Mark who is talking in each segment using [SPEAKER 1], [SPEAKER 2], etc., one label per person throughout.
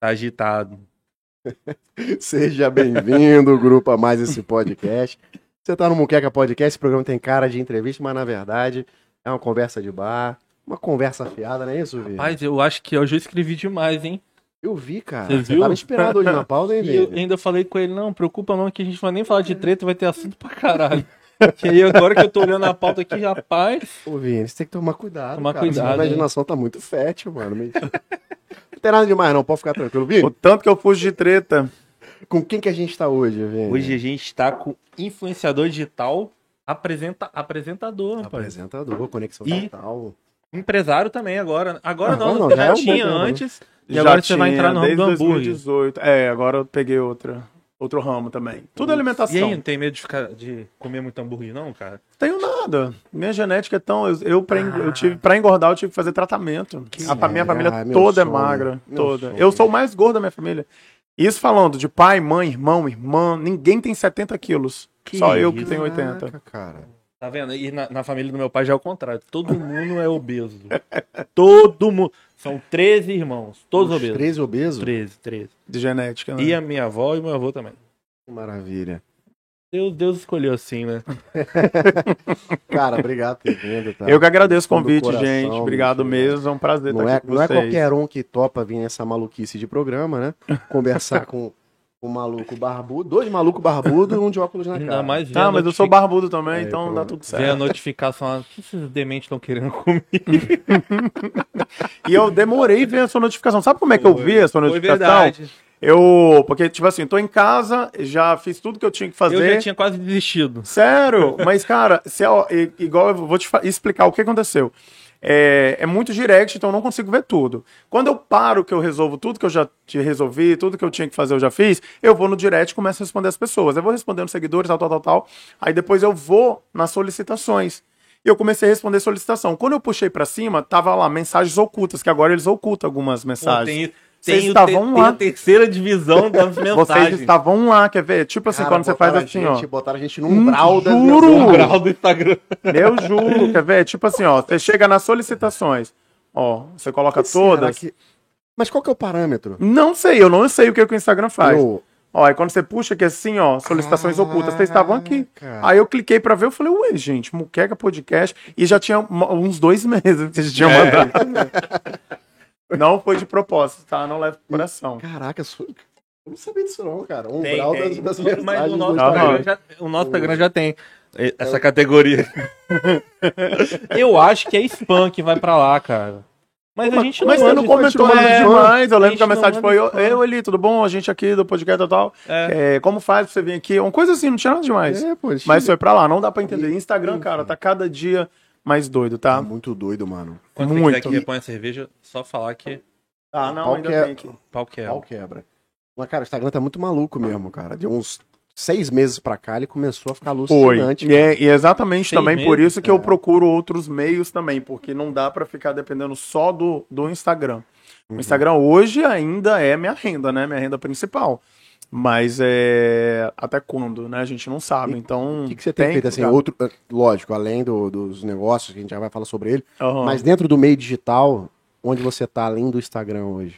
[SPEAKER 1] Tá agitado.
[SPEAKER 2] Seja bem-vindo, grupo, a mais esse podcast. Você tá no Muqueca Podcast, esse programa tem cara de entrevista, mas na verdade é uma conversa de bar, uma conversa afiada, não é isso, Vini?
[SPEAKER 1] Mas eu acho que hoje eu escrevi demais, hein?
[SPEAKER 2] Eu vi, cara.
[SPEAKER 1] Você
[SPEAKER 2] Você
[SPEAKER 1] viu?
[SPEAKER 2] tava inspirado hoje na pauta, hein,
[SPEAKER 1] E eu
[SPEAKER 2] Vini?
[SPEAKER 1] ainda falei com ele, não, preocupa não, que a gente não vai nem falar de treta, vai ter assunto pra caralho. E aí agora que eu tô olhando a pauta aqui, rapaz,
[SPEAKER 2] Ô, Vini, você tem que tomar cuidado,
[SPEAKER 1] Tomar
[SPEAKER 2] cara.
[SPEAKER 1] cuidado,
[SPEAKER 2] Sua imaginação tá muito fértil, mano. Mentira. não tem nada demais, não. Pode ficar tranquilo,
[SPEAKER 3] O
[SPEAKER 2] Vini.
[SPEAKER 3] tanto que eu fujo de treta.
[SPEAKER 2] Com quem que a gente tá hoje, Vini?
[SPEAKER 1] hoje a gente tá com influenciador digital, apresenta, apresentador, rapaz.
[SPEAKER 2] Apresentador, conexão
[SPEAKER 1] E-
[SPEAKER 2] total.
[SPEAKER 1] Empresário também agora. Agora
[SPEAKER 2] Ah,
[SPEAKER 1] não,
[SPEAKER 2] não,
[SPEAKER 1] você
[SPEAKER 2] já
[SPEAKER 1] já,
[SPEAKER 2] é um bom
[SPEAKER 1] tinha
[SPEAKER 2] programa.
[SPEAKER 1] antes, e agora você vai entrar no ramo
[SPEAKER 3] né? desde
[SPEAKER 1] do hambúrguer.
[SPEAKER 3] 2018. É, agora eu peguei outra, outro ramo também. Tudo alimentação.
[SPEAKER 1] E aí, não tem medo de, ficar, de comer muito hambúrguer não, cara?
[SPEAKER 3] Tenho nada. Minha genética é tão. Eu, eu, pra, en-
[SPEAKER 1] Ah.
[SPEAKER 3] eu tive, pra engordar, eu tive que fazer tratamento.
[SPEAKER 2] Que
[SPEAKER 3] a fa- minha
[SPEAKER 2] merda.
[SPEAKER 3] família
[SPEAKER 2] Ah, meu
[SPEAKER 3] toda
[SPEAKER 2] sonho.
[SPEAKER 3] é magra.
[SPEAKER 2] Meu
[SPEAKER 3] Toda.
[SPEAKER 2] sonho.
[SPEAKER 3] Eu sou o mais gordo da minha família. Isso falando de pai, mãe, irmão, irmã, ninguém tem 70 quilos.
[SPEAKER 1] Que
[SPEAKER 3] Só eu que
[SPEAKER 1] isso.
[SPEAKER 3] tenho 80.
[SPEAKER 2] Caraca, cara.
[SPEAKER 1] Tá vendo? E na, na família do meu pai já é o contrário. Todo mundo é obeso. Todo mundo. São 13 irmãos. Todos
[SPEAKER 2] Os
[SPEAKER 1] obesos. 13,
[SPEAKER 2] Três obesos?
[SPEAKER 1] 13.
[SPEAKER 3] De genética, né?
[SPEAKER 1] E a minha avó e meu avô também.
[SPEAKER 2] Que maravilha.
[SPEAKER 1] Deus, Deus escolheu assim, né?
[SPEAKER 2] Cara, obrigado por ter vindo, tá?
[SPEAKER 3] Eu que agradeço o
[SPEAKER 2] Do
[SPEAKER 3] convite,
[SPEAKER 2] coração,
[SPEAKER 3] gente. Obrigado
[SPEAKER 2] mentira.
[SPEAKER 3] mesmo. É um prazer
[SPEAKER 2] Não
[SPEAKER 3] estar
[SPEAKER 2] é,
[SPEAKER 3] aqui com
[SPEAKER 2] não é
[SPEAKER 3] vocês.
[SPEAKER 2] qualquer um que topa vir nessa maluquice de programa, né? Conversar com o maluco barbudo, dois malucos barbudos e um de óculos na cara.
[SPEAKER 1] Ainda mais vendo
[SPEAKER 3] Ah, mas eu sou barbudo também,
[SPEAKER 2] É,
[SPEAKER 3] então
[SPEAKER 2] pronto.
[SPEAKER 3] dá tudo
[SPEAKER 1] Vê a
[SPEAKER 3] certo.
[SPEAKER 1] notificação, o que esses dementes estão querendo comigo?
[SPEAKER 3] E eu demorei ver a sua notificação. Sabe como é que eu vi a sua
[SPEAKER 1] Foi
[SPEAKER 3] notificação?
[SPEAKER 1] verdade.
[SPEAKER 3] Eu, porque, tipo assim, tô em casa, já fiz tudo que eu tinha que fazer.
[SPEAKER 1] Eu já tinha quase desistido.
[SPEAKER 3] Sério? Mas, cara, se é, ó, i- igual eu vou te fa- explicar o que aconteceu. É, é muito direct, então eu não consigo ver tudo. Quando eu paro, que eu resolvo tudo que eu já te resolvi, tudo que eu tinha que fazer, eu já fiz, eu vou no direct e começo a responder as pessoas. Eu vou respondendo seguidores, tal, tal, tal, tal. Aí depois eu vou nas solicitações. E eu comecei a responder solicitação. Quando eu puxei pra cima, tava lá mensagens ocultas, que agora eles ocultam algumas
[SPEAKER 1] Pô,
[SPEAKER 3] mensagens.
[SPEAKER 1] tem,
[SPEAKER 3] Vocês
[SPEAKER 1] tem, o te-
[SPEAKER 3] estavam
[SPEAKER 1] tem
[SPEAKER 3] lá.
[SPEAKER 1] a terceira divisão das mensagens.
[SPEAKER 3] Vocês estavam lá, quer ver? Tipo assim,
[SPEAKER 2] Cara,
[SPEAKER 3] quando você faz
[SPEAKER 2] botaram
[SPEAKER 3] assim,
[SPEAKER 2] a
[SPEAKER 3] ó.
[SPEAKER 1] é,
[SPEAKER 2] gente,
[SPEAKER 1] tipo,
[SPEAKER 2] Botaram a gente num umbral da
[SPEAKER 3] Juro!
[SPEAKER 1] O grau do Instagram.
[SPEAKER 3] Eu juro, quer ver? Tipo assim, ó, você chega nas solicitações, ó, você coloca
[SPEAKER 2] Será
[SPEAKER 3] todas.
[SPEAKER 2] que- Mas qual que é o parâmetro?
[SPEAKER 3] Não sei, eu não sei o que, que o Instagram faz.
[SPEAKER 2] Eu-
[SPEAKER 3] Ó, aí quando você puxa aqui assim, ó, solicitações ocultas, vocês estavam
[SPEAKER 1] Ah,
[SPEAKER 3] aqui.
[SPEAKER 2] Caraca.
[SPEAKER 3] Aí eu cliquei pra ver, eu falei, ué, gente, Muqueca Podcast, e já tinha mo- uns dois meses que vocês tinham
[SPEAKER 1] É.
[SPEAKER 3] mandado. Não foi de propósito, tá? Não leva pro coração.
[SPEAKER 2] Caraca, isso- eu não sabia disso não, cara. Um
[SPEAKER 1] Tem,
[SPEAKER 2] umbral
[SPEAKER 1] tem.
[SPEAKER 2] das, das
[SPEAKER 1] Mas
[SPEAKER 2] mensagens
[SPEAKER 1] o
[SPEAKER 2] do
[SPEAKER 1] nosso,
[SPEAKER 2] Instagram.
[SPEAKER 1] Instagram já, o nosso Instagram já tem e- essa categoria. Eu acho que é spam que vai pra lá, cara. Mas a gente não
[SPEAKER 3] Mas você
[SPEAKER 1] manda
[SPEAKER 3] não
[SPEAKER 1] spam,
[SPEAKER 3] comentou
[SPEAKER 1] a gente
[SPEAKER 3] nada
[SPEAKER 1] manda spam.
[SPEAKER 3] demais. Eu
[SPEAKER 1] A
[SPEAKER 3] lembro
[SPEAKER 1] gente
[SPEAKER 3] que a
[SPEAKER 1] não
[SPEAKER 3] mensagem
[SPEAKER 1] manda
[SPEAKER 3] foi: eu,
[SPEAKER 1] spam.
[SPEAKER 3] eu, Eli, tudo bom? A gente aqui do podcast e tal. É, como faz pra você vir aqui? Uma coisa assim, não tinha nada demais.
[SPEAKER 2] É, pô,
[SPEAKER 3] Mas foi pra lá, não dá pra entender. Instagram, cara, tá cada dia mais doido,
[SPEAKER 2] tá
[SPEAKER 3] tá?
[SPEAKER 2] muito doido, mano.
[SPEAKER 1] Quando você
[SPEAKER 3] muito.
[SPEAKER 1] quiser que reponha a cerveja, só falar que
[SPEAKER 3] Ah,
[SPEAKER 2] Qual é que é?
[SPEAKER 3] aqui.
[SPEAKER 1] pau que é.
[SPEAKER 2] Pau quebra. Mas, cara, o Instagram tá muito maluco mesmo, cara. De uns seis meses pra cá, ele começou a ficar
[SPEAKER 3] Foi.
[SPEAKER 2] alucinante.
[SPEAKER 3] E é, e é exatamente
[SPEAKER 1] Seis
[SPEAKER 3] também por
[SPEAKER 1] meses?
[SPEAKER 3] isso que eu procuro outros meios também, porque não dá pra ficar dependendo só do, do Instagram.
[SPEAKER 2] Uhum.
[SPEAKER 3] O Instagram hoje ainda é minha renda, né? Minha renda principal. Mas é. Até quando, né? A gente não sabe. Então.
[SPEAKER 2] O que, que você tem, feito, assim,
[SPEAKER 3] ficar-
[SPEAKER 2] outro... Lógico, além do- dos negócios, que a gente já vai falar sobre ele,
[SPEAKER 3] Aham.
[SPEAKER 2] mas dentro do meio digital, onde você tá além do Instagram hoje?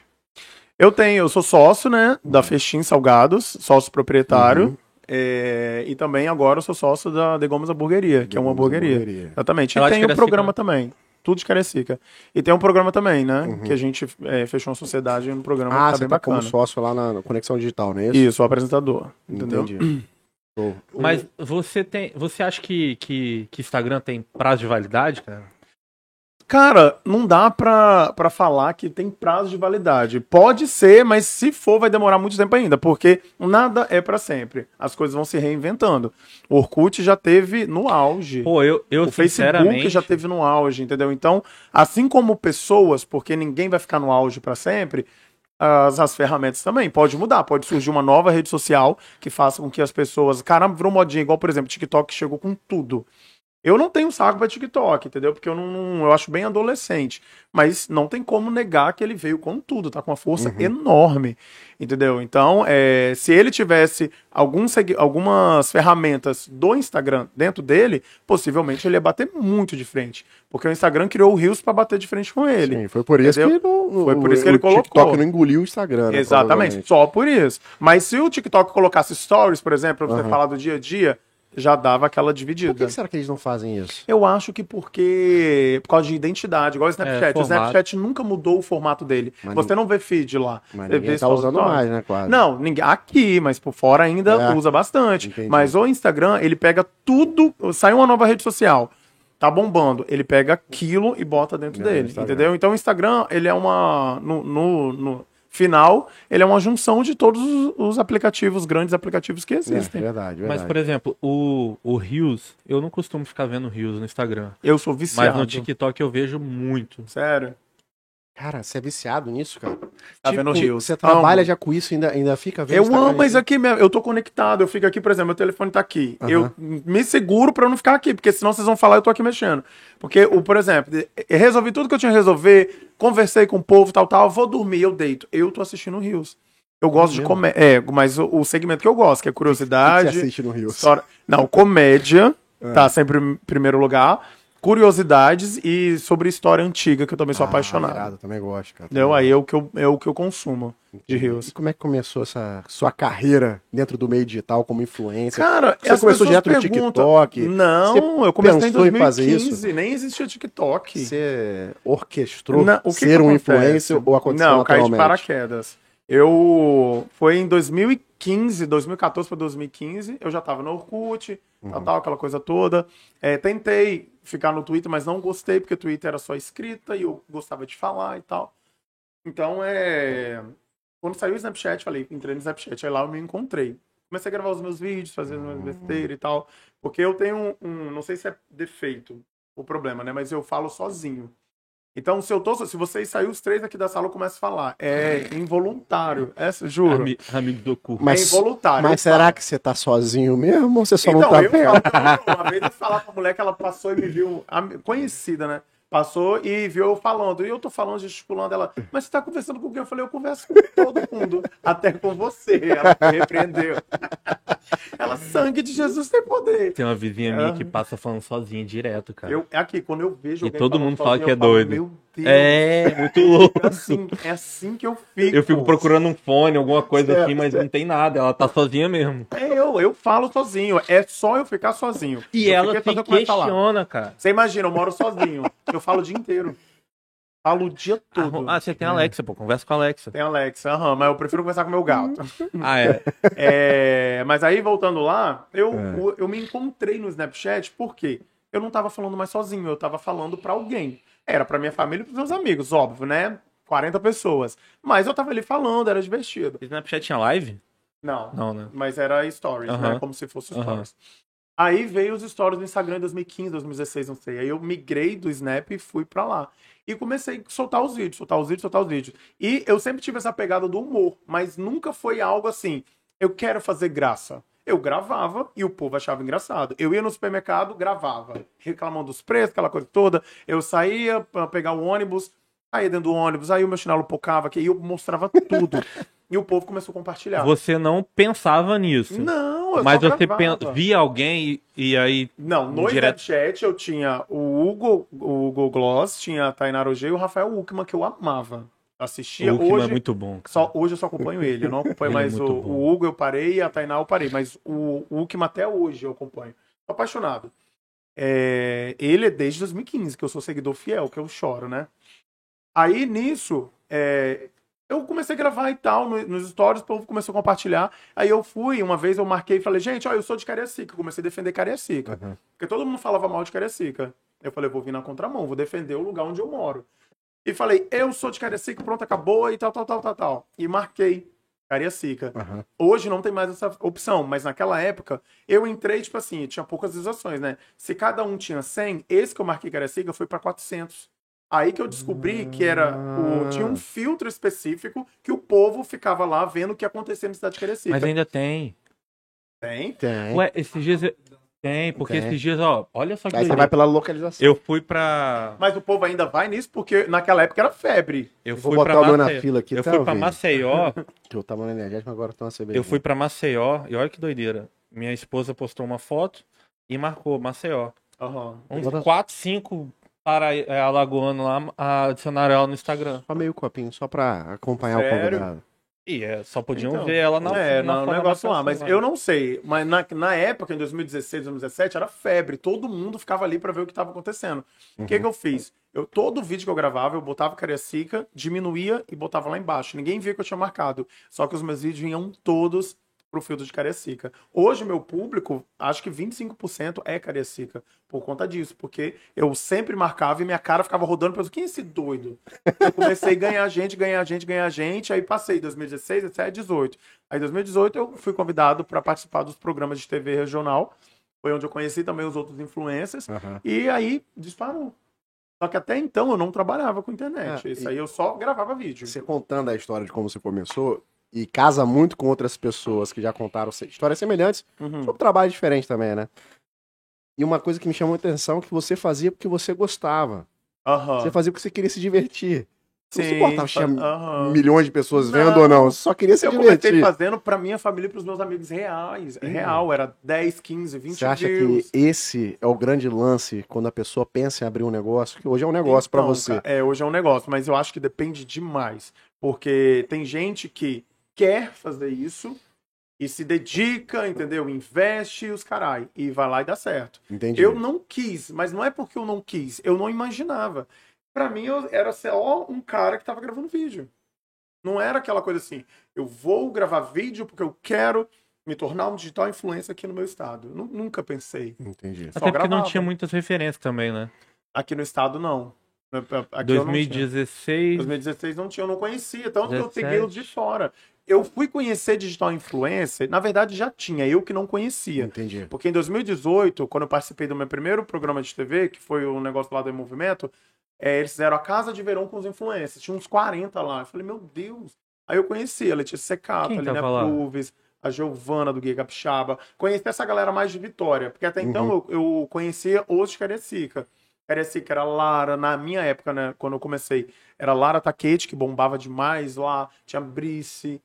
[SPEAKER 3] Eu tenho, eu sou sócio, né,
[SPEAKER 2] Uhum.
[SPEAKER 3] da Festim Salgados, sócio proprietário, é, e também agora eu sou sócio da De Gomes Hamburgueria, que é uma hamburgueria. Exatamente.
[SPEAKER 1] Ela
[SPEAKER 3] E
[SPEAKER 1] de
[SPEAKER 3] tem o
[SPEAKER 1] Cariacica,
[SPEAKER 3] programa também, tudo de Carecica. E tem um programa também, né,
[SPEAKER 2] Uhum.
[SPEAKER 3] que a gente é, fechou uma sociedade um programa
[SPEAKER 2] Ah,
[SPEAKER 3] que tá
[SPEAKER 2] você
[SPEAKER 3] bem
[SPEAKER 2] tá
[SPEAKER 3] bacana.
[SPEAKER 2] como sócio lá na na Conexão Digital, não é isso?
[SPEAKER 3] Isso, o apresentador, entendeu?
[SPEAKER 2] Entendi. Show.
[SPEAKER 1] Mas você tem. Você acha que, que, que Instagram tem prazo de validade, cara?
[SPEAKER 3] Cara, não dá pra, pra falar que tem prazo de validade. Pode ser, mas se for, vai demorar muito tempo ainda, porque nada é pra sempre. As coisas vão se reinventando. O Orkut já teve no auge.
[SPEAKER 1] Pô, eu, eu
[SPEAKER 3] o
[SPEAKER 1] sinceramente.
[SPEAKER 3] Facebook já teve no auge, entendeu? Então, assim como pessoas, porque ninguém vai ficar no auge pra sempre, as, as ferramentas também pode mudar, pode surgir uma nova rede social que faça com que as pessoas, caramba, virou modinha, igual por exemplo, TikTok chegou com tudo. Eu não tenho saco pra TikTok, entendeu? Porque eu não, não- eu acho bem adolescente. Mas não tem como negar que ele veio com tudo, tá com uma força enorme, entendeu? Então, é, se ele tivesse algum segui- algumas ferramentas do Instagram dentro dele, possivelmente ele ia bater muito de frente. Porque o Instagram criou o Rios pra bater de frente com ele.
[SPEAKER 2] Sim, foi por isso
[SPEAKER 3] Entendeu?
[SPEAKER 2] que não- não-
[SPEAKER 3] Foi por
[SPEAKER 2] o-
[SPEAKER 3] isso que ele
[SPEAKER 2] o TikTok
[SPEAKER 3] colocou.
[SPEAKER 2] não engoliu o Instagram. né,
[SPEAKER 3] Exatamente, só por isso. Mas se o TikTok colocasse stories, por exemplo, pra você falar do dia a dia, já dava aquela
[SPEAKER 2] provavelmente. Por que
[SPEAKER 3] dividida.
[SPEAKER 2] que será que eles não fazem isso?
[SPEAKER 3] Eu acho que porque. Por causa de identidade, igual o Snapchat. o
[SPEAKER 1] É, formato.
[SPEAKER 3] Snapchat nunca mudou o formato dele.
[SPEAKER 2] Mas
[SPEAKER 3] você não vê feed lá.
[SPEAKER 2] Mas
[SPEAKER 3] Você
[SPEAKER 2] ninguém
[SPEAKER 3] vê
[SPEAKER 2] tá
[SPEAKER 3] só
[SPEAKER 2] usando
[SPEAKER 3] stories.
[SPEAKER 2] mais, né, quase.
[SPEAKER 3] Não, ninguém, aqui, mas por fora ainda
[SPEAKER 2] É.
[SPEAKER 3] usa bastante.
[SPEAKER 2] Entendi.
[SPEAKER 3] Mas o Instagram, ele pega tudo. Sai uma nova rede social. Tá bombando. Ele pega aquilo e bota dentro
[SPEAKER 2] É,
[SPEAKER 3] dele.
[SPEAKER 2] Instagram.
[SPEAKER 3] Entendeu? Então o Instagram, ele é uma. No, no- no final, ele é uma junção de todos os- os aplicativos, grandes aplicativos que
[SPEAKER 2] É,
[SPEAKER 3] existem.
[SPEAKER 2] verdade, verdade.
[SPEAKER 1] Mas, por exemplo, o, o Rios, eu não costumo ficar vendo Rios no Instagram.
[SPEAKER 3] Eu sou
[SPEAKER 1] Mas
[SPEAKER 3] viciado.
[SPEAKER 1] no TikTok eu vejo muito.
[SPEAKER 3] Sério.
[SPEAKER 2] Cara, você é viciado nisso, cara? Tipo,
[SPEAKER 3] Tá vendo Reels.
[SPEAKER 2] Você trabalha
[SPEAKER 3] Amo.
[SPEAKER 2] já com isso e ainda, ainda fica vendo
[SPEAKER 3] Eu
[SPEAKER 2] Instagram
[SPEAKER 3] amo é isso aqui mesmo. Eu tô conectado. Eu fico aqui, por exemplo, meu telefone tá aqui.
[SPEAKER 2] Aham.
[SPEAKER 3] Eu me seguro pra eu não ficar aqui, porque senão vocês vão falar eu tô aqui mexendo. Porque, o, por exemplo, eu resolvi tudo que eu tinha que resolver, conversei com o povo, tal, tal, vou dormir, eu deito. Eu tô assistindo Rios. Eu gosto de
[SPEAKER 2] mesmo?
[SPEAKER 3] comédia. É, mas o, o segmento que eu gosto, que é
[SPEAKER 2] que
[SPEAKER 3] curiosidade.
[SPEAKER 2] Você assiste É. no Rio.
[SPEAKER 3] História... Não, comédia tá sempre em primeiro lugar. Curiosidades e sobre história antiga, que eu também sou apaixonado.
[SPEAKER 2] Ah, irado, também gosto, cara.
[SPEAKER 3] Entendeu? Aí é o, que eu, é o que eu consumo de Rios.
[SPEAKER 2] E como é que começou essa sua carreira dentro do meio digital como influencer?
[SPEAKER 3] Cara,
[SPEAKER 2] Você começou direto
[SPEAKER 3] no
[SPEAKER 2] no TikTok?
[SPEAKER 3] Não,
[SPEAKER 2] Você
[SPEAKER 3] eu comecei em
[SPEAKER 2] pensou em
[SPEAKER 3] 2015,
[SPEAKER 2] fazer
[SPEAKER 3] nem existia TikTok.
[SPEAKER 2] Tipo, Você orquestrou
[SPEAKER 3] Na- o que
[SPEAKER 2] ser
[SPEAKER 3] que
[SPEAKER 2] um
[SPEAKER 3] acontece?
[SPEAKER 2] influencer ou aconteceu
[SPEAKER 3] Não, eu caí de
[SPEAKER 2] naturalmente?
[SPEAKER 3] paraquedas. Eu foi em 2015, 2014 para 2015, eu já tava no Orkut,
[SPEAKER 2] Uhum.
[SPEAKER 3] tal, tal, aquela coisa toda. É, tentei ficar no Twitter, mas não gostei porque o Twitter era só escrita e eu gostava de falar e tal. Então, é quando saiu o Snapchat, falei, entrei no Snapchat, aí lá eu me encontrei. Comecei a gravar os meus vídeos, fazer as minhas besteiras e tal, porque eu tenho um, um- não sei se é defeito o problema, né, mas eu falo sozinho. Então, se eu tô. Se vocês sair os três aqui da sala, eu começo a falar. É involuntário. Essa, juro.
[SPEAKER 1] Ami- amigo do cu.
[SPEAKER 2] Mas-
[SPEAKER 3] é involuntário.
[SPEAKER 2] Mas
[SPEAKER 3] eu falo.
[SPEAKER 2] será que você tá sozinho mesmo ou você só
[SPEAKER 3] então,
[SPEAKER 2] não tá
[SPEAKER 3] eu
[SPEAKER 2] vendo?
[SPEAKER 3] falo, que eu não. uma vez eu falava pra mulher que ela passou e me viu. am- Conhecida, né? Passou e viu eu falando. E eu tô falando, gesticulando. Ela, mas você tá conversando com quem? Eu falei, eu converso com todo mundo. até com você. Ela me repreendeu. ela, sangue de Jesus tem poder.
[SPEAKER 1] Tem uma vizinha minha
[SPEAKER 3] Ah.
[SPEAKER 1] que passa falando sozinha direto, cara.
[SPEAKER 3] Eu, é aqui, quando eu vejo.
[SPEAKER 1] E
[SPEAKER 3] alguém
[SPEAKER 1] todo
[SPEAKER 3] falando
[SPEAKER 1] mundo fala
[SPEAKER 3] sozinho,
[SPEAKER 1] que é
[SPEAKER 3] eu falo,
[SPEAKER 1] doido.
[SPEAKER 3] Meu Deus.
[SPEAKER 1] É, muito louco.
[SPEAKER 3] É assim, é assim que eu fico.
[SPEAKER 1] Eu fico procurando um fone, alguma coisa
[SPEAKER 2] Certo,
[SPEAKER 1] assim, mas não tem nada. Ela tá sozinha mesmo.
[SPEAKER 3] É eu, eu falo sozinho. É só eu ficar sozinho.
[SPEAKER 1] E
[SPEAKER 3] Eu
[SPEAKER 1] ela
[SPEAKER 3] fiquei
[SPEAKER 1] se
[SPEAKER 3] sozinho, como é que fala?
[SPEAKER 1] questiona, cara.
[SPEAKER 3] Você imagina, eu moro sozinho. eu falo o dia inteiro. Falo o dia todo.
[SPEAKER 1] Ah, você tem a Alexa, pô. Conversa com a Alexa.
[SPEAKER 3] Tem Alexa, aham, mas eu prefiro conversar com meu gato.
[SPEAKER 1] Ah, é.
[SPEAKER 3] É, mas aí, voltando lá, eu,
[SPEAKER 2] É.
[SPEAKER 3] eu, eu me encontrei no Snapchat porque eu não tava falando mais sozinho, eu tava falando pra alguém. Era pra minha família e pros meus amigos, óbvio, né? 40 pessoas. Mas eu tava ali falando, era divertido.
[SPEAKER 1] Snapchat tinha live?
[SPEAKER 3] Não.
[SPEAKER 1] Não, né?
[SPEAKER 3] Mas era stories, né?
[SPEAKER 1] Aham.
[SPEAKER 3] Como se fosse
[SPEAKER 1] Aham.
[SPEAKER 3] stories. Aí veio os stories do Instagram em 2015, 2016, não sei. Aí eu migrei do Snap e fui pra lá. E comecei a soltar os vídeos, soltar os vídeos, soltar os vídeos. E eu sempre tive essa pegada do humor, mas nunca foi algo assim, eu quero fazer graça. Eu gravava e o povo achava engraçado. Eu ia no supermercado, gravava, reclamando dos preços, aquela coisa toda. Eu saía pra pegar o ônibus, aí dentro do ônibus, aí o meu chinelo pocava aqui, e eu mostrava tudo. e o povo começou a compartilhar.
[SPEAKER 1] Você não pensava nisso.
[SPEAKER 3] Não, eu
[SPEAKER 1] mas
[SPEAKER 3] só
[SPEAKER 1] você
[SPEAKER 3] gravava.
[SPEAKER 1] pen- via alguém e, e aí.
[SPEAKER 3] Não, no
[SPEAKER 1] Direto.
[SPEAKER 3] Snapchat eu tinha o Hugo, o Hugo Gloss, tinha a Tainara Ogê e o Rafael Uckman, que eu amava. Assistia
[SPEAKER 1] o Ukman
[SPEAKER 3] hoje.
[SPEAKER 1] é muito bom. Cara.
[SPEAKER 3] só- hoje eu só acompanho ele, eu não acompanho
[SPEAKER 1] Ele é
[SPEAKER 3] mais o,
[SPEAKER 1] muito bom.
[SPEAKER 3] o Hugo, eu parei, e a Tainara eu parei, mas o, o Uckman até hoje eu acompanho. Tô apaixonado. É, ele é desde 2015, que eu sou seguidor fiel, que eu choro, né? Aí nisso, é, eu comecei a gravar e tal, no- nos stories, o povo começou a compartilhar. Aí eu fui, uma vez eu marquei e falei, gente, ó, eu sou de Cariacica, eu comecei a defender Cariacica.
[SPEAKER 2] Aham.
[SPEAKER 3] Porque todo mundo falava mal de Cariacica. Eu falei, eu vou vir na contramão, vou defender o lugar onde eu moro. E falei, eu sou de Cariacica, pronto, acabou, e tal, tal, tal, tal, tal. E marquei Cariacica.
[SPEAKER 2] Aham.
[SPEAKER 3] Hoje não tem mais essa opção, mas naquela época eu entrei, tipo assim, tinha poucas visualizações, né? Se cada um tinha 100, esse que eu marquei Cariacica foi pra 400. Aí que eu descobri que era o- tinha um filtro específico que o povo ficava lá vendo o que acontecia na cidade de Cariacica.
[SPEAKER 1] Mas ainda tem.
[SPEAKER 3] Tem?
[SPEAKER 2] Tem.
[SPEAKER 1] Ué, esses dias. eu- Tem, porque
[SPEAKER 2] Tem.
[SPEAKER 1] esses dias, ó, olha só que
[SPEAKER 2] Aí você
[SPEAKER 1] doideira.
[SPEAKER 2] vai pela localização.
[SPEAKER 1] Eu fui pra.
[SPEAKER 3] Mas o povo ainda vai nisso porque naquela época era febre.
[SPEAKER 1] Eu
[SPEAKER 2] Vou
[SPEAKER 1] fui pra
[SPEAKER 2] botar o meu na
[SPEAKER 1] Maceió.
[SPEAKER 2] fila aqui,
[SPEAKER 1] Eu
[SPEAKER 2] tá,
[SPEAKER 1] fui pra
[SPEAKER 2] ouvinte?
[SPEAKER 1] Maceió.
[SPEAKER 2] Que eu tava no energético, agora eu tô na cerveja.
[SPEAKER 1] Eu fui pra Maceió e olha que doideira. Minha esposa postou uma foto e marcou Maceió. Uns
[SPEAKER 2] Agora-
[SPEAKER 1] 4, 5 para é, alagoano lá a- adicionaram ela no Instagram.
[SPEAKER 2] Só meio copinho, só pra acompanhar o
[SPEAKER 3] Sério?
[SPEAKER 2] convidado.
[SPEAKER 1] E é, só podiam
[SPEAKER 3] Então,
[SPEAKER 1] ver ela na
[SPEAKER 3] É,
[SPEAKER 1] na
[SPEAKER 3] no
[SPEAKER 1] foto da
[SPEAKER 3] negócio lá.
[SPEAKER 1] marcação,
[SPEAKER 3] Mas
[SPEAKER 1] né?
[SPEAKER 3] eu não sei. Mas na, na época, em 2016, 2017, era febre. Todo mundo ficava ali pra ver o que tava acontecendo. O que que eu fiz? Eu, todo vídeo que eu gravava, eu botava Cariacica, diminuía e botava lá embaixo. Ninguém via que eu tinha marcado. Só que os meus vídeos vinham todos pro filtro de Cariacica. Hoje, meu público, acho que 25% é Cariacica. Por conta disso. Porque eu sempre marcava e minha cara ficava rodando. Pensando, quem é esse doido? Eu comecei a ganhar gente, ganhar gente, ganhar gente. Aí passei 2016, 17, 18. é Aí em 2018 eu fui convidado para participar dos programas de TV regional. Foi onde eu conheci também os outros influencers.
[SPEAKER 2] Aham.
[SPEAKER 3] E aí disparou. Só que até então eu não trabalhava com internet.
[SPEAKER 2] Ah,
[SPEAKER 3] Isso
[SPEAKER 2] e-
[SPEAKER 3] aí eu só gravava vídeo.
[SPEAKER 2] Você contando a história de como você começou, e casa muito com outras pessoas que já contaram se- histórias semelhantes,
[SPEAKER 3] Uhum.
[SPEAKER 2] sobre trabalho diferente também, né? E uma coisa que me chamou a atenção é que você fazia porque você gostava.
[SPEAKER 3] Aham.
[SPEAKER 2] Você fazia porque você queria se divertir. Não se
[SPEAKER 3] Ah. Sim,
[SPEAKER 2] importava se tinha
[SPEAKER 3] aham.
[SPEAKER 2] milhões de pessoas
[SPEAKER 3] Não.
[SPEAKER 2] vendo ou não. Você só queria se
[SPEAKER 3] Eu comecei
[SPEAKER 2] divertir.
[SPEAKER 3] fazendo pra minha família e pros meus amigos reais. É Real, era 10, 15, 20
[SPEAKER 2] Você acha
[SPEAKER 3] views.
[SPEAKER 2] que esse é o grande lance quando a pessoa pensa em abrir um negócio? Que hoje é um negócio pra
[SPEAKER 3] Então,
[SPEAKER 2] você.
[SPEAKER 3] cara, É, hoje é um negócio, mas eu acho que depende demais. Porque tem gente que quer fazer isso e se dedica, entendeu? Investe e os carai. E vai lá e dá certo.
[SPEAKER 2] Entendi.
[SPEAKER 3] Eu não quis, mas não é porque eu não quis, eu não imaginava. Pra mim, eu era só um cara que tava gravando vídeo. Não era aquela coisa assim, eu vou gravar vídeo porque eu quero me tornar um digital influencer aqui no meu estado. Nu- Nunca pensei.
[SPEAKER 2] Entendi.
[SPEAKER 1] Até porque não
[SPEAKER 3] gravava.
[SPEAKER 1] tinha muitas referências também, né?
[SPEAKER 3] Aqui no estado, não. Aqui eu não tinha.
[SPEAKER 1] 2016.
[SPEAKER 3] 2016 não tinha, eu não conhecia, tanto que eu
[SPEAKER 1] 17.
[SPEAKER 3] peguei os de fora. Eu fui conhecer digital influencer, na verdade já tinha, eu que não conhecia.
[SPEAKER 2] Entendi.
[SPEAKER 3] Porque em 2018, quando eu participei do meu primeiro programa de TV, que foi o negócio lá do Movimento, é, eles fizeram a Casa de Verão com os influencers, tinha uns 40 lá. Eu falei, meu Deus. Aí eu conheci a Letícia Secato,
[SPEAKER 1] Quem
[SPEAKER 3] a Lina
[SPEAKER 1] tava lá?
[SPEAKER 3] Proves, a Giovana do Guia Capixaba. Conheci essa galera mais de Vitória, porque até então
[SPEAKER 1] Uhum.
[SPEAKER 3] eu, eu conhecia os de Cariacica. Cariacica era Lara, na minha época, né, quando eu comecei, era Lara Taquete, que bombava demais lá, tinha Brice,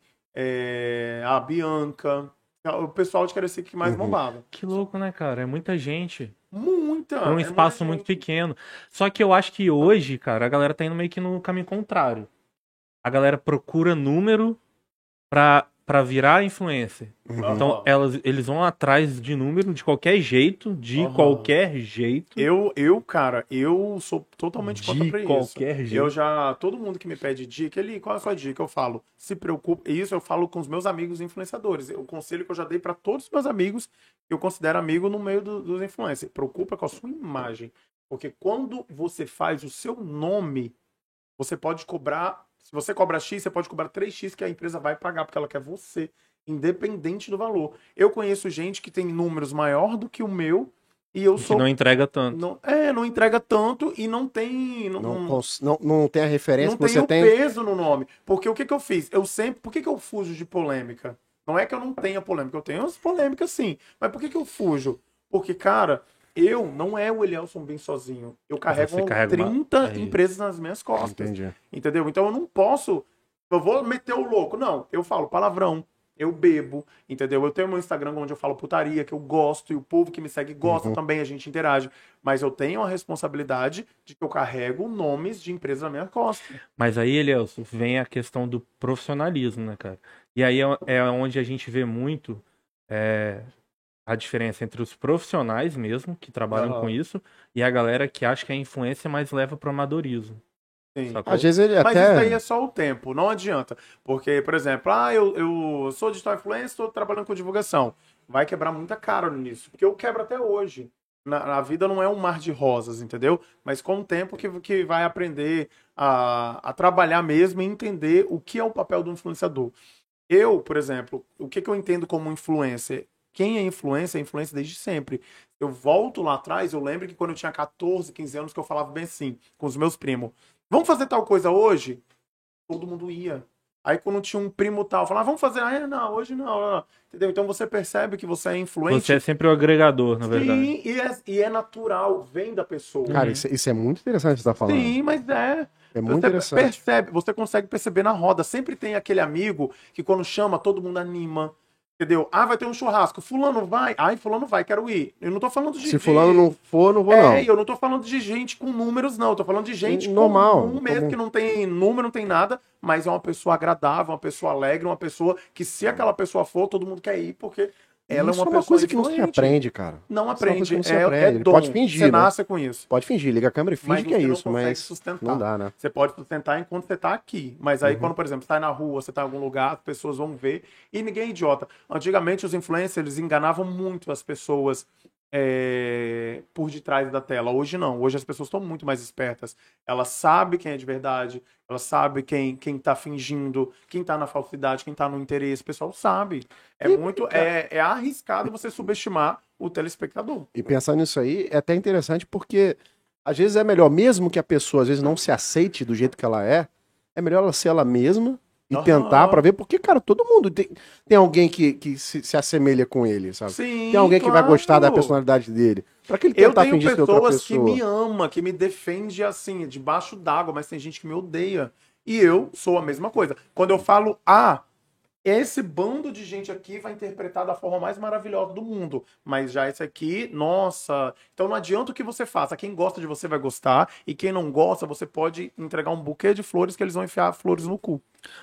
[SPEAKER 3] é, a Bianca, É o pessoal de Cariacica que mais
[SPEAKER 2] Uhum.
[SPEAKER 3] bombava.
[SPEAKER 1] Que louco, né, cara? É muita gente.
[SPEAKER 3] Muita!
[SPEAKER 1] É um
[SPEAKER 3] é
[SPEAKER 1] espaço
[SPEAKER 3] muita
[SPEAKER 1] muito
[SPEAKER 3] gente.
[SPEAKER 1] pequeno. Só que eu acho que hoje, cara, a galera tá indo meio que no caminho contrário. A galera procura número pra, pra virar influencer.
[SPEAKER 2] Uhum.
[SPEAKER 1] Então, elas, eles vão atrás de número de qualquer jeito, de
[SPEAKER 3] Aham.
[SPEAKER 1] qualquer jeito.
[SPEAKER 3] Eu, eu, cara, eu sou totalmente contra
[SPEAKER 1] de
[SPEAKER 3] pra isso.
[SPEAKER 1] qualquer
[SPEAKER 3] Eu
[SPEAKER 1] jeito.
[SPEAKER 3] já, todo mundo que me pede dica, ele, qual é a sua dica? Eu falo, se preocupa. E isso eu falo com os meus amigos influenciadores. O conselho que eu já dei pra todos os meus amigos, que eu considero amigo no meio do- dos influencers. Preocupa com a sua imagem. Porque quando você faz o seu nome, você pode cobrar. Se você cobra X, você pode cobrar 3X que a empresa vai pagar, porque ela quer você, independente do valor. Eu conheço gente que tem números maior do que o meu, e eu
[SPEAKER 1] Que
[SPEAKER 3] sou
[SPEAKER 1] não entrega tanto.
[SPEAKER 3] não, é, não entrega tanto e não tem. Não,
[SPEAKER 2] Não,
[SPEAKER 3] não,
[SPEAKER 2] cons- não, não tem a referência
[SPEAKER 3] não
[SPEAKER 2] que você
[SPEAKER 3] tem
[SPEAKER 2] tem.
[SPEAKER 3] o peso no nome. Porque o que, que eu fiz? Eu sempre. Por que, que eu fujo de polêmica? Não é que eu não tenha polêmica, eu tenho as polêmicas sim. Mas por que, que eu fujo? Porque, cara, eu não é o Elielson bem sozinho. Eu carrego
[SPEAKER 1] carrega uma-
[SPEAKER 3] 30
[SPEAKER 1] é isso.
[SPEAKER 3] empresas nas minhas costas.
[SPEAKER 2] Entendi.
[SPEAKER 3] Entendeu? Então eu não posso. Eu vou meter o louco. Não, eu falo palavrão. Eu bebo, entendeu? Eu tenho meu Instagram onde eu falo putaria, que eu gosto, e o povo que me segue gosta
[SPEAKER 1] Uhum.
[SPEAKER 3] também, a gente interage. Mas eu tenho a responsabilidade de que eu carrego nomes de empresas na minha costa.
[SPEAKER 1] Mas aí, Elielso, vem a questão do profissionalismo, né, cara? E aí é, é onde a gente vê muito é, a diferença entre os profissionais mesmo, que trabalham
[SPEAKER 3] Aham.
[SPEAKER 1] com isso, e a galera que acha que a influência mais leva pro amadorismo.
[SPEAKER 3] Sim.
[SPEAKER 1] sacou?
[SPEAKER 2] Às vezes ele
[SPEAKER 3] Mas
[SPEAKER 2] até.
[SPEAKER 3] isso aí é só o tempo, não adianta. Porque, por exemplo, ah, eu, eu sou digital influencer, estou trabalhando com divulgação. Vai quebrar muita cara nisso. Porque eu quebro até hoje. Na, a vida não é um mar de rosas, entendeu? Mas com o tempo que, que vai aprender a, a trabalhar mesmo e entender o que é o papel do influenciador. Eu, por exemplo, o que, que eu entendo como influencer? Quem é influencer é influencer desde sempre. Eu volto lá atrás, eu lembro que quando eu tinha 14, 15 anos, que eu falava bem assim, com os meus primos. Vamos fazer tal coisa hoje? Todo mundo ia. Aí quando tinha um primo tal, falava, ah, vamos fazer, ah, é, não, hoje não, não, não. entendeu? Então você percebe que você é influente.
[SPEAKER 1] Você é sempre o agregador, na verdade. Ah,
[SPEAKER 3] Sim, e é, e é natural, vem da pessoa.
[SPEAKER 2] Cara, isso, isso é muito interessante que você tá falando.
[SPEAKER 3] Sim, mas é.
[SPEAKER 2] É muito
[SPEAKER 3] você
[SPEAKER 2] interessante.
[SPEAKER 3] percebe, você consegue perceber na roda. Sempre tem aquele amigo que quando chama, todo mundo anima. Entendeu? Ah, vai ter um churrasco. Fulano vai. Ai, fulano vai, quero ir. Eu não tô falando de.
[SPEAKER 2] Se fulano não for, não vou
[SPEAKER 3] É,
[SPEAKER 2] não.
[SPEAKER 3] e eu não tô falando de gente com números, não. Eu tô falando de gente
[SPEAKER 2] Normal,
[SPEAKER 3] comum mesmo,
[SPEAKER 2] comum.
[SPEAKER 3] que não tem número, não tem nada, mas é uma pessoa agradável, uma pessoa alegre, uma pessoa que se aquela pessoa for, todo mundo quer ir, porque ela
[SPEAKER 2] Hum. Isso
[SPEAKER 3] é uma, pessoa
[SPEAKER 2] coisa que não se
[SPEAKER 3] influente.
[SPEAKER 2] aprende, cara.
[SPEAKER 3] Não
[SPEAKER 2] Isso é uma coisa
[SPEAKER 3] aprende.
[SPEAKER 2] que não se
[SPEAKER 3] é,
[SPEAKER 2] aprende.
[SPEAKER 3] é
[SPEAKER 2] Ele
[SPEAKER 3] dom.
[SPEAKER 2] pode fingir,
[SPEAKER 3] Você
[SPEAKER 2] né?
[SPEAKER 3] nasce com isso.
[SPEAKER 2] Pode fingir, liga a câmera e finge
[SPEAKER 3] Mas
[SPEAKER 2] que é
[SPEAKER 3] você não
[SPEAKER 2] isso,
[SPEAKER 3] consegue
[SPEAKER 2] mas
[SPEAKER 3] sustentar.
[SPEAKER 2] não dá, né?
[SPEAKER 3] Você pode sustentar enquanto você tá aqui. Mas
[SPEAKER 2] Uhum.
[SPEAKER 3] aí, quando, por exemplo, você tá na rua, você tá em algum lugar, as pessoas vão ver. E ninguém é idiota. Antigamente, os influencers eles enganavam muito as pessoas é, por detrás da tela. Hoje não. Hoje as pessoas estão muito mais espertas. Ela sabe quem é de verdade, ela sabe quem, quem tá fingindo, quem tá na falsidade, quem tá no interesse. O pessoal sabe. É muito. É, é arriscado você subestimar o telespectador.
[SPEAKER 2] E pensar nisso aí é até interessante porque às vezes é melhor, mesmo que a pessoa às vezes não se aceite do jeito que ela é, é melhor ela ser ela mesma e
[SPEAKER 3] Aham.
[SPEAKER 2] tentar pra ver, porque, cara, todo mundo tem, tem alguém que, que se, se assemelha com ele, sabe?
[SPEAKER 3] Sim.
[SPEAKER 2] tem alguém que vai gostar da
[SPEAKER 3] claro.
[SPEAKER 2] personalidade dele. Pra que ele
[SPEAKER 3] Eu
[SPEAKER 2] tentar
[SPEAKER 3] tenho
[SPEAKER 2] fingir ser outra
[SPEAKER 3] pessoas que
[SPEAKER 2] pessoa?
[SPEAKER 3] me ama, que me defende assim, debaixo d'água, mas tem gente que me odeia. E eu sou a mesma coisa. Quando eu falo, ah, esse bando de gente aqui vai interpretar da forma mais maravilhosa do mundo, mas já esse aqui, nossa. Então não adianta o que você faça. Quem gosta de você vai gostar, e quem não gosta, você pode entregar um buquê de flores que eles vão enfiar flores no cu.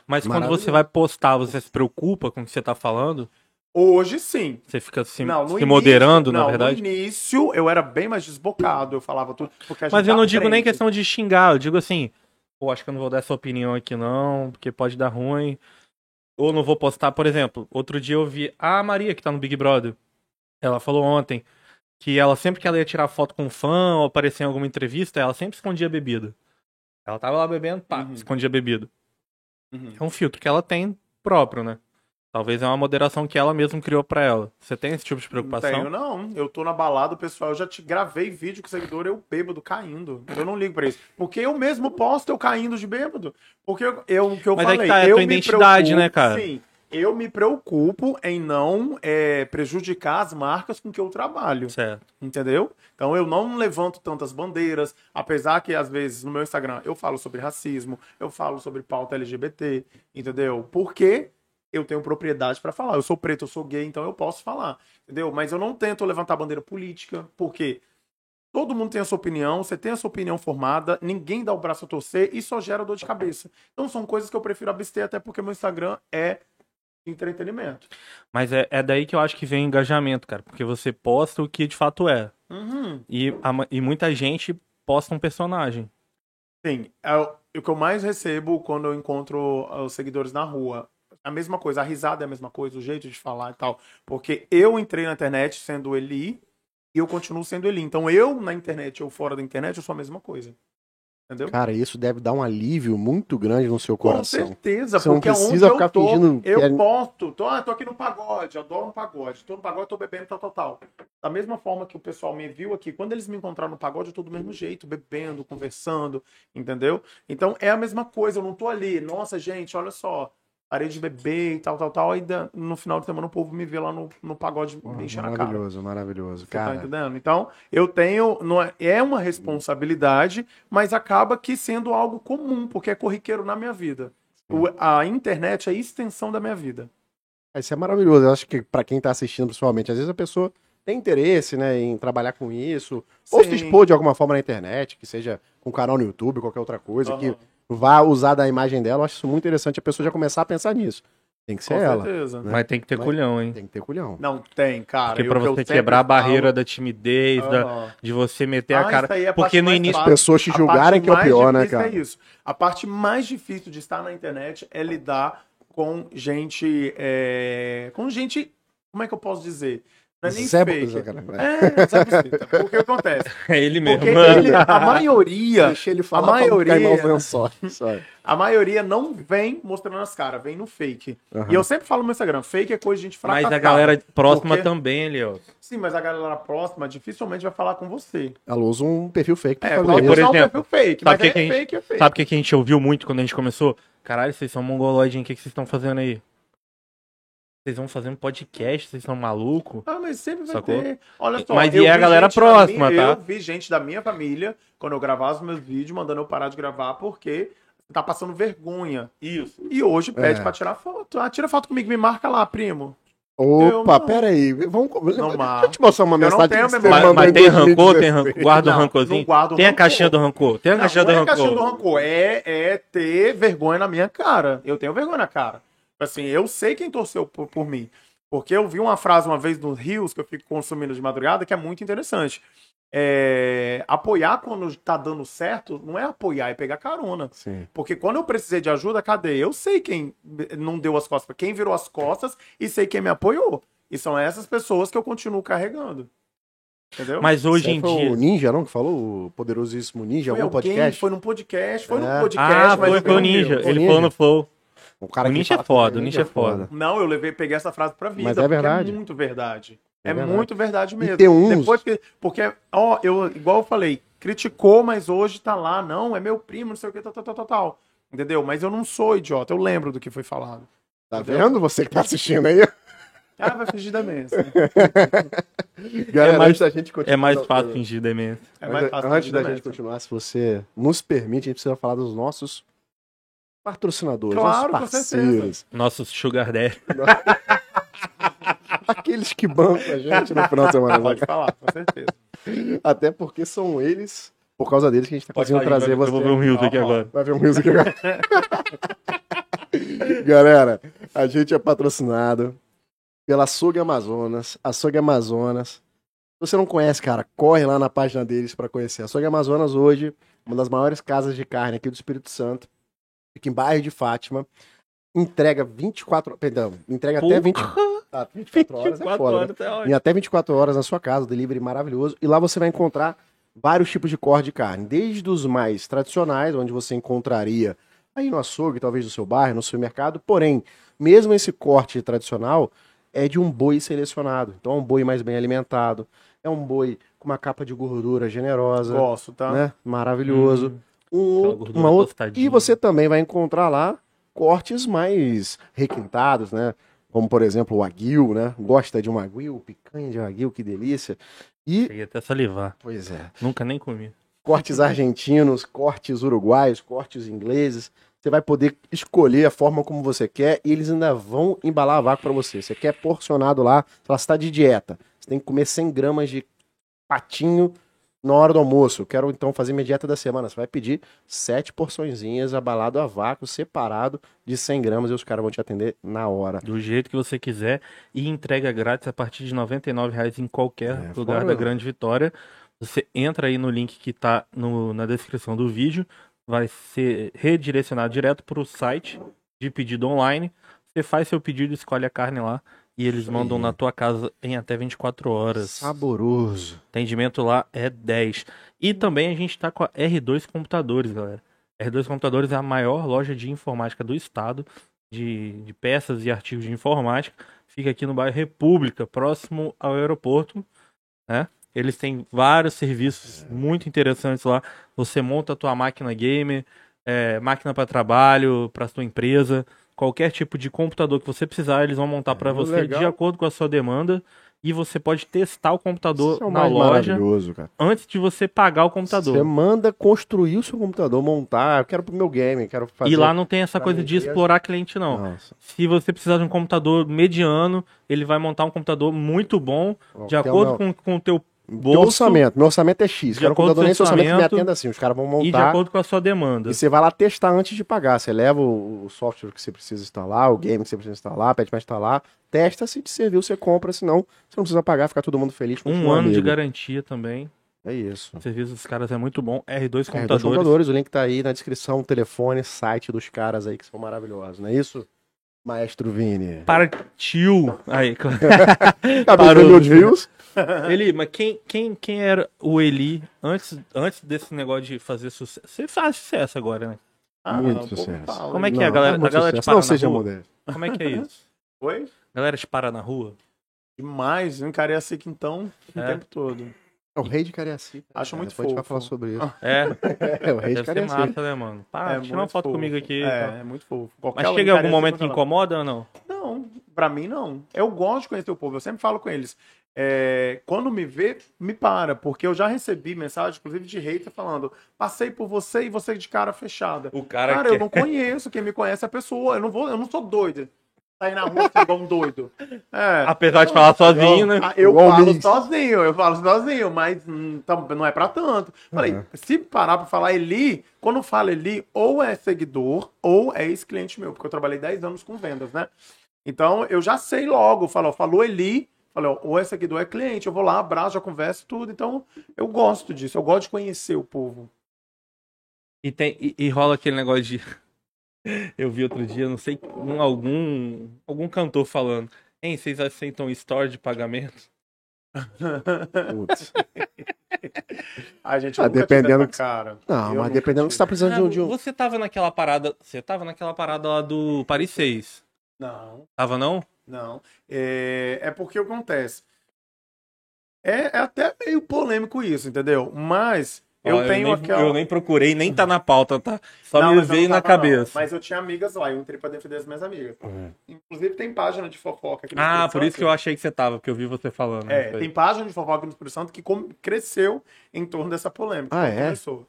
[SPEAKER 1] Mas quando
[SPEAKER 2] Maravilhoso.
[SPEAKER 1] você vai postar, você se preocupa com o que você tá falando?
[SPEAKER 3] Hoje sim,
[SPEAKER 1] Você fica se,
[SPEAKER 3] Não, no
[SPEAKER 1] se
[SPEAKER 3] início-
[SPEAKER 1] moderando, na
[SPEAKER 3] não,
[SPEAKER 1] verdade?
[SPEAKER 3] No início eu era bem mais desbocado, eu falava tudo. Porque a gente
[SPEAKER 1] Mas eu
[SPEAKER 3] tá
[SPEAKER 1] não digo nem
[SPEAKER 3] crente.
[SPEAKER 1] questão de xingar, eu digo assim, pô, acho que eu não vou dar essa opinião aqui não, porque pode dar ruim. Ou não vou postar, por exemplo, outro dia eu vi a Maria que tá no Big Brother. Ela falou ontem que ela sempre que ela ia tirar foto com um fã ou aparecer em alguma entrevista, ela sempre escondia a bebida. Ela tava lá bebendo, pá,
[SPEAKER 3] Uhum.
[SPEAKER 1] escondia a bebida.
[SPEAKER 3] Uhum.
[SPEAKER 1] É um filtro que ela tem próprio, né? Talvez é uma moderação que ela mesma criou pra ela. Você tem esse tipo de preocupação?
[SPEAKER 3] Não tenho, não. Eu tô na balada, pessoal. Eu já te gravei vídeo com seguidor, eu bêbado caindo. Eu não ligo pra isso. Porque eu mesmo posto eu caindo de bêbado. Porque eu, eu o que eu
[SPEAKER 1] Mas aí
[SPEAKER 3] falei.
[SPEAKER 1] que tá a
[SPEAKER 3] eu
[SPEAKER 1] tua
[SPEAKER 3] me
[SPEAKER 1] identidade,
[SPEAKER 3] preocupo-
[SPEAKER 1] né, cara?
[SPEAKER 3] Sim. Eu me preocupo em não é, prejudicar as marcas com que eu trabalho.
[SPEAKER 1] Certo.
[SPEAKER 3] Entendeu? Então eu não levanto tantas bandeiras, apesar que às vezes no meu Instagram eu falo sobre racismo, eu falo sobre pauta LGBT, entendeu? Porque eu tenho propriedade pra falar. Eu sou preto, eu sou gay, então eu posso falar, entendeu? Mas eu não tento levantar bandeira política, porque todo mundo tem a sua opinião, você tem a sua opinião formada, ninguém dá o braço a torcer e só gera dor de cabeça. Então são coisas que eu prefiro abster, até porque meu Instagram é entretenimento.
[SPEAKER 1] Mas é, é daí que eu acho que vem o engajamento, cara. Porque você posta o que de fato é.
[SPEAKER 3] Uhum.
[SPEAKER 1] E, a ma- e muita gente posta um personagem.
[SPEAKER 3] Sim, é o, o que eu mais recebo quando eu encontro ah, os seguidores na rua. A mesma coisa, a risada é a mesma coisa, o jeito de falar e tal. Porque eu entrei na internet sendo Eli e eu continuo sendo Eli. Então eu na internet ou fora da internet, eu sou a mesma coisa. Entendeu?
[SPEAKER 2] Cara, isso deve dar um alívio muito grande no seu
[SPEAKER 3] Com
[SPEAKER 2] coração.
[SPEAKER 3] certeza,
[SPEAKER 2] Você não
[SPEAKER 3] porque aonde
[SPEAKER 2] precisa
[SPEAKER 3] eu
[SPEAKER 2] ficar
[SPEAKER 3] tô,
[SPEAKER 2] fingindo que
[SPEAKER 3] Eu
[SPEAKER 2] é-
[SPEAKER 3] posto, tô, ah, tô aqui no pagode, adoro um pagode. Tô no pagode, tô bebendo, tal, tal, tal. Da mesma forma que o pessoal me viu aqui, quando eles me encontraram no pagode, eu tô do mesmo jeito, bebendo, conversando, entendeu? Então é a mesma coisa, eu não tô ali, nossa, gente, olha só. Parei de beber e tal, tal, tal. E da- no final de semana o povo me vê lá no, no pagode me enchendo a cara.
[SPEAKER 2] maravilhoso, maravilhoso.
[SPEAKER 3] Você tá
[SPEAKER 2] Cara,
[SPEAKER 3] entendendo? Então, eu tenho. Não é, é uma responsabilidade, mas acaba que sendo algo comum, porque é corriqueiro na minha vida. O- a internet é a extensão da minha vida.
[SPEAKER 2] Isso é maravilhoso. Eu acho que pra quem tá assistindo, principalmente, às vezes a pessoa tem interesse, né, em trabalhar com isso, ou se
[SPEAKER 3] Sim.
[SPEAKER 2] expor de alguma forma na internet, que seja com um canal no YouTube, qualquer outra coisa,
[SPEAKER 3] Aham.
[SPEAKER 2] que vá usar da imagem dela. Eu acho isso muito interessante a pessoa já começar a pensar nisso. Tem que ser
[SPEAKER 3] Com
[SPEAKER 2] ela. né?
[SPEAKER 3] certeza.
[SPEAKER 1] Mas tem que ter
[SPEAKER 2] Mas-
[SPEAKER 1] culhão, hein?
[SPEAKER 2] Tem que ter culhão.
[SPEAKER 3] Não tem, Né? cara.
[SPEAKER 1] Porque
[SPEAKER 3] E o
[SPEAKER 1] pra
[SPEAKER 3] que eu
[SPEAKER 1] você
[SPEAKER 3] sempre
[SPEAKER 1] quebrar a barreira
[SPEAKER 3] falo-
[SPEAKER 1] da timidez, da-
[SPEAKER 3] Aham.
[SPEAKER 1] de você meter
[SPEAKER 3] Ah,
[SPEAKER 1] a cara.
[SPEAKER 3] isso aí é a
[SPEAKER 1] Porque
[SPEAKER 3] parte
[SPEAKER 1] no
[SPEAKER 3] mais
[SPEAKER 1] início.
[SPEAKER 2] As
[SPEAKER 3] fácil.
[SPEAKER 2] pessoas te
[SPEAKER 3] A
[SPEAKER 2] julgarem
[SPEAKER 3] parte
[SPEAKER 2] que é o
[SPEAKER 3] mais
[SPEAKER 2] pior, né,
[SPEAKER 3] difícil
[SPEAKER 2] cara?
[SPEAKER 3] É isso. A parte mais difícil de estar na internet é lidar com gente. é, Com gente. Como é que eu posso dizer? Não é nem
[SPEAKER 2] Zé-
[SPEAKER 3] fake.
[SPEAKER 2] Zé- cara, vai.
[SPEAKER 3] É, sabe, o que acontece?
[SPEAKER 1] É ele mesmo.
[SPEAKER 3] Porque ele- a maioria,
[SPEAKER 2] Deixa ele falar
[SPEAKER 3] a maioria-
[SPEAKER 2] pra não cair maus lençóis, sabe?
[SPEAKER 3] a maioria não vem mostrando as caras, vem no fake. E eu sempre falo no Instagram, fake é coisa de gente fracassada.
[SPEAKER 1] Mas a galera próxima
[SPEAKER 3] Porque-
[SPEAKER 1] também, Léo.
[SPEAKER 3] Sim, mas a galera próxima dificilmente vai falar com você.
[SPEAKER 2] Ela usa um perfil fake pra
[SPEAKER 3] É,
[SPEAKER 2] fazer
[SPEAKER 3] pode
[SPEAKER 2] isso.
[SPEAKER 1] por
[SPEAKER 3] usar um
[SPEAKER 1] exemplo,
[SPEAKER 3] perfil fake,
[SPEAKER 1] sabe
[SPEAKER 3] mas
[SPEAKER 1] o que
[SPEAKER 3] é
[SPEAKER 1] que a gente-
[SPEAKER 3] fake, é fake.
[SPEAKER 1] Sabe o que que a gente ouviu muito quando a gente começou? Caralho, vocês são mongoloide, hein? O que que vocês estão fazendo aí? Vocês vão fazer um podcast? Vocês são malucos?
[SPEAKER 3] Ah, mas sempre vai
[SPEAKER 1] Sacou?
[SPEAKER 3] ter. Olha só,
[SPEAKER 1] Mas
[SPEAKER 3] eu
[SPEAKER 1] e é a
[SPEAKER 3] vi
[SPEAKER 1] galera
[SPEAKER 3] gente da
[SPEAKER 1] próxima,
[SPEAKER 3] minha-
[SPEAKER 1] tá?
[SPEAKER 3] Eu vi gente da minha família, quando eu gravava os meus vídeos, mandando eu parar de gravar porque tá passando vergonha.
[SPEAKER 1] Isso.
[SPEAKER 3] E hoje pede
[SPEAKER 2] É.
[SPEAKER 3] pra tirar foto. Ah, tira foto comigo, me marca lá, primo. Eu
[SPEAKER 2] Opa,
[SPEAKER 3] não-
[SPEAKER 2] peraí. Vamos.
[SPEAKER 3] Não
[SPEAKER 2] Deixa eu
[SPEAKER 3] marco.
[SPEAKER 2] te mostrar uma
[SPEAKER 3] Eu não
[SPEAKER 2] mensagem.
[SPEAKER 3] tenho
[SPEAKER 2] que você
[SPEAKER 3] memória.
[SPEAKER 1] Mas,
[SPEAKER 2] mandou
[SPEAKER 1] mas
[SPEAKER 2] em
[SPEAKER 1] tem rancor, tem
[SPEAKER 2] 2016.
[SPEAKER 1] rancor. Guarda o
[SPEAKER 3] Não,
[SPEAKER 1] rancorzinho.
[SPEAKER 3] não guardo o
[SPEAKER 1] tem a
[SPEAKER 3] rancor.
[SPEAKER 1] caixinha do rancor. Tem a
[SPEAKER 3] Não,
[SPEAKER 1] caixinha do
[SPEAKER 3] não é caixinha do
[SPEAKER 1] rancor.
[SPEAKER 3] rancor, é, é ter vergonha na minha cara. Eu tenho vergonha na cara. Assim, eu sei quem torceu por, por mim. Porque eu vi uma frase uma vez nos rios que eu fico consumindo de madrugada que é muito interessante. É, apoiar quando tá dando certo não é apoiar, é pegar carona.
[SPEAKER 2] Sim.
[SPEAKER 3] Porque quando eu precisei de ajuda, cadê? Eu sei quem não deu as costas, pra quem virou as costas e sei quem me apoiou. E são essas pessoas que eu continuo carregando. Entendeu?
[SPEAKER 1] Mas hoje
[SPEAKER 2] Será
[SPEAKER 1] em
[SPEAKER 2] que foi
[SPEAKER 1] dia.
[SPEAKER 2] O Ninja, não, que falou? O poderosíssimo Ninja,
[SPEAKER 3] foi
[SPEAKER 2] algum
[SPEAKER 3] alguém,
[SPEAKER 2] podcast?
[SPEAKER 3] Foi num podcast, foi
[SPEAKER 2] É.
[SPEAKER 3] num podcast.
[SPEAKER 1] Ah,
[SPEAKER 3] mas
[SPEAKER 1] foi, foi o
[SPEAKER 3] não
[SPEAKER 1] Ninja.
[SPEAKER 3] viu.
[SPEAKER 2] Foi o
[SPEAKER 1] Ele
[SPEAKER 2] Ninja.
[SPEAKER 1] falou no Flow.
[SPEAKER 2] O, cara
[SPEAKER 1] O
[SPEAKER 2] que
[SPEAKER 1] Ninja é
[SPEAKER 2] fala-
[SPEAKER 1] foda, o Ninja é foda.
[SPEAKER 3] Não, eu levei, peguei essa frase pra vida.
[SPEAKER 2] Mas é
[SPEAKER 3] porque
[SPEAKER 2] verdade.
[SPEAKER 3] É muito verdade.
[SPEAKER 2] É
[SPEAKER 3] É,
[SPEAKER 2] verdade.
[SPEAKER 3] muito verdade mesmo.
[SPEAKER 2] tem um, uns-
[SPEAKER 3] Depois que, porque, ó, eu, igual eu falei, criticou, mas hoje tá lá, não, é meu primo, não sei o que, tal, tal, tal, tal, tal. Entendeu? Mas eu não sou idiota, eu lembro do que foi falado.
[SPEAKER 2] Tá vendo você que tá assistindo aí?
[SPEAKER 1] É
[SPEAKER 3] Ah, vai fingir demência.
[SPEAKER 2] Galera,
[SPEAKER 1] mais-
[SPEAKER 2] antes da gente continuar.
[SPEAKER 1] É mais fácil fingir demência.
[SPEAKER 3] É mais fácil
[SPEAKER 2] antes
[SPEAKER 3] fingir
[SPEAKER 2] da
[SPEAKER 3] demência.
[SPEAKER 2] gente continuar, se você nos permite, a gente precisa falar dos nossos patrocinadores,
[SPEAKER 3] Claro,
[SPEAKER 2] nossos
[SPEAKER 3] com certeza.
[SPEAKER 2] parceiros.
[SPEAKER 1] Nosso Sugar Daddy.
[SPEAKER 2] Aqueles que bancam a gente no final de semana.
[SPEAKER 3] Ah, Pode falar, com certeza.
[SPEAKER 2] Até porque são eles, por causa deles, que a gente tá
[SPEAKER 1] Pode
[SPEAKER 2] conseguindo
[SPEAKER 1] falar,
[SPEAKER 2] trazer
[SPEAKER 1] eu vou-
[SPEAKER 2] você.
[SPEAKER 1] Eu vou ver um rios aqui
[SPEAKER 3] Calma.
[SPEAKER 1] agora.
[SPEAKER 2] Vai ver um music agora. Galera, a gente é patrocinado pela Açougue Amazonas. Açougue Amazonas. Se você não conhece, cara, corre lá na página deles pra conhecer. Açougue Amazonas hoje, uma das maiores casas de carne aqui do Espírito Santo. Fica em bairro de Fátima. Entrega 24 Perdão, entrega até 20, tá, 24 horas. é
[SPEAKER 1] 24
[SPEAKER 2] foda, né?
[SPEAKER 1] horas é ótimo.
[SPEAKER 2] em até 24 horas na sua casa, o delivery maravilhoso. E lá você vai encontrar vários tipos de corte de carne, desde os mais tradicionais, onde você encontraria aí no açougue, talvez no seu bairro, no supermercado. Porém, mesmo esse corte tradicional é de um boi selecionado. Então é um boi mais bem alimentado, é um boi com uma capa de gordura generosa,
[SPEAKER 3] Gosto, tá?
[SPEAKER 2] né? Maravilhoso. Um
[SPEAKER 1] Hum. Aquela
[SPEAKER 2] outro,
[SPEAKER 1] gordura
[SPEAKER 2] uma outra
[SPEAKER 1] tostadinha.
[SPEAKER 2] e você também vai encontrar lá cortes mais requintados, né? Como, por exemplo, o aguil, né? Gosta de um aguil, picanha de aguil, que delícia. E,
[SPEAKER 1] Cheguei até a salivar.
[SPEAKER 2] pois é,
[SPEAKER 1] Nunca nem comi.
[SPEAKER 2] cortes argentinos, cortes uruguaios, cortes ingleses. Você vai poder escolher a forma como você quer e eles ainda vão embalar a vaca para você. Você quer porcionado lá, se você está de dieta. Você tem que comer 100 gramas de patinho na hora do almoço. Eu Quero então fazer minha dieta da semana. Você vai pedir sete porçõezinhas abalado a vácuo, separado de 100 gramas e os caras vão te atender na hora.
[SPEAKER 1] Do jeito que você quiser. E entrega grátis a partir de R$ 99,00 em qualquer
[SPEAKER 2] É,
[SPEAKER 1] lugar
[SPEAKER 2] fora.
[SPEAKER 1] da Grande Vitória. Você entra aí no link que tá no- na descrição do vídeo. Vai ser redirecionado direto pro site de pedido online. Você faz seu pedido, escolhe a carne lá. E eles
[SPEAKER 2] Isso
[SPEAKER 1] mandam
[SPEAKER 2] aí.
[SPEAKER 1] na tua casa em até 24 horas.
[SPEAKER 2] Saboroso.
[SPEAKER 1] Atendimento lá é 10. E também a gente tá com a R2 Computadores, galera. R2 Computadores é a maior loja de informática do estado, de, de peças e artigos de informática. Fica aqui no bairro República, próximo ao aeroporto. Né? Eles têm vários serviços muito interessantes lá. Você monta a tua máquina gamer, é, máquina para trabalho, para sua empresa. Qualquer tipo de computador que você precisar, eles vão montar para você de
[SPEAKER 2] legal.
[SPEAKER 1] acordo com a sua demanda. E você pode testar o computador
[SPEAKER 2] Isso é o
[SPEAKER 1] na
[SPEAKER 2] mais
[SPEAKER 1] loja
[SPEAKER 2] maravilhoso, cara.
[SPEAKER 1] antes de você pagar o computador.
[SPEAKER 2] Você manda construir o seu computador, montar. Eu quero pro meu game, eu quero fazer.
[SPEAKER 1] E lá não tem essa
[SPEAKER 2] pra
[SPEAKER 1] coisa de
[SPEAKER 2] vender.
[SPEAKER 1] explorar cliente, não.
[SPEAKER 2] Nossa.
[SPEAKER 1] Se você precisar de um computador mediano, ele vai montar um computador muito bom, de
[SPEAKER 2] Tem
[SPEAKER 1] acordo
[SPEAKER 2] uma-
[SPEAKER 1] com com o teu
[SPEAKER 2] Teu
[SPEAKER 1] bolso
[SPEAKER 2] um orçamento, meu orçamento é X.
[SPEAKER 1] De
[SPEAKER 2] Quero um
[SPEAKER 1] acordo com
[SPEAKER 2] computador
[SPEAKER 1] o
[SPEAKER 2] nem seu orçamento que me
[SPEAKER 1] orçamento
[SPEAKER 2] atenda assim. Os caras vão
[SPEAKER 1] e de
[SPEAKER 2] montar.
[SPEAKER 1] acordo com a sua demanda.
[SPEAKER 2] E você vai lá testar antes de pagar. Você leva o, o software que você precisa instalar, o game que você precisa instalar, pede pra instalar, testa se te serviu, você compra, senão você não precisa pagar, fica todo mundo feliz.
[SPEAKER 1] Um
[SPEAKER 2] continua
[SPEAKER 1] ano de
[SPEAKER 2] amigo.
[SPEAKER 1] garantia também.
[SPEAKER 2] É isso.
[SPEAKER 1] O serviço dos caras é muito bom. R2
[SPEAKER 2] É, dois
[SPEAKER 1] Computadores.
[SPEAKER 2] computadores, o link tá aí na descrição, telefone, site dos caras aí que são maravilhosos, não é isso? Maestro Vini.
[SPEAKER 1] Partiu! Aí,
[SPEAKER 2] Acabei de ver meus views.
[SPEAKER 1] Eli, mas quem, quem, quem era o Eli antes, antes desse negócio de fazer sucesso? Você faz sucesso agora, né?
[SPEAKER 2] Muito
[SPEAKER 3] Ah, o povo
[SPEAKER 2] sucesso.
[SPEAKER 3] fala,
[SPEAKER 1] Como é que
[SPEAKER 2] Não,
[SPEAKER 1] é, galera?
[SPEAKER 2] tá muito
[SPEAKER 1] a galera te
[SPEAKER 2] sucesso.
[SPEAKER 1] para
[SPEAKER 2] Não
[SPEAKER 1] na
[SPEAKER 2] seja
[SPEAKER 1] rua?
[SPEAKER 2] modesto.
[SPEAKER 1] Como é que é isso?
[SPEAKER 3] Oi?
[SPEAKER 1] Galera te para na rua?
[SPEAKER 3] Demais, eu encarei a seca então o
[SPEAKER 1] É?
[SPEAKER 3] tempo todo.
[SPEAKER 2] É o rei de Cariacica.
[SPEAKER 3] Acho muito
[SPEAKER 2] Depois a gente vai
[SPEAKER 3] fofo.
[SPEAKER 2] falar sobre isso.
[SPEAKER 1] É,
[SPEAKER 2] É, o rei de
[SPEAKER 1] deve ser
[SPEAKER 2] Cariacica.
[SPEAKER 1] massa, né, mano? Para,
[SPEAKER 3] É
[SPEAKER 1] tira uma
[SPEAKER 3] muito
[SPEAKER 1] foto
[SPEAKER 3] fofo.
[SPEAKER 1] comigo aqui. tá? então.
[SPEAKER 3] É, é muito fofo.
[SPEAKER 1] Mas
[SPEAKER 3] Qualquer
[SPEAKER 1] chega algum
[SPEAKER 3] encarece,
[SPEAKER 1] momento que
[SPEAKER 3] eu vou falar.
[SPEAKER 1] incomoda ou não?
[SPEAKER 3] Não, pra mim não. Eu gosto de conhecer o povo, eu sempre falo com eles. É, quando me vê, me para, porque eu já recebi mensagem, inclusive, de hater falando: passei por você e você de cara fechada.
[SPEAKER 1] O
[SPEAKER 3] Cara,
[SPEAKER 1] quer-
[SPEAKER 3] eu não conheço, quem me conhece é a pessoa. Eu não vou, eu não sou doido. Sair na rua assim, igual um doido. É.
[SPEAKER 1] Apesar de falar sozinho, né?
[SPEAKER 3] Ah, Eu
[SPEAKER 2] Igual
[SPEAKER 3] falo
[SPEAKER 2] Miss.
[SPEAKER 3] sozinho, eu falo sozinho, mas hum, tam- não é pra tanto. Falei,
[SPEAKER 2] Uhum.
[SPEAKER 3] se parar pra falar Eli, quando fala Eli, ou é seguidor, ou é ex-cliente meu, porque eu trabalhei 10 anos com vendas, né? Então eu já sei logo, falo, ó, falou Eli, falou, ou é seguidor, é cliente, eu vou lá, abraço, já converso tudo. Então eu gosto disso, eu gosto de conhecer o povo.
[SPEAKER 1] E, tem, e, e rola aquele negócio de. Eu vi outro dia, não sei, um- algum, algum cantor falando. Hein, vocês aceitam store de pagamento?
[SPEAKER 2] Putz.
[SPEAKER 3] A gente
[SPEAKER 2] Ah,
[SPEAKER 3] nunca tive
[SPEAKER 2] dependendo
[SPEAKER 3] essa
[SPEAKER 2] que-
[SPEAKER 3] cara.
[SPEAKER 2] Não,
[SPEAKER 3] Eu
[SPEAKER 2] mas
[SPEAKER 3] nunca
[SPEAKER 2] dependendo do que
[SPEAKER 3] tive.
[SPEAKER 2] você tá precisando de um. De um...
[SPEAKER 1] Você tava naquela parada. Você tava naquela parada lá do Paris 6.
[SPEAKER 2] tá
[SPEAKER 3] Não.
[SPEAKER 1] Tava não?
[SPEAKER 3] Não. É, é porque o que acontece. É, é até meio polêmico isso, entendeu? Mas eu
[SPEAKER 1] Ó,
[SPEAKER 3] tenho
[SPEAKER 1] nem,
[SPEAKER 3] aquela.
[SPEAKER 1] Eu nem procurei, nem tá na pauta, tá? Só
[SPEAKER 3] Não,
[SPEAKER 1] me
[SPEAKER 3] mas eu
[SPEAKER 1] veio
[SPEAKER 3] não
[SPEAKER 1] na
[SPEAKER 3] tava, não.
[SPEAKER 1] cabeça.
[SPEAKER 3] Mas eu tinha amigas lá, um eu entrei pra defender as minhas amigas.
[SPEAKER 2] um- É.
[SPEAKER 3] Inclusive tem página de fofoca aqui no
[SPEAKER 1] Ah,
[SPEAKER 3] Espírito
[SPEAKER 1] por isso
[SPEAKER 3] Santo.
[SPEAKER 1] que eu achei que você tava, porque eu vi você falando. né?
[SPEAKER 3] É,
[SPEAKER 1] isso aí.
[SPEAKER 3] tem página de fofoca aqui no Espírito Santo que com- cresceu em torno dessa polêmica.
[SPEAKER 2] Ah,
[SPEAKER 3] Quando
[SPEAKER 2] é?
[SPEAKER 3] Começou.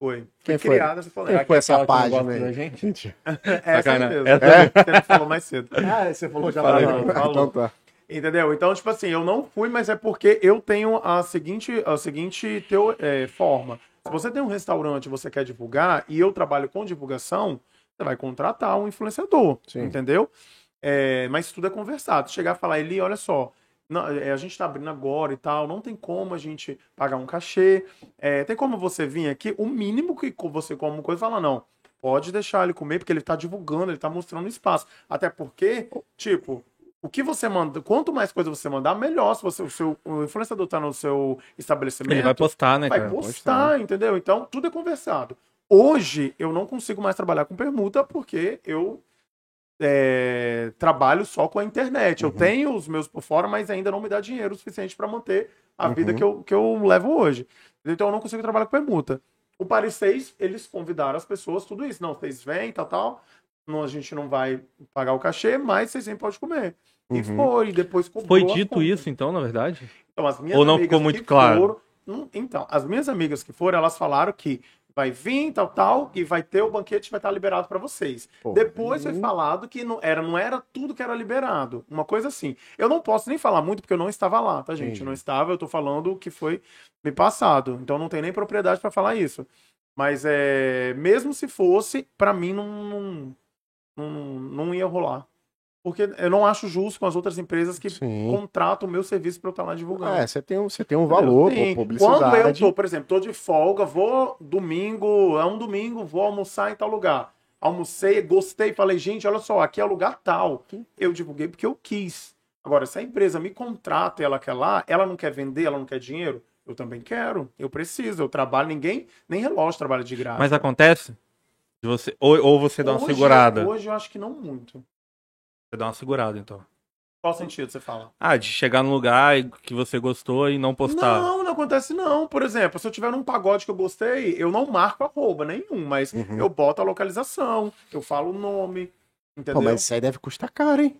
[SPEAKER 3] Foi.
[SPEAKER 2] Quem
[SPEAKER 1] É,
[SPEAKER 3] Foi
[SPEAKER 2] foi? né?
[SPEAKER 3] criada essa
[SPEAKER 2] Quem
[SPEAKER 3] polêmica.
[SPEAKER 2] foi essa
[SPEAKER 1] Aquela que não gosta
[SPEAKER 2] página
[SPEAKER 1] da
[SPEAKER 2] aí?
[SPEAKER 1] gente?
[SPEAKER 2] Gente.
[SPEAKER 3] Essa aí
[SPEAKER 1] Sacana-
[SPEAKER 3] mesmo.
[SPEAKER 1] essa-
[SPEAKER 3] Você não falou mais cedo.
[SPEAKER 2] Ah, você falou já
[SPEAKER 1] É. Falei.
[SPEAKER 2] falou. Então tá.
[SPEAKER 3] Entendeu? Então, tipo assim, eu não fui, mas é porque eu tenho a seguinte, a seguinte teo, é, forma. Se você tem um restaurante e você quer divulgar, e eu trabalho com divulgação, você vai contratar um influenciador,
[SPEAKER 2] Sim.
[SPEAKER 3] entendeu? É, mas tudo é conversado. Chegar e falar, Eli, olha só, não, é, a gente tá abrindo agora e tal, não tem como a gente pagar um cachê, é, tem como você vir aqui, o mínimo que co- você come uma coisa, fala, não, pode deixar ele comer, porque ele tá divulgando, ele tá mostrando espaço. Até porque, tipo, o que você manda, quanto mais coisa você mandar, melhor. Se você, o, seu, o influenciador tá no seu
[SPEAKER 1] Ele
[SPEAKER 3] estabelecimento,
[SPEAKER 1] vai postar, né,
[SPEAKER 3] vai
[SPEAKER 1] cara?
[SPEAKER 3] postar, entendeu? Então, tudo é conversado. Hoje, eu não consigo mais trabalhar com permuta porque eu é, trabalho só com a internet. Eu
[SPEAKER 1] Uhum.
[SPEAKER 3] tenho os meus por fora, mas ainda não me dá dinheiro o suficiente para manter a
[SPEAKER 2] Uhum.
[SPEAKER 3] vida que eu, que eu levo hoje. Então, eu não consigo trabalhar com permuta. O Paris 6, eles convidaram as pessoas, tudo isso. Não, vocês vêm, tal, tal. Não, a gente não vai pagar o cachê, mas vocês sempre podem comer. E
[SPEAKER 2] Uhum.
[SPEAKER 3] foi, depois cobrou
[SPEAKER 1] Foi
[SPEAKER 3] a
[SPEAKER 1] dito
[SPEAKER 3] conta.
[SPEAKER 1] isso, então, na verdade?
[SPEAKER 3] Então, as minhas
[SPEAKER 1] Ou não
[SPEAKER 3] amigas
[SPEAKER 1] ficou muito
[SPEAKER 3] que
[SPEAKER 1] claro?
[SPEAKER 3] foram- Hum, então, as minhas amigas que foram, elas falaram que vai vir, tal, tal, e vai ter o banquete, vai estar liberado para vocês.
[SPEAKER 2] Pô,
[SPEAKER 3] Depois foi
[SPEAKER 2] hum.
[SPEAKER 3] falado que não era, não era tudo que era liberado. Uma coisa assim. Eu não posso nem falar muito porque eu não estava lá, tá, gente?
[SPEAKER 2] Entendi.
[SPEAKER 3] Eu não estava, eu tô falando o que foi me passado. Então não tem nem propriedade para falar isso. Mas é, mesmo se fosse, para mim não, não, não, não ia rolar. Porque eu não acho justo com as outras empresas que
[SPEAKER 2] Sim.
[SPEAKER 3] contrata o meu serviço para eu estar lá divulgando.
[SPEAKER 2] É, você tem um, você tem um valor,
[SPEAKER 3] Sim.
[SPEAKER 2] pô, publicidade.
[SPEAKER 3] Quando eu tô, por exemplo, tô de folga, vou domingo, é um domingo, vou almoçar em tal lugar. Almocei, gostei, falei, gente, olha só, aqui é lugar tal. Eu divulguei porque eu quis. Agora, se a empresa me contrata e ela quer lá, ela não quer vender, ela não quer dinheiro, eu também quero, eu preciso, eu trabalho, ninguém, nem relógio trabalha de graça.
[SPEAKER 1] Mas acontece? De Você, ou, ou você dá uma
[SPEAKER 3] Ah. Hoje- é
[SPEAKER 1] segurada.
[SPEAKER 3] Hoje eu acho que não muito.
[SPEAKER 1] Você dá uma segurada, então.
[SPEAKER 3] Qual sentido você fala?
[SPEAKER 1] Ah, de chegar no lugar e- que você gostou e não postar.
[SPEAKER 3] Não, não acontece não. Por exemplo, se eu tiver num pagode que eu gostei, eu não marco arroba nenhum, mas
[SPEAKER 2] Uhum.
[SPEAKER 3] eu boto a localização, eu falo o nome, entendeu?
[SPEAKER 2] Pô, mas isso aí deve custar caro, hein?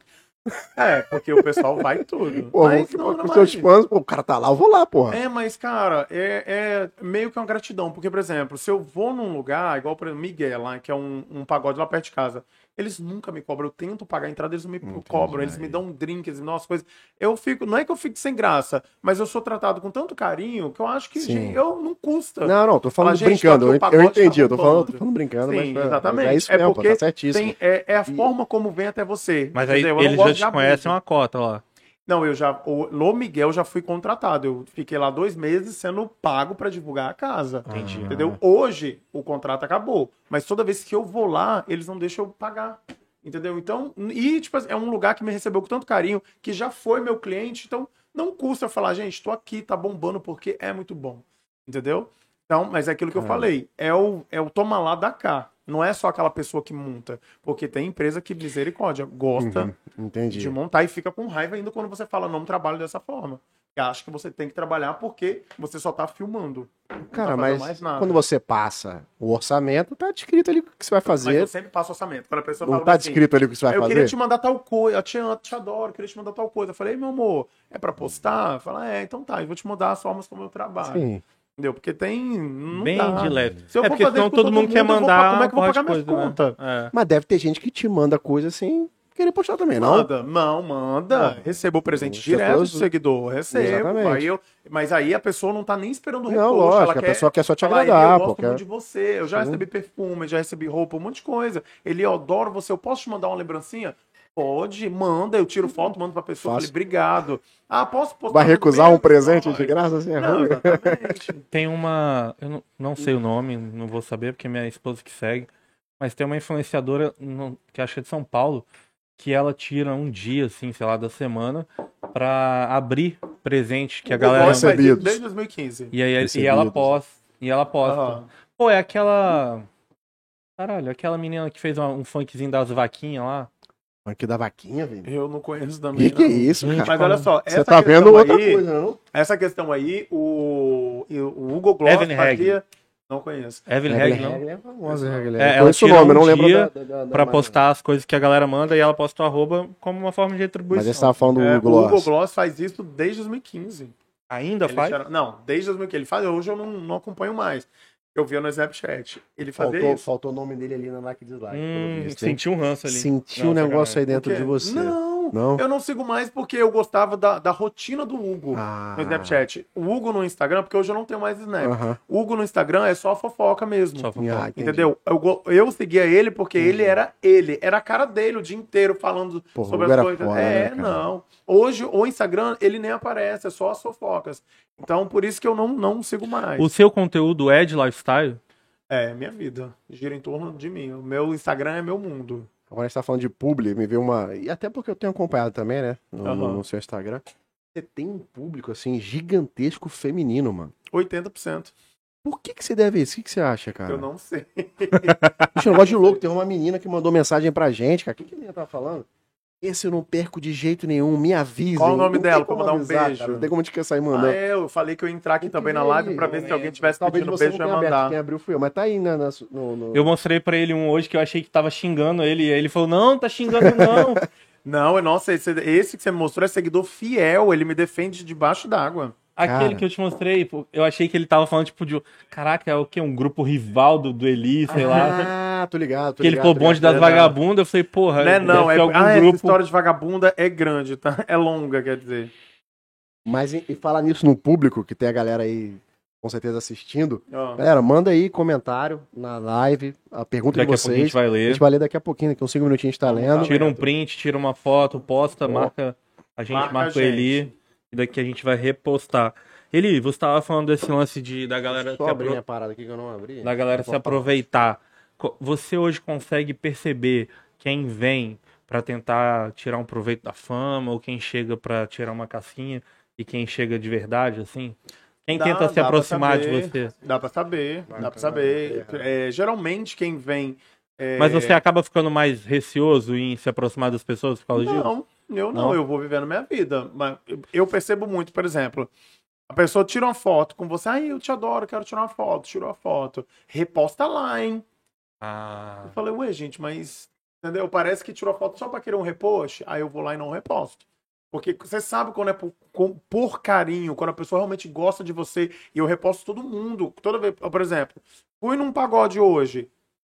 [SPEAKER 3] É, porque o pessoal vai em tudo.
[SPEAKER 2] Pô,
[SPEAKER 3] mas
[SPEAKER 2] vou-
[SPEAKER 3] não, não
[SPEAKER 2] com seus
[SPEAKER 3] mais.
[SPEAKER 2] fãs, pô, o cara tá lá, eu vou lá, porra.
[SPEAKER 3] É, mas, cara, é, é meio que uma gratidão. Porque, por exemplo, se eu vou num lugar, igual, por exemplo, Miguel, lá, que é um, um pagode lá perto de casa, eles nunca me cobram. Eu tento pagar a entrada, eles não me
[SPEAKER 2] Entendi,
[SPEAKER 3] cobram. Eles me
[SPEAKER 2] aí.
[SPEAKER 3] dão um drink, eles me dão umas coisas. Eu fico... Não é que eu fico sem graça, mas eu sou tratado com tanto carinho que eu acho que
[SPEAKER 2] Sim.
[SPEAKER 3] gente, eu não custa.
[SPEAKER 2] Não, não, tô falando
[SPEAKER 3] Fala, gente,
[SPEAKER 2] brincando.
[SPEAKER 3] tá
[SPEAKER 2] eu ent-
[SPEAKER 3] aqui o
[SPEAKER 2] eu
[SPEAKER 3] pacote,
[SPEAKER 2] entendi,
[SPEAKER 3] tá
[SPEAKER 2] eu tô falando,
[SPEAKER 3] bombando.
[SPEAKER 2] tô falando brincando,
[SPEAKER 3] Sim,
[SPEAKER 2] mas. mas
[SPEAKER 3] exatamente.
[SPEAKER 2] É isso
[SPEAKER 3] É
[SPEAKER 2] mesmo, pô, tá
[SPEAKER 3] porque
[SPEAKER 2] certíssimo.
[SPEAKER 3] Tem- é, é a forma como vem até você.
[SPEAKER 1] Mas aí
[SPEAKER 3] entendeu? Eu não
[SPEAKER 1] eles
[SPEAKER 3] gosto
[SPEAKER 1] já
[SPEAKER 3] de
[SPEAKER 1] te
[SPEAKER 3] abuso.
[SPEAKER 1] conhecem uma cota lá.
[SPEAKER 3] Não, eu já. O Lô Miguel já fui contratado. Eu fiquei lá dois meses sendo pago pra divulgar a casa.
[SPEAKER 1] Entendi.
[SPEAKER 3] Entendeu? Hoje o contrato acabou. Mas toda vez que eu vou lá, eles não deixam eu pagar. Entendeu? Então, e tipo, assim, é um lugar que me recebeu com tanto carinho, que já foi meu cliente, então não custa eu falar, gente, tô aqui, tá bombando porque é muito bom. Entendeu? Então, mas é aquilo que eu
[SPEAKER 2] Cara.
[SPEAKER 3] falei, é o, é o toma lá da cá. Não é só aquela pessoa que monta, porque tem empresa que misericórdia gosta
[SPEAKER 2] Uhum, entendi.
[SPEAKER 3] de montar e fica com raiva ainda quando você fala, não trabalho dessa forma. acho que você tem que trabalhar porque você só tá filmando. Não tá
[SPEAKER 2] Cara,
[SPEAKER 3] fazendo
[SPEAKER 2] mas
[SPEAKER 3] mais nada.
[SPEAKER 2] quando você passa o orçamento, tá descrito ali o que você vai
[SPEAKER 3] Mas eu
[SPEAKER 2] fazer.
[SPEAKER 3] sempre passo orçamento. Quando a pessoa
[SPEAKER 2] Não
[SPEAKER 3] fala
[SPEAKER 2] tá
[SPEAKER 3] assim,
[SPEAKER 2] descrito ali o que você vai
[SPEAKER 3] eu queria te
[SPEAKER 2] fazer?
[SPEAKER 3] mandar tal coisa, eu te, amo, te adoro, eu queria te mandar tal coisa. Eu falei, "Ei, meu amor, é pra postar? Fala, é, então tá, eu vou te mandar as formas como eu trabalho.
[SPEAKER 2] Sim.
[SPEAKER 3] Entendeu? Porque tem. não
[SPEAKER 1] Bem
[SPEAKER 3] dá.
[SPEAKER 1] de leve.
[SPEAKER 3] Se eu
[SPEAKER 1] é
[SPEAKER 3] for
[SPEAKER 1] porque
[SPEAKER 3] fazer
[SPEAKER 1] senão
[SPEAKER 3] com
[SPEAKER 1] todo mundo quer
[SPEAKER 3] eu vou
[SPEAKER 1] mandar.
[SPEAKER 3] pa- como é que eu vou
[SPEAKER 1] um
[SPEAKER 3] pagar
[SPEAKER 1] monte
[SPEAKER 3] minhas
[SPEAKER 1] de coisa, né?
[SPEAKER 3] contas?
[SPEAKER 1] É.
[SPEAKER 2] Mas deve ter gente que te manda coisa assim, querer postar também, não?
[SPEAKER 3] Manda, não, manda. Recebo o presente
[SPEAKER 2] Você
[SPEAKER 3] direto do
[SPEAKER 2] trouxe-
[SPEAKER 3] seguidor. Recebo.
[SPEAKER 2] Exatamente.
[SPEAKER 3] Aí eu, mas aí a pessoa não tá nem esperando
[SPEAKER 2] Não,
[SPEAKER 3] o retorno.
[SPEAKER 2] lógico,
[SPEAKER 3] ela
[SPEAKER 2] a
[SPEAKER 3] quer
[SPEAKER 2] pessoa quer só te
[SPEAKER 3] falar, "Ele,
[SPEAKER 2] agradar,
[SPEAKER 3] eu gosto
[SPEAKER 2] pô. quer-
[SPEAKER 3] muito de você. Eu já
[SPEAKER 2] Sim.
[SPEAKER 3] recebi perfume, já recebi roupa, um monte de coisa. Ele, eu adoro você. Eu posso te mandar uma lembrancinha? Pode, manda. Eu tiro foto, mando pra pessoa.
[SPEAKER 2] Fácil.
[SPEAKER 3] Falei, obrigado. Ah, posso postar?
[SPEAKER 2] Vai
[SPEAKER 3] tudo
[SPEAKER 2] recusar
[SPEAKER 3] bem?"
[SPEAKER 2] um presente de
[SPEAKER 3] Vai.
[SPEAKER 2] graça assim?
[SPEAKER 3] Não, exatamente.
[SPEAKER 1] Tem uma. Eu não, não sei o nome, não vou saber, porque é minha esposa que segue. Mas tem uma influenciadora no- que acho que é de São Paulo, que ela tira um dia, assim, sei lá, da semana, pra abrir presente que a galera.
[SPEAKER 2] gosto é- Recebidos.
[SPEAKER 3] Desde 2015.
[SPEAKER 1] E, aí, e
[SPEAKER 2] Recebidos.
[SPEAKER 1] ela posta. E ela posta.
[SPEAKER 3] Aham.
[SPEAKER 1] Pô, é aquela. Caralho, aquela menina que fez uma- um funkzinho das vaquinhas lá.
[SPEAKER 2] Mas que da vaquinha, velho.
[SPEAKER 3] Eu não conheço
[SPEAKER 2] O
[SPEAKER 3] também.
[SPEAKER 2] que, que é
[SPEAKER 3] não.
[SPEAKER 2] isso,
[SPEAKER 1] Gente,
[SPEAKER 2] cara?
[SPEAKER 3] Mas olha só,
[SPEAKER 2] Você
[SPEAKER 3] essa
[SPEAKER 2] tá
[SPEAKER 3] questão
[SPEAKER 2] vendo outra
[SPEAKER 3] aí,
[SPEAKER 2] coisa, não?
[SPEAKER 3] Essa questão aí, o, e o Hugo Gloss
[SPEAKER 1] Evelyn
[SPEAKER 3] fazia... Não conheço.
[SPEAKER 1] Evelyn
[SPEAKER 2] Hagler
[SPEAKER 1] Hag, não?
[SPEAKER 2] é famosa, Hagler.
[SPEAKER 1] É,
[SPEAKER 2] Eu
[SPEAKER 1] ela
[SPEAKER 2] conheço o
[SPEAKER 1] tira
[SPEAKER 2] nome,
[SPEAKER 1] um
[SPEAKER 2] não lembro
[SPEAKER 1] dia
[SPEAKER 2] da, da, da-
[SPEAKER 1] Pra
[SPEAKER 2] da-
[SPEAKER 1] postar as coisas que a galera manda e ela posta o arroba como uma forma de
[SPEAKER 2] Mas
[SPEAKER 1] retribuição.
[SPEAKER 2] você tava falando do
[SPEAKER 3] É,
[SPEAKER 2] Hugo
[SPEAKER 3] o Hugo
[SPEAKER 2] Gloss.
[SPEAKER 3] Gloss faz isso desde 2015.
[SPEAKER 1] Ainda
[SPEAKER 3] Ele
[SPEAKER 1] faz?
[SPEAKER 3] tira- Não, desde 2015. Ele faz, hoje eu não, não acompanho mais. Eu via no Snapchat. Ele fazia
[SPEAKER 2] Faltou,
[SPEAKER 3] isso.
[SPEAKER 2] faltou o nome dele ali na like dislike.
[SPEAKER 1] Hum,
[SPEAKER 2] pelo visto, hein?
[SPEAKER 1] senti um ranço ali.
[SPEAKER 2] Senti
[SPEAKER 1] Não,
[SPEAKER 2] um negócio aí
[SPEAKER 1] sacanagem.
[SPEAKER 2] dentro
[SPEAKER 3] Porque-
[SPEAKER 2] de você.
[SPEAKER 3] Não, É
[SPEAKER 2] Não?
[SPEAKER 3] eu não sigo mais porque eu gostava da, da rotina do Hugo
[SPEAKER 2] Ah.
[SPEAKER 3] no Snapchat. O Hugo no Instagram, porque hoje eu não tenho mais Snap.
[SPEAKER 2] Aham.
[SPEAKER 3] O Hugo no Instagram é só fofoca mesmo.
[SPEAKER 1] Só fofoca.
[SPEAKER 2] Ah, entendi.
[SPEAKER 3] Entendeu? Eu, go- eu seguia ele porque ele era ele. Era a cara dele o dia inteiro falando
[SPEAKER 2] Porra, o Hugo
[SPEAKER 3] sobre as
[SPEAKER 2] era
[SPEAKER 3] coisas.
[SPEAKER 2] foda, né,
[SPEAKER 3] é,
[SPEAKER 2] cara?
[SPEAKER 3] não. Hoje, o Instagram, ele nem aparece, é só as fofocas. Então, por isso que eu não, não sigo mais.
[SPEAKER 1] O seu conteúdo é de lifestyle?
[SPEAKER 3] É, minha vida. Gira em torno de mim. O meu Instagram é meu mundo.
[SPEAKER 2] Agora a gente tá falando de publi, me veio uma. E até porque eu tenho acompanhado também, né? No,
[SPEAKER 3] Aham.
[SPEAKER 2] no seu Instagram. Você tem um público, assim, gigantesco feminino, mano.
[SPEAKER 3] 80%.
[SPEAKER 2] Por que, que você deve isso? O que, que você acha, cara?
[SPEAKER 3] Eu não sei.
[SPEAKER 2] Bicho, é um negócio de louco. Tem uma menina que mandou mensagem pra gente, cara. O que, que a menina tá falando? Esse eu não perco de jeito nenhum, me avisa.
[SPEAKER 3] Qual o nome dela pra mandar um beijo?
[SPEAKER 2] Não tem como te sair
[SPEAKER 3] Ah,
[SPEAKER 2] mandando.
[SPEAKER 3] é, eu falei que eu ia entrar aqui
[SPEAKER 2] Tem
[SPEAKER 3] também
[SPEAKER 2] que
[SPEAKER 3] na
[SPEAKER 2] ver
[SPEAKER 3] live
[SPEAKER 2] aí,
[SPEAKER 3] pra ver se
[SPEAKER 1] né?
[SPEAKER 3] alguém tivesse
[SPEAKER 2] Talvez
[SPEAKER 3] pedindo
[SPEAKER 2] você não
[SPEAKER 3] beijo já
[SPEAKER 2] tenha aberto,
[SPEAKER 3] mandar.
[SPEAKER 2] quem abriu fui eu, mas tá aí na, na, su- no, no-
[SPEAKER 1] Eu mostrei pra ele um hoje que eu achei que tava xingando ele. E aí ele falou: Não, tá xingando não.
[SPEAKER 3] Não, eu- nossa, esse, esse que você me mostrou é seguidor fiel. Ele me defende debaixo d'água.
[SPEAKER 1] Aquele
[SPEAKER 2] Cara.
[SPEAKER 1] que eu te mostrei, pô, eu achei que ele tava falando, tipo, de. Caraca, é o quê? Um grupo rival do, do Eli, sei lá.
[SPEAKER 2] Ah, tô ligado. Tô
[SPEAKER 1] que ele
[SPEAKER 2] ligado,
[SPEAKER 1] ficou bonde das
[SPEAKER 3] ligado.
[SPEAKER 1] vagabundas. Eu falei, porra,
[SPEAKER 3] Né,
[SPEAKER 1] deve
[SPEAKER 3] não,
[SPEAKER 1] ser
[SPEAKER 3] é,
[SPEAKER 1] algum
[SPEAKER 3] ah, essa
[SPEAKER 1] grupo.
[SPEAKER 3] história de vagabunda é grande, tá? É longa, quer dizer.
[SPEAKER 2] Mas e, e falar nisso no público, que tem a galera aí com certeza assistindo.
[SPEAKER 3] Ó.
[SPEAKER 2] Galera, manda aí comentário na live, a pergunta
[SPEAKER 1] Daqui
[SPEAKER 2] de
[SPEAKER 1] a pouco a gente
[SPEAKER 2] vocês.
[SPEAKER 1] vai
[SPEAKER 2] A
[SPEAKER 1] ler.
[SPEAKER 2] gente vai ler daqui a pouquinho, daqui uns 5 minutinhos a gente tá lendo.
[SPEAKER 1] Tira um print, tira uma foto, posta,
[SPEAKER 2] Ó.
[SPEAKER 1] marca a gente, marca,
[SPEAKER 3] Marca a
[SPEAKER 1] o
[SPEAKER 3] gente.
[SPEAKER 1] Eli. E daqui a gente vai repostar. Eli, você tava falando desse lance de, da galera é se
[SPEAKER 2] Só abrir
[SPEAKER 1] apro-
[SPEAKER 2] a parada aqui que eu não abri.
[SPEAKER 1] da galera se aproveitar. Co- Você hoje consegue perceber quem vem pra tentar tirar um proveito da fama ou quem chega pra tirar uma casquinha e quem chega de verdade, assim? Quem
[SPEAKER 3] Dá-
[SPEAKER 1] tenta
[SPEAKER 3] dá
[SPEAKER 1] se
[SPEAKER 3] pra
[SPEAKER 1] aproximar de
[SPEAKER 3] saber.
[SPEAKER 1] você?
[SPEAKER 3] Dá pra saber, dá pra saber. É, geralmente quem vem. é,
[SPEAKER 1] Mas você acaba ficando mais receoso em se aproximar das pessoas por causa disso?
[SPEAKER 3] Não, eu não,
[SPEAKER 1] Não?
[SPEAKER 3] eu vou vivendo minha vida. Mas eu- eu percebo muito, por exemplo, a pessoa tira uma foto com você, ai, eu te adoro, quero tirar uma foto, tirou a foto. Reposta lá, hein?
[SPEAKER 1] Ah,
[SPEAKER 3] Eu falei, ué, gente, mas. Entendeu? Parece que tirou a foto só pra querer um repost, aí eu vou lá e não reposto. Porque você sabe quando é por, com- por carinho, quando a pessoa realmente gosta de você, e eu reposto todo mundo. Toda vez, por exemplo, fui num pagode hoje.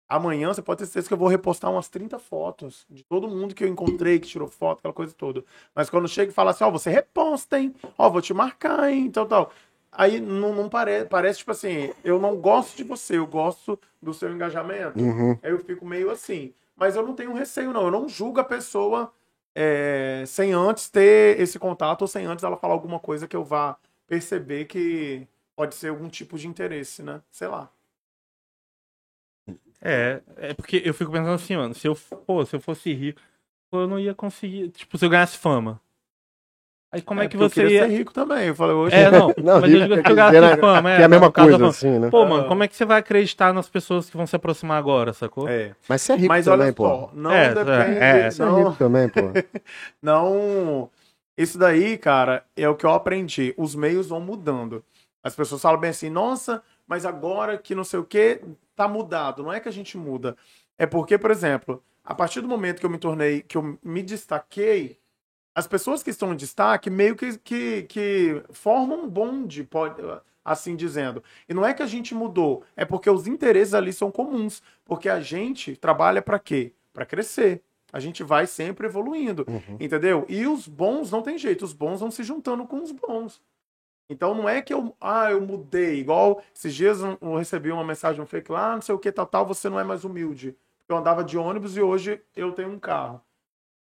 [SPEAKER 3] Amanhã você pode ter certeza que eu vou repostar umas 30 fotos de todo mundo que eu encontrei, que tirou foto, aquela coisa toda. Mas quando chega e fala assim, ó, você reposta, hein? Ó, vou te marcar, hein? Tal, tal. Aí não, não parece, parece tipo assim, eu não gosto de você, eu gosto do seu engajamento.
[SPEAKER 2] Uhum.
[SPEAKER 3] Aí eu fico meio assim. Mas eu não tenho receio, não. Eu não julgo a pessoa é, sem antes ter esse contato ou sem antes ela falar alguma coisa que eu vá perceber que pode ser algum tipo de interesse, né? Sei lá.
[SPEAKER 1] É, é porque eu fico pensando assim, mano, se eu, pô, se eu fosse rico, eu não ia conseguir, tipo, se eu ganhasse fama. Aí como é, que
[SPEAKER 3] porque eu
[SPEAKER 1] você ia...
[SPEAKER 3] queria ser rico também. Eu falei, hoje
[SPEAKER 1] É, não,
[SPEAKER 2] Não,
[SPEAKER 1] mas eu
[SPEAKER 2] rico
[SPEAKER 1] digo
[SPEAKER 2] quer
[SPEAKER 1] se eu
[SPEAKER 2] dizer,
[SPEAKER 1] ganhasse
[SPEAKER 2] né,
[SPEAKER 1] fama,
[SPEAKER 2] que é a mesma
[SPEAKER 1] por causa
[SPEAKER 2] coisa,
[SPEAKER 1] da fama.
[SPEAKER 2] assim, né?
[SPEAKER 1] Pô,
[SPEAKER 3] Ah.
[SPEAKER 1] mano, como é que você vai acreditar nas pessoas que vão se aproximar agora, sacou?
[SPEAKER 3] É.
[SPEAKER 2] Mas você é rico
[SPEAKER 3] Mas
[SPEAKER 2] também,
[SPEAKER 3] olha
[SPEAKER 2] pô.
[SPEAKER 3] só, não
[SPEAKER 1] É,
[SPEAKER 3] depende.
[SPEAKER 1] é, é.
[SPEAKER 2] Você é
[SPEAKER 3] Não,
[SPEAKER 2] rico também, pô.
[SPEAKER 3] não Isso daí, cara, é o que eu aprendi. Os meios vão mudando. As pessoas falam bem assim, nossa, mas agora que não sei o que, tá mudado. Não é que a gente muda. É porque, por exemplo, a partir do momento que eu me tornei, que eu me destaquei, as pessoas que estão em destaque meio que, que, que formam um bonde, pode, assim dizendo. E não é que a gente mudou, é porque os interesses ali são comuns. Porque a gente trabalha para quê? Para crescer. A gente vai sempre evoluindo, entendeu? E os bons não tem jeito, os bons vão se juntando com os bons. Então não é que eu, ah, eu mudei, igual esses dias eu eu recebi uma mensagem um fake lá, não sei o que, tal, tal, você não é mais humilde. Eu andava de ônibus e hoje eu tenho um carro.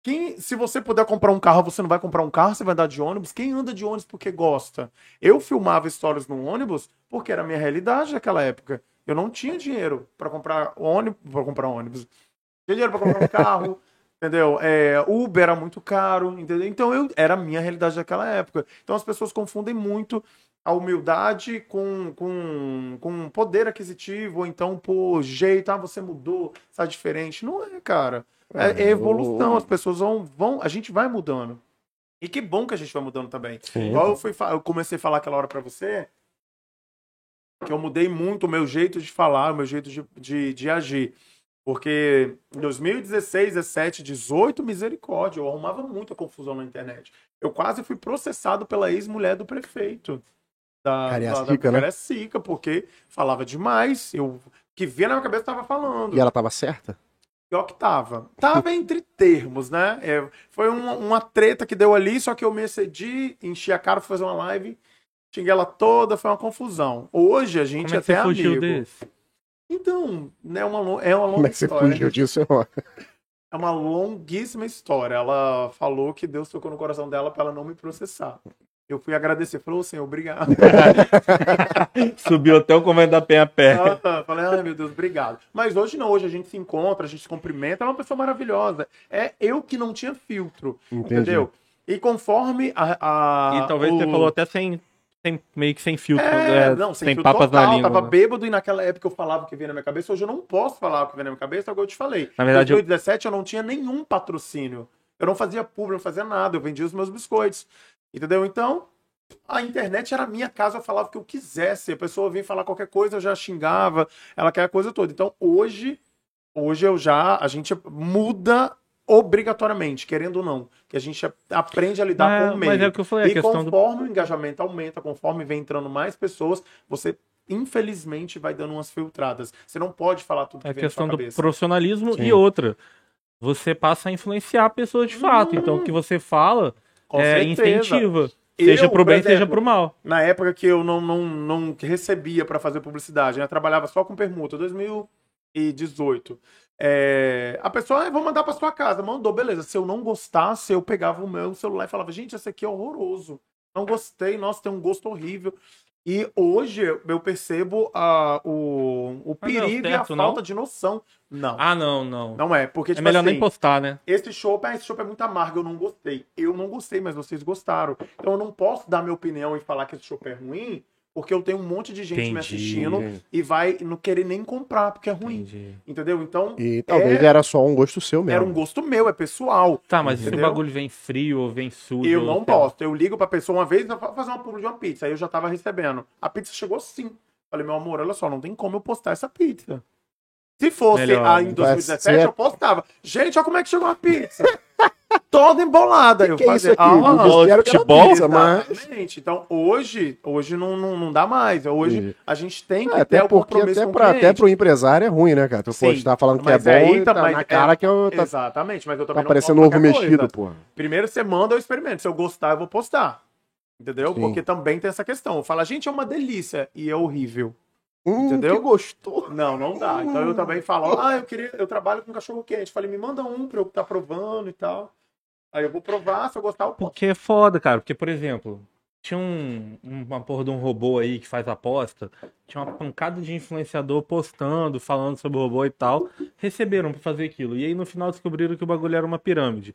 [SPEAKER 3] Quem, se você puder comprar um carro, você não vai comprar um carro, você vai andar de ônibus. Quem anda de ônibus porque gosta? Eu filmava histórias no ônibus porque era a minha realidade naquela época. Eu não tinha dinheiro para comprar ônibus, para comprar ônibus. Tinha dinheiro para comprar um carro, entendeu? É, Uber era muito caro, entendeu? Então eu era a minha realidade daquela época. Então as pessoas confundem muito a humildade com, com, com poder aquisitivo, ou então por jeito, ah, você mudou, está diferente. Não é, cara. É, é evolução, as pessoas vão, vão, a gente vai mudando. E que bom que a gente vai mudando também.
[SPEAKER 2] Sim.
[SPEAKER 3] Igual eu, fui, fa- eu comecei a falar aquela hora pra você, que eu mudei muito o meu jeito de falar, o meu jeito de, de, de agir. Porque em 2016, 17, 18, misericórdia, eu arrumava muita confusão na internet. Eu quase fui processado pela ex-mulher do prefeito. Da,
[SPEAKER 2] Cariacica,
[SPEAKER 3] da,
[SPEAKER 2] né?
[SPEAKER 3] da Cariacica, porque falava demais. Eu que via na minha cabeça tava falando.
[SPEAKER 2] E ela tava certa?
[SPEAKER 3] Pior que tava. Tava entre termos, né? É, foi uma, uma treta que deu ali, só que eu me excedi, enchi a cara, fui fazer uma live, xinguei ela toda, foi uma confusão. Hoje a gente
[SPEAKER 1] Como é que você
[SPEAKER 3] até é
[SPEAKER 1] fugiu
[SPEAKER 3] amigo.
[SPEAKER 1] desse?
[SPEAKER 3] Então, né, uma, lo- é uma longa
[SPEAKER 2] Como é que você
[SPEAKER 3] história.
[SPEAKER 2] fugiu disso? ó?
[SPEAKER 3] É uma longuíssima história. Ela falou que Deus tocou no coração dela pra ela não me processar. Eu fui agradecer, falou, Senhor, obrigado.
[SPEAKER 1] Subiu até o comando da penha
[SPEAKER 2] É.
[SPEAKER 1] pé.
[SPEAKER 3] Ah, falei, ai meu Deus, obrigado. Mas hoje não, hoje a gente se encontra, a gente se cumprimenta, ela é uma pessoa maravilhosa. É eu que não tinha filtro.
[SPEAKER 2] Entendi.
[SPEAKER 3] Entendeu? E conforme a. a
[SPEAKER 1] Ah, E talvez
[SPEAKER 3] o-
[SPEAKER 1] você falou até sem, sem- meio que sem filtro,
[SPEAKER 3] É,
[SPEAKER 1] né?
[SPEAKER 3] não, sem
[SPEAKER 1] sem
[SPEAKER 3] filtro
[SPEAKER 1] papas
[SPEAKER 3] total,
[SPEAKER 1] na língua.
[SPEAKER 3] tava
[SPEAKER 1] né?
[SPEAKER 3] bêbado e naquela época eu falava o que vinha na minha cabeça, hoje eu não posso falar o que vinha na minha cabeça, é o que eu te falei.
[SPEAKER 1] Na verdade,
[SPEAKER 3] em
[SPEAKER 1] eu-
[SPEAKER 3] 2017 eu não tinha nenhum patrocínio. Eu não fazia público, não fazia nada, eu vendia os meus biscoitos. Entendeu? Então, a internet era a minha casa, eu falava o que eu quisesse. A pessoa vinha falar qualquer coisa, eu já xingava, ela quer a coisa toda. Então, hoje, hoje eu já, a gente muda obrigatoriamente, querendo ou não, que a gente aprende a lidar
[SPEAKER 1] Mas,
[SPEAKER 3] com o meio.
[SPEAKER 1] mas é o que eu falei, a
[SPEAKER 3] e
[SPEAKER 1] questão do.
[SPEAKER 3] conforme o engajamento aumenta, conforme vem entrando mais pessoas, você infelizmente vai dando umas filtradas. Você não pode falar tudo que
[SPEAKER 1] É a
[SPEAKER 3] vem na sua
[SPEAKER 1] questão do
[SPEAKER 3] cabeça.
[SPEAKER 1] profissionalismo
[SPEAKER 2] Sim.
[SPEAKER 1] e outra. Você passa a influenciar pessoas de fato. Então o que você fala
[SPEAKER 3] Hum. Com
[SPEAKER 1] é,
[SPEAKER 3] certeza.
[SPEAKER 1] incentiva.
[SPEAKER 3] Eu,
[SPEAKER 1] Seja pro
[SPEAKER 3] por
[SPEAKER 1] bem, seja
[SPEAKER 3] exemplo,
[SPEAKER 1] pro mal.
[SPEAKER 3] Na época que eu não, não, não recebia para fazer publicidade, né? Eu trabalhava só com permuta, 2018. É, A pessoa, ah, vou mandar para sua casa. Mandou, beleza. Se eu não gostasse, eu pegava o meu celular e falava, gente, esse aqui é horroroso. Não gostei, nossa, tem um gosto horrível. E hoje eu percebo ah, o, o
[SPEAKER 1] Mas não é o
[SPEAKER 3] perigo e
[SPEAKER 1] certo,
[SPEAKER 3] a
[SPEAKER 1] não?
[SPEAKER 3] falta de noção. Não,
[SPEAKER 1] Ah, não, não.
[SPEAKER 3] não é. Porque,
[SPEAKER 1] é
[SPEAKER 3] tipo
[SPEAKER 1] melhor
[SPEAKER 3] assim,
[SPEAKER 1] nem postar, né?
[SPEAKER 3] esse chopp, ah, esse chopp é muito amargo, eu não gostei. Eu não gostei, mas vocês gostaram. Então eu não posso dar minha opinião e falar que esse chopp é ruim, porque eu tenho um monte de gente me
[SPEAKER 1] Entendi.
[SPEAKER 3] assistindo e vai não querer nem comprar, porque é ruim. Entendeu? Então,
[SPEAKER 2] E talvez era só um gosto seu mesmo.
[SPEAKER 3] era um gosto meu, é pessoal.
[SPEAKER 1] Tá, mas se
[SPEAKER 3] Entendeu?
[SPEAKER 1] o bagulho vem frio ou vem sujo.
[SPEAKER 3] Eu
[SPEAKER 1] ou
[SPEAKER 3] não
[SPEAKER 2] um
[SPEAKER 1] sei lá.
[SPEAKER 3] posso. Eu ligo pra pessoa uma vez, eu falo, fazer uma publi de uma pizza. Aí eu já tava recebendo. A pizza chegou sim. Falei, meu amor, olha só, não tem como eu postar essa pizza. Se fosse
[SPEAKER 1] Melhor,
[SPEAKER 3] a,
[SPEAKER 1] né?
[SPEAKER 3] em 2017,
[SPEAKER 2] Vai ser-
[SPEAKER 3] eu postava. Gente, olha como é que chegou a pizza. Toda embolada. eu
[SPEAKER 2] que é
[SPEAKER 3] fazia,
[SPEAKER 2] isso aqui?
[SPEAKER 3] "Ah, tá.
[SPEAKER 2] Google
[SPEAKER 1] bola de
[SPEAKER 2] Quero que era
[SPEAKER 1] futebol?
[SPEAKER 2] pizza, Tá, mas-
[SPEAKER 3] Exatamente. Então, hoje, hoje não, não, não dá mais. Hoje
[SPEAKER 2] Entendi.
[SPEAKER 3] a gente tem que
[SPEAKER 2] É,
[SPEAKER 3] ter
[SPEAKER 2] até
[SPEAKER 3] o
[SPEAKER 2] porque
[SPEAKER 3] compromisso
[SPEAKER 2] até,
[SPEAKER 3] com o
[SPEAKER 2] pra, até
[SPEAKER 3] cliente.
[SPEAKER 2] pro empresário é ruim, né, cara? Tu
[SPEAKER 3] Sim,
[SPEAKER 2] pode estar falando que é
[SPEAKER 3] mas
[SPEAKER 2] bom
[SPEAKER 3] aí
[SPEAKER 2] e
[SPEAKER 3] tá-
[SPEAKER 2] tá,
[SPEAKER 3] mas
[SPEAKER 2] na
[SPEAKER 3] é-
[SPEAKER 2] cara que eu, tá,
[SPEAKER 3] Exatamente, mas eu também
[SPEAKER 2] tá
[SPEAKER 3] não
[SPEAKER 2] parecendo
[SPEAKER 3] posso
[SPEAKER 2] ovo
[SPEAKER 3] qualquer coisa.
[SPEAKER 2] mexido, porra.
[SPEAKER 3] Primeiro você manda, eu experimento. Se eu gostar, eu vou postar. Entendeu?
[SPEAKER 2] Sim.
[SPEAKER 3] Porque também tem essa questão. Fala, gente, é uma delícia e é horrível.
[SPEAKER 2] Hum,
[SPEAKER 3] Entendeu?
[SPEAKER 2] que gostoso.
[SPEAKER 3] Não, não dá. Então eu também falo, ah, eu queria, eu trabalho com cachorro quente. Falei, me manda um pra eu estar provando e tal. Aí eu vou provar, se eu gostar, eu posto.
[SPEAKER 1] Porque é foda, cara. Porque, por exemplo, tinha um, uma porra de um robô aí que faz aposta. Tinha uma pancada de influenciador postando, falando sobre o robô e tal. Receberam pra fazer aquilo. E aí no final descobriram que o bagulho era uma pirâmide.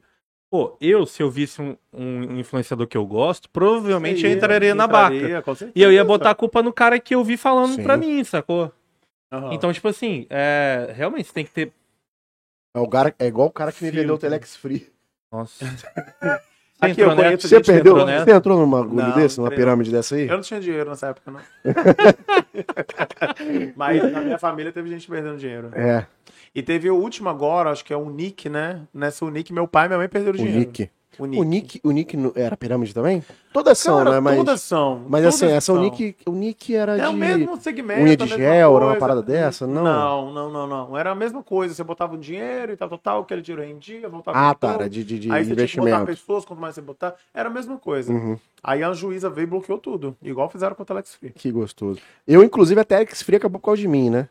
[SPEAKER 1] Pô, eu, se eu visse um, um influenciador que eu gosto, provavelmente eu entraria na barca. E eu ia botar a culpa no cara que eu vi falando
[SPEAKER 2] Sim.
[SPEAKER 1] pra mim, sacou?
[SPEAKER 3] Aham.
[SPEAKER 1] Então, tipo assim, é, realmente você tem que ter.
[SPEAKER 2] É, o cara, é igual o cara que me
[SPEAKER 1] Filtro.
[SPEAKER 2] vendeu o Telex Free.
[SPEAKER 1] Nossa. Você
[SPEAKER 3] Aqui, eu
[SPEAKER 1] entrou
[SPEAKER 3] conheço
[SPEAKER 1] nessa?
[SPEAKER 2] Você
[SPEAKER 3] gente que
[SPEAKER 2] perdeu?
[SPEAKER 1] entrou nessa?
[SPEAKER 2] Você entrou num bagulho
[SPEAKER 3] Não,
[SPEAKER 2] desse, numa
[SPEAKER 3] entrei não.
[SPEAKER 2] pirâmide dessa aí?
[SPEAKER 3] Eu não tinha dinheiro nessa época, não. Mas na minha família teve gente perdendo dinheiro.
[SPEAKER 2] É,
[SPEAKER 3] E teve o último agora, acho que é o Nick, né? Nessa Unic, meu pai e minha mãe perderam
[SPEAKER 2] o
[SPEAKER 3] dinheiro.
[SPEAKER 2] Nick.
[SPEAKER 3] O
[SPEAKER 2] O Nick, o Nick não- era pirâmide também? Todas são,
[SPEAKER 3] Cara,
[SPEAKER 2] né? Mas,
[SPEAKER 3] todas são.
[SPEAKER 2] mas
[SPEAKER 3] todas
[SPEAKER 2] assim, essa
[SPEAKER 3] são.
[SPEAKER 2] o Nick, o Nick era
[SPEAKER 3] É o
[SPEAKER 2] de
[SPEAKER 3] mesmo segmento.
[SPEAKER 2] unha
[SPEAKER 3] a
[SPEAKER 2] de
[SPEAKER 3] mesma
[SPEAKER 2] gel, era uma
[SPEAKER 3] coisa.
[SPEAKER 2] parada dessa? Não.
[SPEAKER 3] Não, não, não, não. Era a mesma coisa. Você botava um dinheiro e tal, tal, tal, aquele dinheiro rendia, voltava
[SPEAKER 2] Ah,
[SPEAKER 3] pro
[SPEAKER 2] tá,
[SPEAKER 3] povo.
[SPEAKER 2] era de, de, de
[SPEAKER 3] Aí você tinha que botar
[SPEAKER 2] investimento.
[SPEAKER 3] pessoas, quanto mais você botar, era a mesma coisa.
[SPEAKER 2] Uhum,
[SPEAKER 3] Aí a juíza veio e bloqueou tudo. Igual fizeram com o Telex Free.
[SPEAKER 2] que gostoso. Eu, inclusive, até Alex Free acabou por causa de mim, né?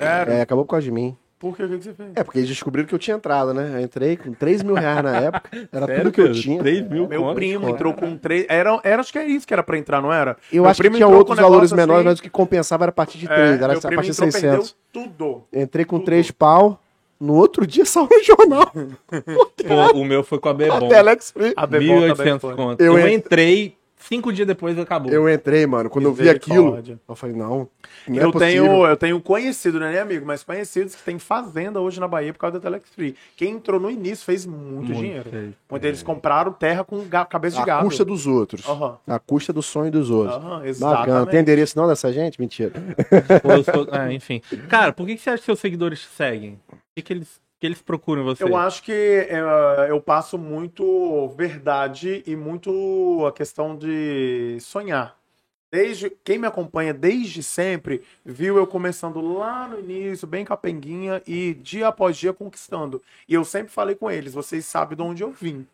[SPEAKER 3] Era.
[SPEAKER 2] É, acabou por causa de mim.
[SPEAKER 3] Por que, o que que você fez?
[SPEAKER 2] É, porque eles descobriram que eu tinha entrado, né? Eu entrei com 3 mil reais na época. Era tudo que eu tinha.
[SPEAKER 1] 3 mil
[SPEAKER 3] Meu
[SPEAKER 1] conto?
[SPEAKER 3] primo
[SPEAKER 2] cara.
[SPEAKER 3] entrou com três. Era, era, acho que era isso que era pra entrar, não era?
[SPEAKER 2] Eu
[SPEAKER 3] Meu
[SPEAKER 2] acho que
[SPEAKER 3] primo
[SPEAKER 2] tinha
[SPEAKER 3] entrou
[SPEAKER 2] outros
[SPEAKER 3] com um negócio
[SPEAKER 2] valores menores,
[SPEAKER 3] assim.
[SPEAKER 2] mas o que compensava era a partir de 3,
[SPEAKER 3] É,
[SPEAKER 2] era
[SPEAKER 3] meu
[SPEAKER 2] a
[SPEAKER 3] primo
[SPEAKER 2] partir de
[SPEAKER 3] entrou,
[SPEAKER 2] 600.
[SPEAKER 3] Perdeu tudo.
[SPEAKER 2] Entrei com
[SPEAKER 3] Tudo.
[SPEAKER 2] 3 pau, no outro dia saiu no jornal.
[SPEAKER 1] Pô, o meu foi com a
[SPEAKER 3] É
[SPEAKER 1] Bebom.
[SPEAKER 2] Até Alex Free.
[SPEAKER 3] A Bebol também
[SPEAKER 1] 1.800
[SPEAKER 3] foi.
[SPEAKER 1] conto.
[SPEAKER 2] Eu
[SPEAKER 1] Eu,
[SPEAKER 2] en-
[SPEAKER 1] entrei, cinco dias depois acabou.
[SPEAKER 2] Eu entrei, mano, quando eu vi aquilo,
[SPEAKER 3] Misericórdia.
[SPEAKER 2] eu falei, não, não é
[SPEAKER 3] Eu
[SPEAKER 2] possível.
[SPEAKER 3] tenho, eu tenho conhecido, né, nem amigo, mas conhecidos que tem fazenda hoje na Bahia por causa da Telex Free. Quem entrou no início fez muito, dinheiro.
[SPEAKER 1] feio.
[SPEAKER 3] Onde eles compraram terra com ga- cabeça de
[SPEAKER 2] A
[SPEAKER 3] gado.
[SPEAKER 2] custa dos outros.
[SPEAKER 3] Aham.
[SPEAKER 2] A custa do sonho dos outros.
[SPEAKER 3] Aham,
[SPEAKER 2] Bacana.
[SPEAKER 3] exatamente.
[SPEAKER 2] Tem endereço não dessa gente? Mentira.
[SPEAKER 1] Pô, eu sou- ah, enfim. Cara, por que, que você acha que seus seguidores te seguem? O que, que eles, que eles procuram em você?
[SPEAKER 3] Eu acho que eh, eu passo muito verdade e muito a questão de sonhar. Desde quem me acompanha desde sempre viu eu começando lá no início, bem capenguinha e dia após dia conquistando. E eu sempre falei com eles, vocês sabem de onde eu vim.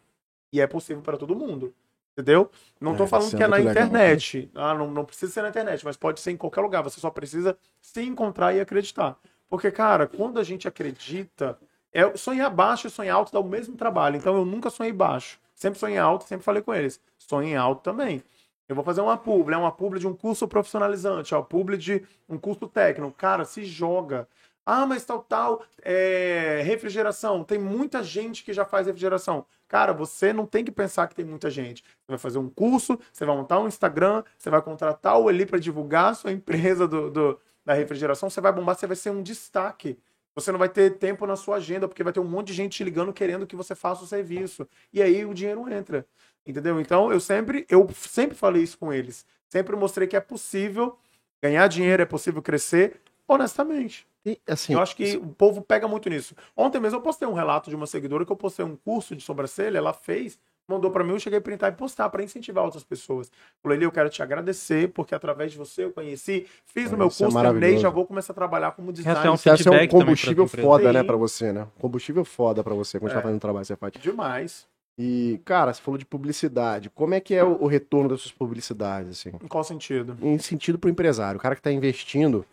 [SPEAKER 3] E é possível para todo mundo. Entendeu? Não tô
[SPEAKER 2] É,
[SPEAKER 3] falando
[SPEAKER 2] isso é
[SPEAKER 3] que é na
[SPEAKER 2] muito legal.
[SPEAKER 3] internet. Ah, não, não precisa ser na internet, mas pode ser em qualquer lugar. Você só precisa se encontrar e acreditar. Porque, cara, quando a gente acredita, é, sonhar baixo e sonhar alto dá o mesmo trabalho. Então eu nunca sonhei baixo. Sempre sonhei alto, sempre falei com eles. Sonhei alto também. Eu vou fazer uma publi, é uma publi de um curso profissionalizante, é uma publi de um curso técnico. Cara, se joga. Ah, mas tal, tal, é, refrigeração. Tem muita gente que já faz refrigeração. Cara, você não tem que pensar que tem muita gente. Você vai fazer um curso, você vai montar um Instagram, você vai contratar o Eli para divulgar a sua empresa do, do- da refrigeração, você vai bombar, você vai ser um destaque. Você não vai ter tempo na sua agenda, porque vai ter um monte de gente te ligando querendo que você faça o serviço. E aí o dinheiro entra. Entendeu? Então eu sempre, eu sempre falei isso com eles. Sempre mostrei que é possível ganhar dinheiro, é possível crescer, honestamente.
[SPEAKER 2] E, assim,
[SPEAKER 3] Eu acho que o povo pega muito nisso. Ontem mesmo eu postei um relato de uma seguidora que eu postei um curso de sobrancelha, ela fez, mandou pra mim, eu cheguei a printar e postar pra incentivar outras pessoas. Falei, Eli, eu quero te agradecer, porque através de você eu conheci, fiz
[SPEAKER 2] Olha,
[SPEAKER 3] o meu
[SPEAKER 2] isso é
[SPEAKER 3] curso, terminei,
[SPEAKER 2] maravilhoso.
[SPEAKER 3] já vou começar a trabalhar como
[SPEAKER 1] Essa é um
[SPEAKER 3] designer.
[SPEAKER 2] isso deve ser
[SPEAKER 1] feedback
[SPEAKER 2] um
[SPEAKER 1] também pra
[SPEAKER 2] combustível
[SPEAKER 1] tua empresa.
[SPEAKER 2] foda, né,
[SPEAKER 3] Sim.
[SPEAKER 2] pra você, né? Combustível foda pra você, quando você
[SPEAKER 3] É.
[SPEAKER 2] tá fazendo o trabalho que você faz.
[SPEAKER 3] Demais.
[SPEAKER 2] E, cara, você falou de publicidade. Como é que é o, o retorno dessas publicidades, assim?
[SPEAKER 3] Em qual sentido?
[SPEAKER 2] em sentido pro empresário. O cara que tá investindo,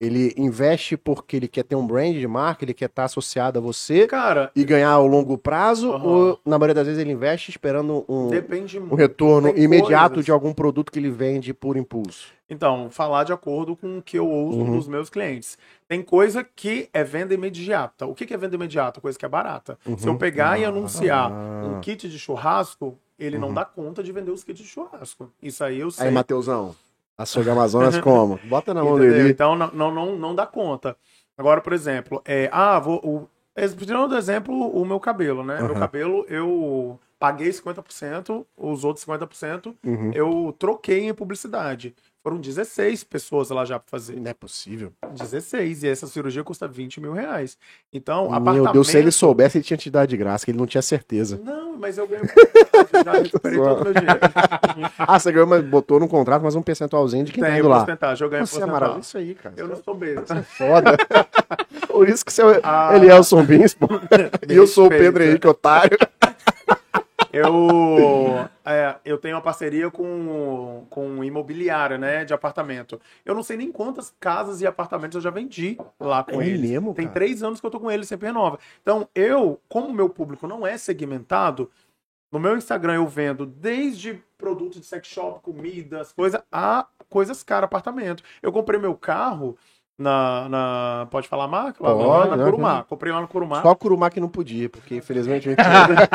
[SPEAKER 2] ele investe porque ele quer ter um brand de marca, ele quer estar associado a você
[SPEAKER 3] Cara,
[SPEAKER 2] e ganhar ao longo prazo,
[SPEAKER 3] Aham.
[SPEAKER 2] ou na maioria das vezes ele investe esperando um,
[SPEAKER 3] depende
[SPEAKER 2] um
[SPEAKER 3] muito.
[SPEAKER 2] retorno
[SPEAKER 3] Tem
[SPEAKER 2] imediato
[SPEAKER 3] coisas.
[SPEAKER 2] de algum produto que ele vende por impulso.
[SPEAKER 3] Então, falar de acordo com o que eu ouço
[SPEAKER 2] Uhum.
[SPEAKER 3] dos meus clientes. Tem coisa que é venda imediata. O que que é venda imediata? Coisa que é barata. Se eu
[SPEAKER 2] Uhum.
[SPEAKER 3] pegar e anunciar
[SPEAKER 2] Ah.
[SPEAKER 3] um kit de churrasco, ele
[SPEAKER 2] Uhum.
[SPEAKER 3] não dá conta de vender os kits de churrasco. Isso aí eu sei.
[SPEAKER 2] Aí, Mateusão, açougue Amazonas como? Bota na mão
[SPEAKER 3] entendeu?
[SPEAKER 2] dele.
[SPEAKER 3] Então não, não, não, não dá conta. Agora, por exemplo, é, ah, vou. O, eles pediram do exemplo o meu cabelo, né? Meu
[SPEAKER 2] Aham.
[SPEAKER 3] cabelo eu paguei 50%, os outros 50%
[SPEAKER 2] Uhum.
[SPEAKER 3] eu troquei em publicidade. Foram 16 pessoas lá já pra fazer.
[SPEAKER 2] Não é possível.
[SPEAKER 3] 16, e essa cirurgia custa 20 mil reais. Então,
[SPEAKER 2] Meu
[SPEAKER 3] apartamento...
[SPEAKER 2] Deus, se ele soubesse, ele tinha te dado de graça, que ele não tinha certeza.
[SPEAKER 3] Não, mas eu ganho... Eu já recuperei todo o meu dinheiro.
[SPEAKER 2] Ah, você ganhou, mas botou no contrato, mas um percentualzinho de quem tá
[SPEAKER 3] Tem
[SPEAKER 2] indo lá.
[SPEAKER 3] porcentagem, eu ganho
[SPEAKER 2] Você é
[SPEAKER 3] porcentagem.
[SPEAKER 2] maravilhoso. Isso aí, cara. é
[SPEAKER 3] Eu não sou besta.
[SPEAKER 2] Foda. Por isso que você
[SPEAKER 3] Ah. né?
[SPEAKER 2] é Elielson Bins, pô. E eu sou o Pedro
[SPEAKER 3] Respeita.
[SPEAKER 2] Henrique Otário.
[SPEAKER 3] Eu, é, eu tenho uma parceria com, com um imobiliário, né, de apartamento. Eu não sei nem quantas casas e apartamentos eu já vendi lá com
[SPEAKER 2] É
[SPEAKER 3] ele.
[SPEAKER 2] mesmo,
[SPEAKER 3] Tem
[SPEAKER 2] cara?
[SPEAKER 3] três anos que eu tô com ele, sempre renova. Então, eu, como meu público não é segmentado, no meu Instagram eu vendo desde produto de sex shop, comidas, coisa, a coisas caras, apartamento. Eu comprei meu carro na... na- pode falar a marca? Lá,
[SPEAKER 2] Pode,
[SPEAKER 3] na
[SPEAKER 2] né?
[SPEAKER 3] Curumá. Comprei lá no Curumá.
[SPEAKER 2] Só o Kurumá que não podia, porque infelizmente mentira.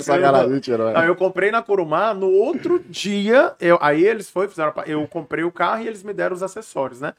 [SPEAKER 2] Sacanagem, mentira.
[SPEAKER 3] Aí eu comprei na Corumá, no outro dia, eu, aí eles foi, fizeram, a pa- eu comprei o carro e eles me deram os acessórios, né?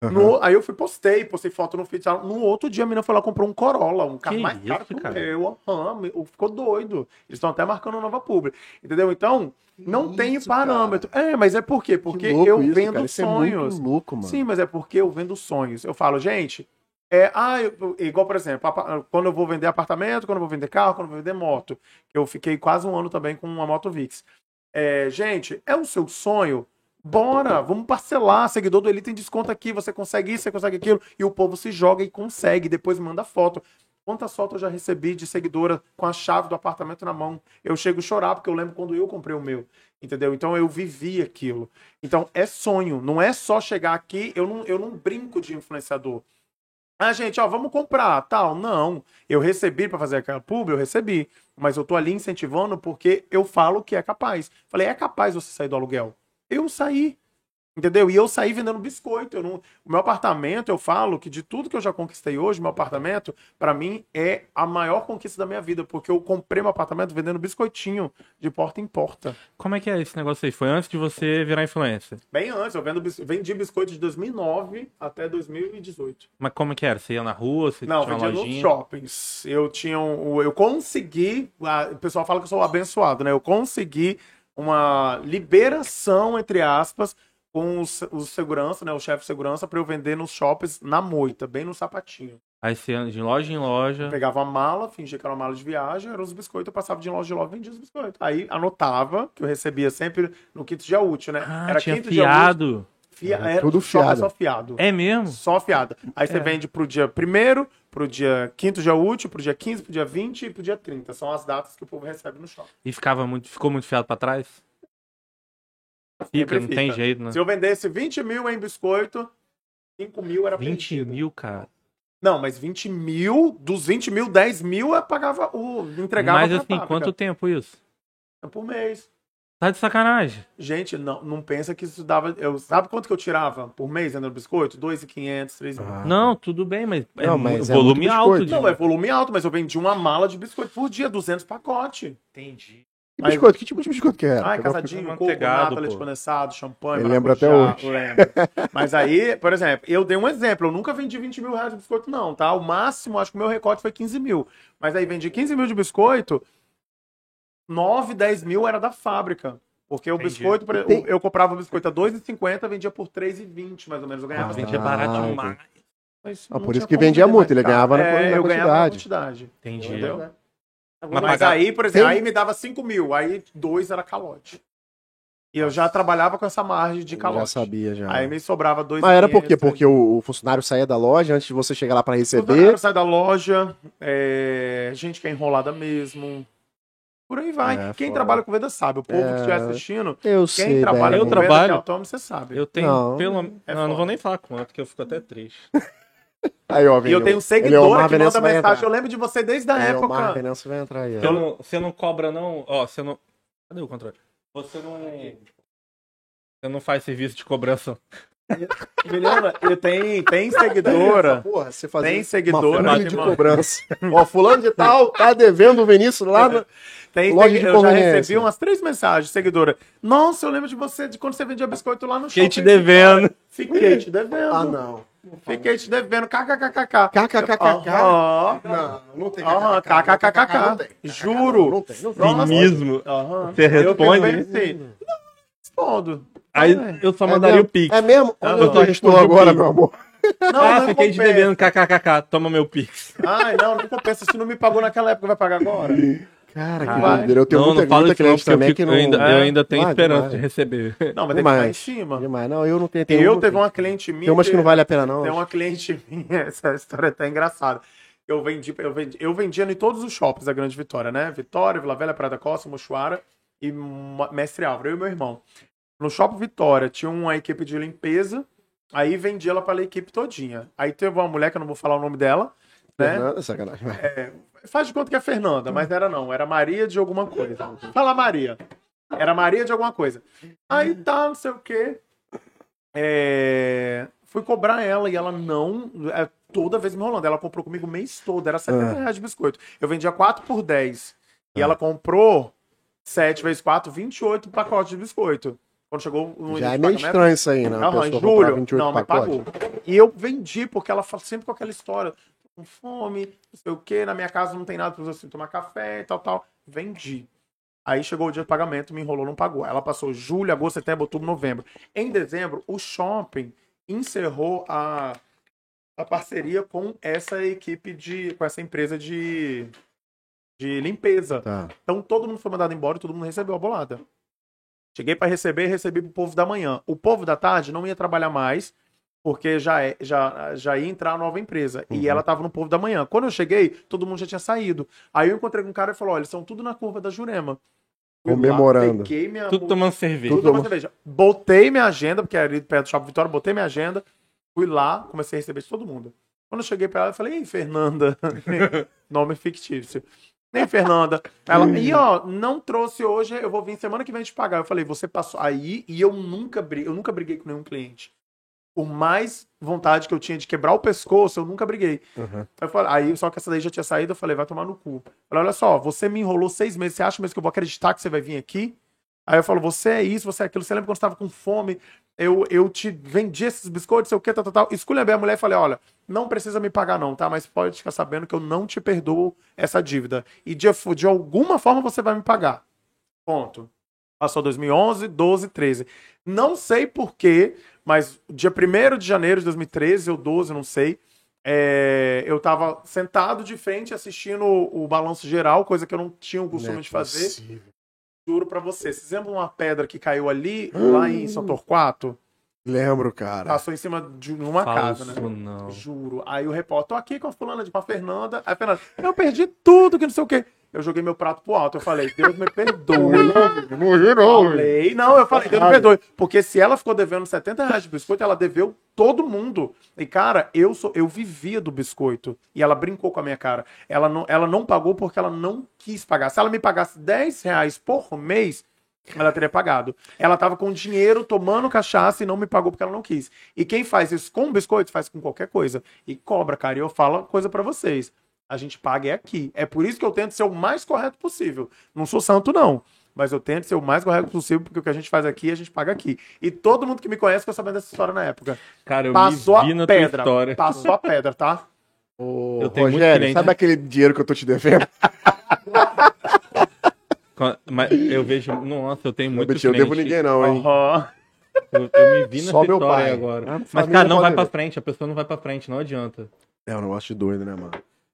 [SPEAKER 3] No- aí eu fui, postei, postei foto no feed. e tal. No outro dia a menina foi lá e comprou um Corolla, um carro
[SPEAKER 1] Que
[SPEAKER 3] mais caro
[SPEAKER 1] isso,
[SPEAKER 3] que o
[SPEAKER 1] cara?
[SPEAKER 3] meu. aham, me- ficou doido. Eles estão até marcando nova publi. Entendeu? Então, não tem parâmetro. É, mas é por quê? Porque eu vendo sonhos.
[SPEAKER 2] é muito louco, mano.
[SPEAKER 3] Sim, mas é porque eu vendo sonhos. Eu falo, gente, é, ah, eu- eu- igual, por exemplo, apa- quando eu vou vender apartamento, quando eu vou vender carro, quando eu vou vender moto. Eu fiquei quase um ano também com uma Moto Vix. É, gente, é o seu sonho? Bora, vamos parcelar. Seguidor do Eli tem desconto aqui, você consegue isso, você consegue aquilo. E o povo se joga e consegue, depois manda foto. Quantas fotos eu já recebi de seguidora com a chave do apartamento na mão? Eu chego a chorar, porque eu lembro quando eu comprei o meu. Entendeu? Então eu vivi aquilo. Então é sonho, não é só chegar aqui. Eu não, eu não brinco de influenciador. Ah, gente, ó, vamos comprar, tal. Não, eu recebi para fazer aquela pub, eu recebi. Mas eu tô ali incentivando porque eu falo que é capaz. Falei, é capaz você sair do aluguel? Eu saí. Entendeu? E eu saí vendendo biscoito. Eu não... O meu apartamento, eu falo que de tudo que eu já conquistei hoje, meu apartamento, para mim, é a maior conquista da minha vida. Porque eu comprei meu apartamento vendendo biscoitinho de porta em porta.
[SPEAKER 1] Como é que é esse negócio aí? Foi antes de você virar influencer.
[SPEAKER 3] Bem antes, eu vendo bis- vendi biscoito de 2009 até 2018.
[SPEAKER 1] Mas como é que era? Você ia na rua, você
[SPEAKER 3] Não,
[SPEAKER 1] tinha
[SPEAKER 3] vendia
[SPEAKER 1] uma
[SPEAKER 3] nos
[SPEAKER 1] lojinha?
[SPEAKER 3] shoppings. Eu tinha um, eu consegui, a- o pessoal fala que eu sou abençoado, né? Eu consegui uma liberação entre aspas com os, os segurança, né, o chefe de segurança para eu vender nos shoppings na moita, bem no sapatinho.
[SPEAKER 1] Aí você ia de loja em
[SPEAKER 3] Eu
[SPEAKER 1] loja.
[SPEAKER 3] pegava a mala, fingia que era uma mala de viagem, eram os biscoitos, eu passava de loja de loja e vendia os biscoitos. Aí anotava, que eu recebia sempre no quinto dia útil, né?
[SPEAKER 1] Ah,
[SPEAKER 3] era
[SPEAKER 1] tinha
[SPEAKER 3] quinto dia útil.
[SPEAKER 1] fiado.
[SPEAKER 3] Fia,
[SPEAKER 2] Era
[SPEAKER 3] era
[SPEAKER 2] tudo
[SPEAKER 3] só-
[SPEAKER 2] fiado.
[SPEAKER 3] Só fiado.
[SPEAKER 1] É mesmo?
[SPEAKER 3] Só fiada. Aí você
[SPEAKER 1] É.
[SPEAKER 3] vende pro dia 1 pro dia 5 dia útil, pro dia 15, pro dia 20 e pro dia 30. São as datas que o povo recebe no shopping.
[SPEAKER 1] E ficava muito, ficou muito fiado pra trás? Fica, não
[SPEAKER 3] fica.
[SPEAKER 1] tem jeito, né?
[SPEAKER 3] Se eu vendesse 20 mil em biscoito, 5 mil era
[SPEAKER 1] 20
[SPEAKER 3] perdido.
[SPEAKER 1] mil, cara.
[SPEAKER 3] Não, mas 20 mil, dos 20 mil, 10 mil eu pagava o. entregava
[SPEAKER 1] Mas
[SPEAKER 3] pra
[SPEAKER 1] assim,
[SPEAKER 3] fábrica.
[SPEAKER 1] quanto tempo isso?
[SPEAKER 3] Por mês.
[SPEAKER 1] Tá de sacanagem.
[SPEAKER 3] Gente, não, não pensa que isso dava. Eu, sabe quanto que eu tirava por mês vendendo biscoito? 2,500, 3 mil.
[SPEAKER 2] Ah.
[SPEAKER 1] Não, tudo bem, mas é
[SPEAKER 2] Não,
[SPEAKER 1] mu-
[SPEAKER 2] mas é
[SPEAKER 1] volume
[SPEAKER 2] muito
[SPEAKER 1] alto.
[SPEAKER 2] biscoito.
[SPEAKER 1] De...
[SPEAKER 3] Não, é volume alto, mas eu vendi uma mala de biscoito por dia, 200 pacote.
[SPEAKER 1] Entendi.
[SPEAKER 2] Que
[SPEAKER 3] Aí-
[SPEAKER 2] biscoito? Que tipo de biscoito que era?
[SPEAKER 3] Ai,
[SPEAKER 2] Eu
[SPEAKER 3] casadinho,
[SPEAKER 1] fico
[SPEAKER 3] coco,
[SPEAKER 1] manteigado,
[SPEAKER 3] nata, leite
[SPEAKER 1] pô.
[SPEAKER 3] condensado, champanhe.
[SPEAKER 2] Eu lembro até
[SPEAKER 3] maracujá, lembro. Mas aí, por exemplo, eu dei um exemplo. Eu nunca vendi 20 mil reais de biscoito, não, tá? O máximo, acho que o meu recorde foi 15 mil. Mas aí vendi 15 mil de biscoito, 9, 10 mil era da fábrica. Porque o
[SPEAKER 1] Entendi.
[SPEAKER 3] biscoito, por exemplo, eu comprava o biscoito a 2,50, vendia por 3,20 mais ou menos. Eu ganhava
[SPEAKER 1] Ah, vendia
[SPEAKER 2] Ah,
[SPEAKER 1] barato
[SPEAKER 2] entendi.
[SPEAKER 1] demais.
[SPEAKER 3] Mas
[SPEAKER 2] Ah,
[SPEAKER 3] não
[SPEAKER 2] por isso
[SPEAKER 3] tinha
[SPEAKER 2] que
[SPEAKER 3] como
[SPEAKER 2] vendia
[SPEAKER 3] vender
[SPEAKER 2] muito,
[SPEAKER 3] mais
[SPEAKER 2] ele
[SPEAKER 3] caro.
[SPEAKER 2] ganhava na-
[SPEAKER 3] é,
[SPEAKER 2] na
[SPEAKER 3] eu ganhava na
[SPEAKER 2] quantidade.
[SPEAKER 3] quantidade.
[SPEAKER 1] Entendi.
[SPEAKER 3] Entendeu?
[SPEAKER 1] Mas
[SPEAKER 3] Mas,
[SPEAKER 1] pagar-
[SPEAKER 3] aí, por exemplo,
[SPEAKER 2] Tem-
[SPEAKER 3] aí me dava 5 mil, aí 2 era calote. E eu já trabalhava com essa margem de
[SPEAKER 2] já
[SPEAKER 3] calote.
[SPEAKER 2] sabia, já.
[SPEAKER 3] Aí me sobrava 2
[SPEAKER 2] Mas era por quê? Porque o, o funcionário saía da loja antes de você chegar lá pra receber.
[SPEAKER 3] sai da loja, é, gente que é enrolada mesmo. Por aí vai.
[SPEAKER 2] É,
[SPEAKER 3] Quem
[SPEAKER 2] foda.
[SPEAKER 3] trabalha com venda sabe. O povo
[SPEAKER 2] É,
[SPEAKER 3] que estiver assistindo,
[SPEAKER 2] Eu
[SPEAKER 3] quem
[SPEAKER 2] sei.
[SPEAKER 3] trabalha
[SPEAKER 2] né?
[SPEAKER 1] Eu
[SPEAKER 3] com
[SPEAKER 1] trabalho.
[SPEAKER 3] venda de autônomo, você sabe.
[SPEAKER 1] Eu tenho
[SPEAKER 2] Não.
[SPEAKER 1] pelo.
[SPEAKER 3] É
[SPEAKER 1] não, eu não
[SPEAKER 3] foda.
[SPEAKER 1] vou nem falar quanto, que eu fico até triste.
[SPEAKER 2] Aí, ó,
[SPEAKER 3] E eu
[SPEAKER 2] Veneno.
[SPEAKER 3] tenho
[SPEAKER 2] Ele é o
[SPEAKER 3] seguidora
[SPEAKER 2] Mar
[SPEAKER 3] que manda
[SPEAKER 2] Venâncio vai
[SPEAKER 3] mensagem.
[SPEAKER 2] entrar.
[SPEAKER 3] Eu lembro de você desde a
[SPEAKER 2] Ele é o Mar
[SPEAKER 3] época.
[SPEAKER 2] Venâncio vai entrar aí. ó.
[SPEAKER 1] Você não, você não cobra, não. Ó, você não. Cadê o controle? Você não. Você não faz serviço de cobrança.
[SPEAKER 3] Menina, eu tenho, tem seguidora.
[SPEAKER 2] Porra, você fazia
[SPEAKER 3] Tem seguidora,
[SPEAKER 2] uma folha de
[SPEAKER 3] mano.
[SPEAKER 2] cobrança. Ó, fulano de tal tá devendo o Vinícius lá no...
[SPEAKER 3] Tem,
[SPEAKER 2] Loja
[SPEAKER 3] segui-
[SPEAKER 2] de
[SPEAKER 3] eu já
[SPEAKER 2] conveniência.
[SPEAKER 3] recebi umas três mensagens, seguidora. Nossa, eu lembro de você, de quando você vendia biscoito lá no
[SPEAKER 1] Fiquei te
[SPEAKER 3] shopping.
[SPEAKER 1] devendo.
[SPEAKER 3] Fiquei te devendo.
[SPEAKER 2] Ah, não.
[SPEAKER 3] Fiquei te devendo. KKKKK.
[SPEAKER 2] KKKKK.
[SPEAKER 3] Aham.
[SPEAKER 2] Não, não tem
[SPEAKER 3] Aham,
[SPEAKER 2] KKKKK. não tem.
[SPEAKER 3] KKKK. Juro.
[SPEAKER 2] Não tem, não tem.
[SPEAKER 3] Nossa.
[SPEAKER 1] Cinismo.
[SPEAKER 3] Aham.
[SPEAKER 1] Você responde?
[SPEAKER 3] Eu fico bem assim, Não, respondo.
[SPEAKER 1] Aí eu só
[SPEAKER 2] É
[SPEAKER 1] mandaria
[SPEAKER 2] mesmo?
[SPEAKER 1] o Pix.
[SPEAKER 2] É mesmo?
[SPEAKER 3] Ah,
[SPEAKER 2] Olha, eu
[SPEAKER 3] não.
[SPEAKER 2] tô respondendo agora, meu amor.
[SPEAKER 3] Não,
[SPEAKER 1] ah,
[SPEAKER 3] É, não
[SPEAKER 1] fiquei te
[SPEAKER 3] compensa.
[SPEAKER 1] devendo kkkk, toma meu Pix.
[SPEAKER 3] Ai, não, não compensa. Se não me pagou naquela época, vai pagar agora?
[SPEAKER 2] Cara, que
[SPEAKER 3] Caralho.
[SPEAKER 2] doideira. Eu tenho
[SPEAKER 1] não,
[SPEAKER 2] muita,
[SPEAKER 1] não fala
[SPEAKER 2] muita
[SPEAKER 1] isso não,
[SPEAKER 2] cliente
[SPEAKER 1] porque eu,
[SPEAKER 2] também
[SPEAKER 1] fico,
[SPEAKER 2] que não...
[SPEAKER 1] eu ainda, eu ainda tenho
[SPEAKER 2] Ah,
[SPEAKER 1] esperança de
[SPEAKER 2] demais.
[SPEAKER 1] receber.
[SPEAKER 3] Não, mas tem que
[SPEAKER 2] Demais.
[SPEAKER 3] ficar em cima.
[SPEAKER 2] Demais. Não, eu não tenho. tenho
[SPEAKER 3] Eu
[SPEAKER 2] uma-
[SPEAKER 3] teve uma cliente minha.
[SPEAKER 2] Tem umas que não vale a pena, não.
[SPEAKER 3] Tem uma cliente minha, essa história tá engraçada. Eu vendi, eu vendi, eu vendia em todos os shoppings da Grande Vitória, né? Vitória, Vila Velha, Prada Costa, Mochuara e Ma- Mestre Álvaro, eu e meu irmão. No Shopping Vitória tinha uma equipe de limpeza, aí vendia ela para a equipe todinha. Aí teve uma mulher que eu não vou falar o nome dela, né?
[SPEAKER 2] Fernanda, é sacanagem. vai.
[SPEAKER 3] Faz de conta que é Fernanda, mas não era não, era Maria de alguma coisa. Fala Maria. Era Maria de alguma coisa. Aí tá, não sei o quê. É, Fui cobrar ela e ela não. é, Toda vez me enrolando. Ela comprou comigo o mês todo,
[SPEAKER 2] Ah.
[SPEAKER 3] era 70 reais de biscoito. Eu vendia 4 por
[SPEAKER 2] Ah.
[SPEAKER 3] 10. E ela comprou 7 vezes 4, 28 pacotes de biscoito. Quando chegou no
[SPEAKER 2] Já
[SPEAKER 3] início
[SPEAKER 2] é meio
[SPEAKER 3] do pagamento,
[SPEAKER 2] estranho isso aí, né? A
[SPEAKER 3] Aham, em
[SPEAKER 2] pessoa comprar
[SPEAKER 3] julho.
[SPEAKER 2] 28
[SPEAKER 3] Não, mas
[SPEAKER 2] pacotes.
[SPEAKER 3] pagou. E eu vendi, porque ela fala sempre com aquela história, tô com fome, não sei o quê, na minha casa não tem nada pra você tomar café e tal, tal. Vendi. Aí chegou o dia do pagamento, me enrolou, não pagou. Ela passou julho, agosto, setembro, outubro, novembro. Em dezembro, o shopping encerrou a, a parceria com essa equipe de. com essa empresa de, de limpeza.
[SPEAKER 2] Tá.
[SPEAKER 3] Então todo mundo foi mandado embora e todo mundo recebeu a bolada. Cheguei para receber, recebi pro povo da manhã. O povo da tarde não ia trabalhar mais, porque já, é- já, já ia entrar a nova empresa. E ela tava no povo da manhã. Quando eu cheguei, todo mundo já tinha saído. Aí eu encontrei com um cara e falou: olha, eles são tudo na curva da Jurema. Fui lá,
[SPEAKER 2] Comemorando.
[SPEAKER 3] peguei minha
[SPEAKER 1] Tudo tomando cerveja.
[SPEAKER 3] tudo tomando cerveja. Botei minha agenda, porque era ali perto do Shopping Vitória, botei minha agenda, fui lá, comecei a receber de todo mundo. Quando eu cheguei pra ela, eu falei, ei, Fernanda, nome fictício. Nem Fernanda. Ela, e ó, não trouxe hoje, eu vou vir semana que vem te pagar. Eu falei, você passou aí e eu nunca briguei, eu nunca briguei com nenhum cliente. Por mais vontade que eu tinha de quebrar o pescoço, eu nunca briguei.
[SPEAKER 2] Uhum.
[SPEAKER 3] Aí, eu falei- aí, só que essa daí já tinha saído, eu falei, vai tomar no cu. Eu falei, olha só, você me enrolou seis meses, você acha mesmo que eu vou acreditar que você vai vir aqui? Aí eu falo, você é isso, você é aquilo, você lembra quando você tava com fome, eu, eu te vendi esses biscoitos, sei o que, tal, tal, tal. Esculhambei a mulher e falei, olha, não precisa me pagar não, tá? Mas pode ficar sabendo que eu não te perdoo essa dívida. E de, de alguma forma você vai me pagar. Ponto. Passou 2011, 12, 13. Não sei porquê, mas dia 1 de janeiro de 2013 ou 12, não sei, é, eu tava sentado de frente assistindo o, o Balanço Geral, coisa que eu não tinha o costume
[SPEAKER 2] Não é
[SPEAKER 3] de fazer.
[SPEAKER 2] possível.
[SPEAKER 3] Juro pra você. Vocês lembram uma pedra que caiu ali, lá em São Torquato?
[SPEAKER 2] Lembro, cara.
[SPEAKER 3] Passou em cima de uma
[SPEAKER 1] Falso,
[SPEAKER 3] casa, né?
[SPEAKER 1] não.
[SPEAKER 3] Juro. Aí o repórter, tô aqui com a fulana de com a Fernanda. Aí a Fernanda, eu perdi tudo, que não sei o quê. Eu joguei meu prato pro alto. Eu falei, Deus me perdoe.
[SPEAKER 2] Não girou, velho.
[SPEAKER 3] Falei, não, eu falei, Deus me
[SPEAKER 2] Errado.
[SPEAKER 3] perdoe. Porque se ela ficou devendo 70 reais de biscoito, ela deveu todo mundo. E, cara, eu sou, eu vivia do biscoito. E ela brincou com a minha cara. Ela não, ela não pagou porque ela não quis pagar. Se ela me pagasse 10 reais por mês, ela teria pagado. Ela tava com dinheiro tomando cachaça e não me pagou porque ela não quis. E quem faz isso com biscoito, faz com qualquer coisa. E cobra, cara. E eu falo uma coisa pra vocês. A gente paga é aqui. É por isso que eu tento ser o mais correto possível. Não sou santo, não. Mas eu tento ser o mais correto possível, porque o que a gente faz aqui, a gente paga aqui. E todo mundo que me conhece ficou sabendo dessa história na época.
[SPEAKER 1] Cara, eu
[SPEAKER 3] Passou
[SPEAKER 1] me vi
[SPEAKER 3] a
[SPEAKER 1] na
[SPEAKER 3] pedra.
[SPEAKER 1] tua história.
[SPEAKER 3] Passou a pedra, tá?
[SPEAKER 2] Ô,
[SPEAKER 1] Eu tenho muito
[SPEAKER 2] Rogério,
[SPEAKER 1] cliente,
[SPEAKER 2] sabe
[SPEAKER 1] né?
[SPEAKER 2] aquele dinheiro que eu tô te devendo?
[SPEAKER 1] Qua- Mas eu vejo. Nossa, eu tenho muito
[SPEAKER 2] Muito eu devo
[SPEAKER 1] cliente.
[SPEAKER 2] ninguém, não, hein?
[SPEAKER 3] Aham.
[SPEAKER 1] Eu, eu me vi nessa
[SPEAKER 2] Só meu
[SPEAKER 1] história
[SPEAKER 2] pai.
[SPEAKER 1] agora.
[SPEAKER 2] Ah,
[SPEAKER 1] Mas,
[SPEAKER 2] família
[SPEAKER 1] cara, não
[SPEAKER 2] pode
[SPEAKER 1] vai
[SPEAKER 2] ver.
[SPEAKER 1] pra frente. A pessoa não vai pra frente, não adianta.
[SPEAKER 2] É um negócio doido, né, mano?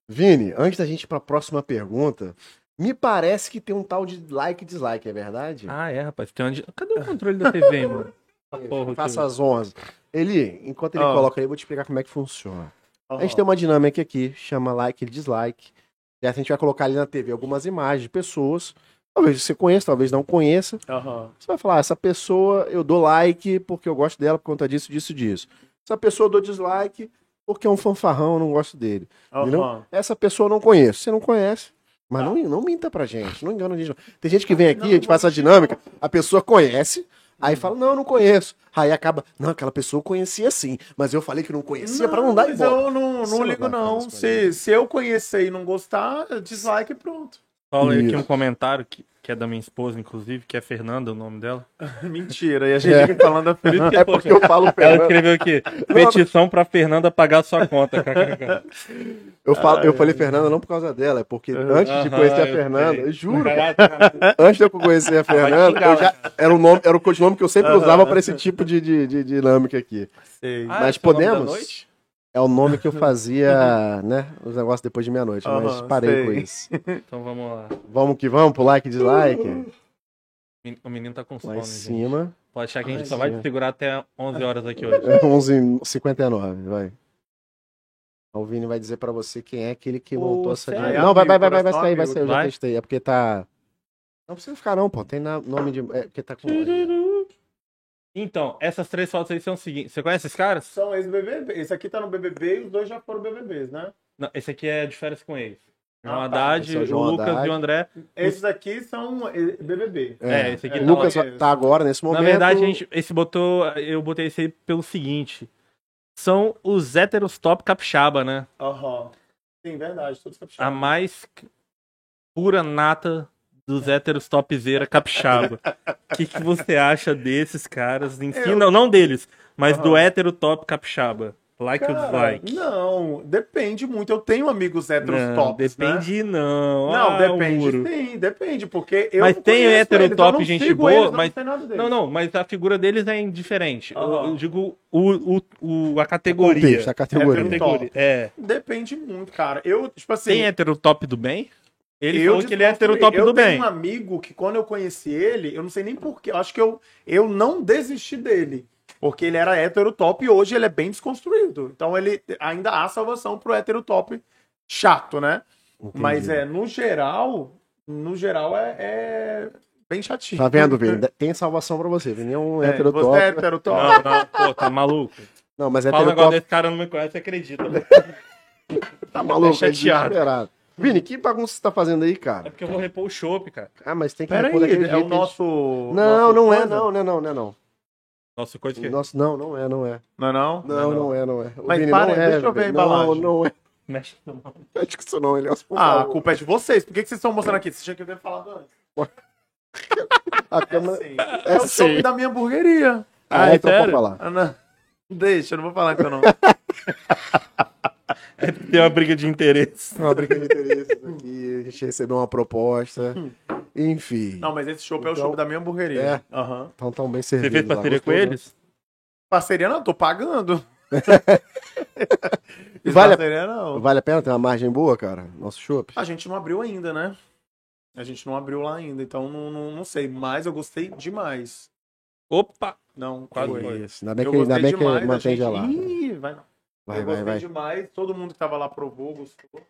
[SPEAKER 2] Vini, antes da gente ir pra próxima pergunta, me parece que tem um tal de like e dislike, é verdade?
[SPEAKER 1] Ah, é, rapaz. Tem onde... Cadê o controle da TV, mano? Essa Porra, aqui,
[SPEAKER 2] Faça as 11. Eli, enquanto ele
[SPEAKER 3] Ah.
[SPEAKER 2] coloca aí, eu vou te explicar como é que funciona. A gente tem
[SPEAKER 3] Aham.
[SPEAKER 2] uma dinâmica aqui, chama like e dislike. E a gente vai colocar ali na TV algumas imagens de pessoas. Talvez você conheça, talvez não conheça.
[SPEAKER 3] Aham.
[SPEAKER 2] Você vai falar, "Ah, essa pessoa eu dou like porque eu gosto dela por conta disso, disso, disso. Essa pessoa eu dou dislike porque é um fanfarrão, eu não gosto dele. Entendeu?
[SPEAKER 3] Aham.
[SPEAKER 2] Essa pessoa eu não conheço. Você não conhece. Mas não, não minta pra gente, não engana a gente. não. Tem gente que vem aqui, a gente faz essa dinâmica, a pessoa conhece, aí fala, não, eu não conheço. Aí acaba, não, aquela pessoa eu conhecia sim, mas eu falei que não conhecia é pra não dar
[SPEAKER 3] mas
[SPEAKER 2] embora.
[SPEAKER 3] eu não,
[SPEAKER 2] Você não
[SPEAKER 3] não tá ligo,
[SPEAKER 2] vai falar
[SPEAKER 3] não.
[SPEAKER 2] isso pra
[SPEAKER 3] Se, se eu conhecer e não gostar, dislike e pronto.
[SPEAKER 1] Fala aí aqui um
[SPEAKER 2] Isso.
[SPEAKER 1] comentário que, que é da minha esposa, inclusive, que é Fernanda, o nome dela.
[SPEAKER 3] Mentira. E a gente
[SPEAKER 2] É.
[SPEAKER 3] fica falando da Fernanda.
[SPEAKER 2] É porque eu falo
[SPEAKER 1] Ela
[SPEAKER 2] Fernanda.
[SPEAKER 1] escreveu aqui: petição pra Fernanda pagar sua conta. kkk.
[SPEAKER 2] Eu, falo, eu falei Fernanda não por causa dela, é porque antes de
[SPEAKER 1] Aham, É.
[SPEAKER 2] conhecer a
[SPEAKER 1] eu
[SPEAKER 2] Fernanda,
[SPEAKER 1] sei.
[SPEAKER 2] eu juro,
[SPEAKER 1] Caraca,
[SPEAKER 2] antes de eu conhecer a Fernanda,
[SPEAKER 1] Ah, xingar
[SPEAKER 2] eu já- era, o nome, era o codinome que eu sempre usava pra esse tipo de, de- de dinâmica aqui.
[SPEAKER 3] Sei.
[SPEAKER 1] Ah,
[SPEAKER 2] mas
[SPEAKER 1] esse é o nome da
[SPEAKER 2] podemos?
[SPEAKER 1] noite?
[SPEAKER 2] É o nome que eu fazia,
[SPEAKER 1] Uhum.
[SPEAKER 2] né? Os negócios depois de meia-noite, mas
[SPEAKER 3] Aham,
[SPEAKER 2] parei
[SPEAKER 3] sei.
[SPEAKER 2] com isso.
[SPEAKER 1] Então vamos lá.
[SPEAKER 2] Vamos que vamos, pro like e dislike.
[SPEAKER 1] Men- O menino tá com
[SPEAKER 2] Lá
[SPEAKER 1] sono,
[SPEAKER 2] em
[SPEAKER 1] Uhum. gente.
[SPEAKER 2] cima.
[SPEAKER 1] Pode achar que a gente
[SPEAKER 2] Ai,
[SPEAKER 1] só vai
[SPEAKER 2] sim.
[SPEAKER 1] segurar até 11 horas aqui hoje.
[SPEAKER 2] É 11h59, vai. O Vini vai dizer pra você quem é aquele que
[SPEAKER 3] Ô,
[SPEAKER 2] montou essa
[SPEAKER 3] sério?
[SPEAKER 2] dinâmica. Não, vai, vai, vai, vai, vai
[SPEAKER 3] Coração
[SPEAKER 2] sair, vai
[SPEAKER 3] amigo.
[SPEAKER 2] sair. Eu já
[SPEAKER 1] Vai?
[SPEAKER 2] testei. É porque tá. Não precisa ficar, não, pô. Tem na- nome de. É porque tá com.
[SPEAKER 1] Então, essas três fotos aí são o seguinte. Você conhece esses caras?
[SPEAKER 3] São ex-BBB. Esse aqui tá no BBB e os dois já foram BBBs, né?
[SPEAKER 1] Não, esse aqui é de férias com eles. É o
[SPEAKER 3] Ah, tá.
[SPEAKER 1] Haddad,
[SPEAKER 2] Esse é o
[SPEAKER 1] o
[SPEAKER 2] João
[SPEAKER 1] Lucas
[SPEAKER 2] Haddad.
[SPEAKER 1] e o André.
[SPEAKER 3] Esses aqui são eh, BBB.
[SPEAKER 1] É, esse aqui
[SPEAKER 3] é,
[SPEAKER 1] tá
[SPEAKER 2] O Lucas
[SPEAKER 1] lá.
[SPEAKER 3] lá.
[SPEAKER 2] tá agora, nesse momento.
[SPEAKER 1] Na verdade, a gente, esse botou, eu botei esse aí pelo seguinte. São os héteros top capixaba, né?
[SPEAKER 3] Aham. Sim, verdade. Todos
[SPEAKER 1] A
[SPEAKER 3] capixabas.
[SPEAKER 1] mais c- pura nata dos héteros topzera capixaba. O que, que você acha desses caras? Enfim, não, não deles, mas do hétero top capixaba. Like ou
[SPEAKER 3] Cara,
[SPEAKER 1] dislike?
[SPEAKER 3] não, é depende muito. Eu tenho amigos héteros
[SPEAKER 1] Não,
[SPEAKER 3] tops, né?
[SPEAKER 1] depende não.
[SPEAKER 3] Não,
[SPEAKER 1] Ah, o
[SPEAKER 3] depende.
[SPEAKER 1] muro.
[SPEAKER 3] Sim, depende, porque eu.
[SPEAKER 1] Mas
[SPEAKER 3] não
[SPEAKER 1] tem
[SPEAKER 3] conheço
[SPEAKER 1] hétero
[SPEAKER 3] eles, eu não
[SPEAKER 1] top, gente
[SPEAKER 3] sigo
[SPEAKER 1] boa,
[SPEAKER 3] eles, eu
[SPEAKER 1] mas-
[SPEAKER 3] Não, sei nada deles.
[SPEAKER 1] Não, não, mas a figura deles é indiferente. Eu-
[SPEAKER 3] Aham.
[SPEAKER 1] Eu, digo o, o, o- a categoria.
[SPEAKER 4] a categoria.
[SPEAKER 1] É, a categoria. É.
[SPEAKER 3] Depende muito, cara. Eu, tipo assim.
[SPEAKER 1] Tem hétero top do bem? Ele
[SPEAKER 3] eu
[SPEAKER 1] falou que ele é hétero
[SPEAKER 3] desconstruí.
[SPEAKER 1] top
[SPEAKER 3] eu
[SPEAKER 1] do
[SPEAKER 3] tenho
[SPEAKER 1] bem.
[SPEAKER 3] um amigo que quando eu conheci ele, eu não sei nem porquê, eu acho que eu, eu não desisti dele. Porque ele era hétero top e hoje ele é bem desconstruído. Então ele ainda há salvação pro hétero top chato, né? Mas é, no geral, no geral é, é bem chatinho.
[SPEAKER 2] Tá vendo, Vini? Tem salvação pra você. Vini é um
[SPEAKER 3] É,
[SPEAKER 2] hétero
[SPEAKER 3] você
[SPEAKER 2] top.
[SPEAKER 3] é hétero top.
[SPEAKER 1] Não, não, pô, tá maluco.
[SPEAKER 2] Não, mas é
[SPEAKER 1] Fala um
[SPEAKER 2] hétero
[SPEAKER 1] negócio
[SPEAKER 2] top
[SPEAKER 1] desse cara não me conhece, você acredita. né?
[SPEAKER 2] tá maluco,
[SPEAKER 1] tá
[SPEAKER 2] é
[SPEAKER 1] chateado.
[SPEAKER 2] desesperado. Vini, que bagunça você tá fazendo aí,
[SPEAKER 1] É
[SPEAKER 2] cara?
[SPEAKER 1] porque eu vou repor o chopp, cara.
[SPEAKER 2] Ah, mas tem que
[SPEAKER 3] Peraí,
[SPEAKER 2] repor daquele
[SPEAKER 3] é
[SPEAKER 2] jeito,
[SPEAKER 3] o
[SPEAKER 2] hein?
[SPEAKER 3] nosso.
[SPEAKER 2] Não,
[SPEAKER 3] nosso né?
[SPEAKER 2] não é,
[SPEAKER 3] coisa?
[SPEAKER 2] não, não é, não, não é, não.
[SPEAKER 1] Nossa, coisa que.
[SPEAKER 2] Nossa, não, não é, não é.
[SPEAKER 3] Não, é não.
[SPEAKER 2] Não, não é, não é. O
[SPEAKER 3] Mas
[SPEAKER 2] Vini,
[SPEAKER 3] para,
[SPEAKER 2] não é,
[SPEAKER 3] deixa eu ver a
[SPEAKER 2] velho. Não,
[SPEAKER 3] embalagem.
[SPEAKER 2] não é.
[SPEAKER 1] Mexe na mão.
[SPEAKER 2] Pede que isso não, Elias, por
[SPEAKER 3] Ah, a
[SPEAKER 2] favor.
[SPEAKER 3] culpa é de vocês. Por que, que vocês estão mostrando aqui? Vocês tinham que ter falado antes.
[SPEAKER 2] A
[SPEAKER 3] É
[SPEAKER 2] câmera...
[SPEAKER 3] assim. É o
[SPEAKER 2] sim.
[SPEAKER 3] chope da minha hamburgueria.
[SPEAKER 2] Ah,
[SPEAKER 1] Ah, é
[SPEAKER 2] então pode
[SPEAKER 1] sério?
[SPEAKER 2] falar.
[SPEAKER 3] Ah, não. Deixa, eu não vou falar então não.
[SPEAKER 1] É Tem uma briga de interesse.
[SPEAKER 2] Uma briga de interesses aqui, a gente recebeu uma proposta. Enfim.
[SPEAKER 3] Não, mas esse chopp é o
[SPEAKER 2] Então-
[SPEAKER 3] chopp da minha hamburgueria. Aham.
[SPEAKER 2] Estão tão bem
[SPEAKER 1] Você
[SPEAKER 2] servidos.
[SPEAKER 1] fez
[SPEAKER 2] lá,
[SPEAKER 1] parceria com
[SPEAKER 2] gostou, né?
[SPEAKER 1] eles?
[SPEAKER 3] Parceria não, tô pagando. Fiz
[SPEAKER 2] Vale a-
[SPEAKER 3] Parceria não.
[SPEAKER 2] Vale a pena ter uma margem boa, cara? Nosso chopp?
[SPEAKER 3] A gente não abriu ainda, né? A gente não abriu lá ainda, então não, não, não sei. Mas eu gostei demais.
[SPEAKER 1] Opa!
[SPEAKER 3] Não,
[SPEAKER 1] Quase
[SPEAKER 3] foi.
[SPEAKER 1] foi.
[SPEAKER 2] Isso, ainda bem
[SPEAKER 3] eu
[SPEAKER 2] que, ainda
[SPEAKER 3] gostei
[SPEAKER 2] bem que
[SPEAKER 3] demais. a
[SPEAKER 2] mantém
[SPEAKER 3] gente-
[SPEAKER 2] gelado.
[SPEAKER 3] Ih, vai não.
[SPEAKER 2] Vai,
[SPEAKER 3] eu
[SPEAKER 2] vai,
[SPEAKER 3] gostei
[SPEAKER 2] vai.
[SPEAKER 3] demais. Todo mundo que tava lá provou, gostou.
[SPEAKER 2] Tá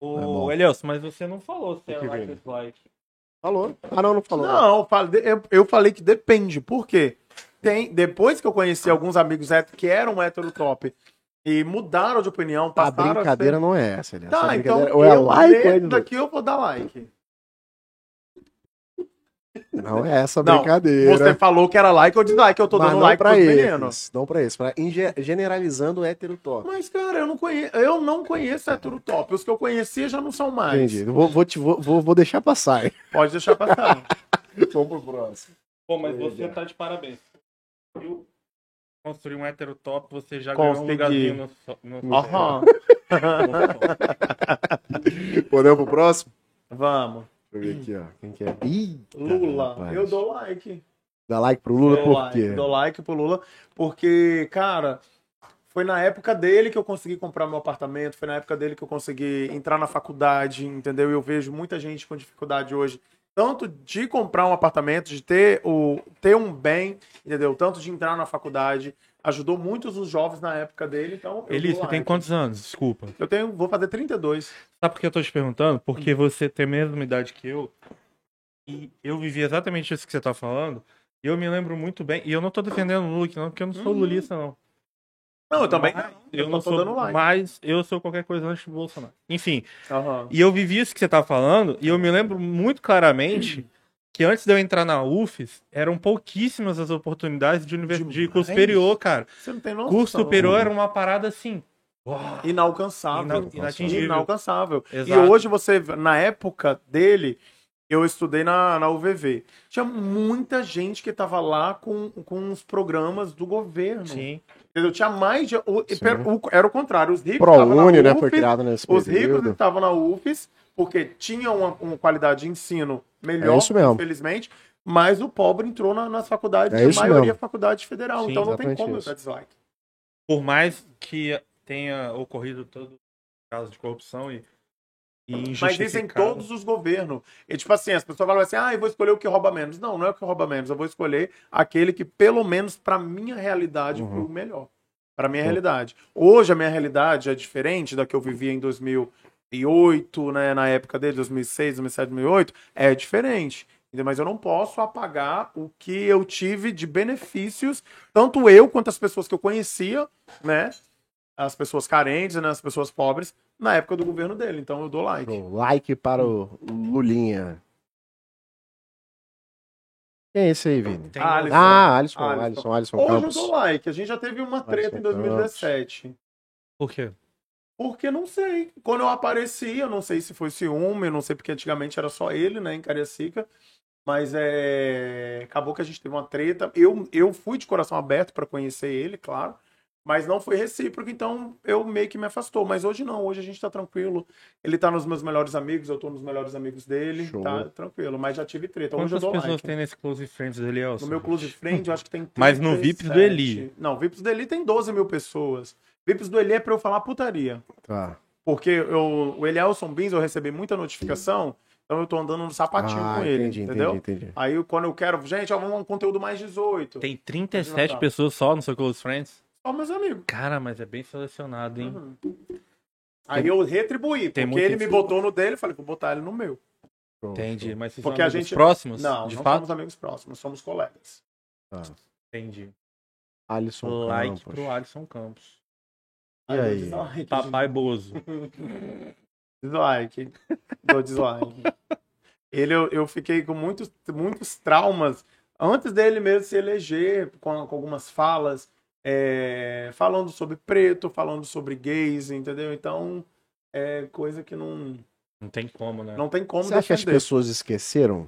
[SPEAKER 1] Ô,
[SPEAKER 2] bom.
[SPEAKER 1] Elielson, mas você não falou se é
[SPEAKER 2] que né?
[SPEAKER 1] like
[SPEAKER 2] vem?
[SPEAKER 1] ou dislike.
[SPEAKER 2] Falou. Ah, não, não falou.
[SPEAKER 3] Não, fale- eu, eu falei que depende. Por quê? Tem, depois que eu
[SPEAKER 2] Ah.
[SPEAKER 3] conheci alguns amigos hétero- que eram hétero top e mudaram de opinião,
[SPEAKER 2] a
[SPEAKER 3] passaram
[SPEAKER 2] brincadeira não é essa, Elias.
[SPEAKER 3] a ser... Tá,
[SPEAKER 2] Essa
[SPEAKER 3] então
[SPEAKER 2] brincadeira ou é
[SPEAKER 3] eu
[SPEAKER 2] like ou é
[SPEAKER 3] dentro
[SPEAKER 2] dislike.
[SPEAKER 3] daqui eu vou dar like.
[SPEAKER 2] Não é essa
[SPEAKER 3] Não,
[SPEAKER 2] brincadeira.
[SPEAKER 3] Você falou que era like ou dislike, eu tô
[SPEAKER 2] Mas
[SPEAKER 3] dando
[SPEAKER 2] não
[SPEAKER 3] like
[SPEAKER 2] pra
[SPEAKER 3] pros meninos.
[SPEAKER 2] eles. Não pra eles. Pra em ge- generalizando o hétero top.
[SPEAKER 3] Mas, cara, eu não conheço, eu não conheço hétero top. Os que eu conhecia já não são mais.
[SPEAKER 2] Entendi. Vou, vou, te- vou- vou- vou deixar passar. hein?
[SPEAKER 3] Pode deixar passar.
[SPEAKER 2] Vamos pro próximo.
[SPEAKER 1] Pô, mas você
[SPEAKER 2] Obrigado.
[SPEAKER 1] tá de parabéns. Viu? Construir um hétero top, você já
[SPEAKER 3] Consegui.
[SPEAKER 1] ganhou um lugarzinho no... no...
[SPEAKER 3] Aham.
[SPEAKER 2] Podemos pro próximo?
[SPEAKER 3] Vamos.
[SPEAKER 2] Deixa eu ver aqui, ó. Quem que é? Ih,
[SPEAKER 3] Lula,
[SPEAKER 2] rapaz.
[SPEAKER 3] eu dou like.
[SPEAKER 2] Dá like pro Lula
[SPEAKER 3] dou
[SPEAKER 2] por
[SPEAKER 3] É, like,
[SPEAKER 2] quê?
[SPEAKER 3] Dou like pro Lula, porque, cara, foi na época dele que eu consegui comprar meu apartamento, foi na época dele que eu consegui entrar na faculdade, entendeu? E eu vejo muita gente com dificuldade hoje, tanto de comprar um apartamento, de ter, o, ter um bem, entendeu? Tanto de entrar na faculdade. Ajudou muitos os jovens na época dele, então. eu
[SPEAKER 1] Elis,
[SPEAKER 3] dou
[SPEAKER 1] você tem
[SPEAKER 3] like.
[SPEAKER 1] quantos anos? Desculpa.
[SPEAKER 3] Eu tenho, vou fazer 32.
[SPEAKER 1] Sabe por que eu tô te perguntando?
[SPEAKER 3] Hum.
[SPEAKER 1] Porque você tem a mesma idade que eu. E eu vivi exatamente isso que você tá falando. E eu me lembro muito bem. E eu não tô defendendo o Luke, não, porque eu não sou
[SPEAKER 3] Uhum.
[SPEAKER 1] lulista, não.
[SPEAKER 3] Não, eu também.
[SPEAKER 1] Mas
[SPEAKER 3] não,
[SPEAKER 1] Eu
[SPEAKER 3] só
[SPEAKER 1] não é?
[SPEAKER 3] tô
[SPEAKER 1] sou,
[SPEAKER 3] dando like.
[SPEAKER 1] mas eu sou qualquer coisa antes do Bolsonaro. Enfim,
[SPEAKER 3] Aham.
[SPEAKER 1] e eu vivi isso que você tá falando, e eu me lembro muito claramente que antes de eu entrar na UFES, eram pouquíssimas as oportunidades de, univer- de curso
[SPEAKER 3] Demais.
[SPEAKER 1] superior, cara.
[SPEAKER 3] Você não tem noção.
[SPEAKER 1] Curso superior era uma parada assim. uau,
[SPEAKER 3] Inalcançável.
[SPEAKER 1] ina- inatingível.
[SPEAKER 3] inalcançável.
[SPEAKER 1] Exato.
[SPEAKER 3] E hoje você, na época dele, eu estudei na, na UVV. Tinha muita gente que tava lá com, com os programas do governo.
[SPEAKER 1] Sim.
[SPEAKER 3] Entendeu? Tinha mais de. o-
[SPEAKER 2] Sim.
[SPEAKER 3] per- o- era o contrário. Os ricos tavam na
[SPEAKER 2] ProUni, né? Foi
[SPEAKER 3] UFES,
[SPEAKER 2] criado nesse
[SPEAKER 3] Os ricos
[SPEAKER 2] período.
[SPEAKER 3] estavam na UFES porque tinham uma, uma qualidade de ensino melhor,
[SPEAKER 2] É isso mesmo.
[SPEAKER 3] infelizmente. Mas o pobre entrou na- nas faculdades,
[SPEAKER 2] É
[SPEAKER 3] a
[SPEAKER 2] isso
[SPEAKER 3] maioria
[SPEAKER 2] mesmo.
[SPEAKER 3] é faculdade federal.
[SPEAKER 1] Sim,
[SPEAKER 3] então não tem
[SPEAKER 2] exatamente
[SPEAKER 3] como eu
[SPEAKER 2] isso.
[SPEAKER 3] dar dislike.
[SPEAKER 1] Por mais que tenha ocorrido todo caso de corrupção e, e
[SPEAKER 3] Mas isso em
[SPEAKER 1] injustificado.
[SPEAKER 3] todos os governos. E tipo assim, as pessoas falam assim: ah, eu vou escolher o que rouba menos. Não, não é o que rouba menos. Eu vou escolher aquele que, pelo menos pra minha realidade, foi o melhor. Pra minha realidade. Hoje a minha realidade é diferente da que eu vivia em 2008, né? Na época dele, 2006, 2007, 2008. É diferente. entendeu? Mas eu não posso apagar o que eu tive de benefícios, tanto eu quanto as pessoas que eu conhecia, né? As pessoas carentes, né? As pessoas pobres, na época do governo dele. Então eu dou like.
[SPEAKER 2] Pro Like para o Lulinha. Quem é esse aí, Vini?
[SPEAKER 1] Tem-
[SPEAKER 3] Ah, Alisson.
[SPEAKER 2] Ah, Alisson,
[SPEAKER 3] Alisson.
[SPEAKER 2] Alisson, Alisson,
[SPEAKER 3] Hoje eu
[SPEAKER 2] Campos.
[SPEAKER 3] dou like. A gente já teve uma treta em
[SPEAKER 2] Alisson Campos.
[SPEAKER 3] 2017.
[SPEAKER 1] Por quê?
[SPEAKER 3] Porque não sei. Quando eu apareci, eu não sei se foi ciúme, eu não sei porque antigamente era só ele, né, em Cariacica. Mas é. Acabou que a gente teve uma treta. Eu, eu fui de coração aberto pra conhecer ele, claro. Mas não foi recíproco, então eu meio que me afastou. Mas hoje não, hoje a gente tá tranquilo. Ele tá nos meus melhores amigos, eu tô nos melhores amigos dele.
[SPEAKER 2] Show.
[SPEAKER 3] Tá tranquilo, mas já tive treta. hoje Então eu
[SPEAKER 1] Quantas
[SPEAKER 3] dou
[SPEAKER 1] pessoas
[SPEAKER 3] like.
[SPEAKER 1] tem nesse Close Friends do Elielson?
[SPEAKER 3] No meu Close Friend, eu acho que tem.
[SPEAKER 1] Mas no VIPs do Eli.
[SPEAKER 3] Não, VIPs do Eli tem 12 mil pessoas. VIPs do Eli é pra eu falar putaria.
[SPEAKER 2] Tá.
[SPEAKER 3] Porque eu, o Elielson Bins, eu recebi muita notificação, então eu tô andando no sapatinho
[SPEAKER 2] Ah,
[SPEAKER 3] com ele,
[SPEAKER 2] entendi,
[SPEAKER 3] entendeu?
[SPEAKER 2] entendi, entendi.
[SPEAKER 3] Aí eu- quando eu quero, gente, ó, vamos um conteúdo mais 18.
[SPEAKER 1] Tem
[SPEAKER 3] Pode
[SPEAKER 1] 37
[SPEAKER 3] notar.
[SPEAKER 1] pessoas só no seu Close Friends?
[SPEAKER 3] Só meus amigos.
[SPEAKER 1] Cara, mas é bem selecionado, hein?
[SPEAKER 3] Uhum. Aí eu retribuí,
[SPEAKER 1] Tem
[SPEAKER 3] porque
[SPEAKER 1] muito
[SPEAKER 3] ele me
[SPEAKER 1] isso.
[SPEAKER 3] botou no dele, eu falei, vou botar ele no meu.
[SPEAKER 2] Show,
[SPEAKER 1] Entendi.
[SPEAKER 2] show.
[SPEAKER 1] Mas vocês
[SPEAKER 3] Porque
[SPEAKER 1] são
[SPEAKER 3] a
[SPEAKER 1] amigos
[SPEAKER 3] gente-
[SPEAKER 1] próximos?
[SPEAKER 3] Não,
[SPEAKER 1] de
[SPEAKER 3] não
[SPEAKER 1] fato?
[SPEAKER 3] somos amigos próximos, somos colegas.
[SPEAKER 2] Tá.
[SPEAKER 1] Entendi.
[SPEAKER 2] Alisson
[SPEAKER 1] like
[SPEAKER 2] Campos.
[SPEAKER 1] pro Alisson Campos.
[SPEAKER 2] E
[SPEAKER 3] dou
[SPEAKER 2] aí?
[SPEAKER 3] dislike,
[SPEAKER 1] Papai Bozo.
[SPEAKER 3] Dislike. Dou dislike. Ele, eu, eu fiquei com muitos, muitos traumas antes dele mesmo se eleger, com, com algumas falas, é, falando sobre preto, falando sobre gays, entendeu? Então, é coisa que não,
[SPEAKER 1] Não tem como, né?
[SPEAKER 3] não tem como
[SPEAKER 2] Você acha que as
[SPEAKER 3] defender.
[SPEAKER 2] pessoas esqueceram?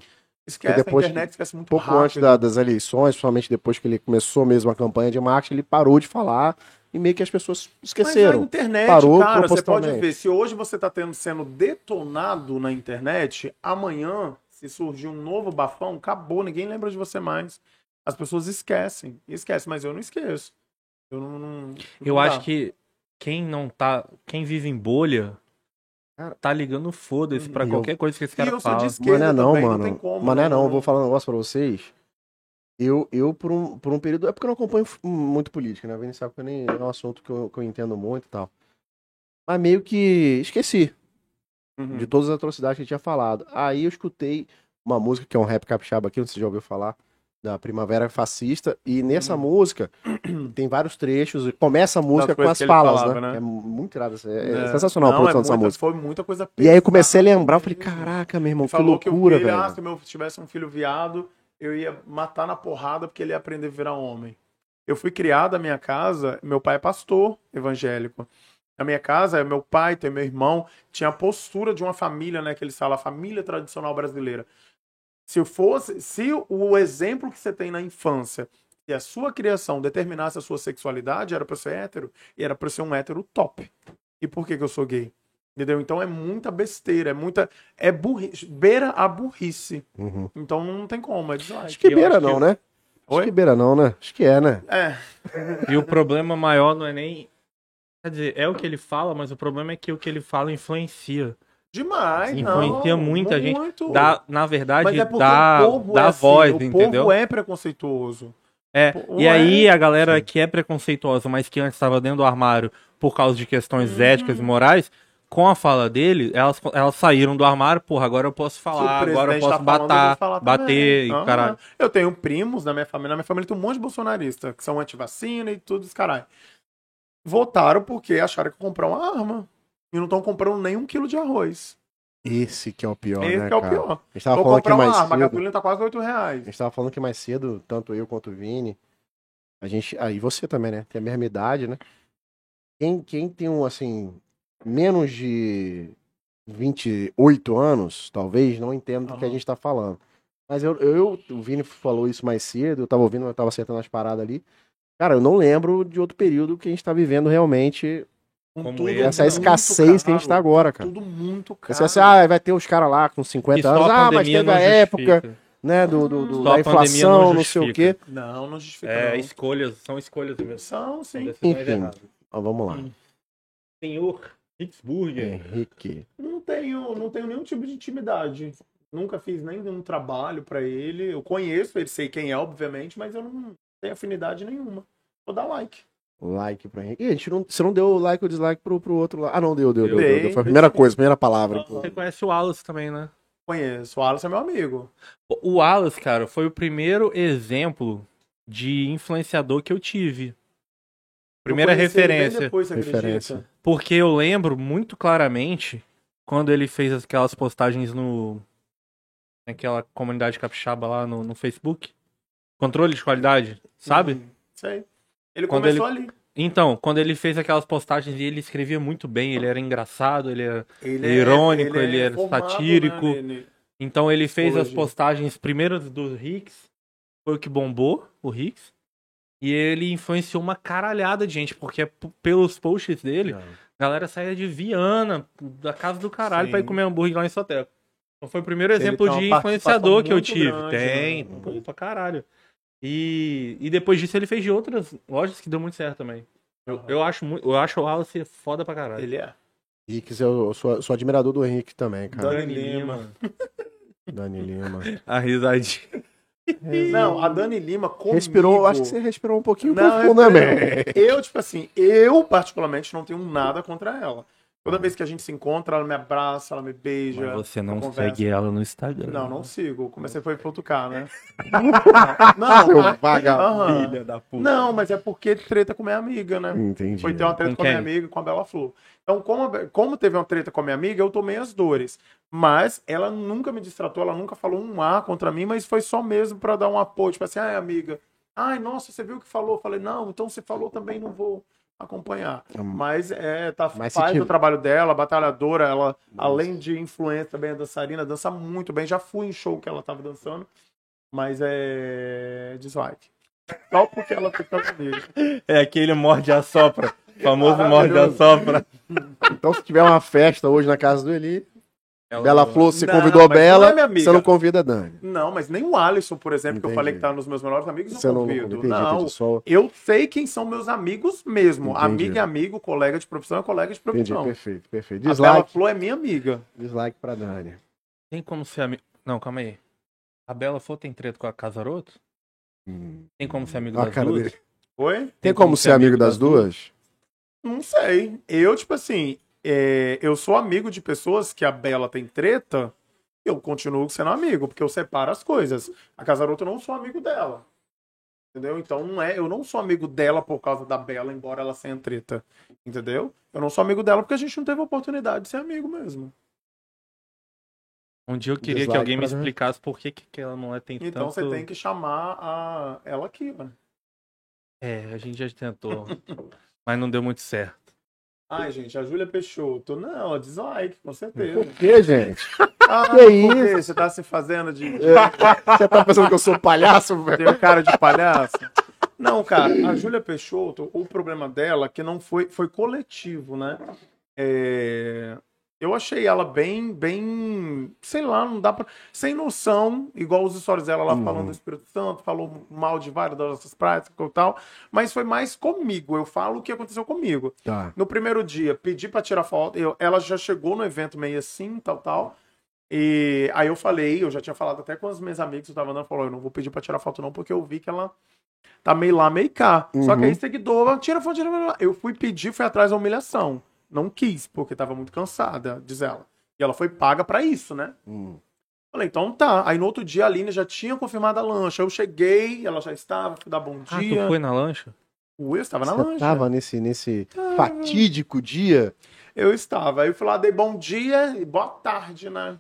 [SPEAKER 3] Esquece,
[SPEAKER 2] depois
[SPEAKER 3] a internet esquece muito
[SPEAKER 2] pouco
[SPEAKER 3] rápido.
[SPEAKER 2] antes da- das eleições, somente depois que ele começou mesmo a campanha de marketing, ele parou de falar e meio que as pessoas
[SPEAKER 3] Mas a
[SPEAKER 2] esqueceram.
[SPEAKER 3] internet,
[SPEAKER 2] Parou
[SPEAKER 3] cara, você pode
[SPEAKER 2] propositalmente.
[SPEAKER 3] ver. Se hoje você está tendo, sendo detonado na internet, amanhã, se surgir um novo bafão, acabou, ninguém lembra de você mais. As pessoas esquecem, esquecem, mas eu não esqueço. Eu não. não-
[SPEAKER 1] Eu
[SPEAKER 3] não
[SPEAKER 1] acho
[SPEAKER 3] dá.
[SPEAKER 1] que quem não tá. Quem vive em bolha.
[SPEAKER 2] Cara,
[SPEAKER 1] tá ligando foda-se pra
[SPEAKER 2] eu-
[SPEAKER 1] qualquer coisa que esse
[SPEAKER 3] E
[SPEAKER 1] cara
[SPEAKER 3] eu sou
[SPEAKER 1] fala.
[SPEAKER 3] de esquerda
[SPEAKER 2] Mané não,
[SPEAKER 3] também, não
[SPEAKER 2] mano.
[SPEAKER 3] tem como,
[SPEAKER 2] Mané
[SPEAKER 3] né?
[SPEAKER 2] não, eu vou falar um negócio pra vocês. Eu, eu por, um, por um período. É porque eu não acompanho f- muito política, né? A Vini sabe que eu nem, é um assunto que eu, que eu entendo muito e tal. Mas meio que esqueci
[SPEAKER 3] Uhum.
[SPEAKER 2] de todas as atrocidades que ele tinha falado. Aí eu escutei uma música que é um rap capixaba aqui, não sei se já ouviu falar, da Primavera Fascista. E nessa música tem vários trechos. e Começa a música com
[SPEAKER 3] coisas
[SPEAKER 2] as
[SPEAKER 3] que ele
[SPEAKER 2] falas,
[SPEAKER 3] falava,
[SPEAKER 2] né?
[SPEAKER 3] né?
[SPEAKER 2] É muito irado. assim, É, é
[SPEAKER 3] É.
[SPEAKER 2] sensacional a
[SPEAKER 3] Não,
[SPEAKER 2] produção
[SPEAKER 3] é
[SPEAKER 2] dessa
[SPEAKER 3] muita-
[SPEAKER 2] música.
[SPEAKER 3] Foi muita coisa
[SPEAKER 2] E aí eu comecei a
[SPEAKER 3] pesada.
[SPEAKER 2] lembrar, eu falei, caraca, meu irmão, que
[SPEAKER 3] falou
[SPEAKER 2] loucura,
[SPEAKER 3] que o filho,
[SPEAKER 2] velho.
[SPEAKER 3] ah, se meu tivesse um filho viado, eu ia matar na porrada porque ele ia aprender a virar um homem. Eu fui criado na minha casa, meu pai é pastor evangélico. Na minha casa, meu pai, tem meu irmão, tinha a postura de uma família, né, que eles falam, a família tradicional brasileira. Se fosse, se o exemplo que você tem na infância e a sua criação determinasse a sua sexualidade, era pra eu ser hétero, e era pra eu ser um hétero top. E por que que eu sou gay? Entendeu? Então é muita besteira, é muita é burrice, beira a burrice.
[SPEAKER 2] Uhum.
[SPEAKER 3] Então não tem como, é
[SPEAKER 2] Acho
[SPEAKER 3] dislike.
[SPEAKER 2] que
[SPEAKER 1] eu
[SPEAKER 2] beira
[SPEAKER 1] acho que
[SPEAKER 2] não,
[SPEAKER 1] eu-
[SPEAKER 2] né? Acho
[SPEAKER 3] Oi?
[SPEAKER 2] que beira não, né? Acho que é, né?
[SPEAKER 3] É,
[SPEAKER 1] E o problema maior não é nem. Quer dizer, é o que ele fala, mas o problema é que o que ele fala influencia.
[SPEAKER 3] demais, não.
[SPEAKER 1] Influencia muita gente.
[SPEAKER 3] muito.
[SPEAKER 1] Dá, na verdade,
[SPEAKER 3] Mas é porque
[SPEAKER 1] dá,
[SPEAKER 3] o povo
[SPEAKER 1] dá
[SPEAKER 3] é assim,
[SPEAKER 1] voz,
[SPEAKER 3] o
[SPEAKER 1] entendeu?
[SPEAKER 3] povo é tipo, um preconceituoso.
[SPEAKER 1] É,
[SPEAKER 3] Pô,
[SPEAKER 1] e
[SPEAKER 3] ué.
[SPEAKER 1] aí a
[SPEAKER 3] assim.
[SPEAKER 1] galera que é preconceituosa, mas que antes estava dentro do armário por causa de questões éticas e morais, com a fala dele, elas, elas saíram do armário, porra, agora eu posso falar, agora
[SPEAKER 3] Se o
[SPEAKER 1] eu
[SPEAKER 3] presidente
[SPEAKER 1] posso
[SPEAKER 3] tá falando, eu
[SPEAKER 1] batar,
[SPEAKER 3] vou falar
[SPEAKER 1] bater
[SPEAKER 3] também.
[SPEAKER 1] e
[SPEAKER 3] Aham.
[SPEAKER 1] caralho.
[SPEAKER 3] Eu tenho primos na minha família. Na minha família tem um monte de bolsonaristas que são antivacina e tudo, esse caralho. Votaram porque acharam que comprar uma arma. E não estão comprando nem um quilo de arroz.
[SPEAKER 2] Esse que é o pior,
[SPEAKER 3] Esse
[SPEAKER 2] né,
[SPEAKER 3] que é o
[SPEAKER 2] cara?
[SPEAKER 3] pior.
[SPEAKER 2] A gente tava
[SPEAKER 3] Vou
[SPEAKER 2] falando aqui
[SPEAKER 3] comprar uma
[SPEAKER 2] mais
[SPEAKER 3] arma, a
[SPEAKER 2] cedo.
[SPEAKER 3] gasolina tá quase 8
[SPEAKER 2] A
[SPEAKER 3] reais.
[SPEAKER 2] gente tava falando que mais cedo, tanto eu quanto o Vini, a gente. Aí você também, né? Tem a mesma idade, né? Quem, quem tem um, assim, menos de 28 anos, talvez, não entenda do que a
[SPEAKER 3] Aham.
[SPEAKER 2] gente tá falando. Mas eu, eu, o Vini falou isso mais cedo, eu tava ouvindo, eu tava acertando as paradas ali. Cara, eu não lembro de outro período que a gente tá vivendo realmente
[SPEAKER 3] Com
[SPEAKER 1] Como
[SPEAKER 3] tudo
[SPEAKER 1] esse.
[SPEAKER 3] muito
[SPEAKER 2] essa
[SPEAKER 1] é
[SPEAKER 2] escassez que a gente tá
[SPEAKER 3] caro.
[SPEAKER 2] agora, cara.
[SPEAKER 3] Tudo muito caro.
[SPEAKER 2] Você assim, ah, vai ter os caras lá com
[SPEAKER 1] Que
[SPEAKER 2] 50
[SPEAKER 1] só
[SPEAKER 2] anos,
[SPEAKER 1] a
[SPEAKER 2] ah, mas
[SPEAKER 1] pandemia
[SPEAKER 2] teve
[SPEAKER 1] não
[SPEAKER 2] a época,
[SPEAKER 1] justifica.
[SPEAKER 2] né, do, do- do-
[SPEAKER 1] Só
[SPEAKER 2] da
[SPEAKER 1] a pandemia
[SPEAKER 2] inflação, não,
[SPEAKER 1] não
[SPEAKER 2] sei o
[SPEAKER 1] justifica.
[SPEAKER 2] quê.
[SPEAKER 3] Não, não justifica.
[SPEAKER 1] É,
[SPEAKER 3] não.
[SPEAKER 1] escolhas, são escolhas mesmo.
[SPEAKER 3] São,
[SPEAKER 1] São
[SPEAKER 3] Então. sim.
[SPEAKER 1] decisões
[SPEAKER 2] Enfim.
[SPEAKER 1] erradas.
[SPEAKER 2] Ó, vamos lá.
[SPEAKER 1] Senhor Hitzburger.
[SPEAKER 2] Henrique.
[SPEAKER 3] Não tenho, não tenho nenhum tipo de intimidade. Nunca fiz nenhum trabalho pra ele. Eu conheço ele, sei quem é, obviamente, mas eu não tenho afinidade nenhuma. Vou dar like.
[SPEAKER 2] Like pra Henrique. Ih, a gente não, você não deu o like ou dislike pro, pro outro lá. Ah, não, deu, deu, deu,
[SPEAKER 3] Dei.
[SPEAKER 2] deu, deu. Foi a primeira coisa, a primeira palavra.
[SPEAKER 1] Você conhece o Wallace também, né?
[SPEAKER 3] Conheço. O Alisson é meu amigo.
[SPEAKER 1] O Wallace, cara, foi o primeiro exemplo de influenciador que eu tive. Primeira
[SPEAKER 3] Eu conheci ele bem
[SPEAKER 1] referência.
[SPEAKER 3] Depois, você acredita? Uhum,
[SPEAKER 2] Referência.
[SPEAKER 1] Porque eu lembro muito claramente quando ele fez aquelas postagens no. naquela comunidade capixaba lá
[SPEAKER 3] Uhum.
[SPEAKER 1] no, no Facebook. Controle de qualidade, sabe?
[SPEAKER 3] Sei. Ele
[SPEAKER 1] Quando
[SPEAKER 3] começou ali.
[SPEAKER 1] Então, quando ele fez aquelas postagens e ele escrevia muito bem, ele era engraçado, ele é era. Irônico, ele era
[SPEAKER 3] é, formado,
[SPEAKER 1] satírico.
[SPEAKER 3] né, nele?
[SPEAKER 1] Então ele fez as
[SPEAKER 3] Psicologia.
[SPEAKER 1] postagens primeiras do Hicks, foi o que bombou o Hicks. E ele influenciou uma caralhada de gente, porque é p- pelos posts
[SPEAKER 3] É.
[SPEAKER 1] dele, a galera saía de Viana, da casa do caralho,
[SPEAKER 3] Sim.
[SPEAKER 1] pra ir comer hambúrguer lá em Soteco. Então foi o primeiro
[SPEAKER 3] Ele
[SPEAKER 1] exemplo
[SPEAKER 3] tem uma
[SPEAKER 1] de
[SPEAKER 3] participação
[SPEAKER 1] influenciador que eu
[SPEAKER 3] muito
[SPEAKER 1] tive.
[SPEAKER 3] grande,
[SPEAKER 1] tem,
[SPEAKER 3] né?
[SPEAKER 1] pô, pra caralho. E, e depois disso ele fez de outras lojas que deu muito certo também. Eu, eu acho muito, eu acho o Wallace foda pra caralho.
[SPEAKER 3] Ah. Ele é.
[SPEAKER 2] Henrique, eu sou, sou admirador do Henrique também, cara.
[SPEAKER 3] Dani Lima.
[SPEAKER 2] Dani Lima.
[SPEAKER 1] A risadinha.
[SPEAKER 3] Não, a Dani Lima comigo...
[SPEAKER 2] Respirou, acho que você respirou um pouquinho
[SPEAKER 3] Não, é
[SPEAKER 2] profundamente.
[SPEAKER 3] Eu, tipo assim, eu particularmente não tenho nada contra ela. Toda vez que a gente se encontra, ela me abraça, ela me beija.
[SPEAKER 1] Mas você não
[SPEAKER 3] conversa.
[SPEAKER 1] segue ela no Instagram.
[SPEAKER 3] Não, não sigo. Comecei foi pro outro cara, né?
[SPEAKER 2] Seu
[SPEAKER 3] não,
[SPEAKER 2] Ah, vagabundo.
[SPEAKER 3] aham. não, mas é porque treta com minha amiga, né?
[SPEAKER 2] Entendi.
[SPEAKER 3] Foi ter uma treta
[SPEAKER 1] Com
[SPEAKER 3] com, a minha
[SPEAKER 1] quem?
[SPEAKER 3] amiga e com a Bela Flor. Então, como, a- como teve uma treta com a minha amiga, eu tomei as dores. Mas ela nunca me destratou, ela nunca falou um A contra mim, mas foi só mesmo pra dar um apoio. Tipo assim, ai, amiga, ai, nossa, você viu o que falou? Eu falei, não, então você falou também, não vou acompanhar.
[SPEAKER 2] Hum.
[SPEAKER 3] Mas é, tá,
[SPEAKER 2] Mas se
[SPEAKER 3] faz
[SPEAKER 2] tiver-
[SPEAKER 3] o trabalho dela, batalhadora, ela, além de influência, também é dançarina, dança muito bem. Já fui em show que ela tava dançando, mas é dislike. Só porque ela fica comigo.
[SPEAKER 1] É aquele morde a sopra. Famoso
[SPEAKER 3] Maravilhoso.
[SPEAKER 1] morde a sopra.
[SPEAKER 2] Então, se tiver uma festa hoje na casa do Eli, Bela Flor, se
[SPEAKER 3] Não,
[SPEAKER 2] convidou
[SPEAKER 3] mas não é
[SPEAKER 2] Bela,
[SPEAKER 3] minha amiga.
[SPEAKER 2] você não convida a Dani.
[SPEAKER 3] Não, mas nem o Alisson, por exemplo, que eu
[SPEAKER 2] Entendi.
[SPEAKER 3] falei que tá nos meus melhores amigos,
[SPEAKER 2] Você
[SPEAKER 3] eu
[SPEAKER 2] não
[SPEAKER 3] não
[SPEAKER 2] convida,
[SPEAKER 3] convido.
[SPEAKER 2] entendi,
[SPEAKER 3] Não,
[SPEAKER 2] entendi, só...
[SPEAKER 3] eu sei quem são meus amigos mesmo.
[SPEAKER 2] Entendi.
[SPEAKER 3] Amigo é amigo, colega de profissão é colega de
[SPEAKER 2] entendi,
[SPEAKER 3] profissão.
[SPEAKER 2] perfeito, perfeito.
[SPEAKER 3] a Bela
[SPEAKER 2] Dislike,
[SPEAKER 3] Flor é minha amiga.
[SPEAKER 2] dislike pra Dani.
[SPEAKER 1] Tem como ser amigo. Não, calma aí. A Bela Flor tem treta com a Casaroto? Tem como ser amigo
[SPEAKER 2] Olha a
[SPEAKER 1] das
[SPEAKER 2] cara
[SPEAKER 1] duas?
[SPEAKER 2] dele.
[SPEAKER 3] Oi?
[SPEAKER 2] Tem como ser amigo das duas?
[SPEAKER 3] Não sei. Eu, tipo assim, é, eu sou amigo de pessoas que a Bela tem treta, eu continuo sendo amigo, porque eu separo as coisas. A Casaroto eu não sou amigo dela. Entendeu? Então não é, eu não sou amigo dela por causa da Bela, embora ela tenha treta. Entendeu? Eu não sou amigo dela porque a gente não teve a oportunidade de ser amigo mesmo.
[SPEAKER 1] Um dia eu queria que
[SPEAKER 2] Dislike tá
[SPEAKER 1] alguém me
[SPEAKER 2] pra Dani.
[SPEAKER 1] explicasse por que, que aquela mulher tem
[SPEAKER 3] Então
[SPEAKER 1] tanto...
[SPEAKER 3] você tem que chamar a ela aqui, né?
[SPEAKER 1] É, a gente já tentou. mas não deu muito certo.
[SPEAKER 3] Ai, gente, a Júlia Peixoto. Não, dislike, com certeza.
[SPEAKER 2] Por que, gente?
[SPEAKER 3] Ah,
[SPEAKER 2] Que
[SPEAKER 3] por quê?
[SPEAKER 2] isso?
[SPEAKER 3] Você tá se fazendo de,
[SPEAKER 2] É.
[SPEAKER 3] de
[SPEAKER 2] Você tá pensando que eu sou palhaço, velho?
[SPEAKER 3] Tem um cara de palhaço. Não, cara, a Júlia Peixoto, o problema dela é que não foi, foi coletivo, né? É, Eu achei ela bem, bem, sei lá, não dá pra. Sem noção, igual os stories dela lá
[SPEAKER 2] Uhum.
[SPEAKER 3] falando do Espírito Santo, falou mal de várias das nossas práticas e tal, mas foi mais comigo, eu falo o que aconteceu comigo.
[SPEAKER 2] Tá.
[SPEAKER 3] No primeiro dia, pedi pra tirar foto. eu- ela já chegou no evento meio assim, tal, tal. E aí eu falei, eu já tinha falado até com os meus amigos, eu tava andando, falou, eu não vou pedir pra tirar foto não, porque eu vi que ela tá meio lá, meio cá. Só
[SPEAKER 2] Uhum.
[SPEAKER 3] que aí seguidor, "Ah, tira foto, tira foto. Eu fui pedir, fui atrás da humilhação. Não quis, porque tava muito cansada, diz ela. E ela foi paga pra isso, né?
[SPEAKER 2] Hum.
[SPEAKER 3] Falei, então tá. Aí no outro dia a Aline já tinha confirmado a lancha. Eu cheguei, ela já estava, fui dar bom
[SPEAKER 1] Ah,
[SPEAKER 3] dia.
[SPEAKER 1] tu foi na lancha?
[SPEAKER 3] O eu estava na
[SPEAKER 2] Você
[SPEAKER 3] lancha.
[SPEAKER 2] tava nesse, nesse fatídico dia?
[SPEAKER 3] Eu estava. Aí eu fui lá, dei bom dia e boa tarde, né?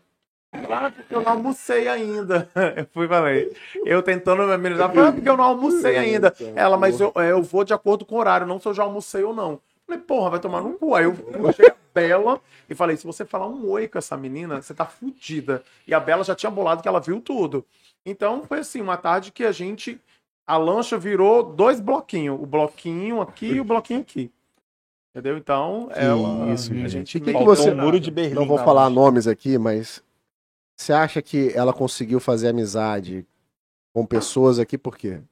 [SPEAKER 3] Claro, porque eu não almocei ainda. Eu fui e falei. Eu tentando me amenizar, falei, ah, porque eu não almocei ainda. Ela, mas eu, é, eu vou de acordo com o horário, não se eu já almocei ou não. Falei, porra, vai tomar no cu. Aí eu puxei a Bela e falei, se você falar um oi com essa menina, você tá fudida. E a Bela já tinha bolado que ela viu tudo. Então foi assim, uma tarde que a gente. A lancha virou dois bloquinhos. O bloquinho aqui e o bloquinho aqui. Entendeu? Então,
[SPEAKER 2] Que
[SPEAKER 3] ela.
[SPEAKER 2] isso,
[SPEAKER 3] a
[SPEAKER 2] gente.
[SPEAKER 3] gente
[SPEAKER 2] E que que
[SPEAKER 3] meio-
[SPEAKER 2] você- Faltou um
[SPEAKER 1] muro de Berlim.
[SPEAKER 2] Não vou falar nomes aqui, mas você acha que ela conseguiu fazer amizade com pessoas aqui por quê?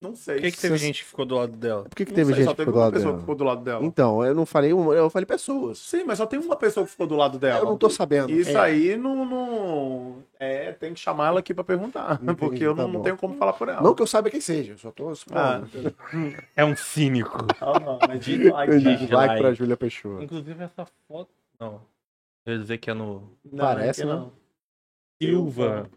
[SPEAKER 3] Não sei.
[SPEAKER 1] Por que, que teve gente que ficou do lado dela?
[SPEAKER 2] Por que, que
[SPEAKER 3] Não
[SPEAKER 2] teve
[SPEAKER 3] sei,
[SPEAKER 2] gente
[SPEAKER 3] só
[SPEAKER 2] que
[SPEAKER 3] teve
[SPEAKER 2] ficou do
[SPEAKER 3] uma
[SPEAKER 2] lado
[SPEAKER 3] pessoa que
[SPEAKER 2] dela?
[SPEAKER 3] ficou do lado dela.
[SPEAKER 2] Então, eu não falei uma, eu falei pessoas.
[SPEAKER 3] Sim, mas só tem uma pessoa que ficou do lado dela.
[SPEAKER 2] Eu não tô sabendo.
[SPEAKER 3] Isso
[SPEAKER 2] É.
[SPEAKER 3] aí não, não- É, tem que chamar ela aqui pra perguntar.
[SPEAKER 2] Entendi,
[SPEAKER 3] porque eu
[SPEAKER 2] tá
[SPEAKER 3] não, não
[SPEAKER 2] bom.
[SPEAKER 3] tenho como falar por ela.
[SPEAKER 2] Não que eu saiba quem seja, eu só tô.
[SPEAKER 3] Ah.
[SPEAKER 1] É um cínico.
[SPEAKER 3] Ah, não, mas diz lá,
[SPEAKER 2] Eu
[SPEAKER 3] cara.
[SPEAKER 2] dei like
[SPEAKER 1] dislike.
[SPEAKER 2] pra Júlia Peixoto.
[SPEAKER 1] Inclusive essa foto... Não. Eu ia dizer que é no...
[SPEAKER 3] Não,
[SPEAKER 2] Parece,
[SPEAKER 3] que
[SPEAKER 2] né?
[SPEAKER 1] Silva.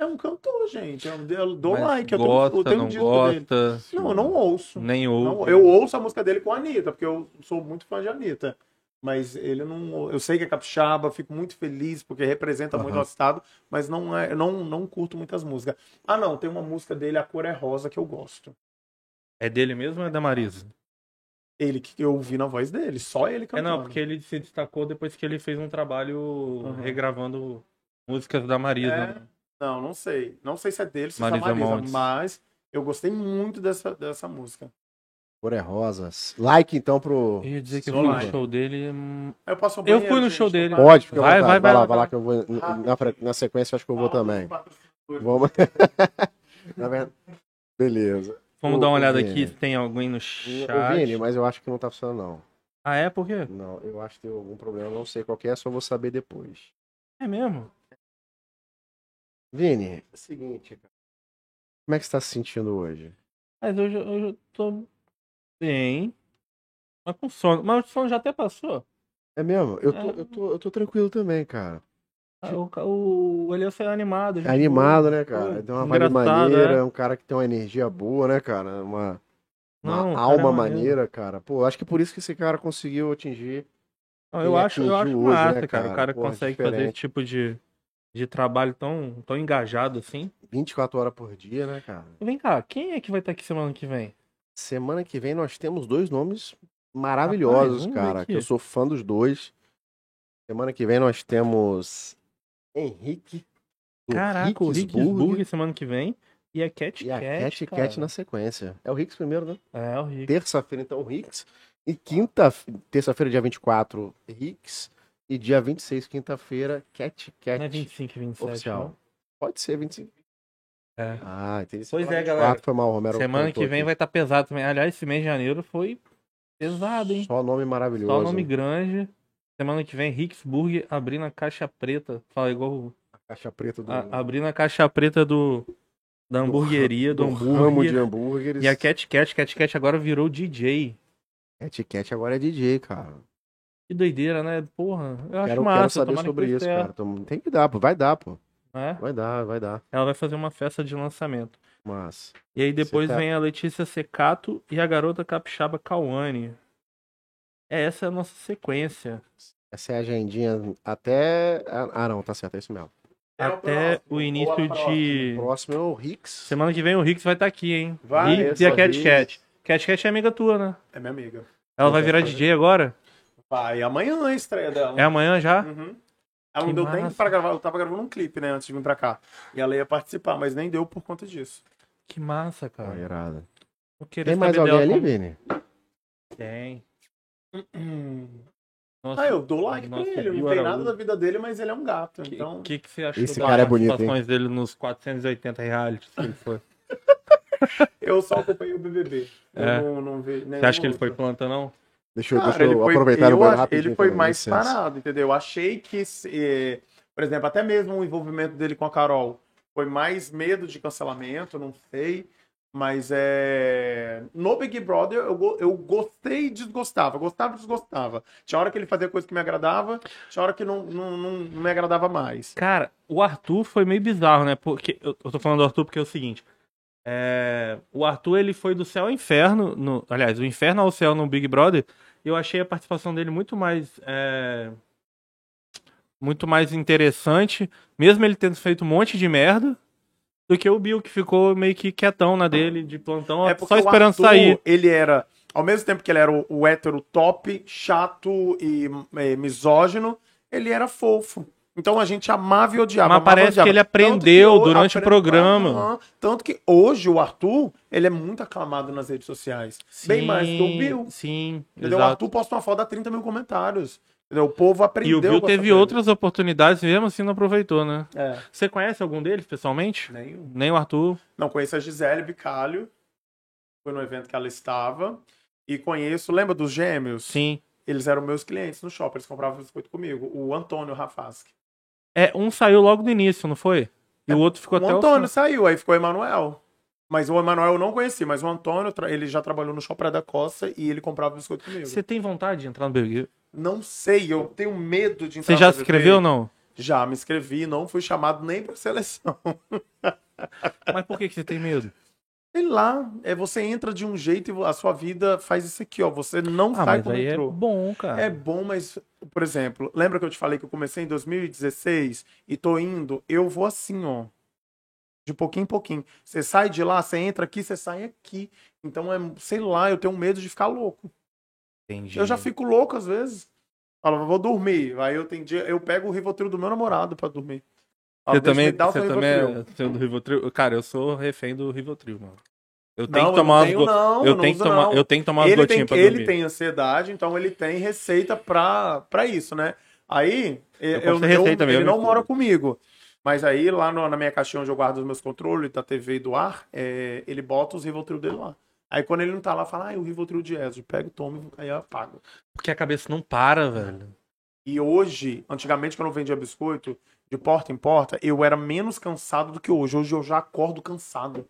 [SPEAKER 3] É um cantor, gente. Eu, eu dou
[SPEAKER 1] Mas
[SPEAKER 3] like. Eu tenho,
[SPEAKER 1] gosta,
[SPEAKER 3] eu tenho um
[SPEAKER 1] não
[SPEAKER 3] disco dele.
[SPEAKER 1] gosta,
[SPEAKER 3] Não, eu não ouço.
[SPEAKER 1] nem
[SPEAKER 3] Não,
[SPEAKER 1] ouve.
[SPEAKER 3] eu ouço a música dele com a Anitta, porque eu sou muito fã de Anitta. Mas ele não. Eu sei que é capixaba, fico muito feliz porque representa muito
[SPEAKER 2] Aham.
[SPEAKER 3] o nosso estado, mas não, é, eu não, não curto muitas músicas. Ah, não, tem uma música dele, A Cor é Rosa, que eu gosto.
[SPEAKER 1] É dele mesmo ou é da Marisa?
[SPEAKER 3] Ele que eu ouvi na voz dele, só ele
[SPEAKER 1] É
[SPEAKER 3] cantando.
[SPEAKER 1] não, porque ele se destacou depois que ele fez um trabalho
[SPEAKER 3] Uhum.
[SPEAKER 1] regravando músicas da Marisa.
[SPEAKER 3] É.
[SPEAKER 1] né?
[SPEAKER 3] Não, não sei. Não sei se é dele, se é da
[SPEAKER 1] Marisa
[SPEAKER 3] Marisa,
[SPEAKER 1] Montes.
[SPEAKER 3] mas eu gostei muito dessa, dessa música.
[SPEAKER 2] Cor é rosas. Like então pro.
[SPEAKER 1] Eu ia dizer que eu
[SPEAKER 2] Solange.
[SPEAKER 1] fui no show dele. hum,
[SPEAKER 3] Aí Eu, passo ao
[SPEAKER 1] Eu
[SPEAKER 3] banheiro,
[SPEAKER 1] fui no
[SPEAKER 3] gente,
[SPEAKER 1] show
[SPEAKER 3] tô
[SPEAKER 1] dele.
[SPEAKER 3] parado.
[SPEAKER 2] Pode, fica à
[SPEAKER 1] Vai,
[SPEAKER 2] vontade.
[SPEAKER 1] vai, vai,
[SPEAKER 2] lá,
[SPEAKER 1] vai.
[SPEAKER 2] lá que eu vou. Na, fre- na sequência eu acho que eu vou também. Vamos. Na verdade- Beleza.
[SPEAKER 1] Vamos
[SPEAKER 2] Ô,
[SPEAKER 1] dar uma olhada
[SPEAKER 2] Vini.
[SPEAKER 1] aqui se tem alguém no
[SPEAKER 2] O
[SPEAKER 1] chat.
[SPEAKER 2] Vini, mas eu acho que não tá funcionando,
[SPEAKER 1] Ah, é? Por quê?
[SPEAKER 2] não. Não, eu acho que tem algum problema, eu não sei qual que é, só vou saber depois.
[SPEAKER 1] É mesmo?
[SPEAKER 2] Vini, é o seguinte, cara. Como é que você tá se sentindo hoje?
[SPEAKER 1] Mas hoje eu, hoje eu tô bem. Mas com sono. Mas o sono já até passou.
[SPEAKER 2] É mesmo? Eu tô,
[SPEAKER 1] É.
[SPEAKER 2] eu tô, eu tô tranquilo também, cara.
[SPEAKER 1] Ah, O, ca- o, o Elias foi animado. gente.
[SPEAKER 2] É animado, né, cara?
[SPEAKER 1] Pô,
[SPEAKER 2] Tem uma vibe
[SPEAKER 1] engraçado,
[SPEAKER 2] maneira,
[SPEAKER 1] é.
[SPEAKER 2] é um cara que tem uma energia boa, né, cara? Uma. Uma
[SPEAKER 1] Não, o cara é
[SPEAKER 2] alma
[SPEAKER 1] maneiro.
[SPEAKER 2] maneira, cara. Pô, acho que por isso que esse cara conseguiu atingir.
[SPEAKER 1] Não, eu
[SPEAKER 2] Ele
[SPEAKER 1] acho, eu acho
[SPEAKER 2] atingiu hoje,
[SPEAKER 1] massa, cara.
[SPEAKER 2] né,
[SPEAKER 1] O
[SPEAKER 2] cara?
[SPEAKER 1] cara
[SPEAKER 2] Porra,
[SPEAKER 1] consegue
[SPEAKER 2] diferente.
[SPEAKER 1] fazer esse tipo de, de trabalho tão, tão engajado assim.
[SPEAKER 2] 24 horas por dia, né, cara?
[SPEAKER 1] Vem cá, quem é que vai estar aqui semana que vem?
[SPEAKER 2] Semana que vem nós temos dois nomes maravilhosos,
[SPEAKER 1] Rapaz, vamos ver
[SPEAKER 2] cara.
[SPEAKER 1] aqui.
[SPEAKER 2] Que eu sou fã dos dois. Semana que vem nós temos Henrique. do
[SPEAKER 1] Caraca, o Ricksburg semana que vem. E a Cat
[SPEAKER 2] E a Cat
[SPEAKER 1] cara.
[SPEAKER 2] Cat na sequência. É o Ricks primeiro, né?
[SPEAKER 1] É, o Rick.
[SPEAKER 2] Terça-feira, então, o Ricks. E quinta. Terça-feira, dia 24, Ricks. E dia 26, quinta-feira, Cat Cat.
[SPEAKER 1] Não é 25 e 27.
[SPEAKER 2] oficial.
[SPEAKER 1] não?
[SPEAKER 2] Pode ser 25.
[SPEAKER 1] É.
[SPEAKER 2] Ah, entendi.
[SPEAKER 1] Pois
[SPEAKER 2] Semana
[SPEAKER 1] é, galera.
[SPEAKER 2] 24 Foi mal, Romero.
[SPEAKER 1] Semana
[SPEAKER 2] cantou
[SPEAKER 1] que vem
[SPEAKER 2] aqui.
[SPEAKER 1] vai estar pesado também. Aliás, esse mês de janeiro foi pesado, hein?
[SPEAKER 2] Só nome maravilhoso.
[SPEAKER 1] Só nome grande. Semana que vem, Ricksburg abrindo a caixa preta. Fala igual. o-
[SPEAKER 2] Caixa preta do,
[SPEAKER 1] a- abrindo a caixa preta do. Da hamburgueria, do,
[SPEAKER 2] do
[SPEAKER 1] hambúrguer.
[SPEAKER 2] ramo de hambúrgueres.
[SPEAKER 1] E a Cat Cat, Cat Cat agora virou DJ.
[SPEAKER 2] Cat Cat agora é DJ, cara.
[SPEAKER 1] Que doideira, né? Porra, eu acho
[SPEAKER 2] Quero,
[SPEAKER 1] massa.
[SPEAKER 2] quero saber
[SPEAKER 1] tomara que
[SPEAKER 2] sobre
[SPEAKER 1] dê
[SPEAKER 2] isso,
[SPEAKER 1] certo,
[SPEAKER 2] cara. Tom- Tem que dar, pô. Vai dar, pô.
[SPEAKER 1] né?
[SPEAKER 2] Vai dar, vai dar.
[SPEAKER 1] Ela vai fazer uma festa de lançamento.
[SPEAKER 2] Mas.
[SPEAKER 1] E aí depois
[SPEAKER 2] Você tá-
[SPEAKER 1] vem a Letícia Secato e a garota capixaba Cauane. É, essa é a nossa sequência.
[SPEAKER 2] Essa é a agendinha até. Ah, não, tá certo, é isso mesmo.
[SPEAKER 3] É o
[SPEAKER 1] até
[SPEAKER 3] próximo,
[SPEAKER 1] o início
[SPEAKER 3] ou a próxima.
[SPEAKER 1] de.
[SPEAKER 2] Próximo é o Ah, Ricks.
[SPEAKER 1] Semana que vem o Ricks vai estar aqui, hein?
[SPEAKER 3] Vai,
[SPEAKER 1] Ricks
[SPEAKER 3] esse
[SPEAKER 1] e a
[SPEAKER 3] é o
[SPEAKER 1] Cat
[SPEAKER 2] Ricks.
[SPEAKER 1] Cat. Cat Cat é amiga tua, né?
[SPEAKER 3] É minha amiga.
[SPEAKER 1] Ela vai
[SPEAKER 2] Pois
[SPEAKER 1] virar
[SPEAKER 2] é.
[SPEAKER 1] DJ agora?
[SPEAKER 3] Vai, amanhã a estreia dela.
[SPEAKER 1] É amanhã já?
[SPEAKER 3] Uhum. Ela
[SPEAKER 1] Que
[SPEAKER 3] não deu tempo
[SPEAKER 1] massa.
[SPEAKER 3] pra gravar, eu tava gravando um clipe, né, antes de vir pra cá. E ela ia participar, mas nem deu por conta disso.
[SPEAKER 1] Que massa,
[SPEAKER 2] Ah,
[SPEAKER 1] cara.
[SPEAKER 2] irado.
[SPEAKER 1] Eu queria
[SPEAKER 2] Tem mais
[SPEAKER 1] saber
[SPEAKER 2] alguém
[SPEAKER 1] dela
[SPEAKER 2] ali,
[SPEAKER 1] como-
[SPEAKER 2] Vini?
[SPEAKER 1] Tem.
[SPEAKER 3] Ah, eu dou like pra
[SPEAKER 1] Nossa,
[SPEAKER 3] ele.
[SPEAKER 1] Bill
[SPEAKER 3] Não tem
[SPEAKER 1] Araújo.
[SPEAKER 3] nada da vida dele, mas ele é um gato.
[SPEAKER 1] Que,
[SPEAKER 3] Então.
[SPEAKER 1] que, que você achou
[SPEAKER 2] Esse
[SPEAKER 1] das
[SPEAKER 2] cara é bonito, hein?
[SPEAKER 1] participações dele nos 480 reais que ele foi?
[SPEAKER 3] Eu só acompanhei o BBB. Eu
[SPEAKER 1] É.
[SPEAKER 3] não, não vi
[SPEAKER 1] Você acha que ele foi planta, não?
[SPEAKER 2] Deixa eu,
[SPEAKER 3] Cara,
[SPEAKER 2] deixa eu
[SPEAKER 3] ele foi-
[SPEAKER 2] aproveitar
[SPEAKER 3] eu
[SPEAKER 2] o banheiro
[SPEAKER 3] ach-
[SPEAKER 2] rapidinho.
[SPEAKER 3] Ele foi
[SPEAKER 2] também,
[SPEAKER 3] mais
[SPEAKER 2] licença.
[SPEAKER 3] parado, entendeu? Eu achei que, se- eh, por exemplo, até mesmo o envolvimento dele com a Carol foi mais medo de cancelamento, não sei. Mas é. No Big Brother, eu, go- eu gostei e desgostava. Gostava e desgostava. Tinha hora que ele fazia coisa que me agradava, tinha hora que não, não, não, não me agradava mais.
[SPEAKER 1] Cara, o Arthur foi meio bizarro, né? Porque eu, eu tô falando do Arthur porque é o seguinte. é, o Arthur ele foi do céu ao inferno, no, aliás, do inferno ao céu no Big Brother. Eu achei a participação dele muito mais é, muito mais interessante, mesmo ele tendo feito um monte de merda, do que o Bill que ficou meio que quietão na dele de plantão,
[SPEAKER 3] É
[SPEAKER 1] só
[SPEAKER 3] o
[SPEAKER 1] esperando
[SPEAKER 3] Arthur,
[SPEAKER 1] sair.
[SPEAKER 3] Ele era, ao mesmo tempo que ele era o, o hétero top, chato e eh, misógino, ele era fofo. Então a gente amava e odiava.
[SPEAKER 1] Mas
[SPEAKER 3] amava e
[SPEAKER 1] parece
[SPEAKER 3] odiava.
[SPEAKER 1] que ele
[SPEAKER 3] Tanto que
[SPEAKER 1] aprendeu
[SPEAKER 3] hoje-
[SPEAKER 1] durante o
[SPEAKER 3] apre-
[SPEAKER 1] programa.
[SPEAKER 3] Aham. Tanto que hoje o Arthur, ele é muito aclamado nas redes sociais. Bem mais que o
[SPEAKER 1] Sim,
[SPEAKER 3] Bill.
[SPEAKER 1] Sim,
[SPEAKER 3] Entendeu? O
[SPEAKER 1] exato.
[SPEAKER 3] Arthur posta uma foto dá 30 mil comentários. Entendeu? O povo
[SPEAKER 1] E
[SPEAKER 3] aprendeu.
[SPEAKER 1] o Bill
[SPEAKER 3] com essa
[SPEAKER 1] teve
[SPEAKER 3] coisa.
[SPEAKER 1] outras oportunidades, mesmo assim não aproveitou, né?
[SPEAKER 3] É,
[SPEAKER 1] Você conhece algum deles pessoalmente?
[SPEAKER 3] nenhum.
[SPEAKER 1] Nem o Arthur.
[SPEAKER 3] Não, conheço a Gisele Bicalho. Foi no evento que ela estava. E conheço, lembra dos gêmeos?
[SPEAKER 1] Sim.
[SPEAKER 3] Eles eram meus clientes no shopping, eles compravam biscoito comigo. O Antônio Rafaski.
[SPEAKER 1] É, um saiu logo no início, não foi? E o outro ficou
[SPEAKER 3] O
[SPEAKER 1] até
[SPEAKER 3] Antônio
[SPEAKER 1] o fim.
[SPEAKER 3] saiu, aí ficou o Emanuel. Mas o Emanuel eu não conheci, mas o Antônio, tra- ele já trabalhou no shopping da Costa e ele comprava biscoito comigo.
[SPEAKER 1] Você tem vontade de entrar no BBB?
[SPEAKER 3] Não sei, eu tenho medo de entrar
[SPEAKER 1] Você já
[SPEAKER 3] no
[SPEAKER 1] se
[SPEAKER 3] BBB.
[SPEAKER 1] inscreveu ou não?
[SPEAKER 3] Já me inscrevi, não fui chamado nem pra seleção.
[SPEAKER 1] Mas por que, que você tem medo?
[SPEAKER 3] Sei lá, é você entra de um jeito e vo- a sua vida faz isso aqui, ó. Você não
[SPEAKER 1] Ah,
[SPEAKER 3] sai
[SPEAKER 1] mas
[SPEAKER 3] como
[SPEAKER 1] aí é
[SPEAKER 3] entrou.
[SPEAKER 1] bom, cara.
[SPEAKER 3] É bom, mas, por exemplo, lembra que eu te falei que eu comecei em 2016 e tô indo? Eu vou assim, ó. de pouquinho em pouquinho. Você sai de lá, você entra aqui, você sai aqui. Então, é, sei lá, eu tenho medo de ficar louco.
[SPEAKER 1] Entendi.
[SPEAKER 3] Eu já fico louco às vezes. Falo, vou dormir. Aí eu tenho dia, eu pego o Rivotril do meu namorado pra dormir. Falo,
[SPEAKER 1] Você
[SPEAKER 3] "Deixa
[SPEAKER 1] também,
[SPEAKER 3] ele dar o
[SPEAKER 1] você
[SPEAKER 3] seu
[SPEAKER 1] também é
[SPEAKER 3] Rivotril."
[SPEAKER 1] você é do Rivotril? Cara, eu sou refém do Rivotril, mano. Eu tenho
[SPEAKER 3] Não,
[SPEAKER 1] que tomar
[SPEAKER 3] eu não
[SPEAKER 1] umas
[SPEAKER 3] tenho,
[SPEAKER 1] go-
[SPEAKER 3] não,
[SPEAKER 1] eu
[SPEAKER 3] não
[SPEAKER 1] tenho que
[SPEAKER 3] uso,
[SPEAKER 1] tomar-
[SPEAKER 3] não.
[SPEAKER 1] eu tenho que tomar umas
[SPEAKER 3] ele
[SPEAKER 1] gotinhas
[SPEAKER 3] tem,
[SPEAKER 1] pra
[SPEAKER 3] ele
[SPEAKER 1] dormir.
[SPEAKER 3] tem ansiedade, então ele tem receita pra, pra isso, né? Aí, eu,
[SPEAKER 1] posso ter receita mesmo,
[SPEAKER 3] ele não
[SPEAKER 1] né?
[SPEAKER 3] mora comigo. Mas aí, lá no- na minha caixinha onde eu guardo os meus controles da TV e do ar, é, ele bota os Rivotril dele lá. Aí quando ele não tá lá, fala, ah, o Rivotril de Ezio. Pego, tomo, aí eu apago.
[SPEAKER 1] Porque a cabeça não para, velho.
[SPEAKER 3] E hoje, antigamente, quando eu vendia biscoito, de porta em porta, eu era menos cansado do que hoje. Hoje eu já acordo cansado.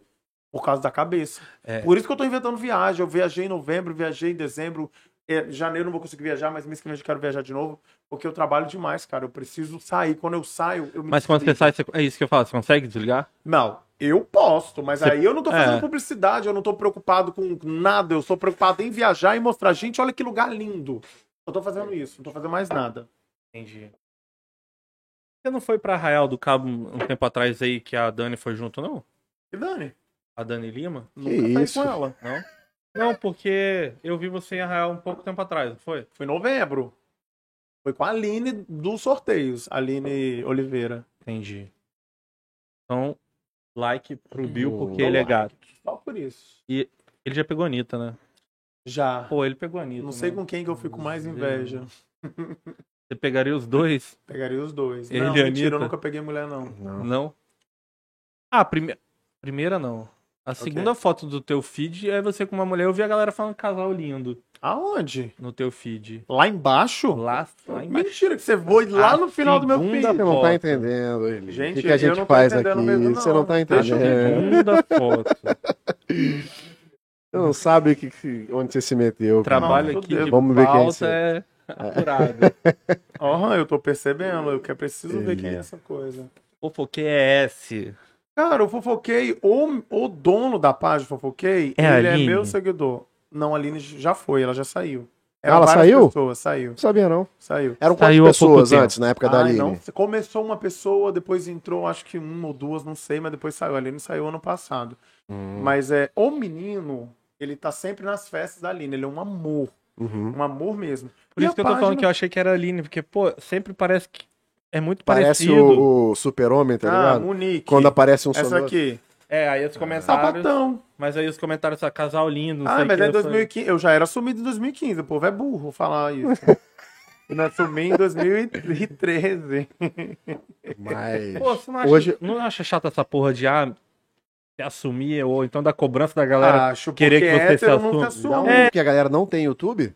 [SPEAKER 3] Por causa da cabeça.
[SPEAKER 1] É.
[SPEAKER 3] Por isso que eu tô inventando viagem. Eu viajei em novembro, viajei em dezembro. É, janeiro eu não vou conseguir viajar, mas mês que vem eu já quero viajar de novo. Porque eu trabalho demais, cara. Eu preciso sair. Quando eu saio, eu me
[SPEAKER 1] Mas quando você
[SPEAKER 3] desligo.
[SPEAKER 1] sai, você- é isso que eu falo, você consegue desligar?
[SPEAKER 3] Não, eu posto, mas
[SPEAKER 1] Você-
[SPEAKER 3] aí eu não tô fazendo
[SPEAKER 1] é.
[SPEAKER 3] publicidade, eu não tô preocupado com nada. Eu sou preocupado em viajar e mostrar, gente, olha que lugar lindo. Eu tô fazendo isso, não tô fazendo mais nada.
[SPEAKER 1] Entendi. Você não foi pra Arraial do Cabo um tempo atrás aí que a Dani foi junto, não?
[SPEAKER 3] E Dani?
[SPEAKER 1] A Dani Lima?
[SPEAKER 3] Nunca
[SPEAKER 2] isso?
[SPEAKER 3] saí com ela.
[SPEAKER 1] Não? Não, porque eu vi você em Arraial um pouco tempo atrás, não foi?
[SPEAKER 3] Foi em novembro. Foi com a Aline dos sorteios, Aline Oliveira.
[SPEAKER 1] Entendi. Então, like pro Bill,
[SPEAKER 2] Hum,
[SPEAKER 1] porque
[SPEAKER 2] dá
[SPEAKER 1] ele é
[SPEAKER 3] like.
[SPEAKER 1] gato.
[SPEAKER 3] Só por isso.
[SPEAKER 1] Ele já pegou a Anitta, né?
[SPEAKER 3] Já.
[SPEAKER 1] Pô, ele pegou a Anitta.
[SPEAKER 3] não sei
[SPEAKER 1] né?
[SPEAKER 3] com quem que eu fico mais inveja.
[SPEAKER 1] Você pegaria os dois?
[SPEAKER 3] Pegaria os dois.
[SPEAKER 1] Ele
[SPEAKER 3] não,
[SPEAKER 1] e a
[SPEAKER 3] mentira,
[SPEAKER 1] Anitta?
[SPEAKER 3] eu nunca peguei mulher, não.
[SPEAKER 2] Não.
[SPEAKER 1] Não? Ah, a prime... primeira não. A segunda foto do teu feed é você com uma mulher. Eu vi a galera falando casal lindo
[SPEAKER 3] Aonde?
[SPEAKER 1] no teu feed.
[SPEAKER 3] Lá embaixo?
[SPEAKER 1] Lá, lá embaixo.
[SPEAKER 3] Mentira que você foi lá
[SPEAKER 1] A
[SPEAKER 3] no final do meu
[SPEAKER 1] segunda
[SPEAKER 3] feed.
[SPEAKER 2] Você não
[SPEAKER 1] Foto.
[SPEAKER 2] tá entendendo, ele.
[SPEAKER 3] Gente,
[SPEAKER 2] o que, que a
[SPEAKER 3] eu
[SPEAKER 2] gente
[SPEAKER 3] não tô
[SPEAKER 2] faz aqui?
[SPEAKER 3] entendendo mesmo,
[SPEAKER 2] Você não
[SPEAKER 3] não.
[SPEAKER 2] tá
[SPEAKER 3] Deixa eu ver.
[SPEAKER 2] entendendo.
[SPEAKER 1] Segunda foto.
[SPEAKER 2] Você não sabe o que, que- onde você se meteu. cara.
[SPEAKER 1] Trabalho
[SPEAKER 3] meu
[SPEAKER 1] aqui
[SPEAKER 3] Deus.
[SPEAKER 1] de
[SPEAKER 2] Vamos ver quem é esse.
[SPEAKER 1] pauta é apurado.
[SPEAKER 3] Aham, eu tô percebendo. Eu que- preciso ver quem é
[SPEAKER 2] É.
[SPEAKER 3] essa coisa.
[SPEAKER 1] Fofoque é S.
[SPEAKER 3] Cara, o Fofoquei, o, o dono da página Fofoquei,
[SPEAKER 1] É a
[SPEAKER 3] ele é
[SPEAKER 1] Aline?
[SPEAKER 3] meu seguidor. Não, a Aline já foi, ela já saiu.
[SPEAKER 2] Ah, ela
[SPEAKER 3] várias
[SPEAKER 2] saiu?
[SPEAKER 3] Pessoas, saiu,
[SPEAKER 2] Não sabia, não.
[SPEAKER 3] saiu.
[SPEAKER 2] Eram quatro
[SPEAKER 1] Saiu há pouco
[SPEAKER 2] pessoas
[SPEAKER 1] tempo.
[SPEAKER 2] antes, na época da
[SPEAKER 3] Ai,
[SPEAKER 2] Aline.
[SPEAKER 3] Ah, não, começou uma pessoa, depois entrou, acho que uma ou duas, não sei, mas depois saiu. A Aline saiu ano passado.
[SPEAKER 2] Hum.
[SPEAKER 3] Mas é, o menino, ele tá sempre nas festas da Aline, ele é um amor,
[SPEAKER 2] Uhum.
[SPEAKER 3] um amor mesmo.
[SPEAKER 1] Por
[SPEAKER 3] E
[SPEAKER 1] isso
[SPEAKER 3] a
[SPEAKER 1] que eu tô falando
[SPEAKER 3] página-
[SPEAKER 1] que é- eu achei que era Aline, porque, pô, sempre parece que é muito
[SPEAKER 2] Parece
[SPEAKER 1] parecido.
[SPEAKER 2] o, o super-homem, tá
[SPEAKER 3] Ah,
[SPEAKER 2] ligado?
[SPEAKER 3] Monique.
[SPEAKER 2] Quando aparece um
[SPEAKER 3] Essa
[SPEAKER 2] sonoro-
[SPEAKER 3] aqui,
[SPEAKER 1] É, aí os comentários.
[SPEAKER 3] sapatão.
[SPEAKER 1] mas aí os comentários, ah, casal lindo. não
[SPEAKER 3] Ah,
[SPEAKER 1] sei
[SPEAKER 3] mas
[SPEAKER 1] que,
[SPEAKER 3] é
[SPEAKER 1] eu sou-
[SPEAKER 3] 2015. Eu já era sumido em 2015. O povo é burro falar isso. Eu não assumi em 2013.
[SPEAKER 2] Mas...
[SPEAKER 1] Pô, você não acha,
[SPEAKER 2] Hoje-
[SPEAKER 1] não acha chata essa porra de ah, se assumir, ou então da cobrança da galera?
[SPEAKER 3] Acho
[SPEAKER 1] querer que você se É.
[SPEAKER 3] hétero nunca
[SPEAKER 1] assuma.
[SPEAKER 2] Não,
[SPEAKER 3] assume.
[SPEAKER 2] porque um a galera não tem YouTube?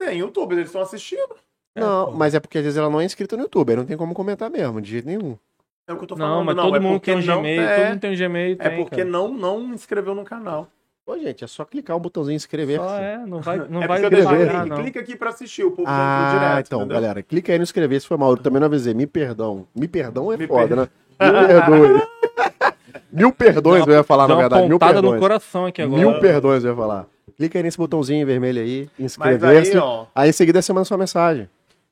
[SPEAKER 3] Tem YouTube, eles estão assistindo.
[SPEAKER 1] É,
[SPEAKER 2] não,
[SPEAKER 1] pô.
[SPEAKER 2] mas é porque às vezes ela não é inscrita no YouTube, aí não tem como comentar mesmo, de jeito nenhum.
[SPEAKER 3] É o que eu tô falando.
[SPEAKER 1] não, mas todo
[SPEAKER 3] é
[SPEAKER 1] mundo
[SPEAKER 3] porque
[SPEAKER 1] tem um
[SPEAKER 3] não-
[SPEAKER 1] Gmail, todo
[SPEAKER 3] É,
[SPEAKER 1] mundo tem um Gmail.
[SPEAKER 3] é
[SPEAKER 1] tem,
[SPEAKER 3] porque
[SPEAKER 1] cara.
[SPEAKER 3] não não inscreveu no canal.
[SPEAKER 2] Pô, gente, é só clicar o botãozinho inscrever.
[SPEAKER 1] Só é, não vai, não
[SPEAKER 3] é
[SPEAKER 1] vai
[SPEAKER 3] porque eu
[SPEAKER 2] escrever,
[SPEAKER 3] deixei
[SPEAKER 1] devagar,
[SPEAKER 3] aqui,
[SPEAKER 1] não.
[SPEAKER 3] clica aqui pra assistir. O povo
[SPEAKER 2] Ah,
[SPEAKER 3] já entrou direto.
[SPEAKER 2] então,
[SPEAKER 3] entendeu?
[SPEAKER 2] galera, clica aí no inscrever se foi mal. Eu também não avisei, me perdão. Me perdão é
[SPEAKER 3] Me
[SPEAKER 2] foda, né? Me perdoe. mil perdões eu ia falar,
[SPEAKER 1] Dá
[SPEAKER 2] na
[SPEAKER 1] uma
[SPEAKER 2] verdade, mil
[SPEAKER 1] pontada no
[SPEAKER 2] perdões.
[SPEAKER 1] coração aqui agora.
[SPEAKER 2] Mil perdões eu ia falar. Clica aí nesse botãozinho vermelho aí,
[SPEAKER 3] Mas aí,
[SPEAKER 2] inscrever-se. Aí,
[SPEAKER 3] ó,
[SPEAKER 2] em seguida você manda sua mensagem.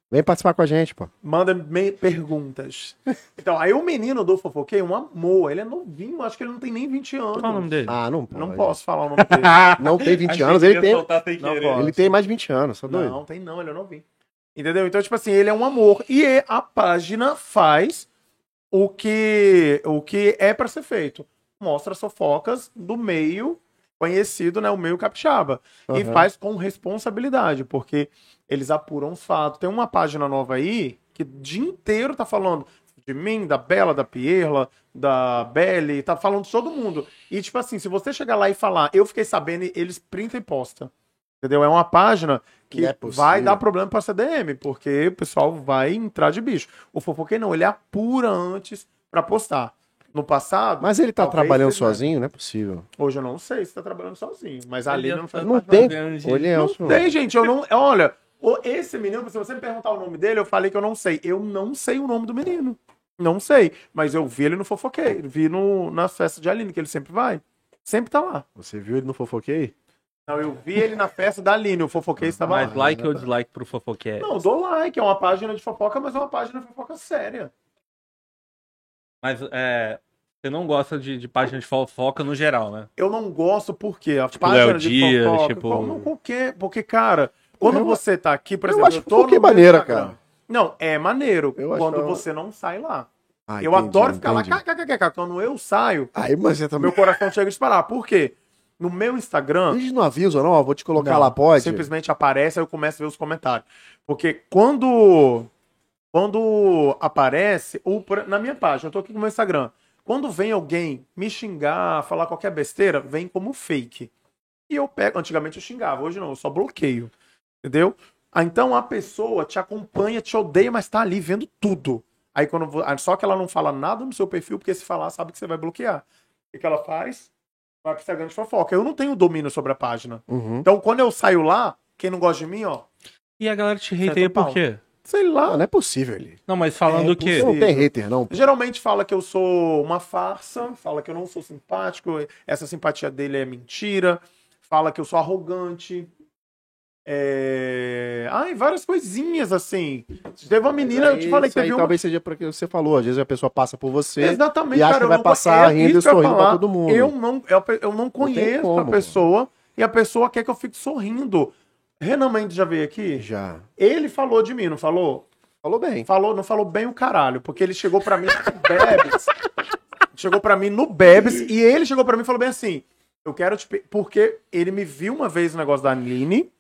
[SPEAKER 2] Vem participar com a gente, pô.
[SPEAKER 3] manda me- perguntas. Então, aí o menino do Fofoquei, um amor, ele é novinho, acho que ele não tem nem 20 anos.
[SPEAKER 1] Qual é o nome dele?
[SPEAKER 2] Ah, não pode.
[SPEAKER 3] Não posso falar o nome dele.
[SPEAKER 2] Não tem 20 anos, ele tem,
[SPEAKER 3] Não
[SPEAKER 1] Não,
[SPEAKER 3] pode.
[SPEAKER 2] ele tem mais de 20 anos, tá doido?
[SPEAKER 3] Não, tem não, ele é eu não vi. Entendeu? Então, tipo assim, ele é um amor. E é- a página faz o que, o que é pra ser feito. Mostra as fofocas do meio conhecido, né? O meio capixaba. E
[SPEAKER 2] Aham.
[SPEAKER 3] faz com responsabilidade, porque eles apuram os fatos. Tem uma página nova aí que o dia inteiro tá falando de mim, da Bela, da Pierla, da Belle, tá falando de todo mundo. E, tipo assim, se você chegar lá e falar, eu fiquei sabendo, eles printam e postam. Entendeu? É uma página que
[SPEAKER 2] Não é possível.
[SPEAKER 3] vai dar problema pra CDM, porque o pessoal vai entrar de bicho. O fofoquei não, ele apura antes pra postar. No passado,
[SPEAKER 2] Mas ele tá
[SPEAKER 3] Talvez
[SPEAKER 2] trabalhando
[SPEAKER 3] seja.
[SPEAKER 2] sozinho, não é possível.
[SPEAKER 3] hoje eu não sei se tá trabalhando sozinho, mas ali não faz
[SPEAKER 2] Não tem-
[SPEAKER 1] Olha...
[SPEAKER 2] Olha,
[SPEAKER 3] Tá não
[SPEAKER 2] Elcio.
[SPEAKER 3] tem, gente. Eu não. Olha, o- esse menino, se você me perguntar o nome dele, eu falei que eu não sei. Eu não sei o nome do menino. Não sei. Mas eu vi ele no fofoquei. Vi no, na festa de Aline, que ele sempre vai. Sempre tá lá.
[SPEAKER 2] Você viu ele no fofoquei?
[SPEAKER 3] Não, eu vi ele na festa da Aline. O fofoquei estava
[SPEAKER 1] Mas
[SPEAKER 3] lá.
[SPEAKER 1] like ou dislike pro fofoque é?
[SPEAKER 3] né? Não, dou like. É uma página de fofoca, mas é uma página de fofoca séria.
[SPEAKER 1] Mas é. Você não gosta de, de página de fofoca no geral, né?
[SPEAKER 3] Eu não gosto porque a
[SPEAKER 2] Tipo,
[SPEAKER 1] Léo
[SPEAKER 3] página de
[SPEAKER 1] Dias,
[SPEAKER 3] fofoca,
[SPEAKER 1] tipo-
[SPEAKER 3] como qualquer, porque cara,
[SPEAKER 2] um-
[SPEAKER 3] quando
[SPEAKER 2] Eu-
[SPEAKER 3] você tá aqui, por
[SPEAKER 2] eu
[SPEAKER 3] exemplo,
[SPEAKER 2] acho
[SPEAKER 3] eu tô
[SPEAKER 2] fofoca
[SPEAKER 3] no meu
[SPEAKER 2] maneira,
[SPEAKER 3] Instagram.
[SPEAKER 2] cara.
[SPEAKER 3] Não, é maneiro
[SPEAKER 2] Eu acho um
[SPEAKER 3] quando
[SPEAKER 2] ela-
[SPEAKER 3] você não sai lá.
[SPEAKER 2] Ah,
[SPEAKER 3] eu
[SPEAKER 2] entendi,
[SPEAKER 3] adoro ficar
[SPEAKER 2] entendi.
[SPEAKER 3] lá, kkkk. Quando eu saio,
[SPEAKER 2] Aí, mas você também.
[SPEAKER 3] meu coração chega a disparar. Por quê? No meu Instagram,
[SPEAKER 2] Eles não avisam, não, ó, vou te colocar
[SPEAKER 3] Não,
[SPEAKER 2] lá, pode?
[SPEAKER 3] Simplesmente aparece, aí eu começo a ver os comentários. Porque quando. Quando aparece, ou por- na minha página, eu tô aqui com o meu Instagram. Quando vem alguém me xingar, falar qualquer besteira, vem como fake. E eu pego. Antigamente eu xingava, hoje não, eu só bloqueio. Entendeu? Ah, Então a pessoa te acompanha, te odeia, mas tá ali vendo tudo. Aí quando vo- ah, só que ela não fala nada no seu perfil, porque se falar, sabe que você vai bloquear. O que que ela faz? Vai pro Instagram de fofoca. Eu não tenho domínio sobre a página.
[SPEAKER 2] Uhum.
[SPEAKER 3] Então, quando eu saio lá, quem não gosta de mim, ó,
[SPEAKER 1] E a galera te
[SPEAKER 3] Certo,
[SPEAKER 1] hateia por
[SPEAKER 3] Paulo.
[SPEAKER 1] quê?
[SPEAKER 3] sei
[SPEAKER 2] Ah,
[SPEAKER 3] lá.
[SPEAKER 2] não é possível ele.
[SPEAKER 1] Não, mas falando
[SPEAKER 3] É
[SPEAKER 1] o quê?
[SPEAKER 3] possível.
[SPEAKER 2] Não tem hater, não.
[SPEAKER 3] Geralmente fala que eu sou uma farsa, fala que eu não sou simpático, essa simpatia dele é mentira, fala que eu sou arrogante. É... Ai, várias coisinhas assim. Teve uma menina, eu te
[SPEAKER 2] Aí,
[SPEAKER 3] falei que
[SPEAKER 2] É isso aí
[SPEAKER 3] teve uma.
[SPEAKER 2] Talvez seja porque você falou, às vezes a pessoa passa por você
[SPEAKER 3] Exatamente,
[SPEAKER 2] e acha
[SPEAKER 3] cara,
[SPEAKER 2] que
[SPEAKER 3] eu
[SPEAKER 2] vai
[SPEAKER 3] não
[SPEAKER 2] passar
[SPEAKER 3] conheço-
[SPEAKER 2] rindo e
[SPEAKER 3] isso que eu ia
[SPEAKER 2] sorrindo pra
[SPEAKER 3] falar.
[SPEAKER 2] todo mundo.
[SPEAKER 3] Eu não, eu, eu não conheço
[SPEAKER 2] como,
[SPEAKER 3] a
[SPEAKER 2] pô.
[SPEAKER 3] pessoa e a pessoa quer que eu fique sorrindo. Renan Mendes já veio aqui?
[SPEAKER 2] Já.
[SPEAKER 3] Ele falou de mim, não falou?
[SPEAKER 2] Falou bem.
[SPEAKER 3] Falou, não falou bem o caralho, porque ele chegou pra mim no Bebes. chegou pra mim no Bebes e ele chegou pra mim e falou bem assim: "Eu quero te pe- porque ele me viu uma vez o negócio da Aline.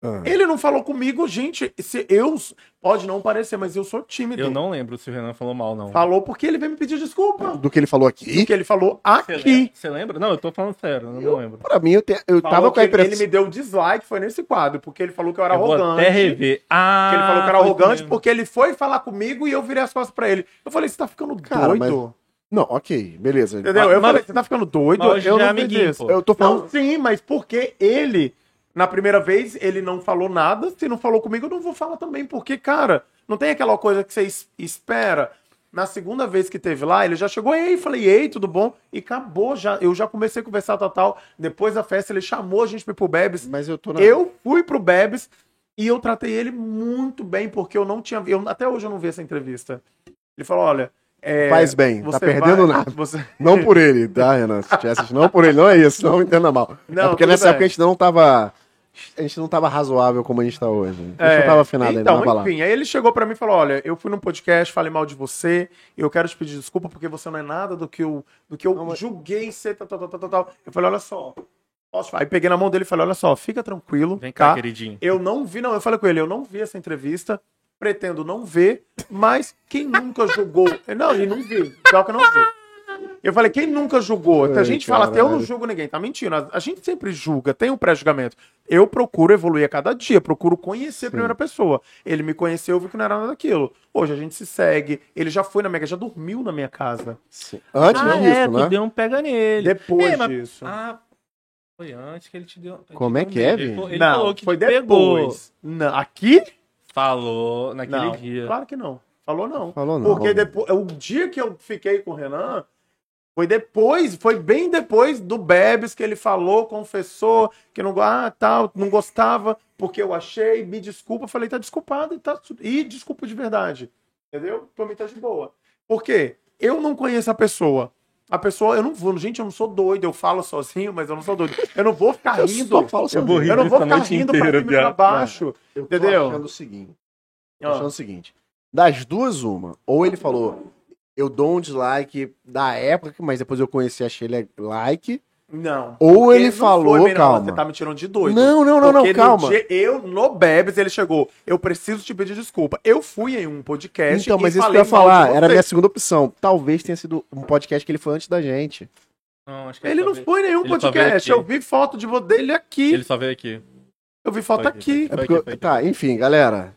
[SPEAKER 2] Ah.
[SPEAKER 3] Ele não falou comigo, gente, se eu pode não parecer, mas eu sou tímido.
[SPEAKER 1] Eu não lembro se o Renan falou mal, não.
[SPEAKER 3] Falou porque ele veio me pedir desculpa.
[SPEAKER 2] Do que ele falou aqui,
[SPEAKER 3] Porque ele falou
[SPEAKER 1] Você
[SPEAKER 3] aqui.
[SPEAKER 1] lembra? Você lembra? Não, eu tô falando sério, eu não lembro.
[SPEAKER 2] pra mim, eu, te- eu tava
[SPEAKER 3] Falou
[SPEAKER 2] com a
[SPEAKER 3] que ele
[SPEAKER 2] impressão.
[SPEAKER 3] me deu dislike, foi nesse quadro, porque ele falou que eu era
[SPEAKER 1] Eu vou
[SPEAKER 3] arrogante.
[SPEAKER 1] até rever. Ah,
[SPEAKER 3] Que ele falou que eu era
[SPEAKER 1] foi
[SPEAKER 3] arrogante
[SPEAKER 1] mesmo.
[SPEAKER 3] porque ele foi falar comigo e eu virei as costas pra ele. Eu falei, você tá ficando
[SPEAKER 2] Cara, mas-
[SPEAKER 3] doido?
[SPEAKER 2] Não, ok, beleza.
[SPEAKER 3] Entendeu? Eu
[SPEAKER 1] Mas-
[SPEAKER 3] falei, você tá ficando doido?
[SPEAKER 1] mas hoje
[SPEAKER 3] Eu
[SPEAKER 1] já é
[SPEAKER 3] não fiz
[SPEAKER 1] amiguinho,
[SPEAKER 3] isso.
[SPEAKER 1] pô.
[SPEAKER 2] Eu tô falando.
[SPEAKER 3] Não, sim, mas porque ele, na primeira vez, ele não falou nada. Se não falou comigo, eu não vou falar também. Porque, cara, não tem aquela coisa que você es- espera. Na segunda vez que teve lá, ele já chegou, ei, falei, ei, tudo bom? E acabou já. Eu já comecei a conversar tal, tal. Depois da festa, ele chamou a gente pra ir pro Bebes.
[SPEAKER 2] Mas eu tô na.
[SPEAKER 3] Eu fui pro Bebes e eu tratei ele muito bem, porque eu não tinha. Eu, até hoje eu não vi essa entrevista. Ele falou: olha. é,
[SPEAKER 2] Faz bem, tá
[SPEAKER 3] você
[SPEAKER 2] perdendo
[SPEAKER 3] vai-
[SPEAKER 2] nada.
[SPEAKER 3] Você...
[SPEAKER 2] Não por ele, tá, Renan? Se tivesse assistido, não por ele, não é isso, não entenda mal.
[SPEAKER 3] Não,
[SPEAKER 2] é porque
[SPEAKER 3] tudo
[SPEAKER 2] nessa
[SPEAKER 3] bem.
[SPEAKER 2] época a gente não tava. A gente não tava razoável como a gente tá hoje. A gente
[SPEAKER 3] É,
[SPEAKER 2] não tava afinado ainda
[SPEAKER 3] então,
[SPEAKER 2] na balada.
[SPEAKER 3] enfim, aí ele chegou pra mim e falou: Olha, eu fui num podcast, falei mal de você, eu quero te pedir desculpa porque você não é nada do que eu, do que eu
[SPEAKER 2] Não, mas-
[SPEAKER 3] julguei ser, tal, tal, tal, tal, tal, tal. Eu falei: Olha só, posso falar?" Aí peguei na mão dele e falei: Olha só, fica tranquilo.
[SPEAKER 1] Vem cá,
[SPEAKER 3] tá?
[SPEAKER 1] queridinho.
[SPEAKER 3] Eu não vi, não. Eu falei com ele, eu não vi essa entrevista, pretendo não ver, mas quem nunca julgou. Não, ele não viu. Pior que eu não vi. Eu falei, quem nunca julgou?
[SPEAKER 2] Ai,
[SPEAKER 3] a gente fala,
[SPEAKER 2] caralho.
[SPEAKER 3] eu não julgo ninguém. Tá mentindo. A, a gente sempre julga, tem um pré-julgamento. Eu procuro evoluir a cada dia, procuro conhecer a primeira pessoa. Ele me conheceu, eu vi que não era nada daquilo. Hoje a gente se segue. Ele já foi na minha casa, já dormiu na minha casa.
[SPEAKER 2] Antes
[SPEAKER 1] ah,
[SPEAKER 2] não
[SPEAKER 1] é,
[SPEAKER 2] isso,
[SPEAKER 1] tu
[SPEAKER 2] né?
[SPEAKER 1] deu um pega nele.
[SPEAKER 3] Depois
[SPEAKER 1] É, mas-
[SPEAKER 3] disso.
[SPEAKER 1] Ah, foi antes que ele te deu.
[SPEAKER 2] Como
[SPEAKER 1] te
[SPEAKER 2] é
[SPEAKER 1] deu
[SPEAKER 2] que é,
[SPEAKER 1] medo. Ele
[SPEAKER 2] Vini?
[SPEAKER 1] falou- Ele
[SPEAKER 3] não,
[SPEAKER 1] falou que
[SPEAKER 3] foi
[SPEAKER 1] te pegou. É
[SPEAKER 3] depois. Não, aqui?
[SPEAKER 1] Falou naquele
[SPEAKER 3] Não,
[SPEAKER 1] dia.
[SPEAKER 3] claro que não. Falou não.
[SPEAKER 2] Falou não.
[SPEAKER 3] Porque depois, o dia que eu fiquei com o Renan foi depois, foi bem depois do Bebes que ele falou, confessou que não, go- ah, tal, não gostava, porque eu achei, me desculpa, eu falei, tá desculpado e tá su- e desculpa de verdade. Entendeu? Pra mim tá de boa. Por quê? Eu não conheço a pessoa. A pessoa, eu não vou, gente, eu não sou doido, eu falo sozinho, mas eu não sou doido. Eu não vou ficar
[SPEAKER 2] Eu
[SPEAKER 3] rindo.
[SPEAKER 2] só falo
[SPEAKER 1] Eu
[SPEAKER 2] sozinho.
[SPEAKER 1] vou rir
[SPEAKER 3] Eu não
[SPEAKER 1] disso
[SPEAKER 3] vou
[SPEAKER 1] a
[SPEAKER 3] ficar
[SPEAKER 1] noite
[SPEAKER 3] rindo pra
[SPEAKER 1] inteira,
[SPEAKER 3] cima e pra
[SPEAKER 1] viado.
[SPEAKER 3] baixo.
[SPEAKER 2] Eu tô
[SPEAKER 3] Entendeu?
[SPEAKER 2] achando o seguinte. Tô
[SPEAKER 3] Ah.
[SPEAKER 2] achando o seguinte. Das duas, uma. Ou ele falou, eu dou um dislike da época, mas depois eu conheci, achei ele like.
[SPEAKER 3] Não.
[SPEAKER 2] Ou
[SPEAKER 3] Porque
[SPEAKER 2] ele
[SPEAKER 3] não
[SPEAKER 2] falou,
[SPEAKER 3] foi menor,
[SPEAKER 2] calma.
[SPEAKER 3] Você tá me tirando de doido.
[SPEAKER 2] Não, não, não, não,
[SPEAKER 3] Porque no
[SPEAKER 2] calma.
[SPEAKER 3] dia- eu, no Bebes, ele chegou. Eu preciso te pedir desculpa. Eu fui em um podcast.
[SPEAKER 2] Então, mas
[SPEAKER 3] e
[SPEAKER 2] isso que eu ia
[SPEAKER 3] falei
[SPEAKER 2] falar,
[SPEAKER 3] mal de
[SPEAKER 2] era a
[SPEAKER 3] você.
[SPEAKER 2] minha segunda opção. Talvez tenha sido um podcast que ele foi antes da gente.
[SPEAKER 1] Não, acho que
[SPEAKER 3] Ele
[SPEAKER 1] só
[SPEAKER 3] não
[SPEAKER 1] veio-
[SPEAKER 3] foi em nenhum
[SPEAKER 1] Ele só
[SPEAKER 3] podcast.
[SPEAKER 1] veio
[SPEAKER 3] Eu
[SPEAKER 1] aqui.
[SPEAKER 3] vi foto de vo- dele aqui.
[SPEAKER 1] Ele só veio aqui.
[SPEAKER 3] Eu vi foto
[SPEAKER 1] Foi,
[SPEAKER 3] aqui.
[SPEAKER 1] Foi
[SPEAKER 2] É porque eu-
[SPEAKER 1] aqui, foi aqui.
[SPEAKER 2] tá, enfim, galera.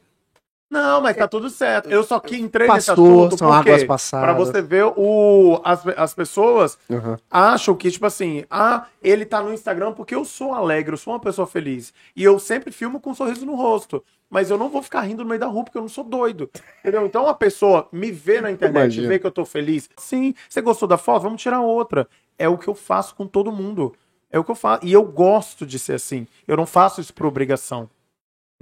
[SPEAKER 3] Não, mas tá tudo certo. Eu só que entrei nesse
[SPEAKER 2] Passou,
[SPEAKER 3] assunto.
[SPEAKER 2] são
[SPEAKER 3] por
[SPEAKER 2] águas
[SPEAKER 3] quê?
[SPEAKER 2] passadas.
[SPEAKER 3] Pra você ver o, as, as pessoas
[SPEAKER 2] Uhum.
[SPEAKER 3] acham que, tipo assim, ah, ele tá no Instagram porque eu sou alegre, eu sou uma pessoa feliz. E eu sempre filmo com um sorriso no rosto. Mas eu não vou ficar rindo no meio da rua porque eu não sou doido. Entendeu? Então a pessoa me vê na internet,
[SPEAKER 2] Imagina.
[SPEAKER 3] vê que eu tô feliz. Sim, você gostou da foto? Vamos tirar outra. É o que eu faço com todo mundo. É o que eu faço. E eu gosto de ser assim. Eu não faço isso por obrigação.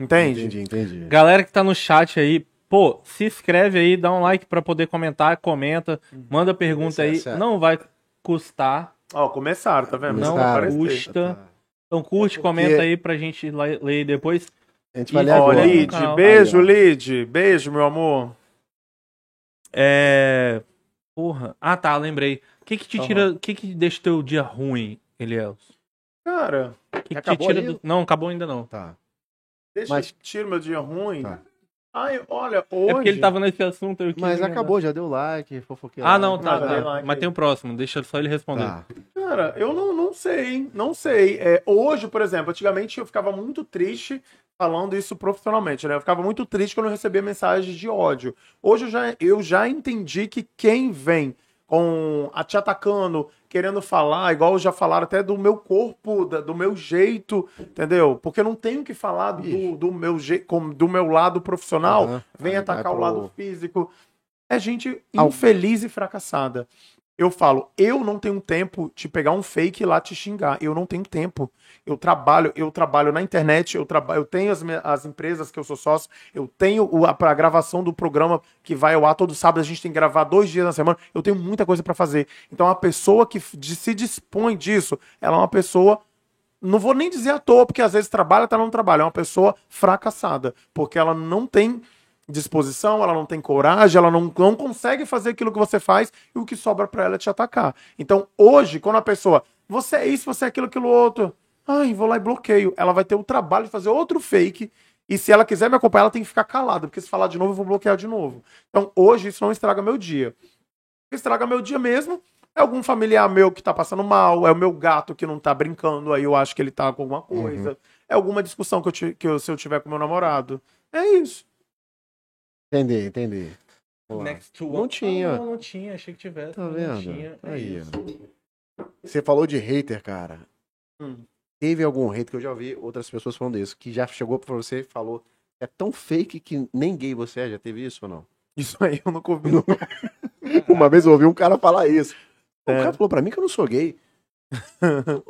[SPEAKER 3] Entende?
[SPEAKER 2] Entendi, entendi.
[SPEAKER 1] Galera que tá no chat aí, Pô, se inscreve aí, dá um like pra poder comentar, comenta, manda pergunta aí.
[SPEAKER 2] Essa- essa-
[SPEAKER 1] Não vai custar.
[SPEAKER 3] Ó, começaram, tá vendo?
[SPEAKER 1] Não,
[SPEAKER 3] Vai
[SPEAKER 2] Gostaram?
[SPEAKER 3] aparecer.
[SPEAKER 1] puxa.
[SPEAKER 2] Tá,
[SPEAKER 1] custa. Então curte,
[SPEAKER 2] É porque-
[SPEAKER 1] comenta aí pra gente la- ler depois.
[SPEAKER 2] A gente
[SPEAKER 1] E
[SPEAKER 2] vai ler
[SPEAKER 3] Ó,
[SPEAKER 2] agora. né?
[SPEAKER 1] ali-
[SPEAKER 3] Lid,
[SPEAKER 1] Aí, ó.
[SPEAKER 3] beijo, Lid. Beijo, meu amor.
[SPEAKER 1] É. Porra. Ah, tá, lembrei. O que que te tira. O que que deixa teu dia ruim, Eliel?
[SPEAKER 3] Cara,
[SPEAKER 1] O que que te
[SPEAKER 2] Acabou
[SPEAKER 1] tira
[SPEAKER 2] ali?
[SPEAKER 1] do... Não, acabou ainda não.
[SPEAKER 2] Tá.
[SPEAKER 3] deixa
[SPEAKER 2] Mas-
[SPEAKER 3] eu tirar meu dia ruim.
[SPEAKER 2] Tá.
[SPEAKER 3] Ai, olha,
[SPEAKER 1] É
[SPEAKER 3] hoje...
[SPEAKER 1] porque ele tava nesse assunto. Eu quis
[SPEAKER 2] Mas
[SPEAKER 1] emendar.
[SPEAKER 2] acabou, já deu like, fofoqueiro.
[SPEAKER 1] Ah, não, tá. tá.
[SPEAKER 3] Não, dei like
[SPEAKER 1] Mas
[SPEAKER 3] aí.
[SPEAKER 1] tem o próximo, deixa só ele responder.
[SPEAKER 2] Tá.
[SPEAKER 3] Cara, eu não, não sei, hein? não sei. É, hoje, por exemplo, antigamente eu ficava muito triste falando isso profissionalmente, né? Eu ficava muito triste quando eu recebia mensagens de ódio. Hoje eu já, eu já entendi que quem vem com a te atacando, querendo falar, igual já falaram até do meu corpo, da- do meu jeito, entendeu? Porque eu não tenho que falar do,
[SPEAKER 2] Ixi.
[SPEAKER 3] do meu jeito, com- do meu lado profissional,
[SPEAKER 2] Aham. Tá,
[SPEAKER 3] vem
[SPEAKER 2] né? Aí vai
[SPEAKER 3] atacar o
[SPEAKER 2] pro-
[SPEAKER 3] lado físico. É gente
[SPEAKER 2] Al-
[SPEAKER 3] infeliz e fracassada. Eu falo, eu não tenho tempo de pegar um fake e ir lá te xingar. Eu não tenho tempo. Eu trabalho, eu trabalho na internet, eu trabalho, eu tenho as, minhas- as empresas que eu sou sócio, eu tenho o- a, pra gravação do programa que vai ao ar todo sábado, a gente tem que gravar dois dias na semana. Eu tenho muita coisa pra fazer. Então a pessoa que f- de- se dispõe disso, ela é uma pessoa não vou nem dizer à toa, porque às vezes trabalha, tá não trabalha, é uma pessoa fracassada, porque ela não tem disposição, ela não tem coragem, ela não, não consegue fazer aquilo que você faz e o que sobra pra ela é te atacar. Então, hoje, quando a pessoa, você é isso, você é aquilo, aquilo outro, ai, vou lá e bloqueio, ela vai ter o trabalho de fazer outro fake e se ela quiser me acompanhar, ela tem que ficar calada, porque se falar de novo, eu vou bloquear de novo. Então, hoje, isso não estraga meu dia. O que estraga meu dia mesmo é algum familiar meu que tá passando mal, é o meu gato que não tá brincando, aí eu acho que ele tá com alguma
[SPEAKER 2] Uhum.
[SPEAKER 3] coisa, é alguma discussão que eu, ti- que eu- se eu tiver com meu namorado. É isso.
[SPEAKER 2] Entendi, entendi. Vamos lá.
[SPEAKER 1] Next to
[SPEAKER 2] Não tinha.
[SPEAKER 1] Ah, não, não tinha, achei que tivesse.
[SPEAKER 2] Tá
[SPEAKER 1] mas Não
[SPEAKER 2] vendo?
[SPEAKER 1] tinha. É
[SPEAKER 2] Aí,
[SPEAKER 1] isso.
[SPEAKER 2] Você falou de hater, cara.
[SPEAKER 3] Hum.
[SPEAKER 2] Teve algum hater que eu já ouvi outras pessoas falando isso, que já chegou pra você e falou, é tão fake que nem gay você é, já teve isso ou não?
[SPEAKER 3] Isso aí eu nunca ouvi.
[SPEAKER 2] Uma vez eu ouvi um cara falar isso. O
[SPEAKER 3] É.
[SPEAKER 2] cara falou pra mim que eu não sou gay.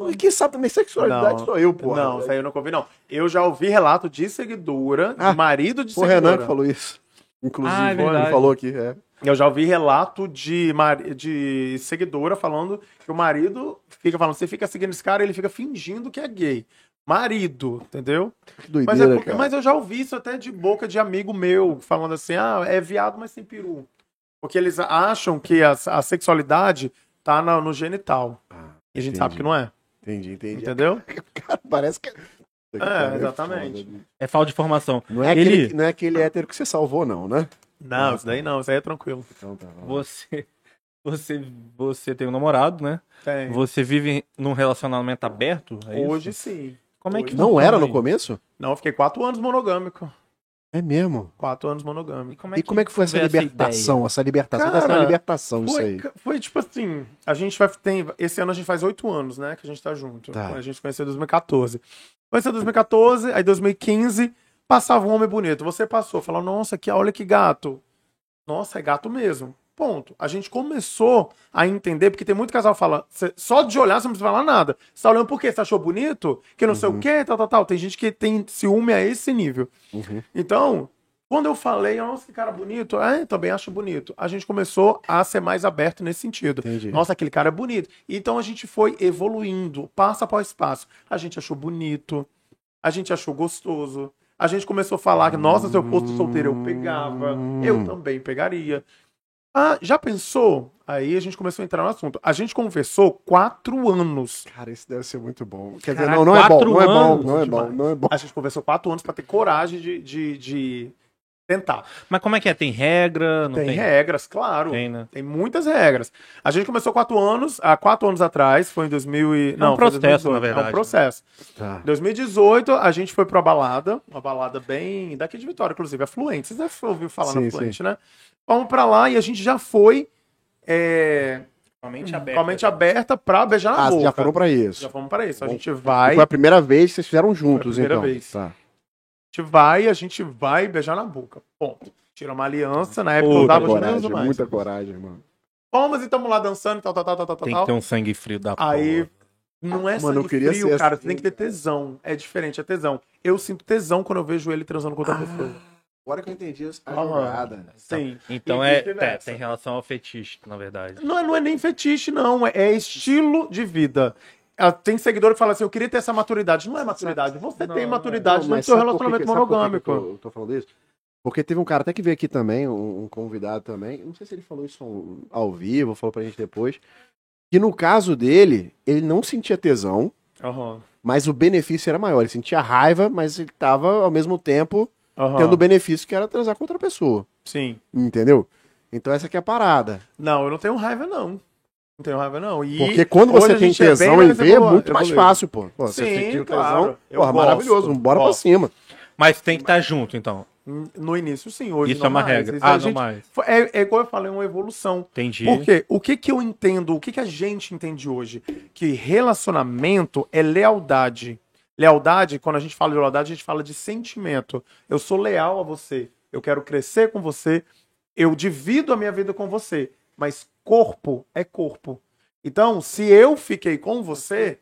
[SPEAKER 2] e quem sabe também sexualidade
[SPEAKER 3] Não.
[SPEAKER 2] sou eu, porra. É
[SPEAKER 3] Não,
[SPEAKER 1] é
[SPEAKER 3] isso aí eu nunca ouvi, não. Eu já ouvi relato de seguidora, de
[SPEAKER 2] Ah,
[SPEAKER 3] marido de
[SPEAKER 2] Foi o
[SPEAKER 3] seguidora.
[SPEAKER 2] Renan que falou isso. Inclusive,
[SPEAKER 1] Ah, é verdade.
[SPEAKER 2] ele falou aqui. É.
[SPEAKER 3] Eu já ouvi relato de, mari- de seguidora falando que o marido fica falando, você fica seguindo esse cara, ele fica fingindo que é gay. Marido, entendeu?
[SPEAKER 2] Que
[SPEAKER 3] Mas,
[SPEAKER 2] doideira,
[SPEAKER 3] é porque-
[SPEAKER 2] cara.
[SPEAKER 3] mas eu já ouvi isso até de boca de amigo meu, falando assim, ah, é viado, mas sem peru. Porque eles acham que a, a sexualidade tá na- no genital.
[SPEAKER 2] Ah,
[SPEAKER 3] E a gente
[SPEAKER 2] Entendi.
[SPEAKER 3] sabe que não é,
[SPEAKER 2] entendi, entendi.
[SPEAKER 3] entendeu?
[SPEAKER 2] Cara, parece que...
[SPEAKER 3] É, exatamente.
[SPEAKER 2] foda. né?
[SPEAKER 1] É falta de formação.
[SPEAKER 2] Não é,
[SPEAKER 1] Ele-
[SPEAKER 2] aquele, não é aquele hétero que você salvou, não, né?
[SPEAKER 3] Não, isso daí não, isso aí é tranquilo.
[SPEAKER 2] Então tá. vamos lá.
[SPEAKER 1] Você, você, você tem um namorado, né?
[SPEAKER 3] Tem.
[SPEAKER 1] Você vive num relacionamento aberto? é isso?
[SPEAKER 3] Hoje sim.
[SPEAKER 1] Como é que
[SPEAKER 3] hoje-
[SPEAKER 2] Não era no
[SPEAKER 1] começo?
[SPEAKER 2] começo?
[SPEAKER 3] Não, eu fiquei quatro anos monogâmico.
[SPEAKER 2] É mesmo.
[SPEAKER 3] Quatro anos monogâmico.
[SPEAKER 2] e como é que foi essa
[SPEAKER 1] veio
[SPEAKER 2] libertação? Essa, libertação?
[SPEAKER 3] Cara,
[SPEAKER 2] Cara, essa libertação, isso
[SPEAKER 3] Foi,
[SPEAKER 2] aí.
[SPEAKER 3] ca- foi tipo assim, a gente vai tem esse ano a gente faz oito anos, né, que a gente tá junto.
[SPEAKER 2] Tá.
[SPEAKER 3] A gente se conheceu em 2014. Conheceu em 2014, aí 2015 passava um homem bonito. Você passou, falou: "Nossa, que olha que gato". Nossa, é gato mesmo. Ponto. A gente começou a entender, porque tem muito casal que fala, "Cê- só de olhar você não precisa falar nada. Você tá olhando por quê? Você achou bonito? Que não sei o quê, tal, tal, tal. Tem gente que tem ciúme a esse nível.
[SPEAKER 2] Uhum.
[SPEAKER 3] Então, quando eu falei, nossa, que cara bonito, é, também acho bonito. A gente começou a ser mais aberto nesse sentido.
[SPEAKER 2] Entendi.
[SPEAKER 3] Nossa, aquele cara é bonito. Então a gente foi evoluindo, passo após passo. A gente achou bonito, a gente achou gostoso. A gente começou a falar que, nossa, se eu fosse solteiro, eu pegava. Eu também pegaria. Ah, já pensou? Aí a gente começou a entrar no assunto. A gente conversou quatro anos.
[SPEAKER 2] Cara, isso deve ser muito bom. Quer dizer,
[SPEAKER 1] Caraca,
[SPEAKER 2] não, não é bom,
[SPEAKER 1] quatro
[SPEAKER 2] não é bom,
[SPEAKER 1] anos,
[SPEAKER 2] não é bom,
[SPEAKER 3] demais.
[SPEAKER 2] não é bom.
[SPEAKER 3] A gente conversou quatro anos pra ter coragem de, de, de tentar.
[SPEAKER 1] Mas como é que é? Tem regra? Não tem,
[SPEAKER 3] tem, regras, claro.
[SPEAKER 1] Tem, né?
[SPEAKER 3] Tem muitas regras. A gente começou quatro anos, há quatro anos atrás, foi em 2000 e... Não, foi
[SPEAKER 1] É um processo,
[SPEAKER 3] 2018,
[SPEAKER 1] na verdade,
[SPEAKER 3] É um
[SPEAKER 1] né?
[SPEAKER 3] processo.
[SPEAKER 2] Tá.
[SPEAKER 3] Em 2018, a gente foi pra uma balada, uma balada bem daqui de Vitória, inclusive, é afluente. Vocês já ouviram falar na
[SPEAKER 2] Sim,
[SPEAKER 3] afluente, né? Vamos pra lá e a gente já foi é,
[SPEAKER 1] Realmente
[SPEAKER 3] com a mente aberta pra beijar na
[SPEAKER 2] Ah,
[SPEAKER 3] boca.
[SPEAKER 2] vocês já foram pra
[SPEAKER 3] Já
[SPEAKER 2] isso.
[SPEAKER 3] fomos pra isso. A
[SPEAKER 2] Bom.
[SPEAKER 3] gente vai,
[SPEAKER 2] Foi
[SPEAKER 3] a
[SPEAKER 2] a primeira vez que vocês fizeram juntos,
[SPEAKER 3] Foi a primeira
[SPEAKER 2] então.
[SPEAKER 3] vez.
[SPEAKER 2] Tá.
[SPEAKER 3] gente vai, a gente vai beijar na boca. Ponto. Tira uma aliança, na época eu
[SPEAKER 1] Puta
[SPEAKER 3] dava
[SPEAKER 2] Muita
[SPEAKER 3] de menos
[SPEAKER 2] coragem,
[SPEAKER 3] ou mais.
[SPEAKER 2] muita coragem, mano.
[SPEAKER 3] Vamos e tamo lá dançando, tal, tal, tal, tal, tal,
[SPEAKER 1] Tem
[SPEAKER 3] tal.
[SPEAKER 1] que ter um sangue frio da
[SPEAKER 3] Aí
[SPEAKER 1] porra.
[SPEAKER 3] não é
[SPEAKER 2] Mano,
[SPEAKER 3] sangue
[SPEAKER 2] eu queria
[SPEAKER 3] frio,
[SPEAKER 2] ser assim,
[SPEAKER 3] cara.
[SPEAKER 2] Ah, tá.
[SPEAKER 3] Você tem que ter tesão. É diferente, é tesão. Eu sinto tesão quando eu vejo ele transando com outra pessoa.
[SPEAKER 2] Agora que eu entendi a
[SPEAKER 3] Aham.
[SPEAKER 2] jogada. né?
[SPEAKER 3] Sim.
[SPEAKER 1] Então
[SPEAKER 3] E-
[SPEAKER 1] é,
[SPEAKER 3] e
[SPEAKER 1] é,
[SPEAKER 3] vice-versa.
[SPEAKER 1] tem relação ao fetiche, na verdade.
[SPEAKER 3] Não, é- não é nem fetiche, não. É, é estilo de vida. Ah, Tem seguidor que fala assim, eu queria ter essa maturidade. Não é maturidade. Você
[SPEAKER 1] Não,
[SPEAKER 3] tem
[SPEAKER 1] não é.
[SPEAKER 3] maturidade
[SPEAKER 2] Não,
[SPEAKER 3] no
[SPEAKER 2] mas
[SPEAKER 3] seu
[SPEAKER 2] sabe por que
[SPEAKER 3] relacionamento
[SPEAKER 2] que- sabe por que que Eu
[SPEAKER 3] monogâmico.
[SPEAKER 2] tô, eu tô falando isso. Porque teve um cara até que veio aqui também, um, um convidado também. Não sei se ele falou isso ao, ao vivo, falou pra gente depois. Que no caso dele, ele não sentia tesão,
[SPEAKER 3] Aham.
[SPEAKER 2] mas o benefício era maior. Ele sentia raiva, mas ele tava ao mesmo tempo
[SPEAKER 3] Aham.
[SPEAKER 2] tendo o benefício que era transar com outra pessoa.
[SPEAKER 3] Sim.
[SPEAKER 2] Entendeu? Então essa aqui é a parada.
[SPEAKER 3] Não, eu não tenho raiva, não. Não tenho raiva, não. E
[SPEAKER 2] Porque quando
[SPEAKER 3] hoje
[SPEAKER 2] você
[SPEAKER 3] a
[SPEAKER 2] tem
[SPEAKER 3] gente é bem
[SPEAKER 2] tesão em
[SPEAKER 3] mais
[SPEAKER 2] ver, é
[SPEAKER 3] evolu-
[SPEAKER 2] muito mais
[SPEAKER 3] evoluído.
[SPEAKER 2] fácil, pô. Pô, você
[SPEAKER 3] Sim,
[SPEAKER 2] sentiu
[SPEAKER 3] claro.
[SPEAKER 2] tesão,
[SPEAKER 3] Eu
[SPEAKER 2] porra,
[SPEAKER 3] gosto,
[SPEAKER 2] maravilhoso. Bora pra
[SPEAKER 3] gosto.
[SPEAKER 2] cima.
[SPEAKER 1] Mas tem que estar junto, então.
[SPEAKER 3] No início, sim. Hoje
[SPEAKER 1] Isso
[SPEAKER 3] não
[SPEAKER 1] é uma
[SPEAKER 3] mais.
[SPEAKER 1] regra.
[SPEAKER 3] Isso
[SPEAKER 1] Ah,
[SPEAKER 3] a
[SPEAKER 1] não
[SPEAKER 3] gente-
[SPEAKER 1] mais.
[SPEAKER 3] É, é igual eu falei, uma evolução.
[SPEAKER 1] Entendi.
[SPEAKER 3] Por quê? O que que eu entendo, o que que a gente entende hoje? Que relacionamento é lealdade. Lealdade, quando a gente fala de lealdade, a gente fala de sentimento. Eu sou leal a você, eu quero crescer com você, eu divido a minha vida com você, mas corpo é corpo. Então, se eu fiquei com você,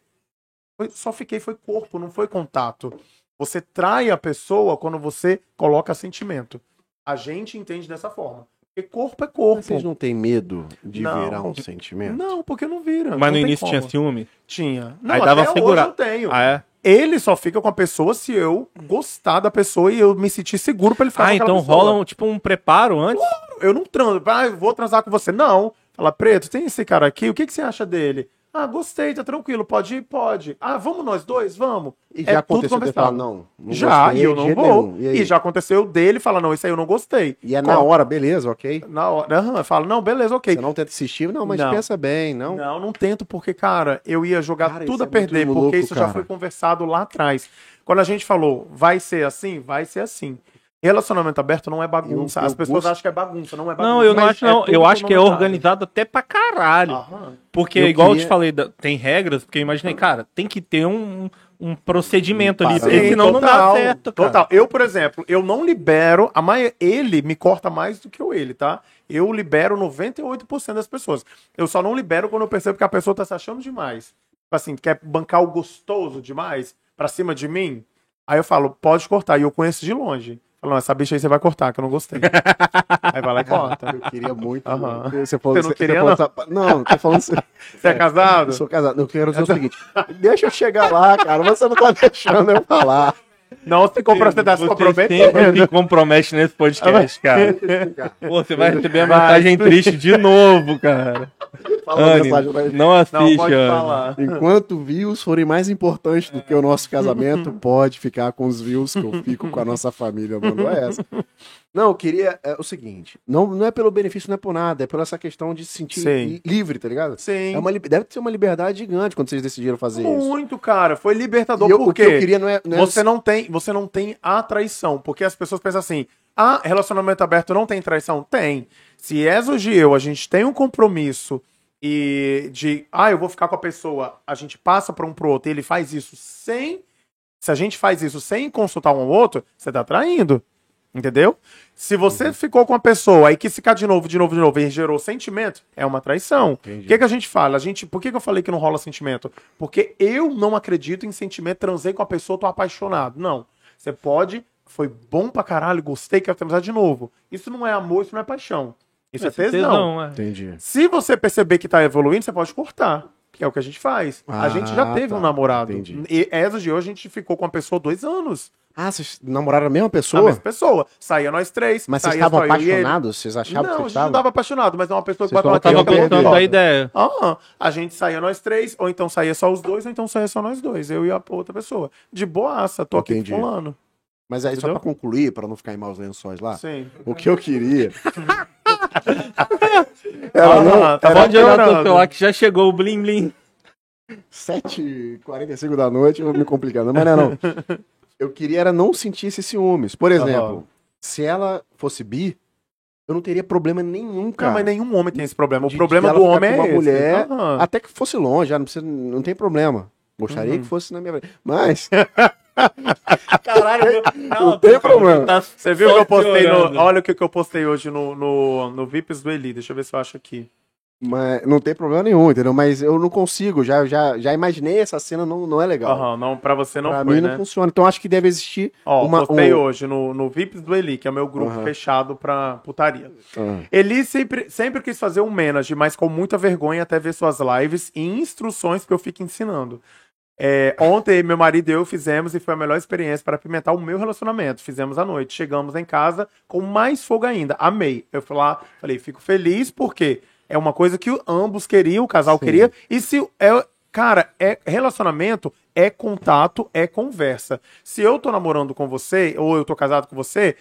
[SPEAKER 3] foi- só fiquei foi corpo, não foi contato. Você trai a pessoa quando você coloca sentimento. A gente entende dessa forma. Porque corpo é corpo.
[SPEAKER 2] Mas Vocês não têm medo de
[SPEAKER 3] Não.
[SPEAKER 2] virar um sentimento?
[SPEAKER 3] Não, porque não vira.
[SPEAKER 1] Mas
[SPEAKER 3] não
[SPEAKER 1] no
[SPEAKER 3] tem
[SPEAKER 1] início tinha
[SPEAKER 3] como.
[SPEAKER 1] ciúme?
[SPEAKER 3] Tinha. Não,
[SPEAKER 1] Aí dava
[SPEAKER 3] até
[SPEAKER 1] uma segurada.
[SPEAKER 3] hoje eu tenho.
[SPEAKER 1] Ah, é?
[SPEAKER 3] Ele só fica com a pessoa se eu gostar da pessoa e eu me sentir seguro pra ele ficar
[SPEAKER 1] Ah,
[SPEAKER 3] com aquela
[SPEAKER 1] então
[SPEAKER 3] pessoa.
[SPEAKER 1] rola um, tipo um preparo antes?
[SPEAKER 3] Eu não transo. Ah, eu vou transar com você. Não. Fala, Preto, tem esse cara aqui, o que, que você acha dele? Ah, gostei, tá tranquilo, pode ir? Pode. Ah, vamos nós dois? Vamos.
[SPEAKER 2] E
[SPEAKER 3] É
[SPEAKER 2] já
[SPEAKER 3] tudo
[SPEAKER 2] aconteceu de falar,
[SPEAKER 3] conversado.
[SPEAKER 2] não, não
[SPEAKER 3] já,
[SPEAKER 2] gostei
[SPEAKER 3] e eu
[SPEAKER 2] de
[SPEAKER 3] não
[SPEAKER 2] jeito
[SPEAKER 3] vou.
[SPEAKER 2] nenhum. E, aí?
[SPEAKER 3] E, já aconteceu dele falar, não, isso aí eu não gostei.
[SPEAKER 2] E é na
[SPEAKER 3] Com-
[SPEAKER 2] hora, beleza, ok?
[SPEAKER 3] Na hora. Aham, eu falo, não, beleza, ok.
[SPEAKER 2] Você não tenta assistir, não, mas
[SPEAKER 3] Não.
[SPEAKER 2] pensa bem, não.
[SPEAKER 3] Não, não tento, porque, cara, eu ia jogar
[SPEAKER 2] Cara, isso
[SPEAKER 3] tudo a
[SPEAKER 2] é
[SPEAKER 3] perder,
[SPEAKER 2] muito louco,
[SPEAKER 3] porque isso
[SPEAKER 2] cara.
[SPEAKER 3] já foi conversado lá atrás. Quando a gente falou, vai ser assim, vai ser assim. Relacionamento aberto não é bagunça.
[SPEAKER 2] Eu- eu
[SPEAKER 3] As pessoas
[SPEAKER 2] gosto-
[SPEAKER 3] acham que é bagunça, não é bagunça.
[SPEAKER 1] Não, eu não
[SPEAKER 3] Mas
[SPEAKER 1] acho, não.
[SPEAKER 3] tudo
[SPEAKER 1] eu acho que é
[SPEAKER 3] cronometrado.
[SPEAKER 1] organizado até pra caralho.
[SPEAKER 3] Aham.
[SPEAKER 1] Porque,
[SPEAKER 2] Eu
[SPEAKER 1] igual eu
[SPEAKER 2] queria-
[SPEAKER 1] te falei, da- tem regras, porque eu imaginei, cara, tem que ter um, um procedimento ali,
[SPEAKER 2] Sim,
[SPEAKER 1] porque senão não dá
[SPEAKER 3] total,
[SPEAKER 1] certo, cara.
[SPEAKER 3] Total. Eu, por exemplo, eu não libero. A mai... Ele me corta mais do que eu ele, tá? Eu libero 98% das pessoas. Eu só não libero quando eu percebo que a pessoa tá se achando demais. Tipo assim, quer bancar o gostoso demais pra cima de mim. Aí eu falo, pode cortar. E eu conheço de longe. Falo, não, essa bicha aí você vai cortar, que eu não gostei. aí vai lá e
[SPEAKER 1] É.
[SPEAKER 3] corta.
[SPEAKER 2] Eu queria muito.
[SPEAKER 3] Aham.
[SPEAKER 2] Você, falou,
[SPEAKER 3] Você não queria,
[SPEAKER 2] falou essa- Não, tô falando.
[SPEAKER 3] Você é casado?
[SPEAKER 2] Eu sou casado. Eu quero dizer o seguinte: deixa eu chegar lá, cara. Você não tá deixando eu falar.
[SPEAKER 3] Não, você comprou, você tá se Ah,
[SPEAKER 1] Você
[SPEAKER 3] comprometendo.
[SPEAKER 1] sempre se compromete nesse podcast, cara. Pô, você vai receber a mensagem triste de novo, cara.
[SPEAKER 2] Fala a
[SPEAKER 1] Anne,
[SPEAKER 2] mensagem pra ele.
[SPEAKER 1] não
[SPEAKER 3] Não,
[SPEAKER 1] assiste,
[SPEAKER 3] pode
[SPEAKER 1] Anne.
[SPEAKER 3] falar.
[SPEAKER 2] Enquanto views forem mais importantes do que o nosso casamento, pode ficar com os views que eu fico com a nossa família, mano. É essa. Não, eu queria é, o seguinte: não, não é pelo benefício, não é por nada, é pela essa questão de se sentir
[SPEAKER 3] Sim.
[SPEAKER 2] li- livre, tá ligado?
[SPEAKER 3] Sim.
[SPEAKER 2] É uma, li- deve ter uma liberdade gigante quando vocês decidiram fazer isso.
[SPEAKER 3] Muito, cara. Foi libertador.
[SPEAKER 2] E eu,
[SPEAKER 3] um por
[SPEAKER 2] o que
[SPEAKER 3] quê?
[SPEAKER 2] eu queria não é. Não é
[SPEAKER 3] Você não tem, você não tem a traição, porque as pessoas pensam assim: "Ah, relacionamento aberto não tem traição". Tem. Se Ezos e eu, a gente tem um compromisso e de, ah, eu vou ficar com a pessoa, a gente passa para um pro outro, e ele faz isso sem se a gente faz isso sem consultar um ao outro, você tá traindo. Entendeu? Se
[SPEAKER 2] Uhum.
[SPEAKER 3] você ficou com a pessoa e que ficar de novo, de novo, de novo e gerou sentimento, é uma traição. O
[SPEAKER 2] Entendi.
[SPEAKER 3] que, que a gente fala? A gente, por que, que eu falei que não rola sentimento? Porque eu não acredito em sentimento, transei com a pessoa, tô apaixonado. Não. Você pode, foi bom pra caralho, gostei, quero ter amizade de novo. Isso não é amor, isso não é paixão. Isso é, tesão.
[SPEAKER 1] é.
[SPEAKER 2] Entendi.
[SPEAKER 3] Se você perceber que tá evoluindo, você pode cortar. Que é o que a gente faz.
[SPEAKER 2] Ah,
[SPEAKER 3] a gente já teve
[SPEAKER 2] tá.
[SPEAKER 3] um namorado.
[SPEAKER 2] Entendi.
[SPEAKER 3] E essa de hoje a gente ficou com a pessoa dois anos.
[SPEAKER 2] Ah, vocês namoraram a mesma
[SPEAKER 3] A
[SPEAKER 2] pessoa?
[SPEAKER 3] mesma Ah, pessoa. Saía nós três.
[SPEAKER 2] Mas vocês
[SPEAKER 3] saía
[SPEAKER 2] estavam
[SPEAKER 3] só eu e ele.
[SPEAKER 2] apaixonados? Vocês achavam
[SPEAKER 3] Não,
[SPEAKER 2] que
[SPEAKER 3] a
[SPEAKER 2] vocês
[SPEAKER 3] gente não
[SPEAKER 2] estavam?
[SPEAKER 3] estava apaixonado, mas é uma pessoa que
[SPEAKER 2] Vocês
[SPEAKER 3] bateu
[SPEAKER 2] só
[SPEAKER 3] na
[SPEAKER 1] Tava
[SPEAKER 2] Aquela
[SPEAKER 1] gostando
[SPEAKER 2] loucura.
[SPEAKER 1] da ideia.
[SPEAKER 3] Ah, a gente saía nós três, ou então saía só os dois, ou então saía só nós dois, eu e a outra pessoa. De boaça, tô aqui
[SPEAKER 2] Entendi.
[SPEAKER 3] falando.
[SPEAKER 2] Mas aí, só
[SPEAKER 3] Entendeu?
[SPEAKER 2] pra concluir, pra não ficar em maus lençóis lá,
[SPEAKER 3] Sim.
[SPEAKER 2] o que eu queria.
[SPEAKER 3] Ah,
[SPEAKER 2] Era não,
[SPEAKER 3] tá
[SPEAKER 1] Pode olhar
[SPEAKER 3] melhorando.
[SPEAKER 1] o celular que já chegou o blim blim.
[SPEAKER 2] 7h45 da noite, eu vou me complicando, mas não, é não. Eu queria era não sentir esses ciúmes. Por exemplo, se ela fosse bi, eu não teria problema nenhum,
[SPEAKER 3] Não, Ah, mas
[SPEAKER 2] cara.
[SPEAKER 3] nenhum homem tem esse problema. O
[SPEAKER 2] de-
[SPEAKER 3] problema
[SPEAKER 2] dela
[SPEAKER 3] do
[SPEAKER 2] ficar
[SPEAKER 3] homem é
[SPEAKER 2] com uma
[SPEAKER 3] esse.
[SPEAKER 2] mulher,
[SPEAKER 3] Aham.
[SPEAKER 2] Ah. Até que fosse longe, já não, precisa, não tem problema. Gostaria que fosse na minha. Mas.
[SPEAKER 1] Caralho, não
[SPEAKER 2] tem problema.
[SPEAKER 3] Você viu o que eu postei no. Olha o que que eu postei hoje no, no, no VIPs do Eli. Deixa eu ver se eu acho aqui.
[SPEAKER 2] Mas não tem problema nenhum, entendeu? Mas eu não consigo, já, já, já imaginei essa cena, não, não é legal.
[SPEAKER 3] Aham, não, pra você não
[SPEAKER 2] pra
[SPEAKER 3] foi,
[SPEAKER 2] mim
[SPEAKER 3] né?
[SPEAKER 2] não funciona. Então acho que deve existir
[SPEAKER 3] Ó,
[SPEAKER 2] uma-
[SPEAKER 3] postei
[SPEAKER 2] um-
[SPEAKER 3] hoje no, no VIPs do Eli, que é o meu grupo
[SPEAKER 2] Aham.
[SPEAKER 3] fechado pra putaria.
[SPEAKER 2] Ah,
[SPEAKER 3] Eli sempre, sempre quis fazer um menage, mas com muita vergonha até ver suas lives e instruções que eu fico ensinando. É, ontem, meu marido e eu fizemos e foi a melhor experiência para apimentar o meu relacionamento. Fizemos à noite. Chegamos em casa com mais fogo ainda. Amei. Eu fui lá, falei, fico feliz porque é uma coisa que ambos queriam, o casal
[SPEAKER 2] Sim.
[SPEAKER 3] queria. E se é, cara, é relacionamento é contato, é conversa. Se eu tô namorando com você ou eu tô casado com você,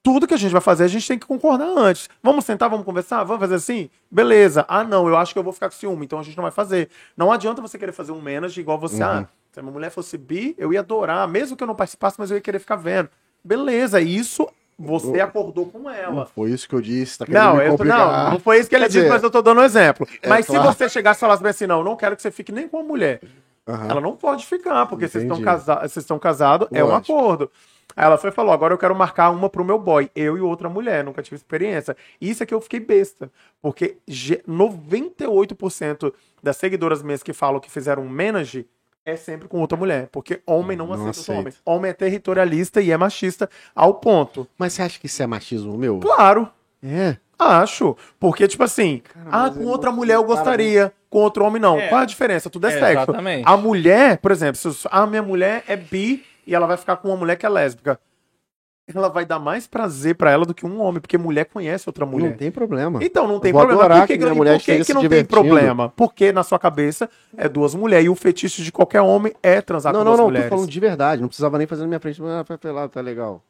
[SPEAKER 3] tudo que a gente vai fazer, a gente tem que concordar antes. Vamos sentar, vamos conversar, vamos fazer assim? Beleza. Ah, não, eu acho que eu vou ficar com ciúme, então a gente não vai fazer. Não adianta você querer fazer um menage igual você. Ah, se a minha mulher fosse bi, eu ia adorar, mesmo que eu não participasse, mas eu ia querer ficar vendo. Beleza, isso você acordou com ela.
[SPEAKER 2] Foi isso que eu disse, tá querendo
[SPEAKER 3] Não,
[SPEAKER 2] me
[SPEAKER 3] eu,
[SPEAKER 2] complicar.
[SPEAKER 3] não, não foi isso que ele
[SPEAKER 2] Quer
[SPEAKER 3] disse,
[SPEAKER 2] dizer,
[SPEAKER 3] mas eu tô dando um exemplo.
[SPEAKER 2] é
[SPEAKER 3] mas
[SPEAKER 2] claro.
[SPEAKER 3] se você chegasse e falasse bem assim, não, eu não quero que você fique nem com a mulher.
[SPEAKER 2] Aham.
[SPEAKER 3] Ela não pode ficar, porque vocês estão
[SPEAKER 2] Ah. Entendi.
[SPEAKER 3] casa- vocês estão casados, é um
[SPEAKER 2] Lógico.
[SPEAKER 3] acordo. Aí ela foi e falou: agora eu quero marcar uma pro meu boy, eu e outra mulher, nunca tive experiência. Isso é que eu fiquei besta, porque ge- 98% das seguidoras minhas que falam que fizeram um menage é sempre com outra mulher, porque homem não,
[SPEAKER 2] Não
[SPEAKER 3] aceita, os
[SPEAKER 2] aceita.
[SPEAKER 3] homens. Homem é territorialista e é machista ao ponto.
[SPEAKER 2] Mas você acha que isso é machismo meu?
[SPEAKER 3] Claro,
[SPEAKER 2] É. Acho.
[SPEAKER 3] acho. Porque, tipo assim, ah,
[SPEAKER 2] mas
[SPEAKER 3] com
[SPEAKER 2] eu
[SPEAKER 3] outra
[SPEAKER 2] não-
[SPEAKER 3] mulher eu gostaria, com outro homem não.
[SPEAKER 1] É.
[SPEAKER 3] Qual a diferença? Tudo é
[SPEAKER 1] É,
[SPEAKER 3] sexo.
[SPEAKER 1] exatamente.
[SPEAKER 3] A mulher, por exemplo, se eu sou- a minha mulher é bi e ela vai ficar com uma mulher que é lésbica, ela vai dar mais prazer pra ela do que um homem, porque mulher conhece outra mulher.
[SPEAKER 2] Não tem problema.
[SPEAKER 3] Então não tem
[SPEAKER 2] vou
[SPEAKER 3] problema.
[SPEAKER 2] adorar
[SPEAKER 3] Por que,
[SPEAKER 2] que
[SPEAKER 3] que,
[SPEAKER 2] minha
[SPEAKER 3] e
[SPEAKER 2] mulher
[SPEAKER 3] por que,
[SPEAKER 2] esteja
[SPEAKER 3] que
[SPEAKER 2] se
[SPEAKER 3] não tem
[SPEAKER 2] divertindo.
[SPEAKER 3] problema? Porque na sua cabeça é duas mulheres e o fetiche de qualquer homem é transar
[SPEAKER 2] Não,
[SPEAKER 3] com
[SPEAKER 2] não,
[SPEAKER 3] duas
[SPEAKER 2] não,
[SPEAKER 3] mulheres.
[SPEAKER 2] tô falando de verdade. Não precisava nem fazer na minha frente. Ah, foi pelado, tá legal.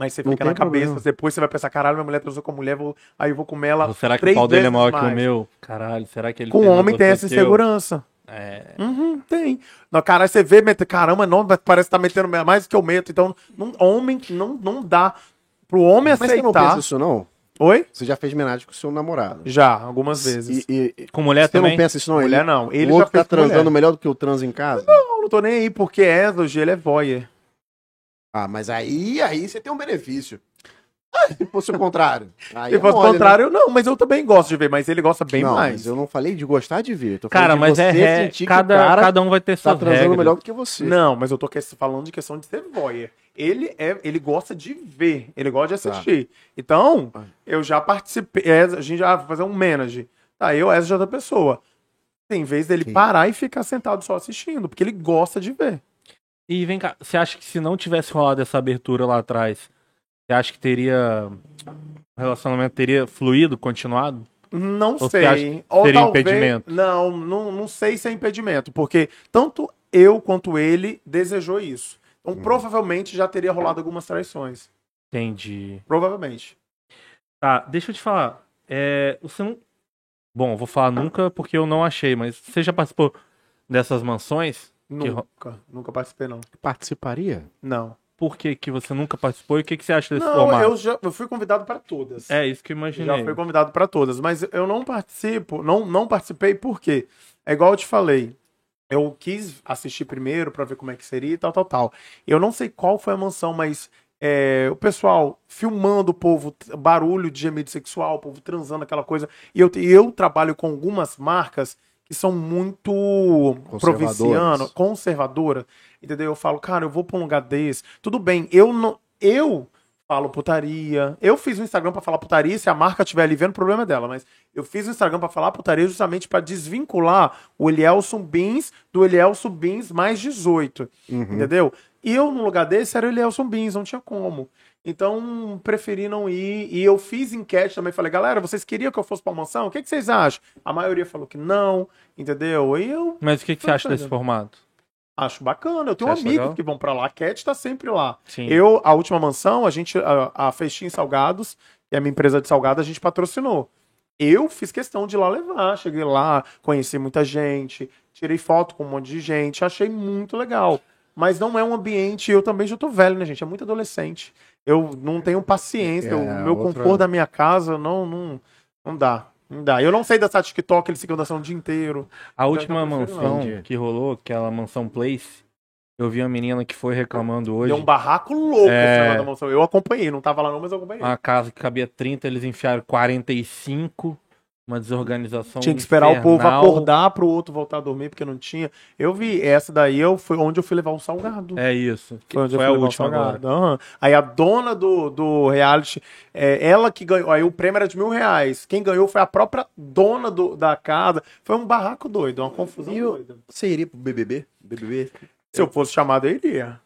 [SPEAKER 3] Mas você
[SPEAKER 2] Não
[SPEAKER 3] fica na
[SPEAKER 2] tem
[SPEAKER 3] cabeça,
[SPEAKER 2] problema.
[SPEAKER 3] depois você vai pensar, caralho, minha mulher transou com mulher, vou... aí eu vou comer ela.
[SPEAKER 1] Ou será que o
[SPEAKER 3] três
[SPEAKER 1] pau dele é
[SPEAKER 3] vezes
[SPEAKER 1] maior que
[SPEAKER 3] mais.
[SPEAKER 1] o meu? Caralho, será que ele
[SPEAKER 3] Com um
[SPEAKER 1] fez mais
[SPEAKER 3] homem tem
[SPEAKER 1] gostoso
[SPEAKER 3] essa
[SPEAKER 1] que eu?
[SPEAKER 3] insegurança.
[SPEAKER 1] É.
[SPEAKER 3] Uhum, tem. Não, cara, você vê, mete- caramba, não, mas parece que tá metendo mais do que eu meto. Então, não- homem que não, não dá. Pro homem
[SPEAKER 2] Mas você não
[SPEAKER 3] aceitar.
[SPEAKER 2] pensa isso, não?
[SPEAKER 3] Oi?
[SPEAKER 2] Você já fez homenagem com o seu namorado.
[SPEAKER 3] Já, algumas vezes.
[SPEAKER 2] E, e- e-
[SPEAKER 1] Com mulher
[SPEAKER 2] você não
[SPEAKER 1] também?
[SPEAKER 2] pensa isso, não?
[SPEAKER 3] mulher
[SPEAKER 2] ele,
[SPEAKER 3] não. Ele
[SPEAKER 2] o
[SPEAKER 3] já
[SPEAKER 2] outro
[SPEAKER 3] fez
[SPEAKER 2] tá transando
[SPEAKER 3] Mulher.
[SPEAKER 2] melhor do que eu transo em casa?
[SPEAKER 3] Não, não tô nem aí, porque é, hoje ele é voyeur.
[SPEAKER 2] Ah, mas aí, aí você tem um benefício. Ah, Se fosse o contrário. Aí
[SPEAKER 3] Se
[SPEAKER 2] é
[SPEAKER 3] fosse o
[SPEAKER 2] mole, né?
[SPEAKER 3] contrário, eu não, mas eu também gosto de ver, mas ele gosta bem
[SPEAKER 2] não,
[SPEAKER 3] mais.
[SPEAKER 2] mas eu não falei de gostar de ver. eu tô falando
[SPEAKER 1] Cara,
[SPEAKER 2] de
[SPEAKER 1] mas
[SPEAKER 2] você
[SPEAKER 1] é ré.
[SPEAKER 2] sentir que o
[SPEAKER 1] Cada,
[SPEAKER 2] cara
[SPEAKER 1] cada um vai ter
[SPEAKER 2] tá
[SPEAKER 1] suas
[SPEAKER 2] transando
[SPEAKER 1] regras.
[SPEAKER 2] melhor do que você.
[SPEAKER 3] Não, mas eu tô que- falando de questão de ser voyeur. Ele, é, ele gosta de ver, ele gosta de
[SPEAKER 2] Tá.
[SPEAKER 3] assistir. Então,
[SPEAKER 2] Ah.
[SPEAKER 3] eu já participei. é, A gente já vai fazer um manage. Tá, eu, essa já outra pessoa. Tem vez dele
[SPEAKER 2] Sim.
[SPEAKER 3] parar e ficar sentado só assistindo, porque ele gosta de ver.
[SPEAKER 1] E vem cá, você acha que se não tivesse rolado essa abertura lá atrás, você acha que teria. O relacionamento teria fluído, continuado?
[SPEAKER 3] Não
[SPEAKER 1] Ou você
[SPEAKER 3] sei.
[SPEAKER 1] acha que
[SPEAKER 3] Ou
[SPEAKER 1] seria um
[SPEAKER 3] talvez-
[SPEAKER 1] impedimento?
[SPEAKER 3] Não, não, não sei se é impedimento, porque tanto eu quanto ele desejou isso.
[SPEAKER 1] Hum.
[SPEAKER 3] Então, provavelmente já teria rolado algumas traições.
[SPEAKER 1] Entendi.
[SPEAKER 3] Provavelmente.
[SPEAKER 1] Tá, deixa eu te falar. É, você não. Bom, eu vou falar nunca porque eu não achei, mas você já participou dessas mansões? Que ro-
[SPEAKER 3] Nunca, nunca participei, não.
[SPEAKER 2] Participaria?
[SPEAKER 3] Não.
[SPEAKER 1] Por que, que você nunca participou e o que, que você acha desse
[SPEAKER 3] Não,
[SPEAKER 1] formato?
[SPEAKER 3] eu, já, eu fui convidado para todas.
[SPEAKER 1] É isso que eu
[SPEAKER 3] já
[SPEAKER 1] imaginei.
[SPEAKER 3] fui convidado para todas, mas eu não participo, não, não participei por quê? É igual eu te falei. Eu quis assistir primeiro para ver como é que seria e tal, tal, tal. Eu não sei qual foi a mansão, mas é, o pessoal filmando o povo, t- barulho de gemido sexual, o povo transando aquela coisa. E eu, te- eu trabalho com algumas marcas que são muito
[SPEAKER 2] Conservadoras.
[SPEAKER 3] provinciano, conservadora, entendeu? Eu falo, cara, eu vou pra um lugar desse. Tudo bem, eu não. Eu falo putaria. Eu fiz o Instagram pra falar putaria, se a marca estiver ali vendo, o problema é dela, mas eu fiz o Instagram pra falar putaria justamente pra desvincular o Elielson Bins do Elielson Bins mais 18, entendeu? E eu, num lugar desse, era o Elielson Bins, não tinha como. Então, preferi não ir. E eu fiz enquete também. Falei, galera, vocês queriam que eu fosse pra mansão? O que, que vocês acham? A maioria falou que não, entendeu? E eu
[SPEAKER 1] Mas o que, que você
[SPEAKER 2] Tá
[SPEAKER 3] Não,
[SPEAKER 1] acha desse
[SPEAKER 3] não.
[SPEAKER 1] formato?
[SPEAKER 3] acho bacana. Eu tenho
[SPEAKER 1] Você acha
[SPEAKER 3] amigos
[SPEAKER 1] legal?
[SPEAKER 3] que vão pra lá. A Cat tá sempre lá.
[SPEAKER 1] Sim.
[SPEAKER 3] Eu, a última mansão, a gente, a, a Festim Salgados, que é a minha empresa de salgado, a gente patrocinou. Eu fiz questão de ir lá levar, cheguei lá, conheci muita gente, tirei foto com um monte de gente, achei muito legal. Mas não é um ambiente, eu também já tô velho, né, gente? É muito adolescente. Eu não tenho paciência,
[SPEAKER 2] É,
[SPEAKER 3] o meu
[SPEAKER 2] outra-
[SPEAKER 3] conforto da minha casa não, não, não dá. Não dá. Eu não sei dançar TikTok, eles ficam dançando o dia inteiro.
[SPEAKER 1] A última
[SPEAKER 3] eu prefiro
[SPEAKER 1] mansão
[SPEAKER 2] não.
[SPEAKER 1] que rolou, aquela mansão Place, eu vi uma menina que foi reclamando hoje.
[SPEAKER 3] Deu um barraco louco
[SPEAKER 1] É. Ah,
[SPEAKER 3] esse negócio da mansão. Eu acompanhei, não tava lá não, mas eu acompanhei.
[SPEAKER 1] Uma casa que cabia 30, eles enfiaram 45. uma desorganização.
[SPEAKER 3] Tinha que esperar o povo
[SPEAKER 1] então infernal.
[SPEAKER 3] acordar pro outro voltar a dormir porque não tinha. Eu vi essa daí, eu fui onde eu fui levar um salgado.
[SPEAKER 1] É isso.
[SPEAKER 3] Foi onde eu
[SPEAKER 1] Foi a
[SPEAKER 3] fui levar um
[SPEAKER 1] última agora.
[SPEAKER 3] salgado. Aham. Aí a dona do, do reality, é, ela que ganhou. Aí o prêmio era de mil reais. Quem ganhou foi a própria dona do- da casa. Foi um barraco doido, uma confusão
[SPEAKER 2] E o-
[SPEAKER 3] doida.
[SPEAKER 2] Você iria pro BBB? BBB?
[SPEAKER 3] Se eu fosse chamado, eu iria.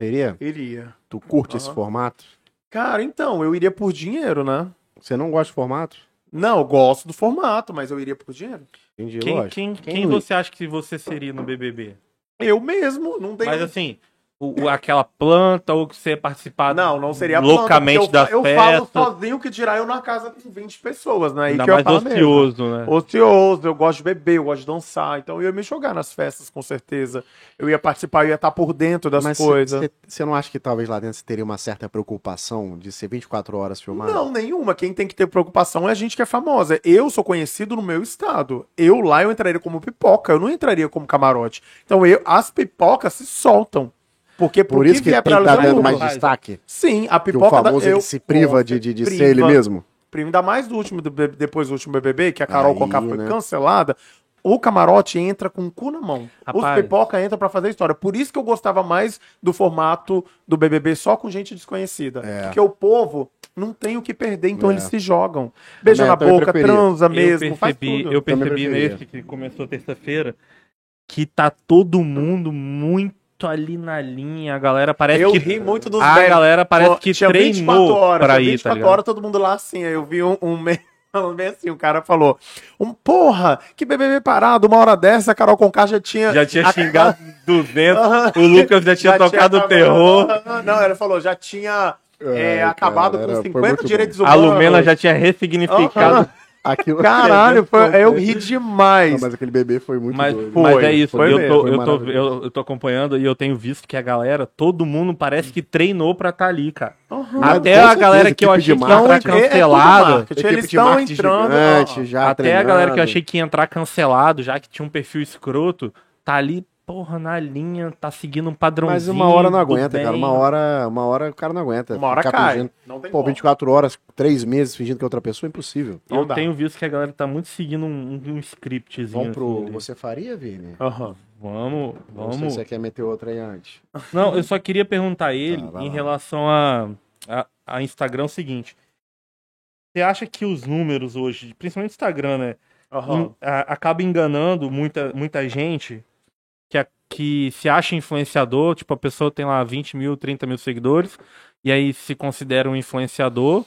[SPEAKER 2] Iria?
[SPEAKER 3] Iria.
[SPEAKER 2] Tu curte esse
[SPEAKER 3] Aham.
[SPEAKER 2] formato?
[SPEAKER 3] Cara, então, eu iria por dinheiro, né?
[SPEAKER 2] Você não gosta de formato?
[SPEAKER 3] Não, eu gosto do formato, mas eu iria por dinheiro.
[SPEAKER 2] Entendi,
[SPEAKER 1] Quem,
[SPEAKER 2] lógico.
[SPEAKER 1] quem,
[SPEAKER 2] Quem
[SPEAKER 1] quem
[SPEAKER 2] não-
[SPEAKER 1] você acha que você seria no BBB?
[SPEAKER 3] Eu mesmo, não tem. um-
[SPEAKER 1] Mas assim, o- o- aquela planta ou que você participar
[SPEAKER 3] Não, não seria planta,
[SPEAKER 1] loucamente
[SPEAKER 3] porque eu,
[SPEAKER 1] da
[SPEAKER 3] eu falo
[SPEAKER 1] festa,
[SPEAKER 3] sozinho que dirá eu na casa com 20 pessoas, né? E
[SPEAKER 1] ainda
[SPEAKER 3] que eu
[SPEAKER 1] mais
[SPEAKER 3] falo mesmo.
[SPEAKER 1] ocioso, né?
[SPEAKER 3] Ocioso, eu gosto de beber, eu gosto de dançar, então eu ia me jogar nas festas, com certeza. Eu ia participar, eu ia estar por dentro das
[SPEAKER 2] Mas
[SPEAKER 3] coisas.
[SPEAKER 2] você não acha que talvez lá dentro você teria uma certa preocupação de ser 24 horas filmado?
[SPEAKER 3] Não, nenhuma. Quem tem que ter preocupação é a gente que é famosa. Eu sou conhecido no meu estado. Eu lá eu entraria como pipoca, eu não entraria como camarote. Então eu, as pipocas se soltam. Porque
[SPEAKER 2] Por isso que,
[SPEAKER 3] vier
[SPEAKER 2] quem
[SPEAKER 3] pra
[SPEAKER 2] tá
[SPEAKER 3] elas é
[SPEAKER 2] dando
[SPEAKER 3] lucro.
[SPEAKER 2] mais
[SPEAKER 1] Lucas.
[SPEAKER 2] destaque?
[SPEAKER 3] Sim, a
[SPEAKER 2] Que
[SPEAKER 3] pipoca
[SPEAKER 2] o famoso
[SPEAKER 3] da, eu-
[SPEAKER 2] ele se priva
[SPEAKER 3] Nossa,
[SPEAKER 2] de, de, de
[SPEAKER 3] priva.
[SPEAKER 2] ser ele mesmo?
[SPEAKER 3] Primo, ainda mais do último, do B- depois do último BBB, que a Carol
[SPEAKER 2] Aí,
[SPEAKER 3] Conká foi
[SPEAKER 2] né?
[SPEAKER 3] cancelada, o camarote entra com o cu na mão.
[SPEAKER 1] Rapaz.
[SPEAKER 3] Os pipoca entra pra fazer história. Por isso que eu gostava mais do formato do BBB só com gente desconhecida.
[SPEAKER 2] É.
[SPEAKER 3] Porque o povo não tem o que perder, então
[SPEAKER 2] É.
[SPEAKER 3] eles se jogam. Beija
[SPEAKER 2] É,
[SPEAKER 3] na
[SPEAKER 2] eu também
[SPEAKER 3] boca,
[SPEAKER 2] preferia.
[SPEAKER 3] transa
[SPEAKER 1] eu
[SPEAKER 3] mesmo, faz
[SPEAKER 1] percebi,
[SPEAKER 3] tudo.
[SPEAKER 1] eu
[SPEAKER 2] Também
[SPEAKER 1] percebi
[SPEAKER 2] preferia.
[SPEAKER 1] nesse que começou terça-feira que tá todo mundo muito ali na linha. A galera parece
[SPEAKER 3] Eu
[SPEAKER 1] que.
[SPEAKER 3] ri muito dos
[SPEAKER 1] a
[SPEAKER 3] velhos.
[SPEAKER 1] galera parece que
[SPEAKER 3] Tinha 24
[SPEAKER 1] treinou
[SPEAKER 3] horas,
[SPEAKER 1] pra
[SPEAKER 3] tinha
[SPEAKER 1] ir, tá
[SPEAKER 3] 24
[SPEAKER 1] ligado?
[SPEAKER 3] horas, todo mundo lá assim. Aí eu vi um, um meme um meme assim, o cara falou: um porra, que BBB parado, uma hora dessa, a Carol Conká já tinha.
[SPEAKER 1] Já tinha xingado 200,
[SPEAKER 3] Aham.
[SPEAKER 1] o Lucas já tinha tocado o
[SPEAKER 3] acabado-
[SPEAKER 1] terror.
[SPEAKER 3] Aham, Não, ela falou, já tinha
[SPEAKER 2] Ai,
[SPEAKER 3] é, acabado
[SPEAKER 2] cara,
[SPEAKER 3] com
[SPEAKER 2] era- foi muito
[SPEAKER 3] 50
[SPEAKER 2] bom.
[SPEAKER 3] direitos
[SPEAKER 1] A
[SPEAKER 3] humanos.
[SPEAKER 1] Lumena já tinha ressignificado.
[SPEAKER 2] Aquilo
[SPEAKER 3] Caralho, foi- eu ri demais.
[SPEAKER 2] Não, mas aquele bebê foi muito
[SPEAKER 1] Mas,
[SPEAKER 2] doido.
[SPEAKER 1] mas
[SPEAKER 3] Foi,
[SPEAKER 1] é isso,
[SPEAKER 3] foi
[SPEAKER 1] eu,
[SPEAKER 3] mesmo,
[SPEAKER 1] tô,
[SPEAKER 2] foi
[SPEAKER 1] eu, tô,
[SPEAKER 2] maravilhoso.
[SPEAKER 1] eu, eu tô acompanhando e eu tenho visto que a galera, todo mundo parece que treinou pra tá ali, cara.
[SPEAKER 3] Aham.
[SPEAKER 2] Ah,
[SPEAKER 1] Até
[SPEAKER 2] com
[SPEAKER 1] a
[SPEAKER 2] certeza,
[SPEAKER 1] galera que eu
[SPEAKER 2] equipe de
[SPEAKER 1] achei que ia
[SPEAKER 2] marketing.
[SPEAKER 1] entrar
[SPEAKER 3] É- é tudo
[SPEAKER 1] cancelada,
[SPEAKER 3] marketing, Eles estão entrando.
[SPEAKER 2] tipo gigante,
[SPEAKER 3] aham.
[SPEAKER 2] já
[SPEAKER 1] até a galera que eu
[SPEAKER 2] treinando.
[SPEAKER 1] achei que ia entrar cancelado, já que tinha um perfil escroto, tá ali, porra, na linha, tá seguindo um padrãozinho.
[SPEAKER 2] Mas uma hora não
[SPEAKER 1] tudo
[SPEAKER 2] aguenta, cara.
[SPEAKER 1] bem.
[SPEAKER 2] Uma hora, uma hora o cara não aguenta.
[SPEAKER 3] Uma hora
[SPEAKER 2] Ficar
[SPEAKER 3] cai.
[SPEAKER 2] fingindo-
[SPEAKER 3] Não tem
[SPEAKER 2] Pô,
[SPEAKER 3] como.
[SPEAKER 2] 24 horas, 3 meses fingindo que é outra pessoa, é impossível.
[SPEAKER 1] Eu
[SPEAKER 3] Não dá.
[SPEAKER 1] tenho visto que a galera tá muito seguindo um, um scriptzinho.
[SPEAKER 2] Vamos
[SPEAKER 1] assim,
[SPEAKER 2] pro.
[SPEAKER 1] ali.
[SPEAKER 2] Você faria, Vini?
[SPEAKER 3] Aham.
[SPEAKER 1] Vamos,
[SPEAKER 2] Não sei
[SPEAKER 1] vamos.
[SPEAKER 2] se você quer meter outra aí antes.
[SPEAKER 1] Não, eu só queria perguntar a ele
[SPEAKER 2] Tá, vai
[SPEAKER 1] em
[SPEAKER 2] lá.
[SPEAKER 1] relação a, a, a Instagram é o seguinte. Você acha que os números hoje, principalmente Instagram, né?
[SPEAKER 2] um
[SPEAKER 3] Aham.
[SPEAKER 1] en- a- acaba enganando muita, muita gente que, a- que se acha influenciador. Tipo, a pessoa tem lá 20 mil, 30 mil seguidores e aí se considera um influenciador.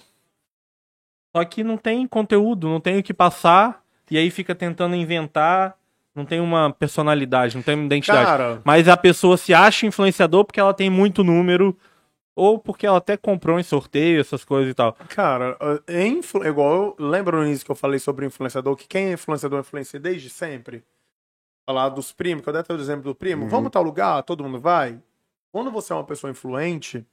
[SPEAKER 1] Só que não tem conteúdo, não tem o que passar e aí fica tentando inventar. Não tem uma personalidade, não tem uma identidade.
[SPEAKER 3] Cara,
[SPEAKER 1] Mas a pessoa se acha influenciador porque ela tem muito número ou porque ela até comprou em sorteio, essas coisas e tal.
[SPEAKER 3] Cara, é influ... igual eu lembro no início que eu falei sobre influenciador, que quem é influenciador influencia desde sempre. Falar dos primos, que eu dei até o exemplo do primo,
[SPEAKER 2] Uhum.
[SPEAKER 3] vamos tal lugar, todo mundo vai. Quando você é uma pessoa influente,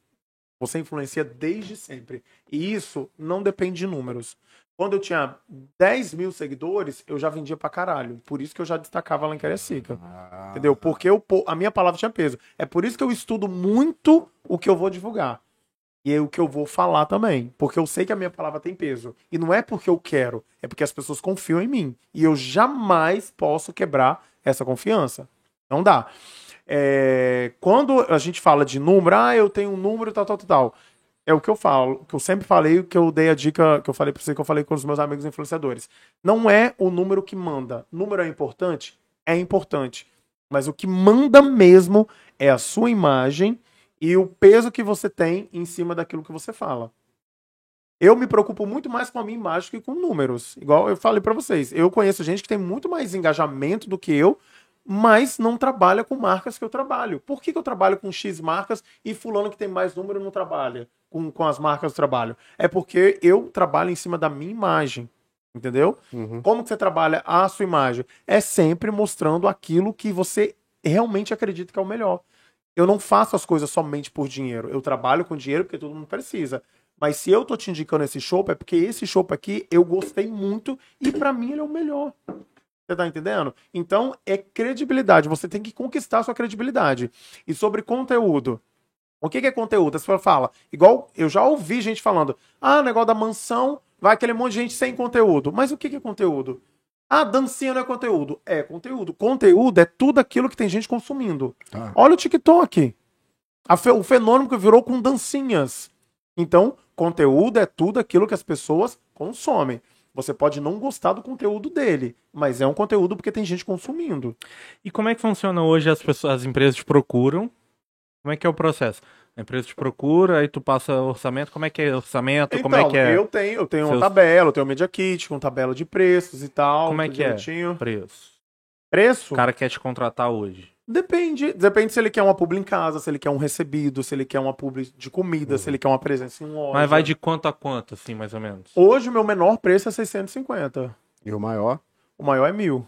[SPEAKER 3] você influencia desde sempre. E isso não depende de números. Quando eu tinha 10 mil seguidores, eu já vendia pra caralho. Por isso que eu já destacava lá em Cariacica.
[SPEAKER 2] Ah,
[SPEAKER 3] Entendeu?
[SPEAKER 2] tá.
[SPEAKER 3] Porque eu, po- a minha palavra tinha peso. É por isso que eu estudo muito o que eu vou divulgar. E é o que eu vou falar também. Porque eu sei que a minha palavra tem peso. E não é porque eu quero, é porque as pessoas confiam em mim. E eu jamais posso quebrar essa confiança. Não dá. É, quando a gente fala de número, ah, eu tenho um número, tal, tal, tal, tal. É o que eu falo, que eu sempre falei, o que eu dei a dica que eu falei pra você, que eu falei com os meus amigos influenciadores. Não é o número que manda. Número é importante? É importante. Mas o que manda mesmo é a sua imagem e o peso que você tem em cima daquilo que você fala. Eu me preocupo muito mais com a minha imagem que com números. Igual eu falei pra vocês, eu conheço gente que tem muito mais engajamento do que eu, mas não trabalha com marcas que eu trabalho. Por que, que eu trabalho com X marcas e fulano que tem mais número não trabalha com, com as marcas que eu trabalho? É porque eu trabalho em cima da minha imagem, entendeu?
[SPEAKER 2] Uhum.
[SPEAKER 3] Como que você trabalha a sua imagem? É sempre mostrando aquilo que você realmente acredita que é o melhor. Eu não faço as coisas somente por dinheiro. Eu trabalho com dinheiro porque todo mundo precisa. Mas se eu tô te indicando esse chopp, é porque esse chopp aqui eu gostei muito e pra mim ele é o melhor. Você tá entendendo? Então é credibilidade. Você tem que conquistar a sua credibilidade. E sobre conteúdo. O que, que é conteúdo? As pessoas falam, igual eu já ouvi gente falando, ah, negócio da mansão Vai aquele monte de gente sem conteúdo. Mas o que que é conteúdo? Ah, dancinha não é conteúdo. É conteúdo. Conteúdo é tudo aquilo que tem gente consumindo.
[SPEAKER 2] Tá.
[SPEAKER 3] Olha o TikTok. A fe- o fenômeno que virou com dancinhas. Então, conteúdo é tudo aquilo que as pessoas consomem. Você pode não gostar do conteúdo dele, mas é um conteúdo porque tem gente consumindo.
[SPEAKER 1] E como é que funciona hoje as pessoas, as empresas te procuram? Como é que é o processo? A empresa te procura, aí tu passa orçamento, como é que é orçamento, como é que é
[SPEAKER 3] Então, eu tenho, eu tenho uma
[SPEAKER 1] Seus-
[SPEAKER 3] tabela, eu tenho um media kit com tabela de preços e tal.
[SPEAKER 1] Como é
[SPEAKER 3] tudo
[SPEAKER 1] que é?
[SPEAKER 3] direitinho.
[SPEAKER 1] o preço?
[SPEAKER 3] Preço?
[SPEAKER 1] O cara quer te contratar hoje.
[SPEAKER 3] Depende. Depende se ele quer uma publi em casa, se ele quer um recebido, se ele quer uma publi de comida, se ele quer uma presença em loja.
[SPEAKER 1] Mas vai de quanto a quanto, assim, mais ou menos?
[SPEAKER 3] Hoje o meu menor preço é 650.
[SPEAKER 2] E o maior?
[SPEAKER 3] O maior é mil.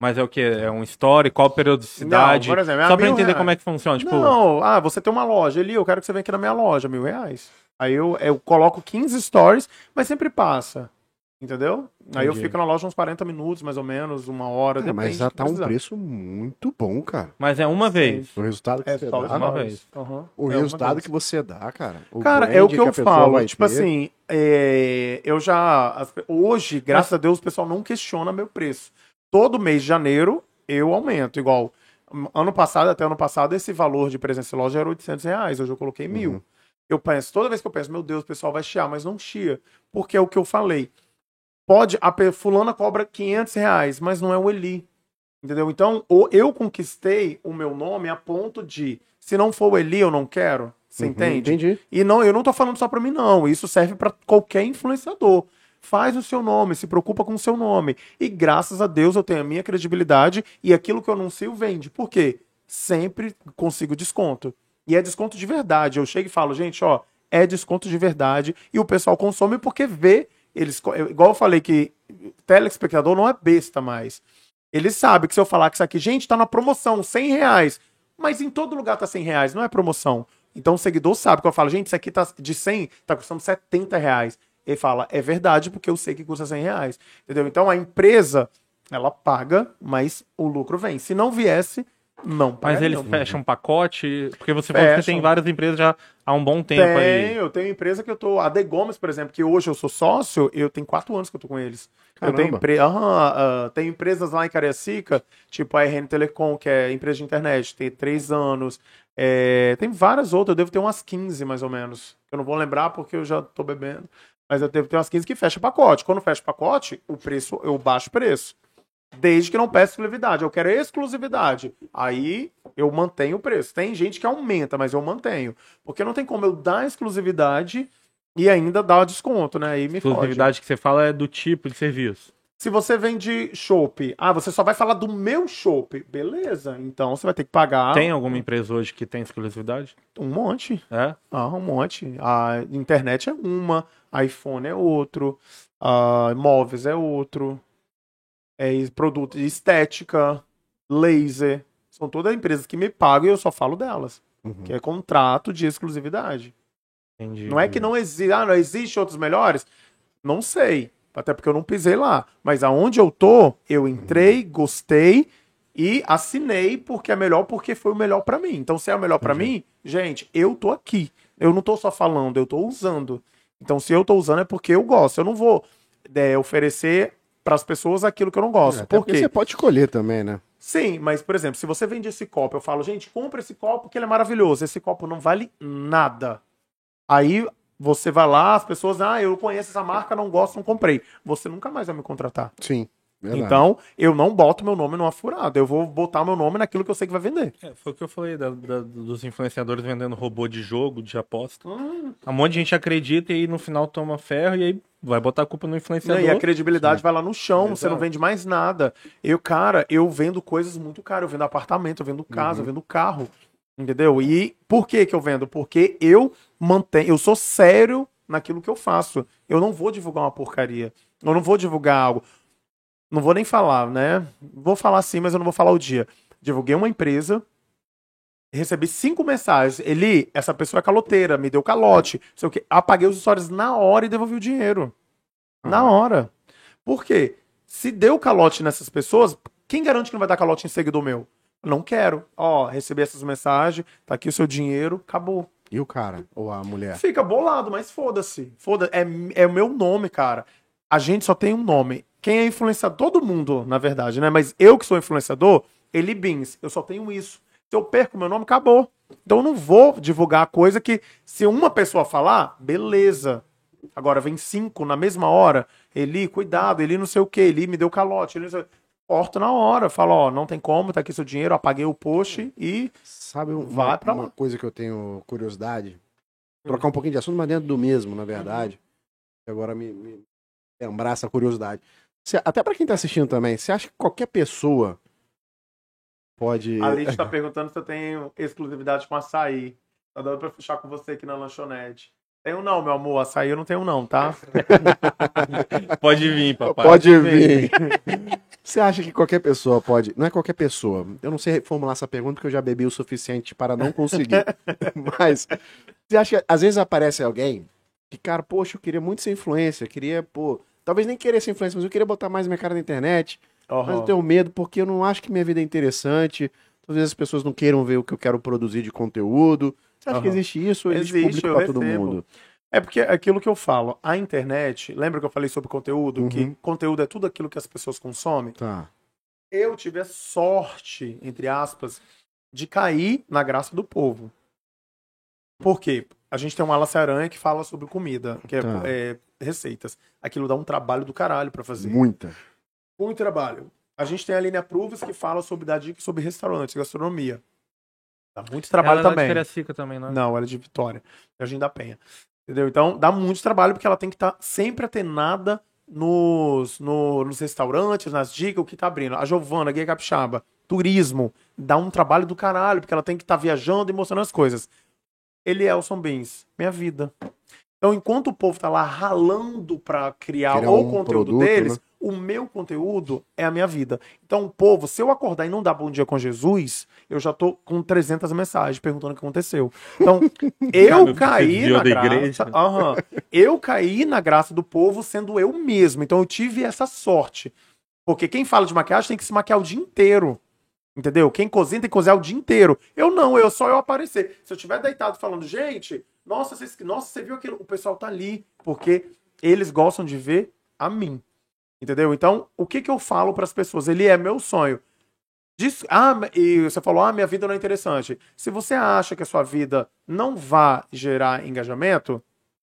[SPEAKER 1] Mas é o quê? É um story? Qual a periodicidade?
[SPEAKER 3] Não, por exemplo, é
[SPEAKER 1] Só pra
[SPEAKER 3] mil
[SPEAKER 1] entender
[SPEAKER 3] reais.
[SPEAKER 1] como é que funciona. Tipo,
[SPEAKER 3] Não, ah, você tem uma loja ali, eu quero que você venha aqui na minha loja, mil reais. Aí eu, eu coloco 15 stories, mas sempre passa. Entendeu? Aí eu
[SPEAKER 1] Entendi.
[SPEAKER 3] fico na loja uns 40 minutos, mais ou menos, uma hora.
[SPEAKER 2] Cara, mas
[SPEAKER 3] depende
[SPEAKER 2] já
[SPEAKER 3] do que
[SPEAKER 2] tá um
[SPEAKER 3] precisar.
[SPEAKER 2] preço muito bom, cara.
[SPEAKER 1] mas é uma vez.
[SPEAKER 2] O resultado que
[SPEAKER 3] É,
[SPEAKER 2] você
[SPEAKER 3] só
[SPEAKER 2] dá.
[SPEAKER 3] os
[SPEAKER 1] uma
[SPEAKER 3] stories.
[SPEAKER 1] vez.
[SPEAKER 3] Aham. É
[SPEAKER 2] O
[SPEAKER 3] uma
[SPEAKER 2] resultado
[SPEAKER 3] vez.
[SPEAKER 2] que você dá, cara. O
[SPEAKER 3] Cara,
[SPEAKER 2] brand
[SPEAKER 3] é o que,
[SPEAKER 2] a
[SPEAKER 3] eu
[SPEAKER 2] pessoa
[SPEAKER 3] falo.
[SPEAKER 2] vai
[SPEAKER 3] Tipo
[SPEAKER 2] ter.
[SPEAKER 3] assim, é, eu já. as pe- hoje, graças a Deus, o pessoal não questiona meu preço. Todo mês de janeiro eu aumento. Igual hum, ano passado, até ano passado, esse valor de presença em loja era 800 reais. Hoje eu coloquei mil.
[SPEAKER 2] Uhum.
[SPEAKER 3] Eu penso, toda vez que eu penso, meu Deus, o pessoal vai chiar, mas não chia. Porque é o que eu falei. Pode, a pe- fulana cobra 500 reais, mas não é o Eli. Entendeu? Então, o- eu conquistei o meu nome a ponto de, se não for o Eli, eu não quero. Você
[SPEAKER 2] Uhum,
[SPEAKER 3] entende?
[SPEAKER 2] Entendi.
[SPEAKER 3] E não, eu não tô falando só pra mim, não. Isso serve pra qualquer influenciador. Faz o seu nome, se preocupa com o seu nome. E graças a Deus eu tenho a minha credibilidade e aquilo que eu anuncio vende. Por quê? Sempre consigo desconto. E é desconto de verdade. Eu chego e falo, gente, ó, é desconto de verdade. E o pessoal consome porque vê. Eles, co- eu- igual eu falei que telespectador não é besta mais. Ele sabe que se eu falar que isso aqui, gente, tá na promoção, 100 reais. Mas em todo lugar tá 100 reais, não é promoção. Então o seguidor sabe que eu falo, gente, isso aqui tá de 100, tá custando 70 reais. Ele fala, é verdade, porque eu sei que custa 100 reais. Entendeu? Então a empresa, ela paga, mas o lucro vem. Se não viesse, não
[SPEAKER 1] Mas
[SPEAKER 3] pagaria.
[SPEAKER 1] eles fecham um pacote? Porque você falou que você
[SPEAKER 3] Fecham.
[SPEAKER 1] tem várias empresas já há um bom tempo
[SPEAKER 3] Tem,
[SPEAKER 1] aí.
[SPEAKER 3] eu tenho empresa que eu tô. A De Gomes, por exemplo, que hoje eu sou sócio, eu tenho quatro anos que eu tô com eles.
[SPEAKER 2] Caramba.
[SPEAKER 3] Eu tenho, empre... Aham, ah, tem empresas lá em Cariacica, tipo a RN Telecom, que é empresa de internet, tem três anos. É, Tem várias outras, eu devo ter umas 15 mais ou menos. Eu não vou lembrar porque eu já tô bebendo. Mas eu devo ter umas 15 que fecha pacote. Quando fecha pacote, o preço, eu baixo o preço. Desde que não peça exclusividade. Eu quero exclusividade. Aí eu mantenho o preço. Tem gente que aumenta, mas eu mantenho. Porque não tem como eu dar exclusividade e ainda dar desconto, né? Aí me fode.
[SPEAKER 1] Exclusividade que você fala é do tipo de serviço.
[SPEAKER 3] Se você vende chopp, ah, você só vai falar do meu chopp. Beleza, então você vai ter que pagar
[SPEAKER 1] Tem um- alguma empresa hoje que tem exclusividade?
[SPEAKER 3] um monte.
[SPEAKER 1] É?
[SPEAKER 3] Ah, um monte. A internet é uma, iPhone é outro, ah, móveis é outro, é e- produto de estética, laser. São todas empresas que me pagam e eu só falo delas.
[SPEAKER 2] Uhum.
[SPEAKER 3] Que é contrato de exclusividade.
[SPEAKER 1] Entendi.
[SPEAKER 3] Não é que não existe. Ah, não existe outros melhores? Não sei. Até porque eu não pisei lá. Mas aonde eu tô, eu entrei, gostei e assinei porque é melhor, porque foi o melhor pra mim. Então, se é o melhor pra mim, gente, eu tô aqui. Eu não tô só falando, eu tô usando. Então, se eu tô usando é porque eu gosto. Eu não vou é, oferecer pras pessoas aquilo que eu não gosto.
[SPEAKER 2] É, Até
[SPEAKER 3] por
[SPEAKER 2] porque
[SPEAKER 3] quê?
[SPEAKER 2] você pode escolher também, né?
[SPEAKER 3] Sim, mas, por exemplo, se você vende esse copo, eu falo, gente, compra esse copo porque ele é maravilhoso. Esse copo não vale nada. Aí você vai lá, as pessoas, ah, eu conheço essa marca, não gosto, não comprei. Você nunca mais vai me contratar.
[SPEAKER 2] Sim. Verdade.
[SPEAKER 3] Então, eu não boto meu nome numa furada. Eu vou botar meu nome naquilo que eu sei que vai vender.
[SPEAKER 1] É, foi o que eu falei da- da- dos influenciadores vendendo robô de jogo, de aposta.
[SPEAKER 3] Ah.
[SPEAKER 1] Um monte de gente acredita e no final toma ferro e aí vai botar a culpa no
[SPEAKER 3] Não,
[SPEAKER 1] influenciador.
[SPEAKER 3] e a credibilidade vai lá no chão, você
[SPEAKER 1] Exato.
[SPEAKER 3] não vende mais nada. Eu, cara, eu vendo coisas muito caras. Eu vendo apartamento, eu vendo casa, eu vendo carro. Entendeu? E por que que eu vendo? Porque eu mantenho, eu sou sério naquilo que eu faço. Eu não vou divulgar uma porcaria. Eu não vou divulgar algo. Não vou nem falar, né? Vou falar sim, mas eu não vou falar o dia. Divulguei uma empresa, recebi cinco mensagens. Eli, essa pessoa é caloteira, me deu calote, não sei o quê. Apaguei os stories na hora e devolvi o dinheiro. Na hora. Por quê? Se deu calote nessas pessoas, quem garante que não vai dar calote em seguidor meu? Não quero. Ó, recebi essas mensagens, tá aqui o seu dinheiro, acabou.
[SPEAKER 2] E o cara? Ou a mulher?
[SPEAKER 3] Fica bolado, mas foda-se. Foda é, é o meu nome, cara. A gente só tem um nome. Quem é influenciador? Todo mundo, na verdade, né? Mas eu que sou influenciador, Eli Beans, eu só tenho isso. Se eu perco meu nome, acabou. Então eu não vou divulgar a coisa que, se uma pessoa falar, beleza. Agora vem cinco na mesma hora. Eli, cuidado, Eli não sei o que, Eli me deu calote, Eli não sei... Corto na hora, falo, ó, não tem como, tá aqui seu dinheiro, apaguei o post e
[SPEAKER 2] Sabe um-
[SPEAKER 3] Vai
[SPEAKER 2] uma,
[SPEAKER 3] pra
[SPEAKER 2] uma
[SPEAKER 3] lá. Hum.
[SPEAKER 2] coisa que eu tenho curiosidade? Trocar um pouquinho de assunto, mas dentro do mesmo, na verdade. E Agora me, me lembrar essa curiosidade. Você- até pra quem tá assistindo também, você acha que qualquer pessoa pode.
[SPEAKER 3] A Liz tá perguntando se eu tenho exclusividade com açaí. Tá dando pra fechar com você aqui na lanchonete. Tenho não, meu amor. Açaí eu não tenho não, tá?
[SPEAKER 1] Pode vir, papai.
[SPEAKER 2] Pode vir. Você acha que qualquer pessoa pode. Não é qualquer pessoa. Eu não sei reformular essa pergunta porque eu já bebi o suficiente para não conseguir. Mas você acha que às vezes aparece alguém que, cara, poxa, eu queria muito ser influência. Eu queria, pô. Talvez nem querer ser influência, mas eu queria botar mais minha cara na internet. Mas eu tenho medo porque eu não acho que minha vida é interessante. Talvez as pessoas não queiram ver o que eu quero produzir de conteúdo. Você acha que
[SPEAKER 3] Aham.
[SPEAKER 2] existe isso? ou Existe,
[SPEAKER 3] Existe,
[SPEAKER 2] público
[SPEAKER 3] eu
[SPEAKER 2] pra todo
[SPEAKER 3] recebo.
[SPEAKER 2] mundo.
[SPEAKER 3] É porque é aquilo que eu falo, a internet, lembra que eu falei sobre conteúdo? Que
[SPEAKER 2] Uhum.
[SPEAKER 3] conteúdo é tudo aquilo que as pessoas consomem.
[SPEAKER 2] Tá.
[SPEAKER 3] eu tive a sorte, entre aspas, de cair na graça do povo. Por quê? A gente tem um Ala Aranha que fala sobre comida, que é,
[SPEAKER 2] Tá.
[SPEAKER 3] é, receitas. Aquilo dá um trabalho do caralho pra fazer.
[SPEAKER 2] Muita.
[SPEAKER 3] Muito trabalho. A gente tem a Aline Pruves que fala sobre dar dica sobre restaurantes, gastronomia. Dá muito trabalho
[SPEAKER 1] Ela não é de
[SPEAKER 3] também.
[SPEAKER 1] Cariacica também, não é?
[SPEAKER 3] Não, ela é de Vitória, Jardim da Penha. Entendeu? Então, dá muito trabalho porque ela tem que estar sempre atenada nos, no- nos restaurantes, nas dicas, o que tá abrindo. A Giovana, Guia Capixaba, turismo, dá um trabalho do caralho, porque ela tem que estar viajando e mostrando as coisas. Elielson Bins, minha vida. Então, enquanto o povo tá lá ralando pra criar,
[SPEAKER 2] Criar
[SPEAKER 3] o
[SPEAKER 2] um
[SPEAKER 3] conteúdo
[SPEAKER 2] produto,
[SPEAKER 3] deles,
[SPEAKER 2] né?
[SPEAKER 3] o meu conteúdo é a minha vida. Então, o povo, se eu acordar e não dar bom dia com Jesus, eu já tô com 300 mensagens perguntando o que aconteceu. Então,
[SPEAKER 1] Cara,
[SPEAKER 3] eu
[SPEAKER 1] você
[SPEAKER 3] caí
[SPEAKER 1] desviou
[SPEAKER 3] na
[SPEAKER 1] da
[SPEAKER 3] graça.
[SPEAKER 1] igreja?
[SPEAKER 3] Aham. Eu caí na graça do povo sendo eu mesmo. Então, eu tive essa sorte. Porque quem fala de maquiagem tem que se maquiar o dia inteiro. Entendeu? Quem cozinha tem que cozinhar o dia inteiro. Eu não, eu só eu aparecer. Se eu tiver deitado falando, gente, nossa, vocês, nossa, você viu aquilo? O pessoal tá ali, porque eles gostam de ver a mim. Entendeu? Então, o que que eu falo pras pessoas? Ele é meu sonho. Diz- ah, e você falou, ah, minha vida não é interessante. Se você acha que a sua vida não vai gerar engajamento,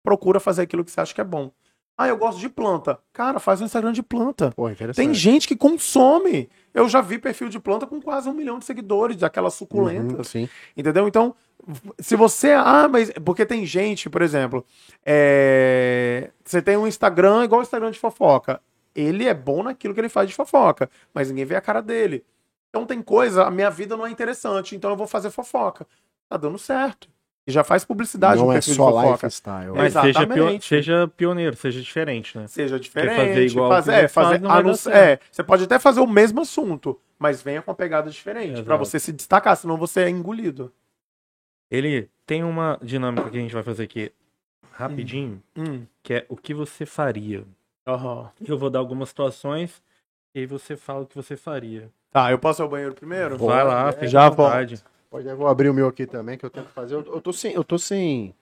[SPEAKER 3] procura fazer aquilo que você acha que é bom. Ah, eu gosto de planta. Cara, faz um Instagram de planta.
[SPEAKER 2] Pô, interessante.
[SPEAKER 3] Tem gente que consome. Eu já vi perfil de planta com quase um milhão de seguidores, daquelas
[SPEAKER 2] Uhum,
[SPEAKER 3] suculentas.
[SPEAKER 2] sim.
[SPEAKER 3] Entendeu? Então, se você. Ah, mas. Porque tem gente, por exemplo. é, Você tem um Instagram igual o Instagram de fofoca. Ele é bom naquilo que ele faz de fofoca, mas ninguém vê a cara dele. Então tem coisa, a minha vida não é interessante, então eu vou fazer fofoca. Tá dando certo. E já faz publicidade
[SPEAKER 1] um
[SPEAKER 2] não
[SPEAKER 3] no
[SPEAKER 2] é
[SPEAKER 3] perfil
[SPEAKER 2] só
[SPEAKER 3] de fofoca.
[SPEAKER 2] lifestyle.
[SPEAKER 1] Mas seja, pio-
[SPEAKER 3] Exatamente.
[SPEAKER 1] seja pioneiro, seja diferente, né?
[SPEAKER 3] Seja
[SPEAKER 1] fazer
[SPEAKER 3] diferente.
[SPEAKER 1] igual
[SPEAKER 3] faz-
[SPEAKER 1] o que
[SPEAKER 3] é,
[SPEAKER 1] ele
[SPEAKER 3] fazer,
[SPEAKER 1] faz, não vai
[SPEAKER 3] a não
[SPEAKER 1] dar
[SPEAKER 3] ser-
[SPEAKER 1] certo.
[SPEAKER 3] é, você pode até fazer o mesmo assunto, mas venha com uma pegada diferente, pra
[SPEAKER 1] Exato.
[SPEAKER 3] você se destacar, senão você é engolido.
[SPEAKER 1] Ele tem uma dinâmica que a gente vai fazer aqui rapidinho,
[SPEAKER 3] Hum.
[SPEAKER 1] que é o que você faria.
[SPEAKER 3] Aham.
[SPEAKER 1] Eu vou dar algumas situações e aí você fala o que você faria.
[SPEAKER 3] Tá, eu posso ir ao banheiro primeiro?
[SPEAKER 2] Pô,
[SPEAKER 1] vai lá,
[SPEAKER 2] é,
[SPEAKER 1] fica
[SPEAKER 3] já
[SPEAKER 1] à vontade.
[SPEAKER 2] Pode, eu vou abrir o meu aqui também, que eu tento fazer. Eu, eu tô sem. Eu tô sem.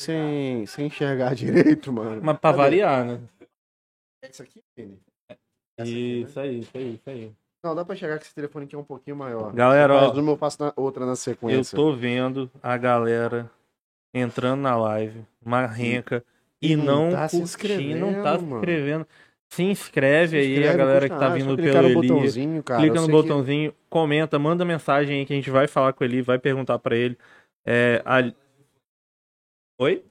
[SPEAKER 2] Sem, sem enxergar direito, mano.
[SPEAKER 1] Mas pra
[SPEAKER 2] Cadê?
[SPEAKER 1] variar, né?
[SPEAKER 2] É Isso aqui, Vini? Essa aqui, né?
[SPEAKER 1] Isso aí, isso aí, isso aí.
[SPEAKER 2] Não, dá pra enxergar que esse telefone aqui é um pouquinho maior.
[SPEAKER 1] Galera,
[SPEAKER 2] Mas
[SPEAKER 1] ó,
[SPEAKER 2] uma eu faço na- outra na
[SPEAKER 1] eu
[SPEAKER 2] sequência.
[SPEAKER 1] tô vendo a galera entrando na live, marrenca, e não
[SPEAKER 2] tá se
[SPEAKER 1] curtindo, não tá se
[SPEAKER 2] inscrevendo,
[SPEAKER 1] inscrevendo. Se inscreve aí,
[SPEAKER 2] Escreve,
[SPEAKER 1] a galera
[SPEAKER 2] custa
[SPEAKER 1] que tá
[SPEAKER 2] nada, só
[SPEAKER 1] vindo
[SPEAKER 2] clicar
[SPEAKER 1] pelo
[SPEAKER 2] no
[SPEAKER 1] Eli.
[SPEAKER 2] botãozinho, cara.
[SPEAKER 1] clica
[SPEAKER 2] Eu
[SPEAKER 1] no
[SPEAKER 2] sei que-
[SPEAKER 1] botãozinho, comenta, manda mensagem aí que a gente vai falar com ele, vai perguntar pra ele. É, a- Oi?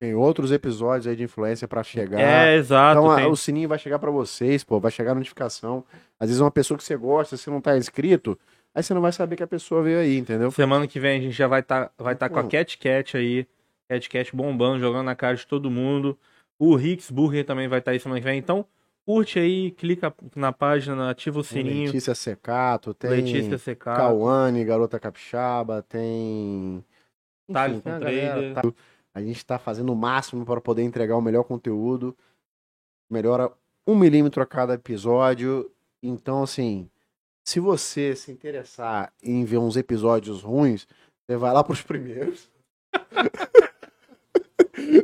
[SPEAKER 2] Tem outros episódios aí de influência pra chegar.
[SPEAKER 1] É, exato.
[SPEAKER 2] Então a-
[SPEAKER 1] tem-
[SPEAKER 2] o sininho vai chegar pra vocês, pô, vai chegar a notificação. Às vezes uma pessoa que você gosta, se não tá inscrito, aí você não vai saber que a pessoa veio aí, entendeu?
[SPEAKER 1] Então, Semana que vem a gente já vai estar vai tá com a
[SPEAKER 2] Pô.
[SPEAKER 1] Cat Cat aí. Cat Cat bombando, jogando na cara de todo mundo. O Ricks Burger também vai estar aí semana que vem. Então, curte aí, clica na página, ativa o
[SPEAKER 2] Tem
[SPEAKER 1] sininho.
[SPEAKER 2] Letícia Secato, tem
[SPEAKER 1] Letícia Secar.
[SPEAKER 2] Cauane, Garota Capixaba, tem. Enfim,
[SPEAKER 1] Thales
[SPEAKER 2] tem
[SPEAKER 1] com
[SPEAKER 2] a galera,
[SPEAKER 1] Trader.
[SPEAKER 2] tá- A gente tá fazendo o máximo para poder entregar o melhor conteúdo. Melhora um milímetro a cada episódio. Então, assim, se você se interessar em ver uns episódios ruins, Você vai lá pros primeiros.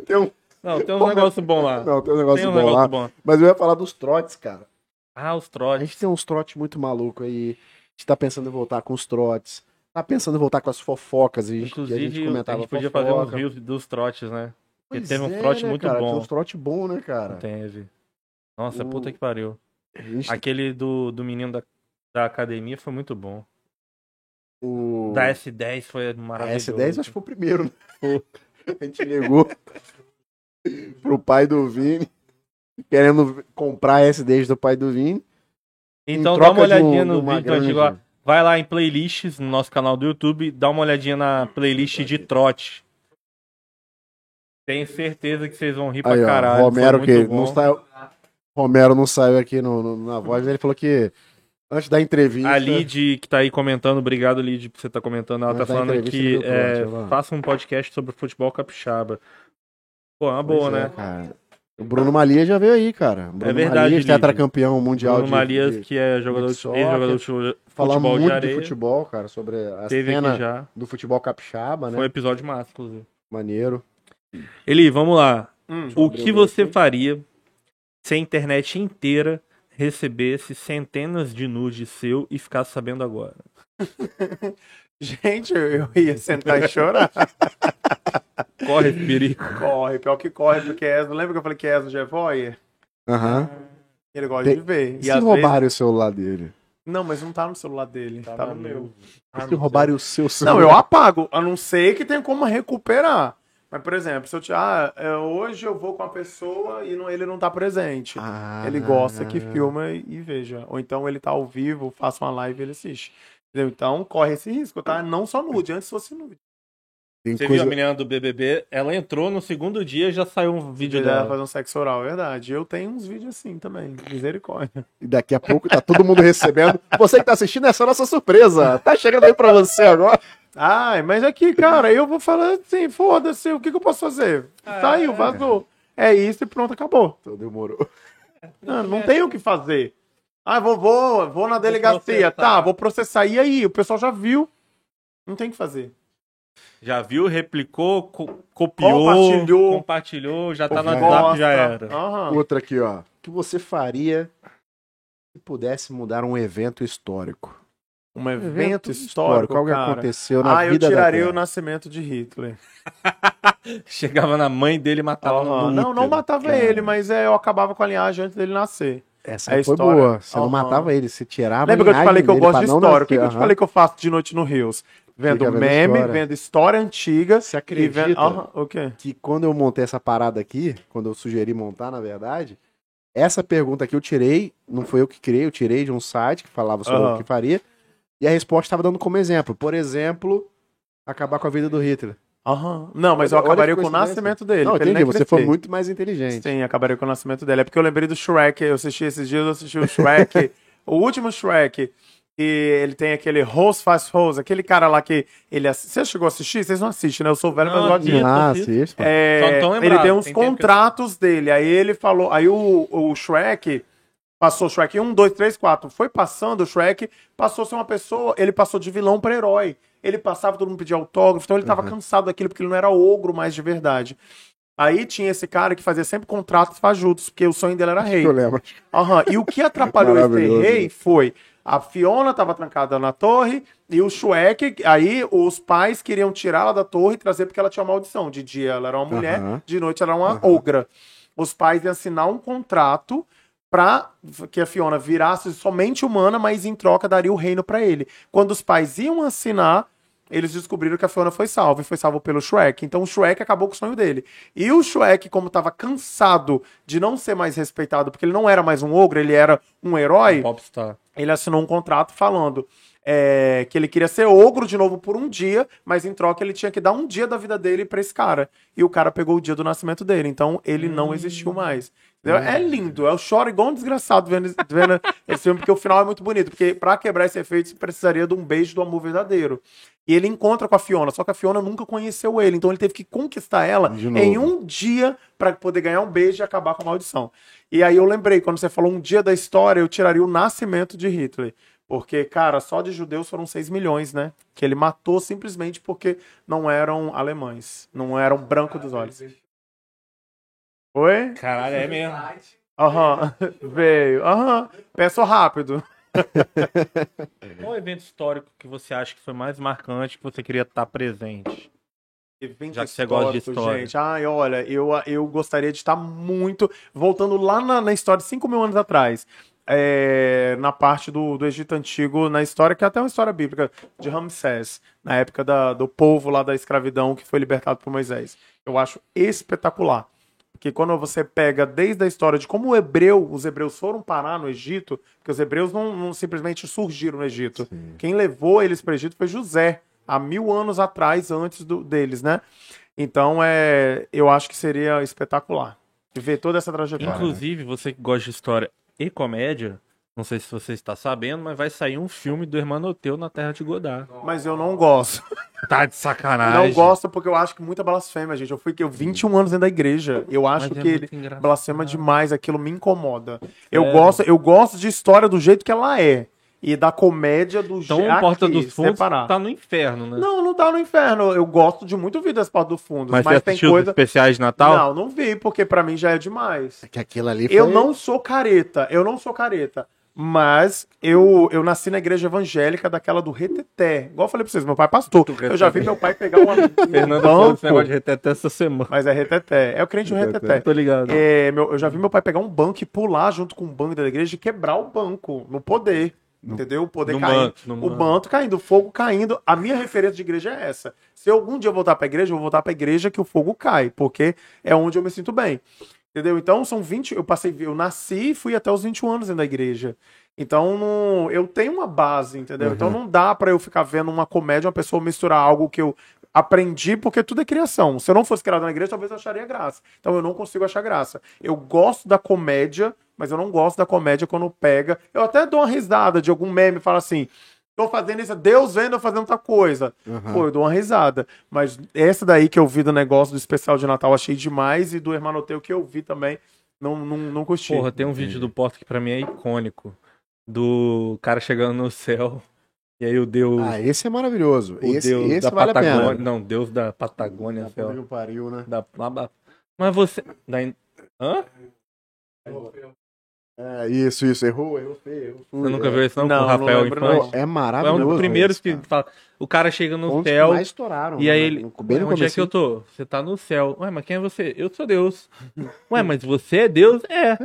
[SPEAKER 2] tem um,
[SPEAKER 1] Não, tem uns
[SPEAKER 2] Pô,
[SPEAKER 1] negócios bons lá.
[SPEAKER 2] não, tem um negócio
[SPEAKER 1] tem um
[SPEAKER 2] bom
[SPEAKER 1] negócio
[SPEAKER 2] lá.
[SPEAKER 1] bom.
[SPEAKER 2] Mas eu ia falar dos trotes, cara.
[SPEAKER 1] Ah, os
[SPEAKER 2] A
[SPEAKER 1] trotes.
[SPEAKER 2] gente tem uns trotes muito maluco aí. A gente tá pensando em voltar com os trotes. Tá pensando em voltar com as fofocas. E
[SPEAKER 1] Inclusive,
[SPEAKER 2] a gente comentava
[SPEAKER 1] podia
[SPEAKER 2] fofoca.
[SPEAKER 1] fazer uns rios dos trotes, né? Porque
[SPEAKER 2] Pois
[SPEAKER 1] teve um
[SPEAKER 2] é,
[SPEAKER 1] trote
[SPEAKER 2] né,
[SPEAKER 1] muito
[SPEAKER 2] cara?
[SPEAKER 1] bom.
[SPEAKER 2] Tem uns trote bom, né, cara?
[SPEAKER 1] Teve. Nossa,
[SPEAKER 2] O-
[SPEAKER 1] puta que pariu.
[SPEAKER 2] A gente
[SPEAKER 1] Aquele do, do menino da, da academia foi muito bom.
[SPEAKER 2] O
[SPEAKER 1] Da S10 foi
[SPEAKER 2] a
[SPEAKER 1] maravilhoso.
[SPEAKER 2] S10 acho que foi o primeiro, né? A gente ligou pro pai do Vini, querendo comprar a S10 do pai do Vini. em
[SPEAKER 1] Então dá
[SPEAKER 2] troca
[SPEAKER 1] uma
[SPEAKER 2] de um-
[SPEAKER 1] olhadinha
[SPEAKER 2] de
[SPEAKER 1] no
[SPEAKER 2] uma
[SPEAKER 1] vídeo antigo
[SPEAKER 2] grande.
[SPEAKER 1] lá. Vai lá em playlists no nosso canal do YouTube, dá uma olhadinha na playlist de trote. Tenho certeza que vocês vão rir pra
[SPEAKER 2] Aí, ó,
[SPEAKER 1] caralho.
[SPEAKER 2] Romero
[SPEAKER 1] foi
[SPEAKER 2] que
[SPEAKER 1] muito bom.
[SPEAKER 2] não saiu. Romero não saiu aqui no, no- na voz, ele falou que antes da entrevista.
[SPEAKER 1] A Lid que tá aí comentando, obrigado Lid por você tá comentando, ela
[SPEAKER 2] Mas
[SPEAKER 1] tá
[SPEAKER 2] da
[SPEAKER 1] falando
[SPEAKER 2] entrevista
[SPEAKER 1] que
[SPEAKER 2] do Trote,
[SPEAKER 1] é,
[SPEAKER 2] olha lá.
[SPEAKER 1] faça um podcast sobre futebol capixaba. Pô, é uma
[SPEAKER 2] Pois
[SPEAKER 1] boa,
[SPEAKER 2] é,
[SPEAKER 1] né? É
[SPEAKER 2] cara. O Bruno Malia já veio aí, cara. Bruno
[SPEAKER 1] verdade,
[SPEAKER 2] Malias,
[SPEAKER 1] Lid.
[SPEAKER 2] tetracampeão mundial
[SPEAKER 1] Bruno
[SPEAKER 2] de,
[SPEAKER 1] Malias,
[SPEAKER 2] de-
[SPEAKER 1] que é jogador de,
[SPEAKER 2] de soccer,
[SPEAKER 1] ex-jogador de fu-
[SPEAKER 2] falar
[SPEAKER 1] futebol
[SPEAKER 2] muito
[SPEAKER 1] de
[SPEAKER 2] de
[SPEAKER 1] areia,
[SPEAKER 2] futebol, cara, sobre a
[SPEAKER 1] teve
[SPEAKER 2] cena né?
[SPEAKER 1] aqui já.
[SPEAKER 2] do futebol capixaba, né?
[SPEAKER 1] Foi um episódio massa, inclusive.
[SPEAKER 2] Maneiro.
[SPEAKER 1] Eli, vamos lá.
[SPEAKER 3] Hum.
[SPEAKER 1] O
[SPEAKER 2] abrir
[SPEAKER 1] que
[SPEAKER 2] o
[SPEAKER 1] você
[SPEAKER 2] aqui.
[SPEAKER 1] faria se a internet inteira recebesse centenas de nudes seu e ficasse sabendo agora?
[SPEAKER 3] Gente, eu ia sentar e chorar.
[SPEAKER 1] Corre, esse perigo.
[SPEAKER 3] corre, pior que corre, porque Esno. Lembra que eu falei que Esno já é voyeur?
[SPEAKER 2] Aham.
[SPEAKER 3] Ele gosta
[SPEAKER 2] Tem-
[SPEAKER 3] de ver.
[SPEAKER 2] E se roubarem o celular dele?
[SPEAKER 3] Não, mas não tá no celular dele. Tá, no meu.
[SPEAKER 1] Ah,
[SPEAKER 2] E se roubarem o seu celular?
[SPEAKER 3] Não, eu apago, a não ser que tenha como recuperar. Mas, por exemplo, se eu te. Ah, é, hoje eu vou com a pessoa e não- ele não tá presente.
[SPEAKER 2] Ah.
[SPEAKER 3] Ele gosta que filma e, e veja. Ou então ele tá ao vivo, faça uma live e ele assiste. Entendeu? Então corre esse risco, tá? Não só nude, antes fosse nude.
[SPEAKER 2] Tem
[SPEAKER 1] Você viu
[SPEAKER 2] coisa...
[SPEAKER 1] a menina do BBB? Ela entrou no segundo dia e já saiu um vídeo
[SPEAKER 3] Ele era
[SPEAKER 1] dela.
[SPEAKER 3] fazer um sexo oral, é verdade. Eu tenho uns vídeos assim também, misericórdia.
[SPEAKER 2] E daqui a pouco tá todo mundo recebendo. Você que tá assistindo, essa é a nossa surpresa. Tá chegando aí pra você agora.
[SPEAKER 3] Ai, mas aqui, cara, eu vou falar assim, foda-se, o que, que eu posso fazer? Saiu, vazou. É isso e pronto, acabou.
[SPEAKER 2] Então demorou.
[SPEAKER 3] Não, não tem o que fazer. Ah, vou, vou, vou na delegacia.
[SPEAKER 1] processar.
[SPEAKER 3] Tá, vou processar. E aí? O pessoal já viu. Não tem o que fazer.
[SPEAKER 1] Já viu, replicou, co- copiou,
[SPEAKER 3] Compartilhou.
[SPEAKER 1] compartilhou, já tá no
[SPEAKER 2] Gosta.
[SPEAKER 1] WhatsApp, já era.
[SPEAKER 3] Aham.
[SPEAKER 2] Outra aqui, ó. O que você faria se pudesse mudar um evento histórico?
[SPEAKER 3] Um evento histórico,
[SPEAKER 2] Algo que
[SPEAKER 3] cara.
[SPEAKER 2] aconteceu na
[SPEAKER 3] Ah, eu
[SPEAKER 2] vida
[SPEAKER 3] tiraria o
[SPEAKER 2] da Terra.
[SPEAKER 3] nascimento de Hitler.
[SPEAKER 1] Chegava na mãe dele e matava
[SPEAKER 3] Aham.
[SPEAKER 1] no
[SPEAKER 3] Não, não matava
[SPEAKER 2] cara.
[SPEAKER 3] ele, mas é, eu acabava com a linhagem antes dele nascer.
[SPEAKER 2] Essa
[SPEAKER 3] a
[SPEAKER 2] foi
[SPEAKER 3] história.
[SPEAKER 2] boa. Você não
[SPEAKER 3] Aham.
[SPEAKER 2] matava ele, você tirava
[SPEAKER 3] Lembra que eu te
[SPEAKER 2] imagem
[SPEAKER 3] falei que eu
[SPEAKER 2] dele
[SPEAKER 3] gosto
[SPEAKER 2] pra
[SPEAKER 3] de
[SPEAKER 2] não
[SPEAKER 3] história? O
[SPEAKER 2] nascer,
[SPEAKER 3] que, que eu te
[SPEAKER 2] aham.
[SPEAKER 3] falei que eu faço de noite no Rios? Vendo
[SPEAKER 2] Fica vendo
[SPEAKER 3] meme,
[SPEAKER 2] história.
[SPEAKER 3] vendo história antiga.
[SPEAKER 2] Você
[SPEAKER 3] E
[SPEAKER 2] acredita?
[SPEAKER 3] vendo... Aham, o quê?
[SPEAKER 2] que quando eu montei essa parada aqui, quando eu sugeri montar, na verdade, essa pergunta aqui eu tirei, não foi eu que criei, eu tirei de um site que falava sobre
[SPEAKER 3] Aham.
[SPEAKER 2] o que faria, e a resposta estava dando como exemplo. Por exemplo, acabar com a vida do Hitler.
[SPEAKER 3] Aham. Não, mas eu
[SPEAKER 2] Olha que
[SPEAKER 3] acabaria com o
[SPEAKER 2] coincidência.
[SPEAKER 3] nascimento dele.
[SPEAKER 2] não,
[SPEAKER 3] pra ele
[SPEAKER 2] entendi,
[SPEAKER 3] nem
[SPEAKER 2] você foi
[SPEAKER 3] crescer.
[SPEAKER 2] muito mais inteligente.
[SPEAKER 3] Sim, acabaria com o nascimento dele. É porque eu lembrei do Shrek. Eu assisti esses dias, eu assisti o Shrek. o último Shrek. E ele tem aquele Rose Faz Rose, aquele cara lá que ele. ass- Você chegou a assistir? Vocês não assistem, né? Eu sou velho, mas
[SPEAKER 1] Não,
[SPEAKER 3] eu gosto de.
[SPEAKER 1] assisto,
[SPEAKER 2] Ah,
[SPEAKER 1] assisto.
[SPEAKER 2] assista.
[SPEAKER 3] É,
[SPEAKER 1] Só não tão lembrado,
[SPEAKER 3] ele tem uns
[SPEAKER 1] tem tempo que eu-
[SPEAKER 3] contratos dele. Aí ele falou. Aí o, o Shrek. Passou o Shrek 1, 2, 3, 4. Foi passando o Shrek, passou a ser uma pessoa. Ele passou de vilão pra herói. Ele passava, todo mundo pedia autógrafo. Então ele
[SPEAKER 2] Uhum.
[SPEAKER 3] tava cansado daquilo, porque ele não era ogro mais de verdade. Aí tinha esse cara que fazia sempre contratos fajutos, porque o sonho dele era rei.
[SPEAKER 2] Eu lembro.
[SPEAKER 3] Aham, E o que atrapalhou esse
[SPEAKER 2] Maravilhoso.
[SPEAKER 3] rei foi a Fiona tava trancada na torre e o Shrek, aí os pais queriam tirá-la da torre e trazer porque ela tinha maldição. De dia ela era uma mulher,
[SPEAKER 2] Aham.
[SPEAKER 3] de noite ela era uma
[SPEAKER 2] Aham.
[SPEAKER 3] ogra. Os pais iam assinar um contrato pra que a Fiona virasse somente humana, mas em troca daria o reino pra ele. Quando os pais iam assinar, eles descobriram que a Fiona foi salva e foi salva pelo Shrek. Então o Shrek acabou com o sonho dele. E o Shrek, como tava cansado de não ser mais respeitado, porque ele não era mais um ogro, ele era um herói
[SPEAKER 1] Popstar.
[SPEAKER 3] ele assinou um contrato falando é, que ele queria ser ogro de novo por um dia, mas em troca ele tinha que dar um dia da vida dele pra esse cara. E o cara pegou o dia do nascimento dele, então ele
[SPEAKER 2] Hum.
[SPEAKER 3] não existiu mais. Entendeu? É lindo, eu choro igual um desgraçado vendo, vendo esse filme, porque o final é muito bonito. Porque pra quebrar esse efeito, você precisaria de um beijo do amor verdadeiro. E ele encontra com a Fiona, só que a Fiona nunca conheceu ele, então ele teve que conquistar ela
[SPEAKER 2] De novo.
[SPEAKER 3] em um dia pra poder ganhar um beijo e acabar com a maldição. E aí eu lembrei, quando você falou um dia da história, eu tiraria o nascimento de Hitler. Porque, cara, só de judeus foram 6 milhões, né? Que ele matou simplesmente porque não eram alemães, não eram branco dos olhos. Oi?
[SPEAKER 1] Caralho, é mesmo.
[SPEAKER 3] Aham, veio. Aham, peço rápido.
[SPEAKER 1] Qual evento histórico que você acha que foi mais marcante que você queria estar presente?
[SPEAKER 3] Evento
[SPEAKER 1] Já que você gosta de
[SPEAKER 3] histórico,
[SPEAKER 1] história.
[SPEAKER 3] Gente, ai, olha, eu, eu gostaria de estar muito. Voltando lá na, na história de 5 mil anos atrás. é, na parte do, do Egito Antigo, na história, que é até uma história bíblica, de Ramsés, na época da- do povo lá da escravidão que foi libertado por Moisés. Eu acho espetacular. Porque quando você pega desde a história de como o hebreu, os hebreus foram parar no Egito, porque os hebreus não, não simplesmente surgiram no Egito. Quem levou eles para o Egito foi José, há mil anos atrás, antes do- deles, né? Então, é, eu acho que seria espetacular ver toda essa trajetória.
[SPEAKER 1] Inclusive, você que gosta de história e comédia, não sei se você está sabendo, mas vai sair um filme do Hermanoteu na Terra de Godard.
[SPEAKER 3] Mas eu não gosto.
[SPEAKER 1] Tá de sacanagem.
[SPEAKER 3] não gosto porque eu acho que muita blasfêmia, gente. Eu fui que eu 21 anos dentro da igreja. Eu acho
[SPEAKER 1] Hum. Mas é
[SPEAKER 3] que
[SPEAKER 1] muito
[SPEAKER 3] ele
[SPEAKER 1] engraçado.
[SPEAKER 3] blasfema demais, aquilo me incomoda. Eu
[SPEAKER 1] Sério?
[SPEAKER 3] gosto, eu gosto de história do jeito que ela é e da comédia do
[SPEAKER 1] Então,
[SPEAKER 3] jeito
[SPEAKER 1] o Porta dos Fundos
[SPEAKER 3] separar.
[SPEAKER 1] tá no inferno, né?
[SPEAKER 3] Não, não tá no inferno. Eu gosto de muito vídeo das Portas do Fundo,
[SPEAKER 1] mas
[SPEAKER 3] mas,
[SPEAKER 1] você
[SPEAKER 3] tem
[SPEAKER 1] assistiu os
[SPEAKER 3] coisa
[SPEAKER 1] especiais de Natal?
[SPEAKER 3] Não, não vi porque pra mim já é demais.
[SPEAKER 2] Que aquilo ali foi...
[SPEAKER 3] Eu não sou careta, eu não sou careta. Mas eu, eu nasci na igreja evangélica daquela do Reteté. Igual eu falei pra vocês, meu pai é pastor. Eu já vi meu pai pegar uma.
[SPEAKER 1] Fernando
[SPEAKER 3] Não,
[SPEAKER 1] falou esse
[SPEAKER 3] pô.
[SPEAKER 1] negócio de reteté essa semana.
[SPEAKER 3] Mas é Reteté. É o crente do Reteté.
[SPEAKER 1] Tô ligado.
[SPEAKER 3] É, meu- eu já vi meu pai pegar um banco e pular junto com o banco da igreja e quebrar o banco no poder. entendeu? O poder
[SPEAKER 1] no
[SPEAKER 3] caindo.
[SPEAKER 1] manto, no
[SPEAKER 3] o
[SPEAKER 1] manto.
[SPEAKER 3] manto caindo, o fogo caindo. A minha referência de igreja é essa. Se eu algum dia eu voltar pra igreja, eu vou voltar pra igreja que o fogo cai, porque é onde eu me sinto bem. Entendeu? Então são 20. Eu passei, eu nasci e fui até os 21 anos dentro da igreja. Então não- eu tenho uma base, entendeu? Então não dá pra eu ficar vendo uma comédia, uma pessoa misturar algo que eu aprendi, porque tudo é criação. Se eu não fosse criado na igreja, talvez eu acharia graça. Então eu não consigo achar graça. Eu gosto da comédia, mas eu não gosto da comédia quando pega. Eu até dou uma risada de algum meme e falo assim. Tô fazendo isso, Deus vendo eu fazendo outra coisa.
[SPEAKER 2] Aham.
[SPEAKER 3] Pô, eu dou uma risada. Mas essa daí que eu vi do negócio do especial de Natal, achei demais. E do Hermanoteu que eu vi também, não, não, não curti.
[SPEAKER 1] Porra, tem um vídeo do Porta que pra mim é icônico. Do cara chegando no céu. E aí o Deus.
[SPEAKER 2] Ah, esse é maravilhoso.
[SPEAKER 1] o
[SPEAKER 2] Esse,
[SPEAKER 1] Deus
[SPEAKER 2] esse
[SPEAKER 1] da
[SPEAKER 2] vale a
[SPEAKER 1] Patagônia.
[SPEAKER 2] pena.
[SPEAKER 1] Não, Deus da Patagônia, sei lá.
[SPEAKER 2] Puta que pariu, né?
[SPEAKER 1] Da, lá, ba- Mas você. Da, in- Hã?
[SPEAKER 2] É, isso, isso. Errou, errou feio, errou feio.
[SPEAKER 1] Você nunca viu isso não,
[SPEAKER 3] Não,
[SPEAKER 1] com o
[SPEAKER 3] não
[SPEAKER 1] Rafael
[SPEAKER 3] lembro,
[SPEAKER 1] Infante?
[SPEAKER 2] É
[SPEAKER 1] É
[SPEAKER 2] maravilhoso.
[SPEAKER 1] um dos primeiros
[SPEAKER 2] esse,
[SPEAKER 1] que
[SPEAKER 2] cara.
[SPEAKER 1] fala. O cara chega no
[SPEAKER 2] Foi um dos que
[SPEAKER 1] céu.
[SPEAKER 2] mais estouraram.
[SPEAKER 1] E
[SPEAKER 2] né?
[SPEAKER 1] aí ele.
[SPEAKER 2] No- bem no
[SPEAKER 1] Onde é que
[SPEAKER 2] comecinho.
[SPEAKER 1] eu tô? Você tá no céu. Ué, mas quem é você? Eu sou Deus. Ué, mas você é Deus? É.
[SPEAKER 2] É.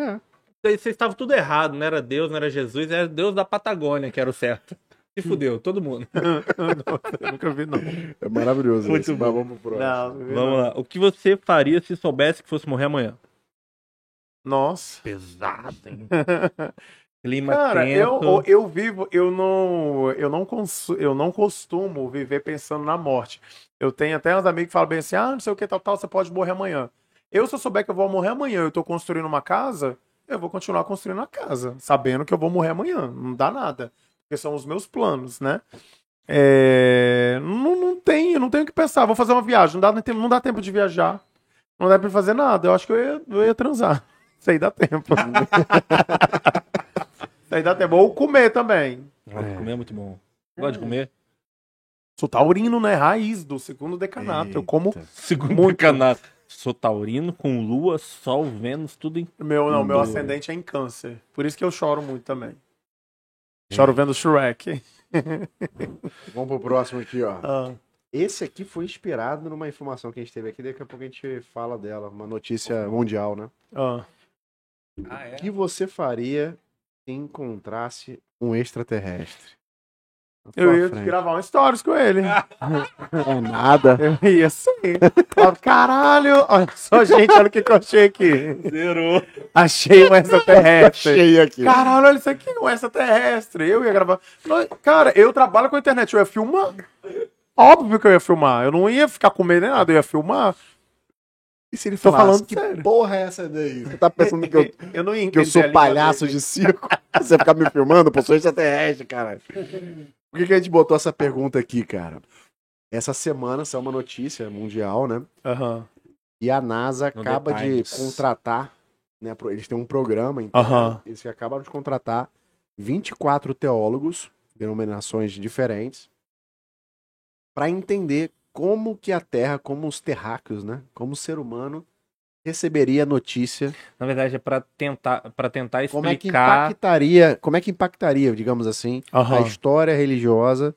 [SPEAKER 1] Vocês vocês estavam tudo errado, não era Deus, não era Jesus, era Deus da Patagônia que era o certo. Se fudeu, todo mundo.
[SPEAKER 3] Eu nunca vi, não.
[SPEAKER 2] É maravilhoso.
[SPEAKER 1] Muito
[SPEAKER 2] esse,
[SPEAKER 1] bom.
[SPEAKER 2] mas vamos pro próximo.
[SPEAKER 3] Não, não vi, não.
[SPEAKER 1] Vamos lá. O que você faria se soubesse que fosse morrer amanhã?
[SPEAKER 3] Nossa.
[SPEAKER 1] Pesado, hein? Clima
[SPEAKER 3] Cara,
[SPEAKER 1] tenso.
[SPEAKER 3] eu, eu vivo, eu não, eu, não consu, eu não costumo viver pensando na morte. Eu tenho até uns amigos que falam bem assim, ah, não sei o que, tal, tal, você pode morrer amanhã. Eu, se eu souber que eu vou morrer amanhã, eu tô construindo uma casa, eu vou continuar construindo a casa, sabendo que eu vou morrer amanhã. Não dá nada. Porque são os meus planos, né? É, não, não tem, eu não tenho o que pensar. Vou fazer uma viagem, não dá, nem tempo- não dá tempo de viajar. Não dá pra fazer nada. Eu acho que eu ia, eu ia transar. Isso aí dá tempo. Isso aí dá tempo. Ou comer também.
[SPEAKER 1] Gosto de comer é muito bom. Gosto de comer?
[SPEAKER 3] Sou taurino, né? Raiz do segundo decanato. Eu como.
[SPEAKER 2] Eita.
[SPEAKER 1] Segundo
[SPEAKER 3] Muito.
[SPEAKER 1] canal. Sou taurino com lua, sol, Vênus, tudo em
[SPEAKER 3] Meu, não, meu
[SPEAKER 1] Hum.
[SPEAKER 3] ascendente é em câncer. Por isso que eu choro muito também.
[SPEAKER 2] É.
[SPEAKER 3] Choro vendo Shrek.
[SPEAKER 2] Vamos pro próximo aqui, ó.
[SPEAKER 3] Ah,
[SPEAKER 2] Esse aqui foi inspirado numa informação que a gente teve aqui, daqui a pouco a gente fala dela, uma notícia mundial, né?
[SPEAKER 3] ah.
[SPEAKER 1] Ah, é?
[SPEAKER 2] O que você faria se encontrasse um extraterrestre? Na
[SPEAKER 3] Eu
[SPEAKER 2] tua
[SPEAKER 3] ia
[SPEAKER 2] frente.
[SPEAKER 3] gravar um stories com ele.
[SPEAKER 2] É nada.
[SPEAKER 3] Eu ia sair. Ó, Caralho! Olha só, gente, olha o que, que eu achei aqui.
[SPEAKER 1] Zerou.
[SPEAKER 3] Achei um extraterrestre.
[SPEAKER 2] Cheio aqui.
[SPEAKER 3] Caralho, olha isso aqui, um extraterrestre. Eu ia gravar. Nós- Cara, eu trabalho com a internet, eu ia filmar. Óbvio que eu ia filmar. Eu não ia ficar com medo nem nada, eu ia filmar.
[SPEAKER 2] E se ele
[SPEAKER 3] Tô
[SPEAKER 2] falasse,
[SPEAKER 3] falando
[SPEAKER 2] que
[SPEAKER 3] sério.
[SPEAKER 2] porra é essa daí? Você tá pensando que eu,
[SPEAKER 3] não ia
[SPEAKER 2] que eu
[SPEAKER 3] entender a
[SPEAKER 2] sou
[SPEAKER 3] língua
[SPEAKER 2] palhaço
[SPEAKER 3] dele.
[SPEAKER 2] de circo? Você ficar me filmando? Pô, sou extraterrestre, cara. Por que, que a gente botou essa pergunta aqui, cara? Essa semana saiu uma notícia mundial, né?
[SPEAKER 3] Aham.
[SPEAKER 2] E a NASA
[SPEAKER 1] No
[SPEAKER 2] acaba
[SPEAKER 1] The
[SPEAKER 2] de
[SPEAKER 1] Times.
[SPEAKER 2] contratar, né? pro- Eles têm um programa, então
[SPEAKER 3] Aham.
[SPEAKER 2] eles acabaram de contratar 24 teólogos denominações diferentes, para entender como que a Terra, como os terráqueos, né? Como o ser humano receberia notícia,
[SPEAKER 1] Na verdade, é pra tentar, pra tentar explicar.
[SPEAKER 2] como é que impactaria, como é que impactaria, digamos assim, a história religiosa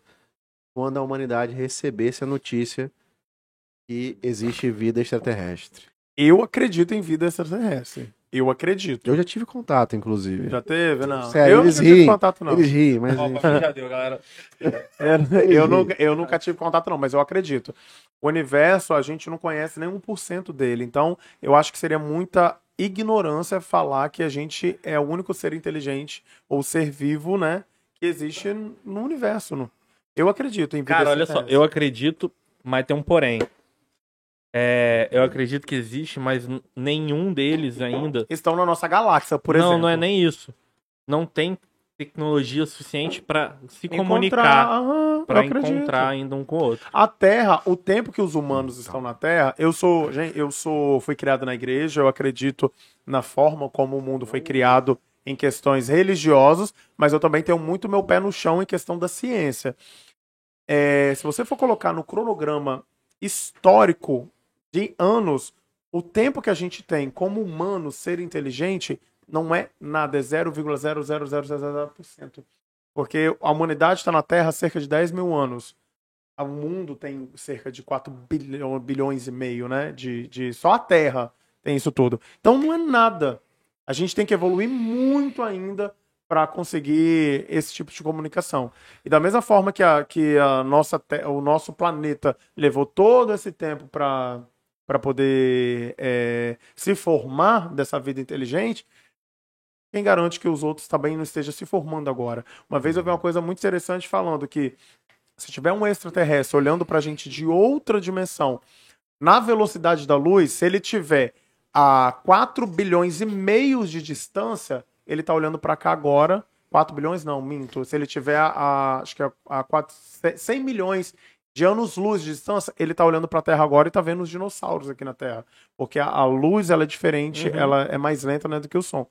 [SPEAKER 2] quando a humanidade recebesse a notícia que existe vida extraterrestre.
[SPEAKER 3] Eu acredito em vida extraterrestre. Eu acredito.
[SPEAKER 2] Eu já tive contato, inclusive.
[SPEAKER 3] Já teve? Não.
[SPEAKER 2] Sério,
[SPEAKER 3] eu
[SPEAKER 2] eles
[SPEAKER 3] não tive
[SPEAKER 2] riem.
[SPEAKER 3] contato, não.
[SPEAKER 2] Eles riem, mas.
[SPEAKER 1] Ó, o
[SPEAKER 2] enfim.
[SPEAKER 1] papo já deu, galera.
[SPEAKER 3] É, eu,
[SPEAKER 2] riem.
[SPEAKER 3] nunca, eu nunca tive contato, não, mas eu acredito. O universo, a gente não conhece nem 1% dele. Então, eu acho que seria muita ignorância falar que a gente é o único ser inteligente ou ser vivo, né? Que existe no universo. No... Eu acredito em vida
[SPEAKER 1] Cara, olha só,
[SPEAKER 3] extraterrestre.
[SPEAKER 1] eu acredito, mas tem um porém. É, eu acredito que existe, mas n- nenhum deles ainda.
[SPEAKER 3] Estão na nossa galáxia, por
[SPEAKER 1] não,
[SPEAKER 3] exemplo.
[SPEAKER 1] não é nem isso. Não tem tecnologia suficiente pra se
[SPEAKER 3] Encontrar-
[SPEAKER 1] comunicar,
[SPEAKER 3] Aham,
[SPEAKER 1] pra
[SPEAKER 3] eu acredito.
[SPEAKER 1] encontrar ainda um com o outro.
[SPEAKER 3] A Terra, o tempo que os humanos estão na Terra, eu sou, gente, eu sou, fui criado na igreja, eu acredito na forma como o mundo foi criado em questões religiosas, mas eu também tenho muito meu pé no chão em questão da ciência. É, se você for colocar no cronograma histórico de anos, o tempo que a gente tem como humano ser inteligente não é nada, é 0,00000%. Porque a humanidade está na Terra há cerca de 10 mil anos. O mundo tem cerca de 4 bilhão- bilhões e meio, né? De, de, só a Terra tem isso tudo. Então não é nada. A gente tem que evoluir muito ainda para conseguir esse tipo de comunicação. E da mesma forma que, a, que a nossa, te- o nosso planeta levou todo esse tempo para para poder é, se formar dessa vida inteligente, quem garante que os outros também não estejam se formando agora? Uma vez eu vi uma coisa muito interessante falando que se tiver um extraterrestre olhando pra gente de outra dimensão, na velocidade da luz, se ele tiver a 4 bilhões e meio de distância, ele tá olhando pra cá agora. 4 bilhões não, minto. Se ele tiver a, a- acho que a, a 4, 100 milhões de anos-luz de distância, ele tá olhando pra Terra agora e tá vendo os dinossauros aqui na Terra. Porque a, a luz, ela é diferente,
[SPEAKER 1] Uhum.
[SPEAKER 3] ela é mais lenta né, do que o som.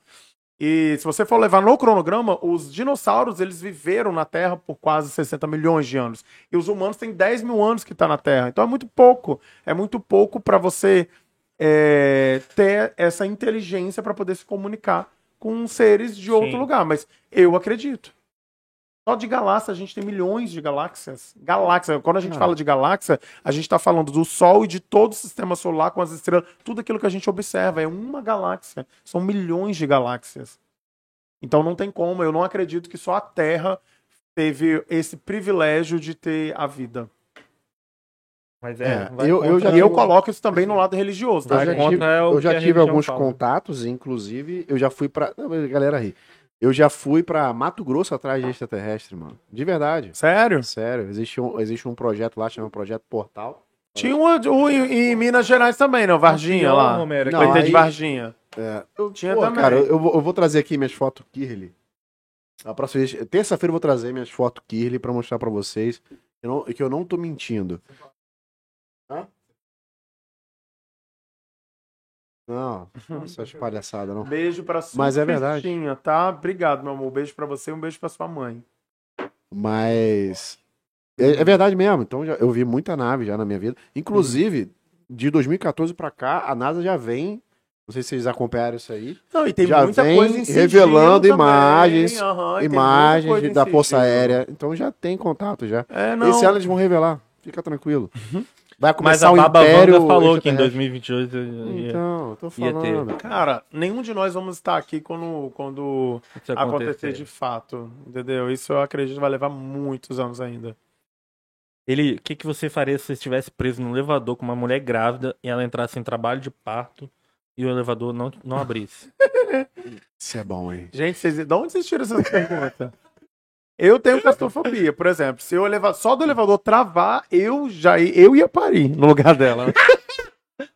[SPEAKER 3] E se você for levar no cronograma, os dinossauros, eles viveram na Terra por quase 60 milhões de anos. E os humanos têm 10 mil anos que tá na Terra. Então é muito pouco. É muito pouco pra você é, ter essa inteligência pra poder se comunicar com seres de outro
[SPEAKER 1] Sim.
[SPEAKER 3] lugar. Mas eu acredito. Só de galáxia, a gente tem milhões de galáxias. Galáxia, quando a gente
[SPEAKER 2] Cara.
[SPEAKER 3] fala de galáxia, a gente tá falando do Sol e de todo o sistema solar com as estrelas, tudo aquilo que a gente observa. É uma galáxia. São milhões de galáxias. Então não tem como. Eu não acredito que só a Terra teve esse privilégio de ter a vida.
[SPEAKER 1] Mas
[SPEAKER 2] É,
[SPEAKER 1] é. vai
[SPEAKER 2] eu- eu
[SPEAKER 1] contra-
[SPEAKER 2] já-
[SPEAKER 3] E eu coloco isso também no lado religioso, tá?
[SPEAKER 2] Eu já
[SPEAKER 1] Vai contra
[SPEAKER 2] tive,
[SPEAKER 1] é o
[SPEAKER 2] eu já
[SPEAKER 1] que a
[SPEAKER 2] tive
[SPEAKER 1] religião
[SPEAKER 2] alguns
[SPEAKER 1] fala.
[SPEAKER 2] contatos, inclusive, eu já fui pra. Não, mas a galera ri. Eu já fui pra Mato Grosso atrás de extraterrestre, mano. De verdade.
[SPEAKER 3] Sério?
[SPEAKER 2] Sério, existe um, existe um projeto lá, chama Projeto Portal.
[SPEAKER 3] Tinha um, um em em Minas Gerais também, não? é Varginha
[SPEAKER 1] Não,
[SPEAKER 3] lá.
[SPEAKER 1] Romero,
[SPEAKER 2] Não,
[SPEAKER 1] que-
[SPEAKER 3] Vai ter
[SPEAKER 2] aí-
[SPEAKER 3] de Varginha.
[SPEAKER 2] Eu,
[SPEAKER 3] Tinha
[SPEAKER 2] pô,
[SPEAKER 3] também.
[SPEAKER 2] Cara, eu, eu vou, eu vou trazer aqui minhas fotos Kirli. A próxima vez, terça-feira eu vou trazer minhas fotos Kirli pra mostrar pra vocês que eu não, que eu não tô mentindo. Hã? Não, essas palhaçadas não.
[SPEAKER 3] Beijo pra sua
[SPEAKER 2] Mas é verdade.
[SPEAKER 3] Cristinha, tá? Obrigado, meu amor. Beijo pra você e um beijo pra sua mãe.
[SPEAKER 2] Mas. É, é verdade mesmo. Então já- eu vi muita nave já na minha vida. Inclusive, de 2014 pra cá, a NASA já vem. Não sei se vocês acompanharam isso aí.
[SPEAKER 3] Não, e tem
[SPEAKER 2] Já
[SPEAKER 3] muita
[SPEAKER 2] vem
[SPEAKER 3] coisa em sigilo
[SPEAKER 2] revelando
[SPEAKER 3] também.
[SPEAKER 2] imagens,
[SPEAKER 3] Aham, e tem muita
[SPEAKER 2] Imagens
[SPEAKER 3] coisa
[SPEAKER 2] de-
[SPEAKER 3] em
[SPEAKER 2] da
[SPEAKER 3] sigilo.
[SPEAKER 2] Força Aérea. Então já tem contato já.
[SPEAKER 3] É, não.
[SPEAKER 2] Esse ano eles vão revelar. Fica tranquilo. Vai
[SPEAKER 1] Uhum. Mas
[SPEAKER 2] começar
[SPEAKER 1] a
[SPEAKER 2] o
[SPEAKER 1] Baba
[SPEAKER 2] Império.
[SPEAKER 1] Vanga falou
[SPEAKER 3] né?
[SPEAKER 1] que em
[SPEAKER 2] extraterrestre.
[SPEAKER 1] 2022 ia-
[SPEAKER 2] Então, eu tô
[SPEAKER 1] ia ter.
[SPEAKER 2] falando.
[SPEAKER 3] Cara, nenhum de nós vamos estar aqui quando, quando
[SPEAKER 1] isso ia
[SPEAKER 3] acontecer de fato, entendeu? Isso eu acredito que vai levar muitos anos ainda.
[SPEAKER 1] Ele, o que, que você faria se você estivesse preso num elevador com uma mulher grávida e ela entrasse em trabalho de parto e o elevador não, não abrisse?
[SPEAKER 2] Isso é bom, hein?
[SPEAKER 3] Gente, vocês, de onde vocês tiram essas perguntas? Eu tenho claustrofobia, por exemplo. Se eu eleva... só do elevador travar, eu já i- eu ia parir no lugar dela. né?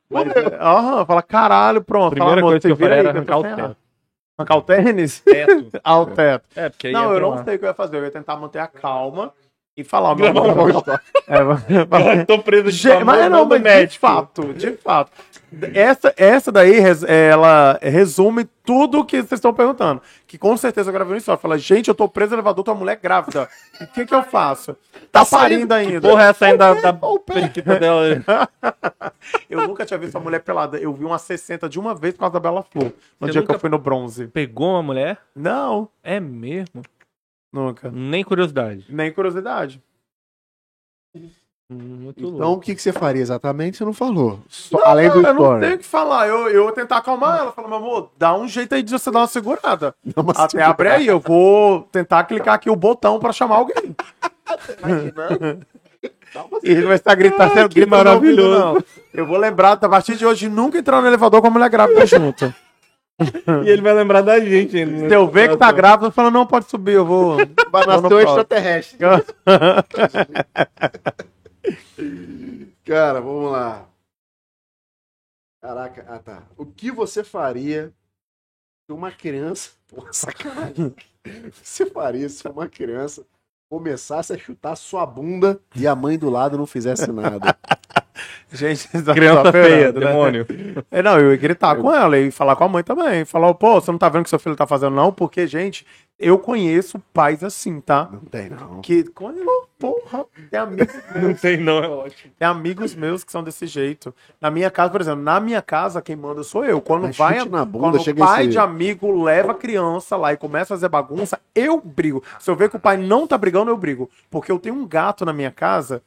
[SPEAKER 3] Mas, é, Aham, fala, caralho, pronto.
[SPEAKER 1] Primeira
[SPEAKER 3] fala, amor,
[SPEAKER 1] coisa
[SPEAKER 3] você
[SPEAKER 1] que eu
[SPEAKER 3] vira
[SPEAKER 1] faria
[SPEAKER 3] aí,
[SPEAKER 1] era
[SPEAKER 3] eu tô
[SPEAKER 1] arrancar o
[SPEAKER 3] sem ar.
[SPEAKER 1] teto.
[SPEAKER 3] Arrancar o tênis?
[SPEAKER 1] Teto.
[SPEAKER 3] Ao teto.
[SPEAKER 1] É, porque aí
[SPEAKER 3] Não,
[SPEAKER 1] entra
[SPEAKER 3] eu não
[SPEAKER 1] lá.
[SPEAKER 3] sei o que eu ia fazer. Eu ia tentar manter a calma. e falar, ó, meu amor,
[SPEAKER 2] Não, não, não.
[SPEAKER 3] é, vai- vai-
[SPEAKER 1] Tô preso de
[SPEAKER 3] Ge- mas não, mas de fato, de fato. é Essa, essa daí, res- ela resume tudo o que vocês estão perguntando. Que com certeza eu gravei um história. Fala, gente, eu tô preso no elevador, tua mulher é grávida. O que que eu faço? Tá
[SPEAKER 2] saindo-
[SPEAKER 3] parindo ainda.
[SPEAKER 1] Porra, é essa ainda da periquita dela.
[SPEAKER 3] Eu nunca tinha visto uma mulher pelada. Eu vi uma 60 de uma vez por causa da Bela Flor. No
[SPEAKER 1] Você
[SPEAKER 3] dia que
[SPEAKER 1] nunca-
[SPEAKER 3] eu fui no bronze.
[SPEAKER 1] Pegou uma mulher?
[SPEAKER 3] Não,
[SPEAKER 1] É mesmo?
[SPEAKER 3] nunca.
[SPEAKER 1] Nem curiosidade.
[SPEAKER 3] Nem curiosidade.
[SPEAKER 1] Hum, Muito
[SPEAKER 2] Então,
[SPEAKER 1] louco.
[SPEAKER 2] o que, que você faria exatamente? Você não falou. Só-
[SPEAKER 3] Não,
[SPEAKER 2] além do
[SPEAKER 3] cara, eu não tenho
[SPEAKER 2] story.
[SPEAKER 3] o que falar. Eu, eu tentar acalmar ela. Falar, meu amor, dá um jeito aí de você dar uma segurada.
[SPEAKER 2] Dá uma
[SPEAKER 3] Até abre aí, eu vou tentar clicar aqui o botão pra chamar alguém. E ele vai estar gritando,
[SPEAKER 1] Ai, que
[SPEAKER 3] grito no ouvido,
[SPEAKER 1] maravilhoso.
[SPEAKER 3] não. Eu vou lembrar, a partir de hoje, nunca entrar no elevador com a mulher grávida junto.
[SPEAKER 1] E ele vai lembrar da gente ainda. né?
[SPEAKER 3] Se eu Então, ver que tá grávida, eu falo, não, pode subir, eu vou.
[SPEAKER 2] Vai
[SPEAKER 3] vou no
[SPEAKER 2] nascer um
[SPEAKER 3] próximo.
[SPEAKER 2] extraterrestre. Cara, vamos lá. Caraca, ah tá. O que você faria se uma criança. Pô, sacanagem. O que você faria se uma criança começasse a chutar sua bunda e a mãe do lado não fizesse nada?
[SPEAKER 3] Gente, vocês não
[SPEAKER 1] Criança
[SPEAKER 3] estão
[SPEAKER 1] feia,
[SPEAKER 3] vendo, né?
[SPEAKER 1] demônio.
[SPEAKER 3] É, não, eu ia gritar com ela e falar com a mãe também. Falar, pô, você não tá vendo o que seu filho tá fazendo, não? Porque, gente, eu conheço pais assim, tá?
[SPEAKER 2] Não tem, não.
[SPEAKER 3] Que. Quando- Porra, é tem amigos
[SPEAKER 1] Não tem, não, é ótimo.
[SPEAKER 3] Tem amigos meus que são desse jeito. Na minha casa, por exemplo, na minha casa, quem manda sou eu. Quando
[SPEAKER 2] Mas
[SPEAKER 3] vai.
[SPEAKER 2] chute na bunda,
[SPEAKER 3] quando o
[SPEAKER 2] chega
[SPEAKER 3] pai
[SPEAKER 2] esse-
[SPEAKER 3] de amigo leva a criança lá e começa a fazer bagunça, eu brigo. Se eu ver que o pai não tá brigando, eu brigo. Porque eu tenho um gato na minha casa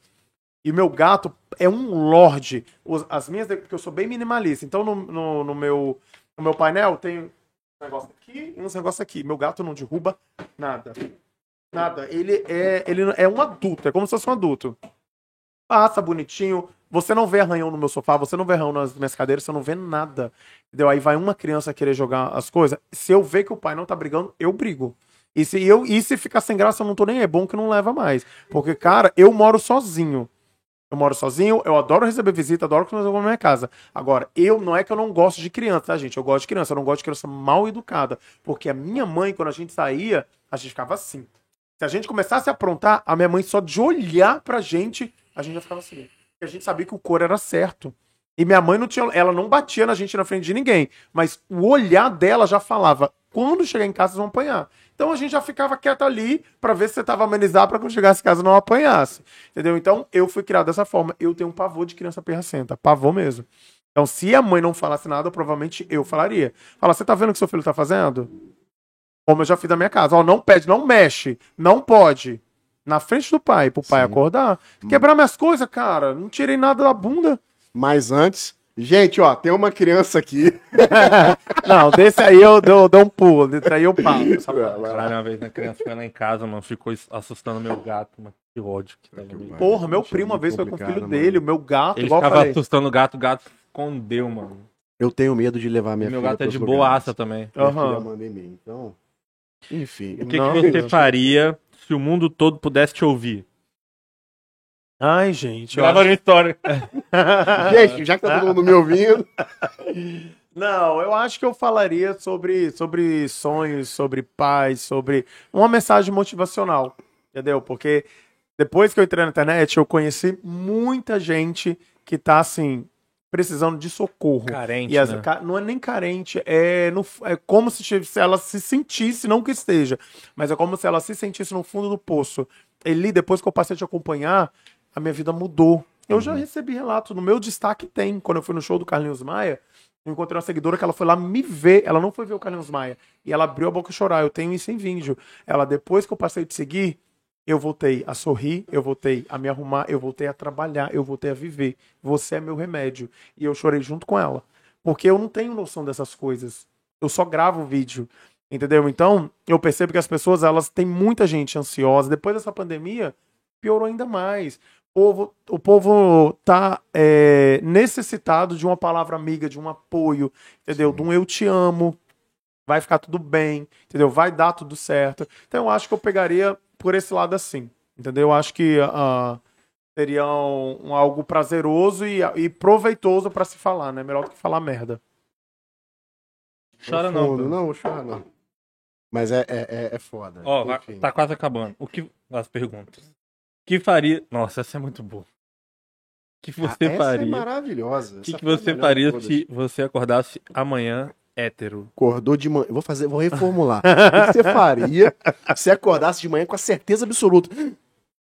[SPEAKER 3] e meu gato é um lorde. Os- As minhas. Porque eu sou bem minimalista. Então, no, no, no meu, no meu painel, tem um negócio aqui e um negócio aqui. Meu gato não derruba nada. Nada. Ele é, ele é um adulto. É como se fosse um adulto passa bonitinho. Você não vê arranhão no meu sofá, você não vê arranhão nas minhas cadeiras, você não vê nada. Entendeu? Aí vai uma criança querer jogar as coisas. Se eu ver que o pai não tá brigando, eu brigo. E se, eu, e se ficar sem graça, eu não tô nem. aí. É bom que não leva mais. Porque, cara, eu moro sozinho. Eu moro sozinho, eu adoro receber visita, adoro que nós vamos na minha casa. Agora, eu não é que eu não gosto de criança, tá, gente? Eu gosto de criança, eu não gosto de criança mal educada. Porque a minha mãe, quando a gente saía, a gente ficava assim. Se a gente começasse a aprontar, a minha mãe só de olhar pra gente, a gente já ficava assim. Porque a gente sabia que o cor era certo. E minha mãe não tinha. Ela não batia na gente na frente de ninguém. Mas o olhar dela já falava: quando chegar em casa, vocês vão apanhar. Então a gente já ficava quieto ali pra ver se você tava amenizado pra quando chegasse em casa não apanhasse. Entendeu? Então eu fui criado dessa forma. Eu tenho um pavor de criança perracenta. Pavor mesmo. Então, se a mãe não falasse nada, provavelmente eu falaria. Fala, você tá vendo o que seu filho tá fazendo? Como eu já fiz na minha casa. Ó, não pede, não mexe. Não pode. Na frente do pai, pro pai
[SPEAKER 2] Sim.
[SPEAKER 3] acordar. Quebrar minhas coisas, cara. Não tirei nada da bunda.
[SPEAKER 2] Mas antes. Gente, ó, tem uma criança aqui.
[SPEAKER 3] Não, desse aí eu dou, dou um pulo. Desse aí eu paro. sabe?
[SPEAKER 1] Caralho, uma vez minha criança foi lá em casa, mano, ficou assustando meu gato, mano. Que ódio que tava. nele.
[SPEAKER 3] Porra, meu primo uma vez foi com o filho dele, o meu gato,
[SPEAKER 1] Ele
[SPEAKER 3] igual eu
[SPEAKER 1] ficava
[SPEAKER 3] falei.
[SPEAKER 1] assustando o gato, o gato escondeu, mano.
[SPEAKER 2] Eu tenho medo de levar minha
[SPEAKER 1] meu
[SPEAKER 2] filha
[SPEAKER 1] gato é
[SPEAKER 2] pros
[SPEAKER 1] de
[SPEAKER 2] lugares.
[SPEAKER 1] boaça também.
[SPEAKER 2] Minha
[SPEAKER 3] Aham.
[SPEAKER 2] filha manda em mim, então. Enfim.
[SPEAKER 1] O que,
[SPEAKER 3] Não,
[SPEAKER 1] que você
[SPEAKER 3] não.
[SPEAKER 1] faria se o mundo todo pudesse te ouvir?
[SPEAKER 3] Ai, gente. eu
[SPEAKER 1] Grava
[SPEAKER 3] acho-
[SPEAKER 1] uma história.
[SPEAKER 2] Gente, já que tá todo mundo me ouvindo.
[SPEAKER 3] Não, eu acho que eu falaria sobre, sobre sonhos, sobre paz, sobre uma mensagem motivacional, entendeu? Porque depois que eu entrei na internet, eu conheci muita gente que tá assim, precisando de socorro.
[SPEAKER 1] Carente,
[SPEAKER 3] E as-
[SPEAKER 1] né?
[SPEAKER 3] ca- não é nem carente, é, no f- é como se, tive- se ela se sentisse, não que esteja, mas é como se ela se sentisse no fundo do poço. Eli, depois que eu passei a te acompanhar, a minha vida mudou. Eu
[SPEAKER 1] Uhum.
[SPEAKER 3] já recebi relato, no meu destaque tem, quando eu fui no show do Carlinhos Maia, eu encontrei uma seguidora que ela foi lá me ver, ela não foi ver o Carlinhos Maia, e ela abriu a boca e chorar, eu tenho isso em vídeo. Ela, depois que eu passei a te seguir, eu voltei a sorrir, eu voltei a me arrumar, eu voltei a trabalhar, eu voltei a viver. Você é meu remédio. E eu chorei junto com ela. Porque eu não tenho noção dessas coisas. Eu só gravo vídeo. Entendeu? Então, eu percebo que as pessoas, elas têm muita gente ansiosa. Depois dessa pandemia, piorou ainda mais. O povo, o povo tá é, necessitado de uma palavra amiga, de um apoio, entendeu? De um eu te amo, vai ficar tudo bem, entendeu? Vai dar tudo certo. Então, eu acho que eu pegaria por esse lado assim, entendeu? Eu acho que ah, seria um, um algo prazeroso e, ah, e proveitoso pra se falar, né? Melhor do que falar merda.
[SPEAKER 1] Chora não.
[SPEAKER 2] Profundo. né?
[SPEAKER 1] Bruno.
[SPEAKER 2] Não, chora não. Mas é, é, é- é foda.
[SPEAKER 1] Ó, vai-
[SPEAKER 2] Enfim.
[SPEAKER 1] tá quase acabando. O que. As perguntas. que faria. Nossa, essa é muito boa. Que você
[SPEAKER 2] Ah, essa é
[SPEAKER 1] faria.
[SPEAKER 2] maravilhosa.
[SPEAKER 1] O que,
[SPEAKER 2] Essa
[SPEAKER 1] que
[SPEAKER 2] foi a
[SPEAKER 1] você
[SPEAKER 2] melhor de
[SPEAKER 1] faria
[SPEAKER 2] todas.
[SPEAKER 1] se você acordasse amanhã hétero?
[SPEAKER 2] Acordou de manhã. Vou fazer, vou reformular. o que você faria se acordasse de manhã com a certeza absoluta?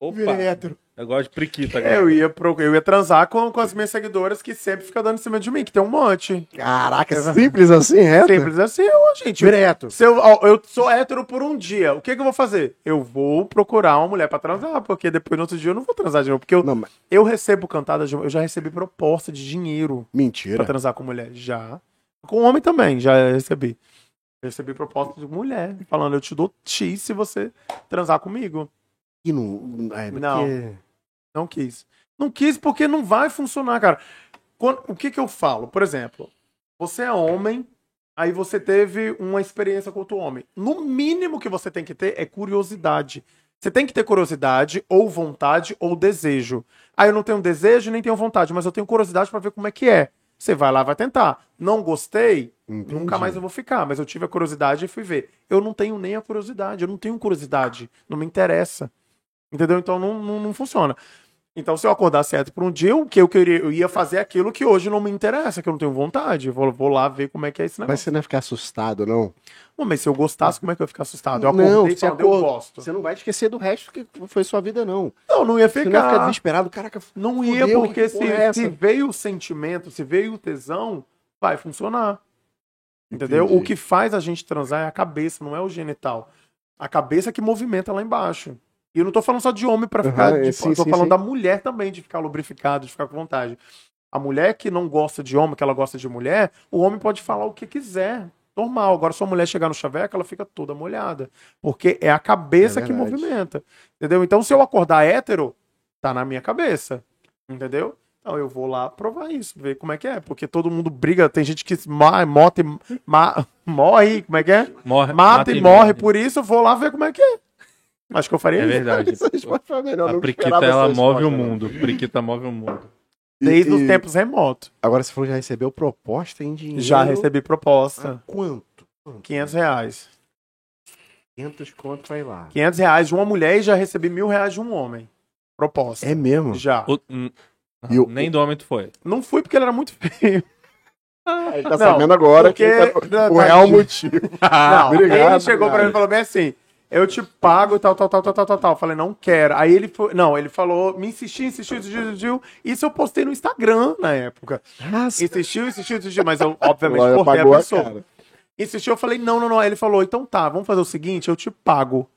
[SPEAKER 1] Opa,
[SPEAKER 2] Virei hétero.
[SPEAKER 1] eu gosto de priquita agora.
[SPEAKER 3] Eu ia, pro, eu ia transar com, com as minhas seguidoras que sempre ficam dando em cima de mim, que tem um monte.
[SPEAKER 2] Caraca, simples assim, reto?
[SPEAKER 3] Simples assim, eu, gente.
[SPEAKER 2] Virei hétero.
[SPEAKER 3] Se eu, ó, eu sou hétero por um dia, o que, que eu vou fazer? Eu vou procurar uma mulher pra transar, porque depois no outro dia eu não vou transar de novo. Porque eu,
[SPEAKER 2] Não, mas-
[SPEAKER 3] eu recebo cantada de. Eu já recebi proposta de dinheiro pra
[SPEAKER 2] Mentira.
[SPEAKER 3] transar com mulher. Já. Com homem também, já recebi. Recebi proposta de mulher, falando, eu te dou X se você transar comigo.
[SPEAKER 2] E não. É, porque...
[SPEAKER 3] Não. Não quis. Não quis porque não vai funcionar, cara. Quando- o que que eu falo? Por exemplo, você é homem, aí você teve uma experiência com outro homem. No mínimo que você tem que ter é curiosidade. Você tem que ter curiosidade, ou vontade, ou desejo. Ah, eu não tenho desejo nem tenho vontade, mas eu tenho curiosidade pra ver como é que é. Você vai lá, vai tentar. Não gostei,
[SPEAKER 2] Entendi.
[SPEAKER 3] Nunca mais eu vou ficar, mas eu tive a curiosidade e fui ver. Eu não tenho nem a curiosidade, eu não tenho curiosidade, não me interessa. Entendeu? Então não, não, não funciona. Então, se eu acordar certo por um dia, o que eu queria, eu ia fazer aquilo que hoje não me interessa, que eu não tenho vontade. Eu Vou, vou lá ver como é que é esse
[SPEAKER 2] Mas
[SPEAKER 3] negócio.
[SPEAKER 2] você não vai ficar assustado, não.
[SPEAKER 3] Bom, mas se eu gostasse, como é que eu ia ficar assustado? Eu
[SPEAKER 2] Não,
[SPEAKER 3] acordei e
[SPEAKER 2] você
[SPEAKER 3] falando, eu
[SPEAKER 2] acorda-
[SPEAKER 3] gosto.
[SPEAKER 2] Você não vai esquecer do resto que foi sua vida, não.
[SPEAKER 3] Não, não ia
[SPEAKER 2] Você não vai ficar
[SPEAKER 3] ficar.
[SPEAKER 2] desesperado. Caraca,
[SPEAKER 3] Não ia,
[SPEAKER 2] Fudeu, que
[SPEAKER 3] porque se,
[SPEAKER 2] porra é essa?
[SPEAKER 3] se veio o sentimento, se veio o tesão, vai funcionar. Entendeu?
[SPEAKER 2] Entendi.
[SPEAKER 3] O que faz a gente transar é a cabeça, não é o genital. A cabeça que movimenta lá embaixo. E eu não tô falando só de homem pra ficar.
[SPEAKER 2] Aham,
[SPEAKER 3] de,
[SPEAKER 2] é, sim,
[SPEAKER 3] eu tô
[SPEAKER 2] sim,
[SPEAKER 3] falando
[SPEAKER 2] sim.
[SPEAKER 3] da mulher também, de ficar lubrificado, de ficar com vontade. A mulher que não gosta de homem, que ela gosta de mulher, o homem pode falar o que quiser. Normal. Agora, se a mulher chegar no chaveco, ela fica toda molhada. Porque é a cabeça
[SPEAKER 2] É
[SPEAKER 3] que
[SPEAKER 2] verdade.
[SPEAKER 3] movimenta. Entendeu? Então, se eu acordar hétero, tá na minha cabeça. Entendeu? Então eu vou lá provar isso, ver como é que é. Porque todo mundo briga, tem gente que ma- mota e ma- morre, como é que é?
[SPEAKER 1] Morre,
[SPEAKER 3] Mata e
[SPEAKER 1] em
[SPEAKER 3] morre
[SPEAKER 1] mim.
[SPEAKER 3] por isso, eu vou lá ver como é que é. Acho que eu faria
[SPEAKER 1] É
[SPEAKER 3] isso.
[SPEAKER 1] verdade.
[SPEAKER 2] essa resposta foi melhor.
[SPEAKER 1] A
[SPEAKER 2] não
[SPEAKER 1] priquita
[SPEAKER 2] esperava essa
[SPEAKER 1] ela move
[SPEAKER 2] resposta,
[SPEAKER 1] o
[SPEAKER 2] não.
[SPEAKER 1] mundo. Priquita move o mundo.
[SPEAKER 2] E-
[SPEAKER 3] Desde
[SPEAKER 2] e
[SPEAKER 3] os tempos remotos.
[SPEAKER 2] Agora você falou que já recebeu proposta em dinheiro.
[SPEAKER 3] Já recebi
[SPEAKER 2] Ah,
[SPEAKER 3] proposta.
[SPEAKER 2] Quanto?
[SPEAKER 3] 500 Ah, reais.
[SPEAKER 2] 500 conto vai lá.
[SPEAKER 3] 500 reais de uma mulher e já recebi mil reais de um homem. Proposta.
[SPEAKER 2] É mesmo?
[SPEAKER 3] Já.
[SPEAKER 1] O- hum,
[SPEAKER 2] E o-
[SPEAKER 1] Nem do homem tu foi.
[SPEAKER 3] Não fui porque ele era muito feio.
[SPEAKER 2] Ele tá
[SPEAKER 3] Não,
[SPEAKER 2] sabendo agora
[SPEAKER 3] porque-
[SPEAKER 2] que tá... o
[SPEAKER 3] tá-
[SPEAKER 2] real motivo.
[SPEAKER 3] Não,
[SPEAKER 2] obrigado,
[SPEAKER 3] ele chegou pra
[SPEAKER 2] obrigado.
[SPEAKER 3] mim e falou bem assim: eu te pago, tal, tal, tal, tal, tal, tal, tal. Eu Falei, não quero. Aí ele foi. Não, ele falou, me insistiu, insistiu, insistiu, insistiu. Isso eu postei no Instagram na época.
[SPEAKER 2] Nossa,
[SPEAKER 3] Insistiu, insistiu, insistiu, mas eu, obviamente,
[SPEAKER 2] Ela
[SPEAKER 3] cortei a
[SPEAKER 2] apagou a
[SPEAKER 3] pessoa.
[SPEAKER 2] cara.
[SPEAKER 3] Insistiu, eu falei, não, não, não. Aí ele falou, então tá, vamos fazer o seguinte, eu te pago.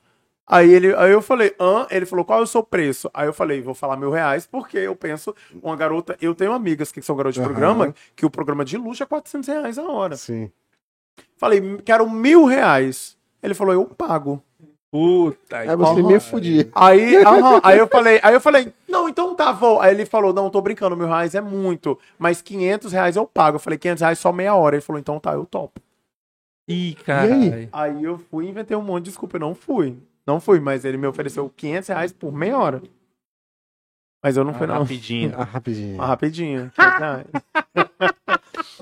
[SPEAKER 3] Aí, ele, aí eu falei, hã? Ele falou, qual é o seu preço? Aí eu falei, vou falar mil reais, porque eu penso, uma garota, eu tenho amigas que são garotas de
[SPEAKER 2] Aham.
[SPEAKER 3] programa, que o programa de luxo é 400 reais a hora.
[SPEAKER 2] sim.
[SPEAKER 3] Falei, quero mil reais. Ele falou, eu pago.
[SPEAKER 1] Puta
[SPEAKER 2] Aí É você me fudia.
[SPEAKER 3] Aí, aham, aí eu falei, aí eu falei, não, então tá, vou. Aí ele falou, não, tô brincando, mil reais é muito, mas 500 reais eu pago. Eu falei, 500 reais só meia hora. Ele falou, então tá, eu topo.
[SPEAKER 1] Ih, caralho.
[SPEAKER 3] Aí eu fui e inventei um monte de desculpa, eu não fui. Não fui, mas ele me ofereceu 500 reais por meia hora. Mas eu não fui,
[SPEAKER 1] Ah,
[SPEAKER 3] não.
[SPEAKER 1] Rapidinho.
[SPEAKER 2] Ah, rapidinho.
[SPEAKER 3] Uma rapidinha. 500 reais.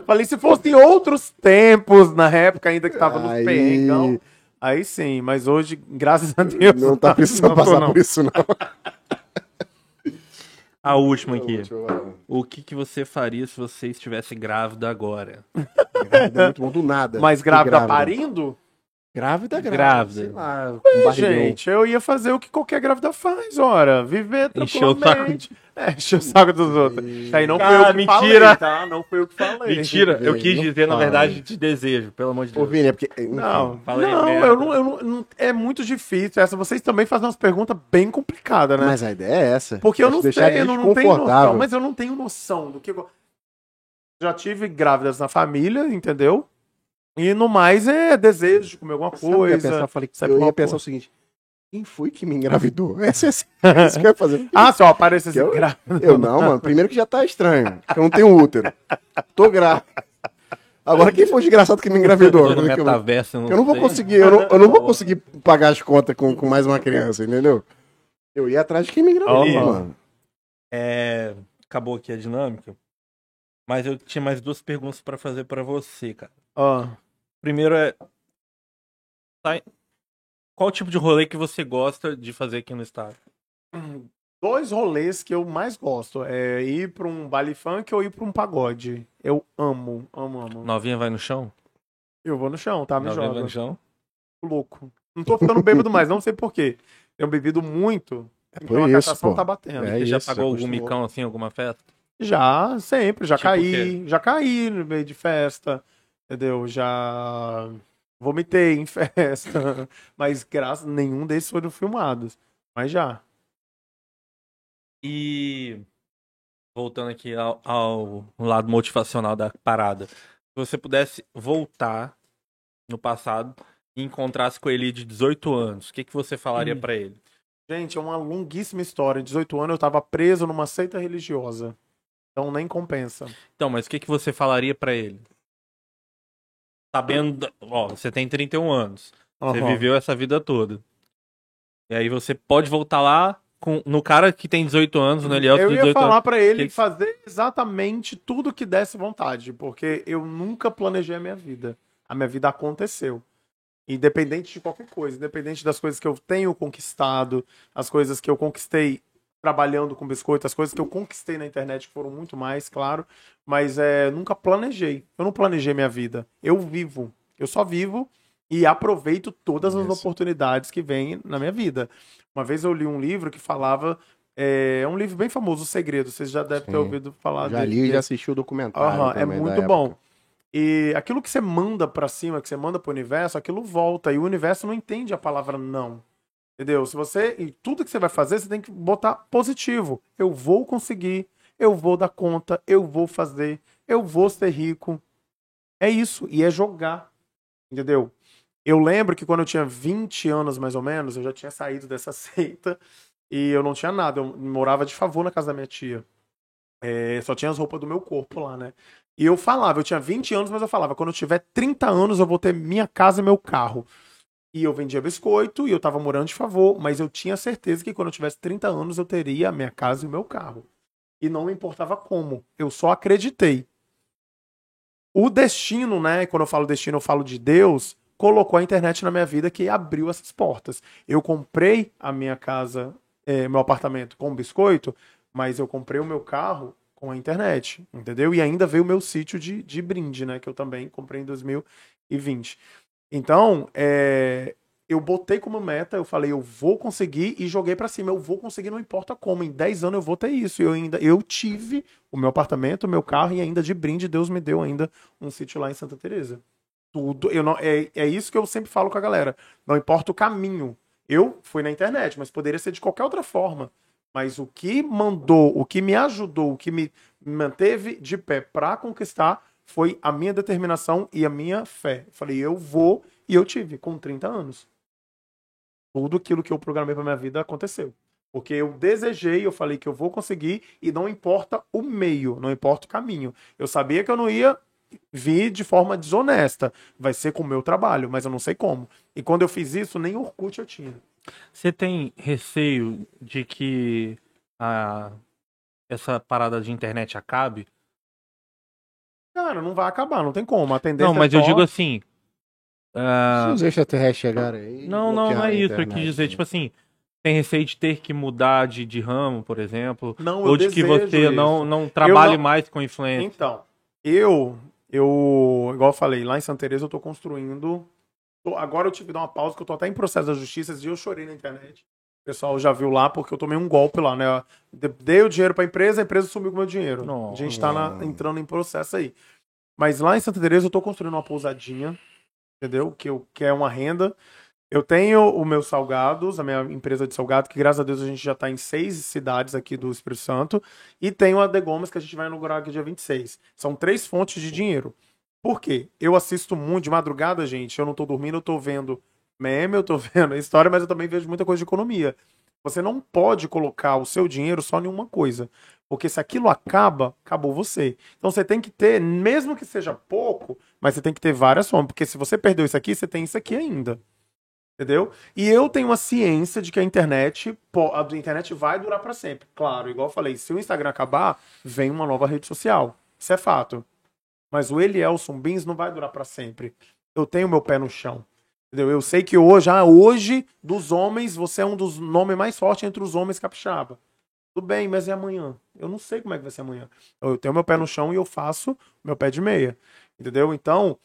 [SPEAKER 3] falei, se fosse em outros tempos, na época ainda que tava nos
[SPEAKER 2] Aí-
[SPEAKER 3] perrengão, aí sim, mas hoje, graças a Deus,
[SPEAKER 2] Não tá precisando
[SPEAKER 3] não tô,
[SPEAKER 2] passar
[SPEAKER 3] não.
[SPEAKER 2] por isso, não.
[SPEAKER 1] A última aqui.
[SPEAKER 2] Deixa eu falar.
[SPEAKER 1] O que, que você faria se você estivesse grávida agora?
[SPEAKER 2] Grávida é muito bom, do nada.
[SPEAKER 3] Mas
[SPEAKER 2] Fiquei
[SPEAKER 3] grávida, parindo?
[SPEAKER 2] Grávida, grávida.
[SPEAKER 1] Grávida.
[SPEAKER 2] Sei lá,
[SPEAKER 3] Ih,
[SPEAKER 2] com barrigão.
[SPEAKER 3] gente, eu ia fazer o que qualquer grávida faz, ora. Viver
[SPEAKER 1] Encher o
[SPEAKER 3] tranquilamente. É, encher o saco dos outros.
[SPEAKER 2] Tá
[SPEAKER 3] Isso aí não foi
[SPEAKER 1] Ah,
[SPEAKER 3] eu que
[SPEAKER 1] mentira.
[SPEAKER 3] falei, tá? Não foi eu que falei.
[SPEAKER 1] Mentira, eu quis
[SPEAKER 2] não
[SPEAKER 1] dizer, na
[SPEAKER 2] fala.
[SPEAKER 1] verdade, de desejo, pelo amor de
[SPEAKER 2] Ô,
[SPEAKER 1] Deus.
[SPEAKER 2] Vini, é porque... enfim.
[SPEAKER 3] Não,
[SPEAKER 1] Falei
[SPEAKER 3] não,
[SPEAKER 1] merda.
[SPEAKER 3] eu não, eu não- não- É muito difícil. Essa, vocês também fazem umas perguntas bem complicadas, né?
[SPEAKER 2] Mas a ideia é essa.
[SPEAKER 3] Porque eu
[SPEAKER 2] É te
[SPEAKER 3] não
[SPEAKER 2] deixar
[SPEAKER 3] sei, eu não, não tenho
[SPEAKER 2] desconfortável.
[SPEAKER 3] noção. Mas eu não tenho noção do que... eu- Já tive grávidas na família, entendeu? E no mais é desejo de comer alguma
[SPEAKER 2] Sabe o que eu ia
[SPEAKER 3] coisa.
[SPEAKER 2] pensar? Eu, falei,
[SPEAKER 3] sabe é
[SPEAKER 2] eu
[SPEAKER 3] uma
[SPEAKER 2] ia pensar
[SPEAKER 3] coisa.
[SPEAKER 2] o seguinte. Quem foi que me engravidou? Essa é a- isso que eu ia fazer.
[SPEAKER 3] Ah, se eu aparecesse
[SPEAKER 2] Eu-
[SPEAKER 3] grávida.
[SPEAKER 2] Eu não, mano. Primeiro que já tá estranho. que Eu não tenho útero. Tô grávida. Agora, quem foi o desgraçado que me engravidou?
[SPEAKER 1] Tô no
[SPEAKER 2] Como é que eu-
[SPEAKER 1] metaverso, eu não,
[SPEAKER 2] Eu não vou
[SPEAKER 1] sei.
[SPEAKER 2] conseguir, eu não, eu não vou conseguir pagar as contas com, com mais uma criança, entendeu? Eu ia atrás de quem me engravidou,
[SPEAKER 1] Ó,
[SPEAKER 2] mano.
[SPEAKER 1] É, acabou aqui a dinâmica. Mas eu tinha mais duas perguntas pra fazer pra você, cara.
[SPEAKER 3] Ó.
[SPEAKER 1] Primeiro é. tá- Qual tipo de rolê que você gosta de fazer aqui no estado?
[SPEAKER 3] dois rolês que eu mais gosto. É ir pra um baile funk ou ir pra um pagode. Eu amo, amo, amo.
[SPEAKER 1] Novinha vai no chão?
[SPEAKER 3] Eu vou no chão, tá? Me
[SPEAKER 1] Novinha vai
[SPEAKER 3] joga.
[SPEAKER 1] no chão?
[SPEAKER 3] Louco. Não tô ficando bêbado mais, não sei porquê. Tenho bebido muito.
[SPEAKER 2] É por
[SPEAKER 3] a
[SPEAKER 2] isso,
[SPEAKER 3] cachaça não
[SPEAKER 2] pô.
[SPEAKER 3] tá batendo.
[SPEAKER 2] É
[SPEAKER 1] Você já
[SPEAKER 2] isso,
[SPEAKER 1] pagou algum
[SPEAKER 3] acostumou.
[SPEAKER 1] micão assim, alguma festa?
[SPEAKER 3] Já, sempre, já
[SPEAKER 1] Tipo o quê?
[SPEAKER 3] caí, já caí no meio de festa, entendeu? Já vomitei em festa, mas graças nenhum desses foram filmados. Mas já.
[SPEAKER 1] E voltando aqui ao, ao lado motivacional da parada, se você pudesse voltar no passado e encontrasse com ele de 18 anos, o que, que você falaria pra ele?
[SPEAKER 3] Gente, é uma longuíssima história. Em 18 anos eu tava preso numa seita religiosa. Então nem compensa.
[SPEAKER 1] Então, mas o que, que você falaria pra ele? Sabendo, da- ó, você tem 31 anos, você
[SPEAKER 3] Aham.
[SPEAKER 1] viveu essa vida toda. E aí você pode voltar lá com, no cara que tem 18 anos, né? é no Eliel
[SPEAKER 3] Eu
[SPEAKER 1] de
[SPEAKER 3] ia
[SPEAKER 1] 18 anos.
[SPEAKER 3] falar pra ele
[SPEAKER 1] então, Que-
[SPEAKER 3] fazer exatamente tudo que desse vontade, porque eu nunca planejei a minha vida. A minha vida aconteceu. Independente de qualquer coisa, independente das coisas que eu tenho conquistado, as coisas que eu conquistei trabalhando com biscoito, as coisas que eu conquistei na internet que foram muito mais, claro, mas é, nunca planejei. Eu não planejei minha vida. Eu vivo. Eu só vivo e aproveito todas as
[SPEAKER 2] Isso.
[SPEAKER 3] oportunidades que vêm na minha vida. Uma vez eu li um livro que falava. É é um livro bem famoso, O Segredo. Vocês já devem ter
[SPEAKER 2] Sim.
[SPEAKER 3] ouvido falar
[SPEAKER 2] Já
[SPEAKER 3] dele.
[SPEAKER 2] li e já assisti o documentário.
[SPEAKER 3] Aham, é
[SPEAKER 2] né, também da
[SPEAKER 3] muito
[SPEAKER 2] época.
[SPEAKER 3] bom. E aquilo que você manda pra cima, que você manda pro universo, aquilo volta. E o universo não entende a palavra não. Entendeu? Se você. E tudo que você vai fazer, você tem que botar positivo. Eu vou conseguir, eu vou dar conta, eu vou fazer, eu vou ser rico. É isso. E é jogar. Entendeu? Eu lembro que quando eu tinha 20 anos, mais ou menos, eu já tinha saído dessa seita e eu não tinha nada. Eu morava de favor na casa da minha tia. É, só tinha as roupas do meu corpo lá, né? E eu falava, eu tinha 20 anos, mas eu falava, quando eu tiver 30 anos, eu vou ter minha casa e meu carro. E eu vendia biscoito e eu tava morando de favor, mas eu tinha certeza que quando eu tivesse 30 anos, eu teria a minha casa e o meu carro. E não me importava como, eu só acreditei. O destino, né? Quando eu falo destino, eu falo de Deus, colocou a internet na minha vida que abriu essas portas. Eu comprei a minha casa, eh, meu apartamento com biscoito, mas eu comprei o meu carro com a internet, entendeu? E ainda veio o meu sítio de, de brinde, né? Que eu também comprei em 2020. Então, é, eu botei como meta, eu falei, eu vou conseguir e joguei pra cima. Eu vou conseguir, não importa como. Em 10 anos eu vou ter isso. Eu ainda, eu tive o meu apartamento, o meu carro e ainda de brinde Deus me deu ainda um sítio lá em Santa Teresa. Tudo, eu não, é, é isso que eu sempre falo com a galera. Não importa o caminho. Eu fui na internet, mas poderia ser de qualquer outra forma. Mas o que mandou, o que me ajudou, o que me manteve de pé pra conquistar foi a minha determinação e a minha fé. Eu falei, eu vou, e eu tive, com 30 anos. Tudo aquilo que eu programei pra minha vida aconteceu. Porque eu desejei, eu falei que eu vou conseguir, e não importa o meio, não importa o caminho. Eu sabia que eu não ia vir de forma desonesta. Vai ser com o meu trabalho, mas eu não sei como. E quando eu fiz isso, nem Orkut eu tinha.
[SPEAKER 1] Você tem receio de que a- essa parada de internet acabe?
[SPEAKER 3] Cara, não vai acabar, não tem como. A tendência
[SPEAKER 1] Não, mas
[SPEAKER 3] é
[SPEAKER 1] eu
[SPEAKER 3] só-
[SPEAKER 1] digo assim. ah,
[SPEAKER 2] Se os extraterrestres chegarem aí.
[SPEAKER 1] não, não, não
[SPEAKER 2] bloquearam a
[SPEAKER 1] é isso. Eu
[SPEAKER 2] internet,
[SPEAKER 1] quis dizer,
[SPEAKER 2] né?
[SPEAKER 1] tipo assim, tem receio de ter que mudar de, de ramo, por exemplo.
[SPEAKER 3] Não, eu
[SPEAKER 1] Ou de que
[SPEAKER 3] desejo
[SPEAKER 1] você
[SPEAKER 3] isso.
[SPEAKER 1] não, não trabalhe
[SPEAKER 3] não-
[SPEAKER 1] mais com influência.
[SPEAKER 3] Então, eu, eu, igual eu falei, lá em Santa Teresa eu tô construindo. tô- agora eu tive que dar uma pausa, que eu tô até em processo da justiça, e eu chorei na internet. O pessoal já viu lá, porque eu tomei um golpe lá, né? De- Dei o dinheiro pra empresa, a empresa sumiu com o meu dinheiro.
[SPEAKER 1] Não.
[SPEAKER 3] A gente tá na- entrando em processo aí. Mas lá em Santa Teresa eu tô construindo uma pousadinha, entendeu? Que, eu, que é uma renda. Eu tenho os meus salgados, a minha empresa de salgado, que graças a Deus a gente já tá em seis cidades aqui do Espírito Santo. E tem o AD Gomes que a gente vai inaugurar aqui dia 26. São três fontes de dinheiro. Por quê? Eu assisto muito de madrugada, gente. Eu não tô dormindo, eu tô vendo meme, eu tô vendo história, mas eu também vejo muita coisa de economia. Você não pode colocar o seu dinheiro só em uma coisa. Porque se aquilo acaba, acabou você. Então você tem que ter, mesmo que seja pouco, mas você tem que ter várias formas. Porque se você perdeu isso aqui, você tem isso aqui ainda. Entendeu? E eu tenho a ciência de que a internet, po- a do- internet vai durar pra sempre. Claro, igual eu falei, se o Instagram acabar, vem uma nova rede social. Isso é fato. Mas o Elielson Bins não vai durar pra sempre. Eu tenho meu pé no chão. Entendeu? Eu sei que hoje, ah, hoje, dos homens, você é um dos nomes mais fortes entre os homens capixaba. Tudo bem, mas é amanhã. Eu não sei como é que vai ser amanhã. Eu tenho meu pé no chão e eu faço meu pé de meia. Entendeu? Então,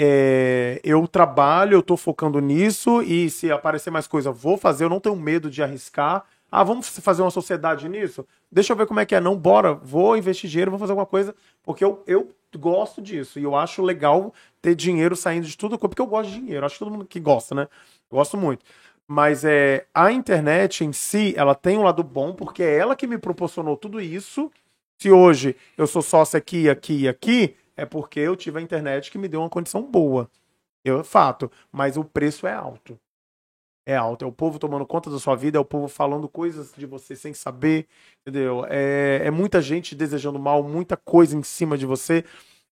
[SPEAKER 3] é, eu trabalho, eu tô focando nisso e se aparecer mais coisa, vou fazer. Eu não tenho medo de arriscar. Ah, vamos fazer uma sociedade nisso? Deixa eu ver como é que é. Não, bora, vou investir dinheiro, vou fazer alguma coisa, porque eu, eu gosto disso e eu acho legal ter dinheiro saindo de tudo, porque eu gosto de dinheiro. Acho que todo mundo que gosta, né? Gosto muito. Mas é, a internet em si, ela tem um lado bom, porque é ela que me proporcionou tudo isso. Se hoje eu sou sócio aqui, aqui e aqui, é porque eu tive a internet que me deu uma condição boa. Eu, fato. Mas o preço é alto. É alto. É o povo tomando conta da sua vida, é o povo falando coisas de você sem saber, entendeu? É, é muita gente desejando mal, muita coisa em cima de você.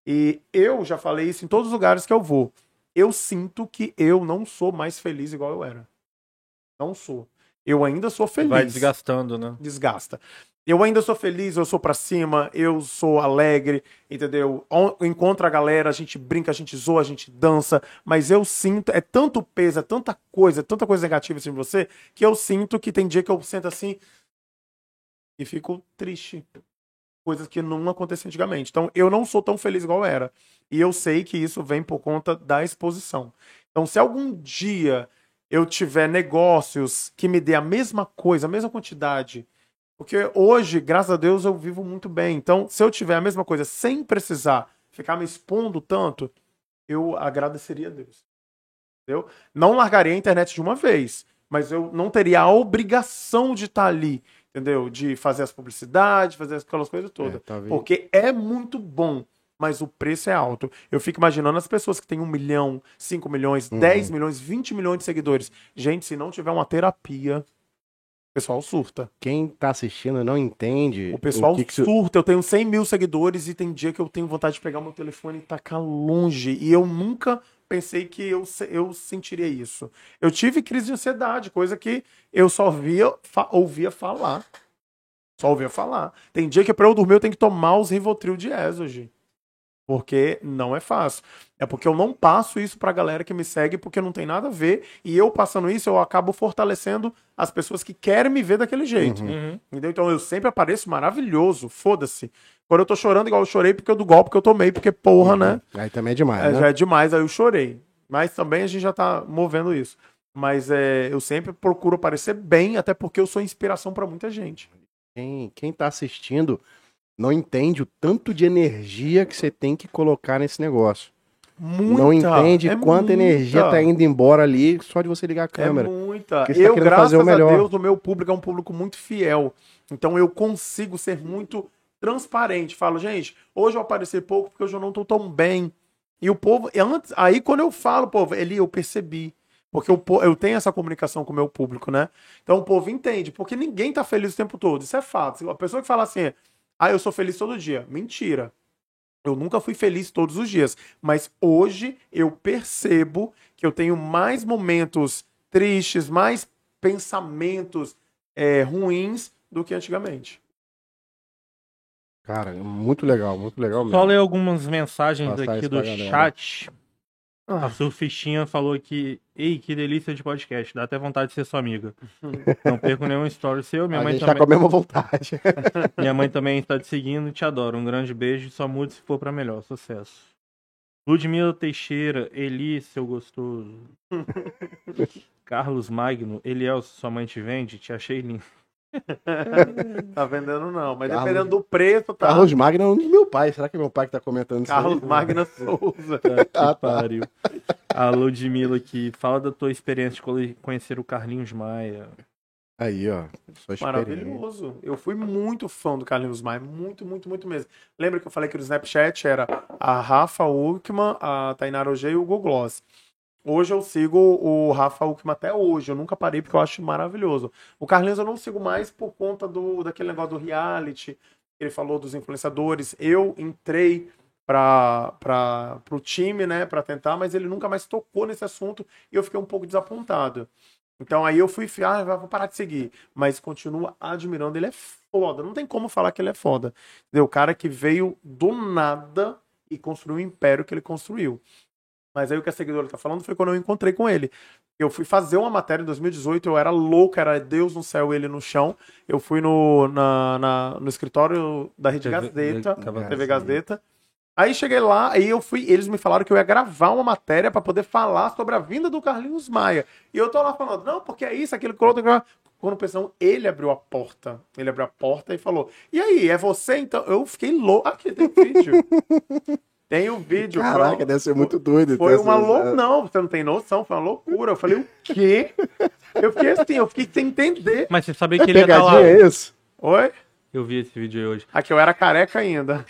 [SPEAKER 3] E eu já falei isso em todos os lugares que eu vou. Eu sinto que eu não sou mais feliz igual eu era. Não sou. Eu ainda sou feliz.
[SPEAKER 1] Vai desgastando, né?
[SPEAKER 3] desgasta. Eu ainda sou feliz, eu sou pra cima, eu sou alegre, entendeu? On- Encontra a galera, a gente brinca, a gente zoa, a gente dança, mas eu sinto, é tanto peso, é tanta coisa, é tanta coisa negativa assim em você, que eu sinto que tem dia que eu sento assim e fico triste. Coisas que não aconteciam antigamente. Então, eu não sou tão feliz igual eu era. E eu sei que isso vem por conta da exposição. Então, se algum dia eu tiver negócios que me dê a mesma coisa, a mesma quantidade porque hoje, graças a Deus, eu vivo muito bem. Então, se eu tiver a mesma coisa sem precisar ficar me expondo tanto, eu agradeceria a Deus. Entendeu? Não largaria a internet de uma vez, mas eu não teria a obrigação de estar ali, entendeu? De fazer as publicidades, fazer aquelas coisas todas.
[SPEAKER 2] É, tá vendo?
[SPEAKER 3] Porque é muito bom, mas o preço é alto. Eu fico imaginando as pessoas que têm um milhão, cinco milhões,
[SPEAKER 2] Uhum.
[SPEAKER 3] dez milhões, vinte milhões de seguidores. Gente, se não tiver uma terapia, o pessoal surta.
[SPEAKER 2] Quem tá assistindo não entende.
[SPEAKER 3] O pessoal
[SPEAKER 2] que que isso-
[SPEAKER 3] surta. Eu tenho 100 mil seguidores e tem dia que eu tenho vontade de pegar meu telefone e tacar longe. E eu nunca pensei que eu, se- eu sentiria isso. Eu tive crise de ansiedade, coisa que eu só via, fa- ouvia falar. Só ouvia falar. Tem dia que pra eu dormir eu tenho que tomar os Rivotril de Exogy. Porque não é fácil. É porque eu não passo isso pra galera que me segue, porque não tem nada a ver. E eu passando isso, eu acabo fortalecendo as pessoas que querem me ver daquele jeito.
[SPEAKER 2] Uhum.
[SPEAKER 1] Uhum.
[SPEAKER 3] Entendeu? Então eu sempre apareço maravilhoso, foda-se. Quando eu tô chorando, igual eu chorei porque eu do golpe que eu tomei, porque porra, né?
[SPEAKER 2] Aí também é demais,
[SPEAKER 3] É,
[SPEAKER 2] né?
[SPEAKER 3] Já é demais, aí eu chorei. Mas também a gente já tá movendo isso. Mas é, eu sempre procuro aparecer bem, até porque eu sou inspiração pra muita gente.
[SPEAKER 2] Quem, quem tá assistindo não entende o tanto de energia que você tem que colocar nesse negócio.
[SPEAKER 3] Muita,
[SPEAKER 2] não entende
[SPEAKER 3] é
[SPEAKER 2] quanta
[SPEAKER 3] muita,
[SPEAKER 2] energia tá indo embora ali só de você ligar a câmera.
[SPEAKER 3] É muita.
[SPEAKER 2] Porque você tá
[SPEAKER 3] Eu,
[SPEAKER 2] querendo
[SPEAKER 3] graças
[SPEAKER 2] fazer o melhor.
[SPEAKER 3] a Deus, o meu público é um público muito fiel. Então eu consigo ser muito transparente. Falo, gente, hoje eu apareci pouco porque hoje eu não tô tão bem. E o povo, e antes, aí quando eu falo, povo, ele, eu percebi. Porque eu, eu tenho essa comunicação com o meu público, né? Então o povo entende. Porque ninguém tá feliz o tempo todo. Isso é fato. A pessoa que fala assim, ah, eu sou feliz todo dia. Mentira. Eu nunca fui feliz todos os dias. Mas hoje eu percebo que eu tenho mais momentos tristes, mais pensamentos é, ruins do que antigamente.
[SPEAKER 2] Cara, é muito legal, muito legal mesmo.
[SPEAKER 1] Só ler algumas mensagens
[SPEAKER 2] Passar
[SPEAKER 1] aqui
[SPEAKER 2] isso
[SPEAKER 1] do
[SPEAKER 2] pra galera.
[SPEAKER 1] chat.
[SPEAKER 3] Ah.
[SPEAKER 1] A surfistinha falou que, ei, que delícia de podcast, dá até vontade de ser sua amiga. Não perco nenhum story seu, minha
[SPEAKER 2] a
[SPEAKER 1] mãe
[SPEAKER 2] gente
[SPEAKER 1] também.
[SPEAKER 2] tá com a mesma vontade.
[SPEAKER 1] Minha mãe também está te seguindo e te adora. Um grande beijo, só mude se for pra melhor. Sucesso. Ludmila Teixeira, Eli, seu gostoso. Carlos Magno, Eliel, se sua mãe te vende, te achei lindo.
[SPEAKER 3] Tá vendendo não, mas
[SPEAKER 2] Carlos-
[SPEAKER 3] dependendo do preço, tá. Carlos,
[SPEAKER 2] Carlos Magno é um do meu pai. Será que é meu pai que tá comentando isso? aí?
[SPEAKER 3] Magna Souza.
[SPEAKER 1] Tá, que
[SPEAKER 2] Ah, tá.
[SPEAKER 1] pariu. A Ludmila aqui, fala da tua experiência de co- conhecer o Carlinhos Maia.
[SPEAKER 2] Aí, ó. Só experiência.
[SPEAKER 3] Maravilhoso. Eu fui muito fã do Carlinhos Maia. Muito, muito, muito mesmo. Lembra que eu falei que no Snapchat era a Rafa Uckman, a Tainara Ogê e o Hugo Gloss. Hoje eu sigo o Rafa Uckman até hoje. Eu nunca parei porque eu acho maravilhoso. O Carlinhos eu não sigo mais por conta do, daquele negócio do reality. Ele falou dos influenciadores. Eu entrei para o time, né, para tentar, mas ele nunca mais tocou nesse assunto e eu fiquei um pouco desapontado. Então aí eu fui, fi- ah, vou parar de seguir mas continua admirando. Ele é foda. Não tem como falar que ele é foda. Entendeu? O cara que veio do nada e construiu o império que ele construiu. Mas aí o que a seguidora tá falando foi quando eu encontrei com ele. Eu fui fazer uma matéria em 2018, eu era louco, era Deus no céu, ele no chão. Eu fui no, na, na- no escritório da Rede
[SPEAKER 1] TV
[SPEAKER 3] Gazeta,
[SPEAKER 1] Gazeta.
[SPEAKER 2] é
[SPEAKER 3] TV Gazeta. Aí cheguei lá, aí eu fui, eles me falaram que eu ia gravar uma matéria pra poder falar sobre a vinda do Carlinhos Maia. E eu tô lá falando, não, porque é isso, aquilo que outro. Quando pensam, ele abriu a porta. Ele abriu a porta e falou: E aí, é você então? Eu fiquei louco. Aqui tem um vídeo. tem o vídeo.
[SPEAKER 2] Caraca,
[SPEAKER 3] Foi-
[SPEAKER 2] deve ser muito doido.
[SPEAKER 3] Foi
[SPEAKER 2] ter né?
[SPEAKER 3] uma
[SPEAKER 2] essa-
[SPEAKER 3] loucura. Não, você não tem noção, foi uma loucura. Eu falei, o quê? Eu fiquei assim, eu fiquei sem entender.
[SPEAKER 1] Mas você sabia
[SPEAKER 2] É
[SPEAKER 1] que ele ia estar lá.
[SPEAKER 2] pegadinha é isso?
[SPEAKER 3] Oi?
[SPEAKER 1] Eu vi esse vídeo aí hoje.
[SPEAKER 3] Aqui eu era careca ainda.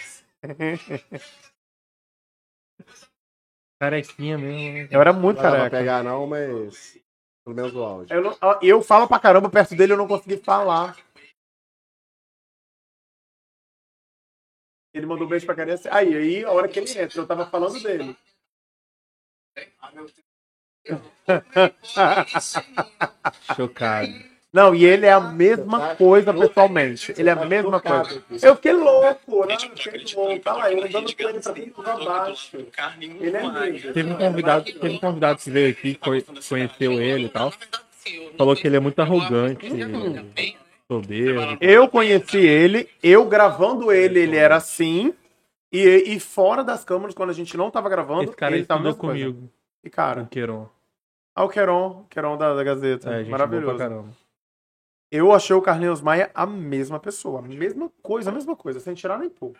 [SPEAKER 1] Carequinha mesmo.
[SPEAKER 3] Eu era muito
[SPEAKER 2] Não dá pra
[SPEAKER 3] careca.
[SPEAKER 2] pegar não, mas pelo menos o áudio.
[SPEAKER 3] Eu, não- eu falo pra caramba perto dele, eu não consegui falar. Ele mandou um beijo pra careca. Aí, aí, a hora que ele entra, eu tava falando dele.
[SPEAKER 1] Chocado.
[SPEAKER 3] Não, e ele é a mesma coisa pessoalmente. Ele é a mesma coisa. Eu fiquei louco, né? Eu fiquei louco. Tá lá, eu andando com ele pra cima e pra baixo. Ele é amigo.
[SPEAKER 1] Teve um convidado, teve um convidado que veio aqui, co- conheceu ele e tal. Falou que ele é muito arrogante, soberbo.
[SPEAKER 3] Eu conheci ele, eu gravando ele, ele era assim. E, e fora das câmeras, quando a gente não tava gravando,
[SPEAKER 1] Esse cara
[SPEAKER 3] ele tá tava
[SPEAKER 1] estudou comigo,
[SPEAKER 3] E cara,
[SPEAKER 1] o Queiron.
[SPEAKER 3] ah, o Queron, Queron da, da Gazeta.
[SPEAKER 1] É, gente, Maravilhoso.
[SPEAKER 3] Maravilhoso.
[SPEAKER 1] Pra caramba.
[SPEAKER 3] Eu achei o Carlinhos Maia a mesma pessoa, a mesma coisa, a mesma coisa, sem tirar nem pouco.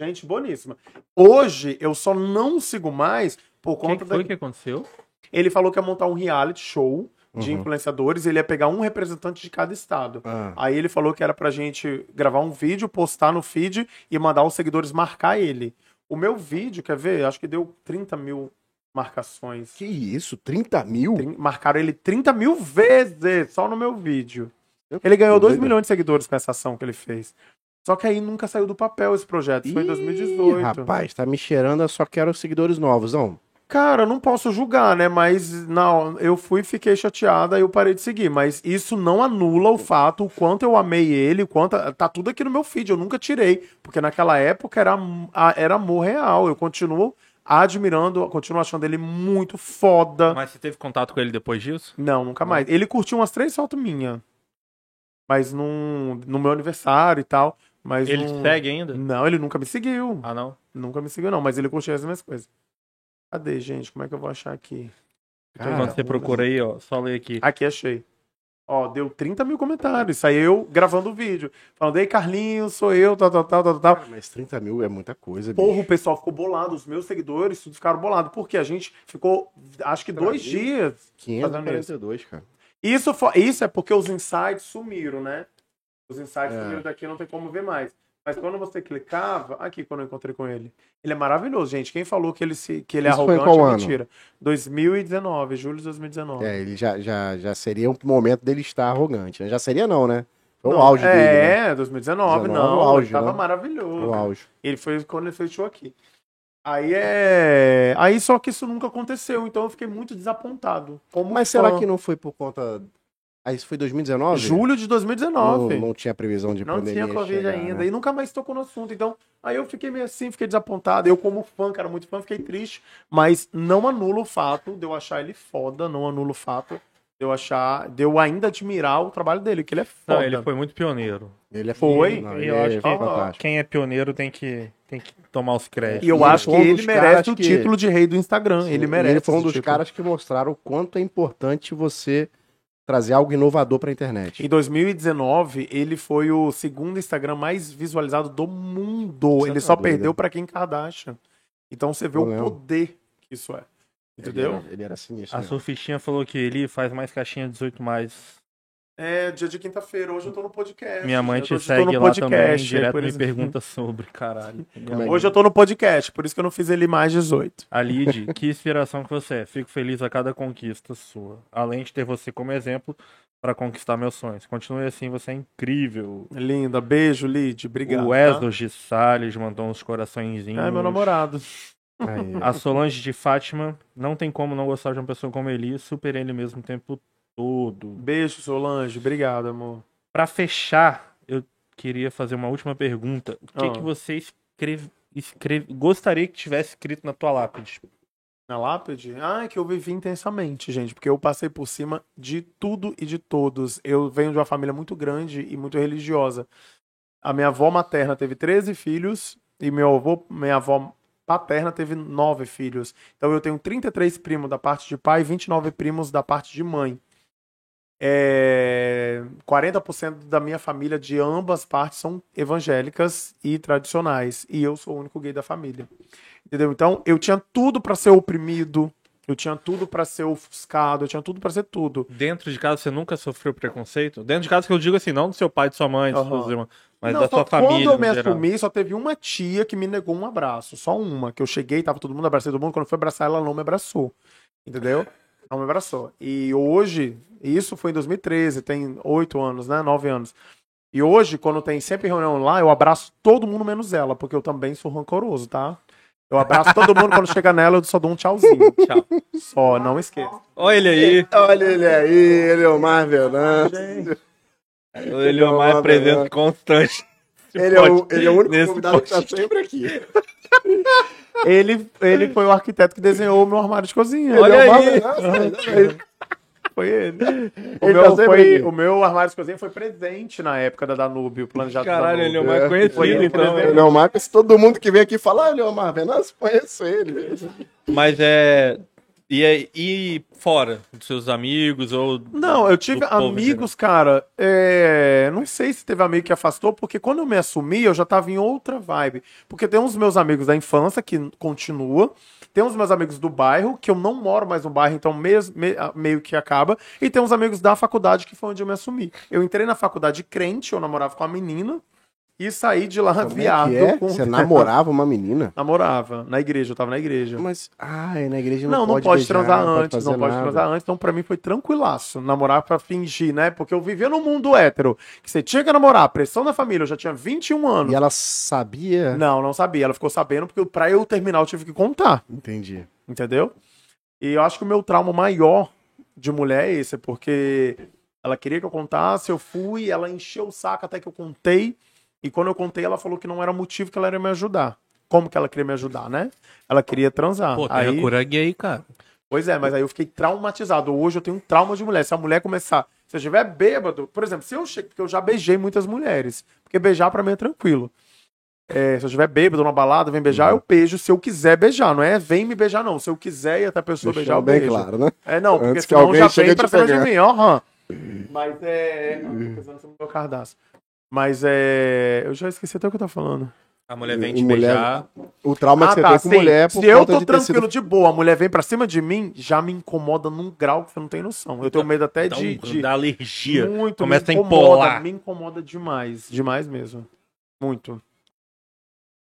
[SPEAKER 3] Gente boníssima. Hoje eu só não sigo mais por
[SPEAKER 1] Quem
[SPEAKER 3] conta
[SPEAKER 1] que foi
[SPEAKER 3] da.
[SPEAKER 1] que aconteceu?
[SPEAKER 3] Ele falou que ia montar um reality show de
[SPEAKER 2] Uhum.
[SPEAKER 3] influenciadores, ele ia pegar um representante de cada estado.
[SPEAKER 2] Ah.
[SPEAKER 3] Aí ele falou que era pra gente gravar um vídeo, postar no feed e mandar os seguidores marcar ele. O meu vídeo, quer ver? Acho que deu 30 mil marcações.
[SPEAKER 2] Que isso? 30 mil?
[SPEAKER 3] Trin- Marcaram ele 30 mil vezes só no meu vídeo. Ele ganhou 2 milhões de seguidores com essa ação que ele fez. Só que aí nunca saiu do papel esse projeto. Isso foi em 2018.
[SPEAKER 2] Ih, Rapaz, tá me cheirando, eu só quero seguidores novos, não.
[SPEAKER 3] Cara, eu não posso julgar, né? Mas não, eu fui, fiquei chateada e eu parei de seguir. Mas isso não anula o fato, o quanto eu amei ele, o quanto. Tá tudo aqui no meu feed, eu nunca tirei. Porque naquela época era, am- a- era amor real. Eu continuo admirando, continuo achando ele muito foda.
[SPEAKER 1] Mas você teve contato com ele depois disso?
[SPEAKER 3] Não, nunca mais. Ele curtiu umas três fotos minhas. Mas num, no meu aniversário e tal. Mas
[SPEAKER 1] Ele
[SPEAKER 3] não-
[SPEAKER 1] segue ainda?
[SPEAKER 3] um- Não, ele nunca me seguiu.
[SPEAKER 1] Ah, não?
[SPEAKER 3] Nunca me seguiu, não. Mas ele curtiu as mesmas coisas. Cadê, gente? Como é que eu vou achar aqui?
[SPEAKER 1] Então, Quando você procura aí, ó, só ler aqui.
[SPEAKER 3] Aqui, achei. Ó, deu 30 mil comentários. Isso aí é eu gravando o vídeo. Falando, ei, Carlinhos, sou eu, tal, tal, tal, tal, tal.
[SPEAKER 2] Cara, Ah, Mas 30 mil é muita coisa,
[SPEAKER 3] Porra,
[SPEAKER 2] bicho.
[SPEAKER 3] o pessoal ficou bolado. Os meus seguidores, tudo ficaram bolado. Porque a gente ficou, acho que dois
[SPEAKER 2] Brasil.
[SPEAKER 3] dias
[SPEAKER 2] 542, cara.
[SPEAKER 3] Isso, fo- isso é porque os insights sumiram, né? Os insights
[SPEAKER 2] É.
[SPEAKER 3] sumiram daqui, não tem como ver mais. Mas quando você clicava, aqui quando eu encontrei com ele, ele é maravilhoso, gente. Quem falou que ele, se, que ele é
[SPEAKER 2] Isso foi em
[SPEAKER 3] arrogante
[SPEAKER 2] qual
[SPEAKER 3] é
[SPEAKER 2] ano?
[SPEAKER 3] mentira. 2019, julho de 2019.
[SPEAKER 2] É, ele já, já, já seria um momento dele estar arrogante, né? Já seria não, né? Foi o
[SPEAKER 3] Não,
[SPEAKER 2] auge
[SPEAKER 3] é,
[SPEAKER 2] dele, né?
[SPEAKER 3] É, 2019,
[SPEAKER 2] 19,
[SPEAKER 3] não.
[SPEAKER 2] o auge,
[SPEAKER 3] tava
[SPEAKER 2] né?
[SPEAKER 3] maravilhoso.
[SPEAKER 2] Foi o auge.
[SPEAKER 3] Ele foi quando ele fechou aqui. Aí é. Aí só que isso nunca aconteceu, então eu fiquei muito desapontado. Como
[SPEAKER 2] Mas será
[SPEAKER 3] fã.
[SPEAKER 2] que não foi por conta... Ah, isso foi 2019?
[SPEAKER 3] Julho de 2019.
[SPEAKER 2] Não, não tinha previsão de
[SPEAKER 3] Não
[SPEAKER 2] pandemia
[SPEAKER 3] tinha Covid
[SPEAKER 2] chegar,
[SPEAKER 3] ainda.
[SPEAKER 2] né?
[SPEAKER 3] E nunca mais tocou no assunto. Então, aí eu fiquei meio assim, fiquei desapontado. Eu, como fã, cara, muito fã, fiquei triste. Mas não anula o fato de eu achar ele foda, não anula o fato de eu achar, de eu ainda admirar o trabalho dele, que ele é foda.
[SPEAKER 1] Não, ele foi muito pioneiro.
[SPEAKER 2] Ele é
[SPEAKER 3] Foi?
[SPEAKER 2] Não,
[SPEAKER 1] Eu
[SPEAKER 2] ele
[SPEAKER 1] acho
[SPEAKER 2] é
[SPEAKER 1] que-
[SPEAKER 2] fantástico.
[SPEAKER 1] Quem é pioneiro tem que, tem que tomar os créditos.
[SPEAKER 3] E eu
[SPEAKER 2] Ele
[SPEAKER 3] acho
[SPEAKER 2] foi
[SPEAKER 3] que
[SPEAKER 2] um
[SPEAKER 3] ele
[SPEAKER 2] dos caras
[SPEAKER 3] merece o
[SPEAKER 2] que-
[SPEAKER 3] título de rei do Instagram.
[SPEAKER 2] Sim,
[SPEAKER 3] ele
[SPEAKER 2] e
[SPEAKER 3] merece.
[SPEAKER 2] Ele foi um
[SPEAKER 3] esse
[SPEAKER 2] dos
[SPEAKER 3] título.
[SPEAKER 2] caras que mostraram o quanto é importante você trazer algo inovador pra internet.
[SPEAKER 3] Em 2019, ele foi o segundo Instagram mais visualizado do mundo.
[SPEAKER 2] Você
[SPEAKER 3] ele
[SPEAKER 2] tá
[SPEAKER 3] só
[SPEAKER 2] doido.
[SPEAKER 3] perdeu pra Kim Kardashian. Então você vê
[SPEAKER 2] Eu
[SPEAKER 3] o
[SPEAKER 2] lembro.
[SPEAKER 3] poder que isso é. Entendeu?
[SPEAKER 2] Ele era, ele era sinistro.
[SPEAKER 1] A
[SPEAKER 2] mesmo.
[SPEAKER 1] surfistinha falou que ele faz mais caixinha 18 mais.
[SPEAKER 3] É, dia de quinta-feira, hoje eu tô no podcast.
[SPEAKER 1] Minha mãe te
[SPEAKER 3] hoje É, eu tô
[SPEAKER 1] segue
[SPEAKER 3] no
[SPEAKER 1] lá também,
[SPEAKER 3] podcast, é
[SPEAKER 1] direto
[SPEAKER 3] por
[SPEAKER 1] me
[SPEAKER 3] isso-
[SPEAKER 1] pergunta sobre, caralho. Minha
[SPEAKER 2] Como é
[SPEAKER 1] mãe-
[SPEAKER 3] Hoje eu tô no podcast, por isso que eu não fiz ele mais 18.
[SPEAKER 1] A Lid, que inspiração que você é. Fico feliz a cada conquista sua. Além de ter você como exemplo para conquistar meus sonhos. Continue assim, você é incrível.
[SPEAKER 3] Linda, beijo, Lid, obrigado.
[SPEAKER 1] o Wesley de Salles mandou uns coraçõezinhos.
[SPEAKER 3] Tá? É meu namorado.
[SPEAKER 2] Aí.
[SPEAKER 1] A Solange de Fátima, não tem como não gostar de uma pessoa como ele, super ele mesmo o tempo todo.
[SPEAKER 3] Beijo, Solange, obrigado, amor.
[SPEAKER 1] Pra fechar, eu queria fazer uma última pergunta. O que,
[SPEAKER 3] Ah.
[SPEAKER 1] que você escreve, escreve- gostaria que tivesse escrito na tua lápide?
[SPEAKER 3] Na lápide? Ah, é que eu vivi intensamente, gente, porque eu passei por cima de tudo e de todos. Eu venho de uma família muito grande e muito religiosa. A minha avó materna teve 13 filhos e meu avô, minha avó paterna teve 9 filhos. Então eu tenho 33 primos da parte de pai e 29 primos da parte de mãe. É, 40% da minha família de ambas partes são evangélicas e tradicionais. E eu sou o único gay da família. Entendeu? Então, eu tinha tudo pra ser oprimido, eu tinha tudo pra ser ofuscado, eu tinha tudo pra ser tudo.
[SPEAKER 1] Dentro de casa você nunca sofreu preconceito? Dentro de casa que eu digo assim, não do seu pai, de sua mãe, dos
[SPEAKER 3] Aham.
[SPEAKER 1] seus irmãos, mas
[SPEAKER 3] Não,
[SPEAKER 1] da
[SPEAKER 3] só
[SPEAKER 1] sua família.
[SPEAKER 3] Quando eu
[SPEAKER 1] no
[SPEAKER 3] me
[SPEAKER 1] geral.
[SPEAKER 3] assumi, só teve uma tia que me negou um abraço. Só uma. Que eu cheguei, tava todo mundo abraçando todo mundo. Quando eu fui abraçar, ela não me abraçou. Entendeu? Não me abraçou. E hoje, isso foi em 2013, tem oito anos, né? Nove anos. E hoje, quando tem sempre reunião lá, eu abraço todo mundo menos ela, porque eu também sou rancoroso, tá? Eu abraço todo mundo, quando chega nela, eu só dou um tchauzinho.
[SPEAKER 1] Tchau.
[SPEAKER 3] Só, não esqueça.
[SPEAKER 1] Olha ele é aí.
[SPEAKER 2] Olha ele aí, ele é o Mar Venan.
[SPEAKER 1] Ele é
[SPEAKER 2] Não,
[SPEAKER 1] mais
[SPEAKER 2] não.
[SPEAKER 1] presente constante.
[SPEAKER 2] Ele é, o, ele é o único
[SPEAKER 1] Nesse
[SPEAKER 2] convidado que tá sempre aqui.
[SPEAKER 3] Ele, ele foi o arquiteto que desenhou o meu armário de cozinha.
[SPEAKER 1] Olha
[SPEAKER 3] ele é o
[SPEAKER 1] aí.
[SPEAKER 2] aí.
[SPEAKER 3] Foi ele. O
[SPEAKER 2] Ele
[SPEAKER 3] meu,
[SPEAKER 2] tá sempre
[SPEAKER 3] foi,
[SPEAKER 2] aqui.
[SPEAKER 3] o meu armário de cozinha foi presente na época da Danúbio, o planejado
[SPEAKER 1] Caralho,
[SPEAKER 3] da
[SPEAKER 1] ele é o
[SPEAKER 3] Danúbio.
[SPEAKER 1] mais conhecido,
[SPEAKER 3] tá Foi, por
[SPEAKER 1] então.
[SPEAKER 3] exemplo.
[SPEAKER 1] né?
[SPEAKER 2] Ele é o Marcos, todo mundo que vem aqui fala, ah, ele é o Mar Venan, eu conheço ele.
[SPEAKER 1] Mas é. E, é- e fora dos seus amigos ou.
[SPEAKER 3] Não, eu tive
[SPEAKER 1] do povo em
[SPEAKER 3] amigos, cara. é, Não sei se teve amigo que afastou, porque quando eu me assumi, eu já tava em outra vibe. Porque tem uns meus amigos da infância que continua, tem uns meus amigos do bairro, que eu não moro mais no bairro, então mes- me- a- meio que acaba, e tem uns amigos da faculdade, que foi onde eu me assumi. Eu entrei na faculdade crente, eu namorava com uma menina, e saí de lá Tá viado. com-
[SPEAKER 2] é Você namorava uma menina?
[SPEAKER 3] Namorava, na igreja, eu tava na igreja.
[SPEAKER 2] Mas, ai, na igreja
[SPEAKER 3] Não,
[SPEAKER 2] não,
[SPEAKER 3] não pode,
[SPEAKER 2] beijar,
[SPEAKER 3] transar
[SPEAKER 2] não
[SPEAKER 3] antes, não
[SPEAKER 2] fazer
[SPEAKER 3] pode
[SPEAKER 2] nada.
[SPEAKER 3] transar antes. Então, pra mim foi tranquilaço namorar pra fingir, né? Porque eu vivia num mundo hétero, que você tinha que namorar, pressão da família, eu já tinha 21 anos.
[SPEAKER 2] E ela sabia?
[SPEAKER 3] Não, não sabia. Ela ficou sabendo porque pra eu terminar eu tive que contar,
[SPEAKER 2] Entendi.
[SPEAKER 3] entendeu? E eu acho que o meu trauma maior de mulher é esse, porque ela queria que eu contasse, eu fui, ela encheu o saco até que eu contei. E quando eu contei, ela falou que não era motivo que ela ia me ajudar. Como que ela queria me ajudar, né? Ela queria transar.
[SPEAKER 1] Pô, tem
[SPEAKER 3] Aí-
[SPEAKER 1] a cura gay, cara.
[SPEAKER 3] Pois é, mas aí eu fiquei traumatizado. Hoje eu tenho um trauma de mulher. Se a mulher começar, se eu estiver bêbado, por exemplo, se eu chego, porque eu já beijei muitas mulheres, porque beijar pra mim é tranquilo. É, se eu estiver bêbado numa balada, vem beijar,
[SPEAKER 2] Uhum.
[SPEAKER 3] eu beijo se eu quiser beijar, não é vem me beijar, não. Se eu quiser e até a pessoa
[SPEAKER 2] Deixando
[SPEAKER 3] beijar, eu
[SPEAKER 2] bem
[SPEAKER 3] beijo.
[SPEAKER 2] claro, né?
[SPEAKER 3] É, não, porque
[SPEAKER 2] Antes que
[SPEAKER 3] senão
[SPEAKER 2] alguém
[SPEAKER 3] já
[SPEAKER 2] chegue
[SPEAKER 3] vem
[SPEAKER 2] a te
[SPEAKER 3] pra cima de
[SPEAKER 2] pegar.
[SPEAKER 3] mim, aham. Mas é. Ah, tô pensando no meu cardaço. Mas é. Eu já esqueci até o que eu tava falando.
[SPEAKER 1] A mulher
[SPEAKER 2] E-
[SPEAKER 1] vem
[SPEAKER 2] e
[SPEAKER 1] te
[SPEAKER 2] mulher-
[SPEAKER 1] beijar.
[SPEAKER 2] O trauma é que você tem com
[SPEAKER 3] Ah, tá, sim.
[SPEAKER 2] mulher por
[SPEAKER 3] Se eu
[SPEAKER 2] conta
[SPEAKER 3] tô
[SPEAKER 2] de ter
[SPEAKER 3] tranquilo
[SPEAKER 2] sido-
[SPEAKER 3] de boa, a mulher vem pra cima de mim, já me incomoda num grau que você não tem noção. Eu tenho medo
[SPEAKER 2] é
[SPEAKER 3] até
[SPEAKER 1] dá um-
[SPEAKER 3] de, de-
[SPEAKER 1] dá alergia.
[SPEAKER 3] Muito,
[SPEAKER 1] Começa a
[SPEAKER 3] me incomoda,
[SPEAKER 1] empolar.
[SPEAKER 3] me incomoda demais. Demais mesmo. Muito.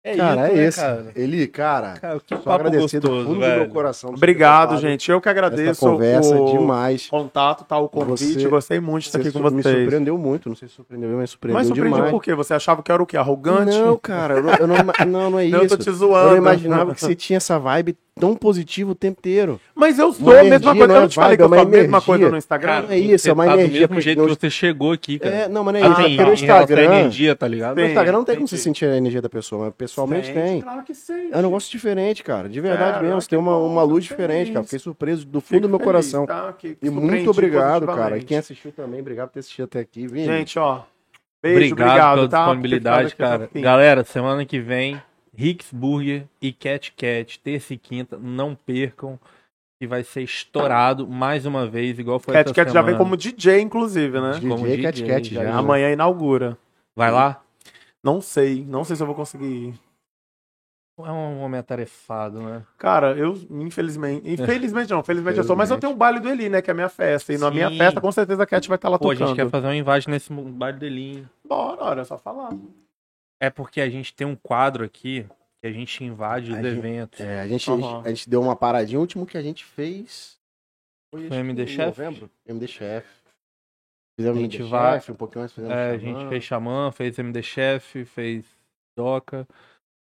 [SPEAKER 1] É
[SPEAKER 2] Cara,
[SPEAKER 3] né,
[SPEAKER 2] é esse.
[SPEAKER 1] Cara?
[SPEAKER 2] Ele, cara,
[SPEAKER 1] Cara, que
[SPEAKER 2] só
[SPEAKER 1] papo
[SPEAKER 2] agradecer do
[SPEAKER 1] gostoso,
[SPEAKER 2] fundo do
[SPEAKER 1] velho.
[SPEAKER 2] meu coração.
[SPEAKER 3] Obrigado,
[SPEAKER 2] gente.
[SPEAKER 3] gente. Eu que
[SPEAKER 2] Essa
[SPEAKER 3] agradeço
[SPEAKER 2] conversa é
[SPEAKER 3] o
[SPEAKER 2] demais.
[SPEAKER 3] contato, tá, o convite.
[SPEAKER 2] Você-
[SPEAKER 3] Gostei muito de estar aqui
[SPEAKER 2] Você
[SPEAKER 3] com
[SPEAKER 2] Me
[SPEAKER 3] vocês.
[SPEAKER 2] surpreendeu muito, não sei se surpreendeu, mas surpreendeu
[SPEAKER 3] Mas surpreendeu
[SPEAKER 2] demais.
[SPEAKER 3] por quê? Você achava que eu era o quê? Arrogante?
[SPEAKER 2] Não, cara, eu não, eu não, ima- não, não é
[SPEAKER 3] Não, eu
[SPEAKER 2] isso.
[SPEAKER 3] tô te zoando.
[SPEAKER 2] Eu não imaginava que você tinha essa vibe tão positiva o tempo inteiro.
[SPEAKER 3] Mas eu sou
[SPEAKER 2] Uma
[SPEAKER 3] a
[SPEAKER 2] energia,
[SPEAKER 3] mesma coisa. Eu
[SPEAKER 2] não
[SPEAKER 3] não
[SPEAKER 2] é
[SPEAKER 3] te falei que eu
[SPEAKER 2] vibe, é
[SPEAKER 3] sou a
[SPEAKER 2] uma
[SPEAKER 3] mesma
[SPEAKER 2] energia.
[SPEAKER 3] coisa no Instagram?
[SPEAKER 2] Não é isso, é uma
[SPEAKER 1] tá
[SPEAKER 2] energia
[SPEAKER 1] Do
[SPEAKER 2] que
[SPEAKER 1] mesmo jeito
[SPEAKER 2] não-
[SPEAKER 1] que você chegou aqui, cara.
[SPEAKER 2] É, não, mas não é
[SPEAKER 1] Ah,
[SPEAKER 2] isso.
[SPEAKER 1] tem,
[SPEAKER 2] é porque no
[SPEAKER 1] em relação à
[SPEAKER 2] Instagram.
[SPEAKER 1] energia, tá ligado?
[SPEAKER 2] No Instagram não tem como
[SPEAKER 3] Entendi.
[SPEAKER 2] você sentir a energia da pessoa, mas pessoalmente tem.
[SPEAKER 3] Claro que sim.
[SPEAKER 2] É um negócio diferente, cara. De verdade
[SPEAKER 3] Cara,
[SPEAKER 2] mesmo.
[SPEAKER 3] que é
[SPEAKER 2] Você tem uma,
[SPEAKER 3] bom,
[SPEAKER 2] uma luz
[SPEAKER 3] fico
[SPEAKER 2] diferente, cara.
[SPEAKER 3] feliz.
[SPEAKER 2] Fiquei surpreso do fundo
[SPEAKER 3] Fico
[SPEAKER 2] do meu
[SPEAKER 3] feliz,
[SPEAKER 2] coração.
[SPEAKER 3] tá? Que
[SPEAKER 2] E
[SPEAKER 3] surpreendi
[SPEAKER 2] muito obrigado, cara. E
[SPEAKER 3] positivamente.
[SPEAKER 2] quem é assistiu também, obrigado por ter assistido até aqui. Vini,
[SPEAKER 3] Gente, ó. Beijo,
[SPEAKER 1] Obrigado,
[SPEAKER 3] obrigado,
[SPEAKER 1] pela
[SPEAKER 3] tá?
[SPEAKER 1] disponibilidade,
[SPEAKER 3] Por ter ficado
[SPEAKER 1] cara.
[SPEAKER 3] aqui até o fim.
[SPEAKER 1] Galera, semana que vem, Rick's Burger e Cat Cat, terça e quinta, não percam. Que vai ser estourado mais uma vez, igual foi
[SPEAKER 3] Cat
[SPEAKER 1] essa
[SPEAKER 3] Cat já vem
[SPEAKER 1] semana.
[SPEAKER 3] como DJ, inclusive, né?
[SPEAKER 2] DJ,
[SPEAKER 1] como
[SPEAKER 2] Cat
[SPEAKER 1] DJ,
[SPEAKER 2] Cat
[SPEAKER 1] já.
[SPEAKER 2] já. né?
[SPEAKER 3] Amanhã inaugura.
[SPEAKER 1] Vai lá?
[SPEAKER 3] Não sei, não sei se eu vou conseguir ir.
[SPEAKER 1] É um homem atarefado, né?
[SPEAKER 3] Cara, eu, infelizmente. Infelizmente não, felizmente eu sou, mas eu tenho um baile do Eli, né? Que é a minha festa. E na
[SPEAKER 1] Sim.
[SPEAKER 3] minha festa, com certeza a Cat vai estar lá
[SPEAKER 1] Pô, a
[SPEAKER 3] tocando.
[SPEAKER 1] gente quer fazer uma invasão nesse mu- bar delinho.
[SPEAKER 3] Bora, olha, é só falar.
[SPEAKER 1] É porque a gente tem um quadro aqui que a gente invade os
[SPEAKER 2] A gente-
[SPEAKER 1] eventos.
[SPEAKER 2] É, a gente,
[SPEAKER 3] Aham.
[SPEAKER 2] a gente- a gente deu uma paradinha. O último que a gente fez
[SPEAKER 1] Foi
[SPEAKER 2] acho
[SPEAKER 1] MD
[SPEAKER 2] que em
[SPEAKER 1] Chef?
[SPEAKER 2] novembro. MD Chef. Fizemos
[SPEAKER 1] A gente
[SPEAKER 2] MD
[SPEAKER 1] vai-
[SPEAKER 2] Chef, um pouquinho mais fizemos
[SPEAKER 1] É, a
[SPEAKER 2] Xamã.
[SPEAKER 1] gente fez Xamã, fez MD Chef, fez Doca.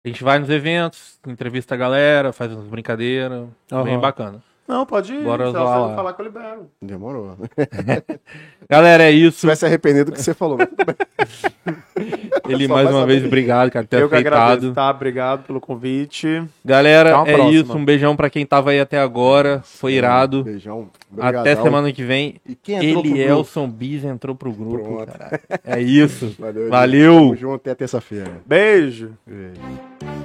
[SPEAKER 1] A gente vai nos eventos, entrevista a galera, faz umas brincadeiras. Bem
[SPEAKER 3] Aham.
[SPEAKER 1] bacana.
[SPEAKER 3] Não, pode ir.
[SPEAKER 1] Bora
[SPEAKER 3] se
[SPEAKER 1] zoar
[SPEAKER 3] ela
[SPEAKER 1] lá.
[SPEAKER 3] falar que eu libero.
[SPEAKER 2] Demorou. né?
[SPEAKER 1] Galera, é isso.
[SPEAKER 2] né? Você vai se arrepender do que você falou.
[SPEAKER 1] Ele,
[SPEAKER 2] Só
[SPEAKER 1] mais
[SPEAKER 2] vai
[SPEAKER 1] uma
[SPEAKER 2] saber.
[SPEAKER 1] vez, obrigado, cara, por ter
[SPEAKER 3] Eu que agradeço,
[SPEAKER 1] aceitado.
[SPEAKER 3] tá? Obrigado pelo convite.
[SPEAKER 1] Galera,
[SPEAKER 3] Até uma
[SPEAKER 1] é
[SPEAKER 3] próxima.
[SPEAKER 1] isso. Um beijão pra quem tava aí até agora. Foi irado.
[SPEAKER 2] Beijão.
[SPEAKER 1] Até
[SPEAKER 2] Obrigadão.
[SPEAKER 1] semana é que vem.
[SPEAKER 2] E quem entrou pro grupo?
[SPEAKER 1] Elielson Bis entrou pro grupo,
[SPEAKER 2] Pronto.
[SPEAKER 1] cara. É isso.
[SPEAKER 2] Valeu.
[SPEAKER 1] Valeu.
[SPEAKER 2] Tamo junto até terça-feira.
[SPEAKER 3] Beijo.
[SPEAKER 2] Beijo.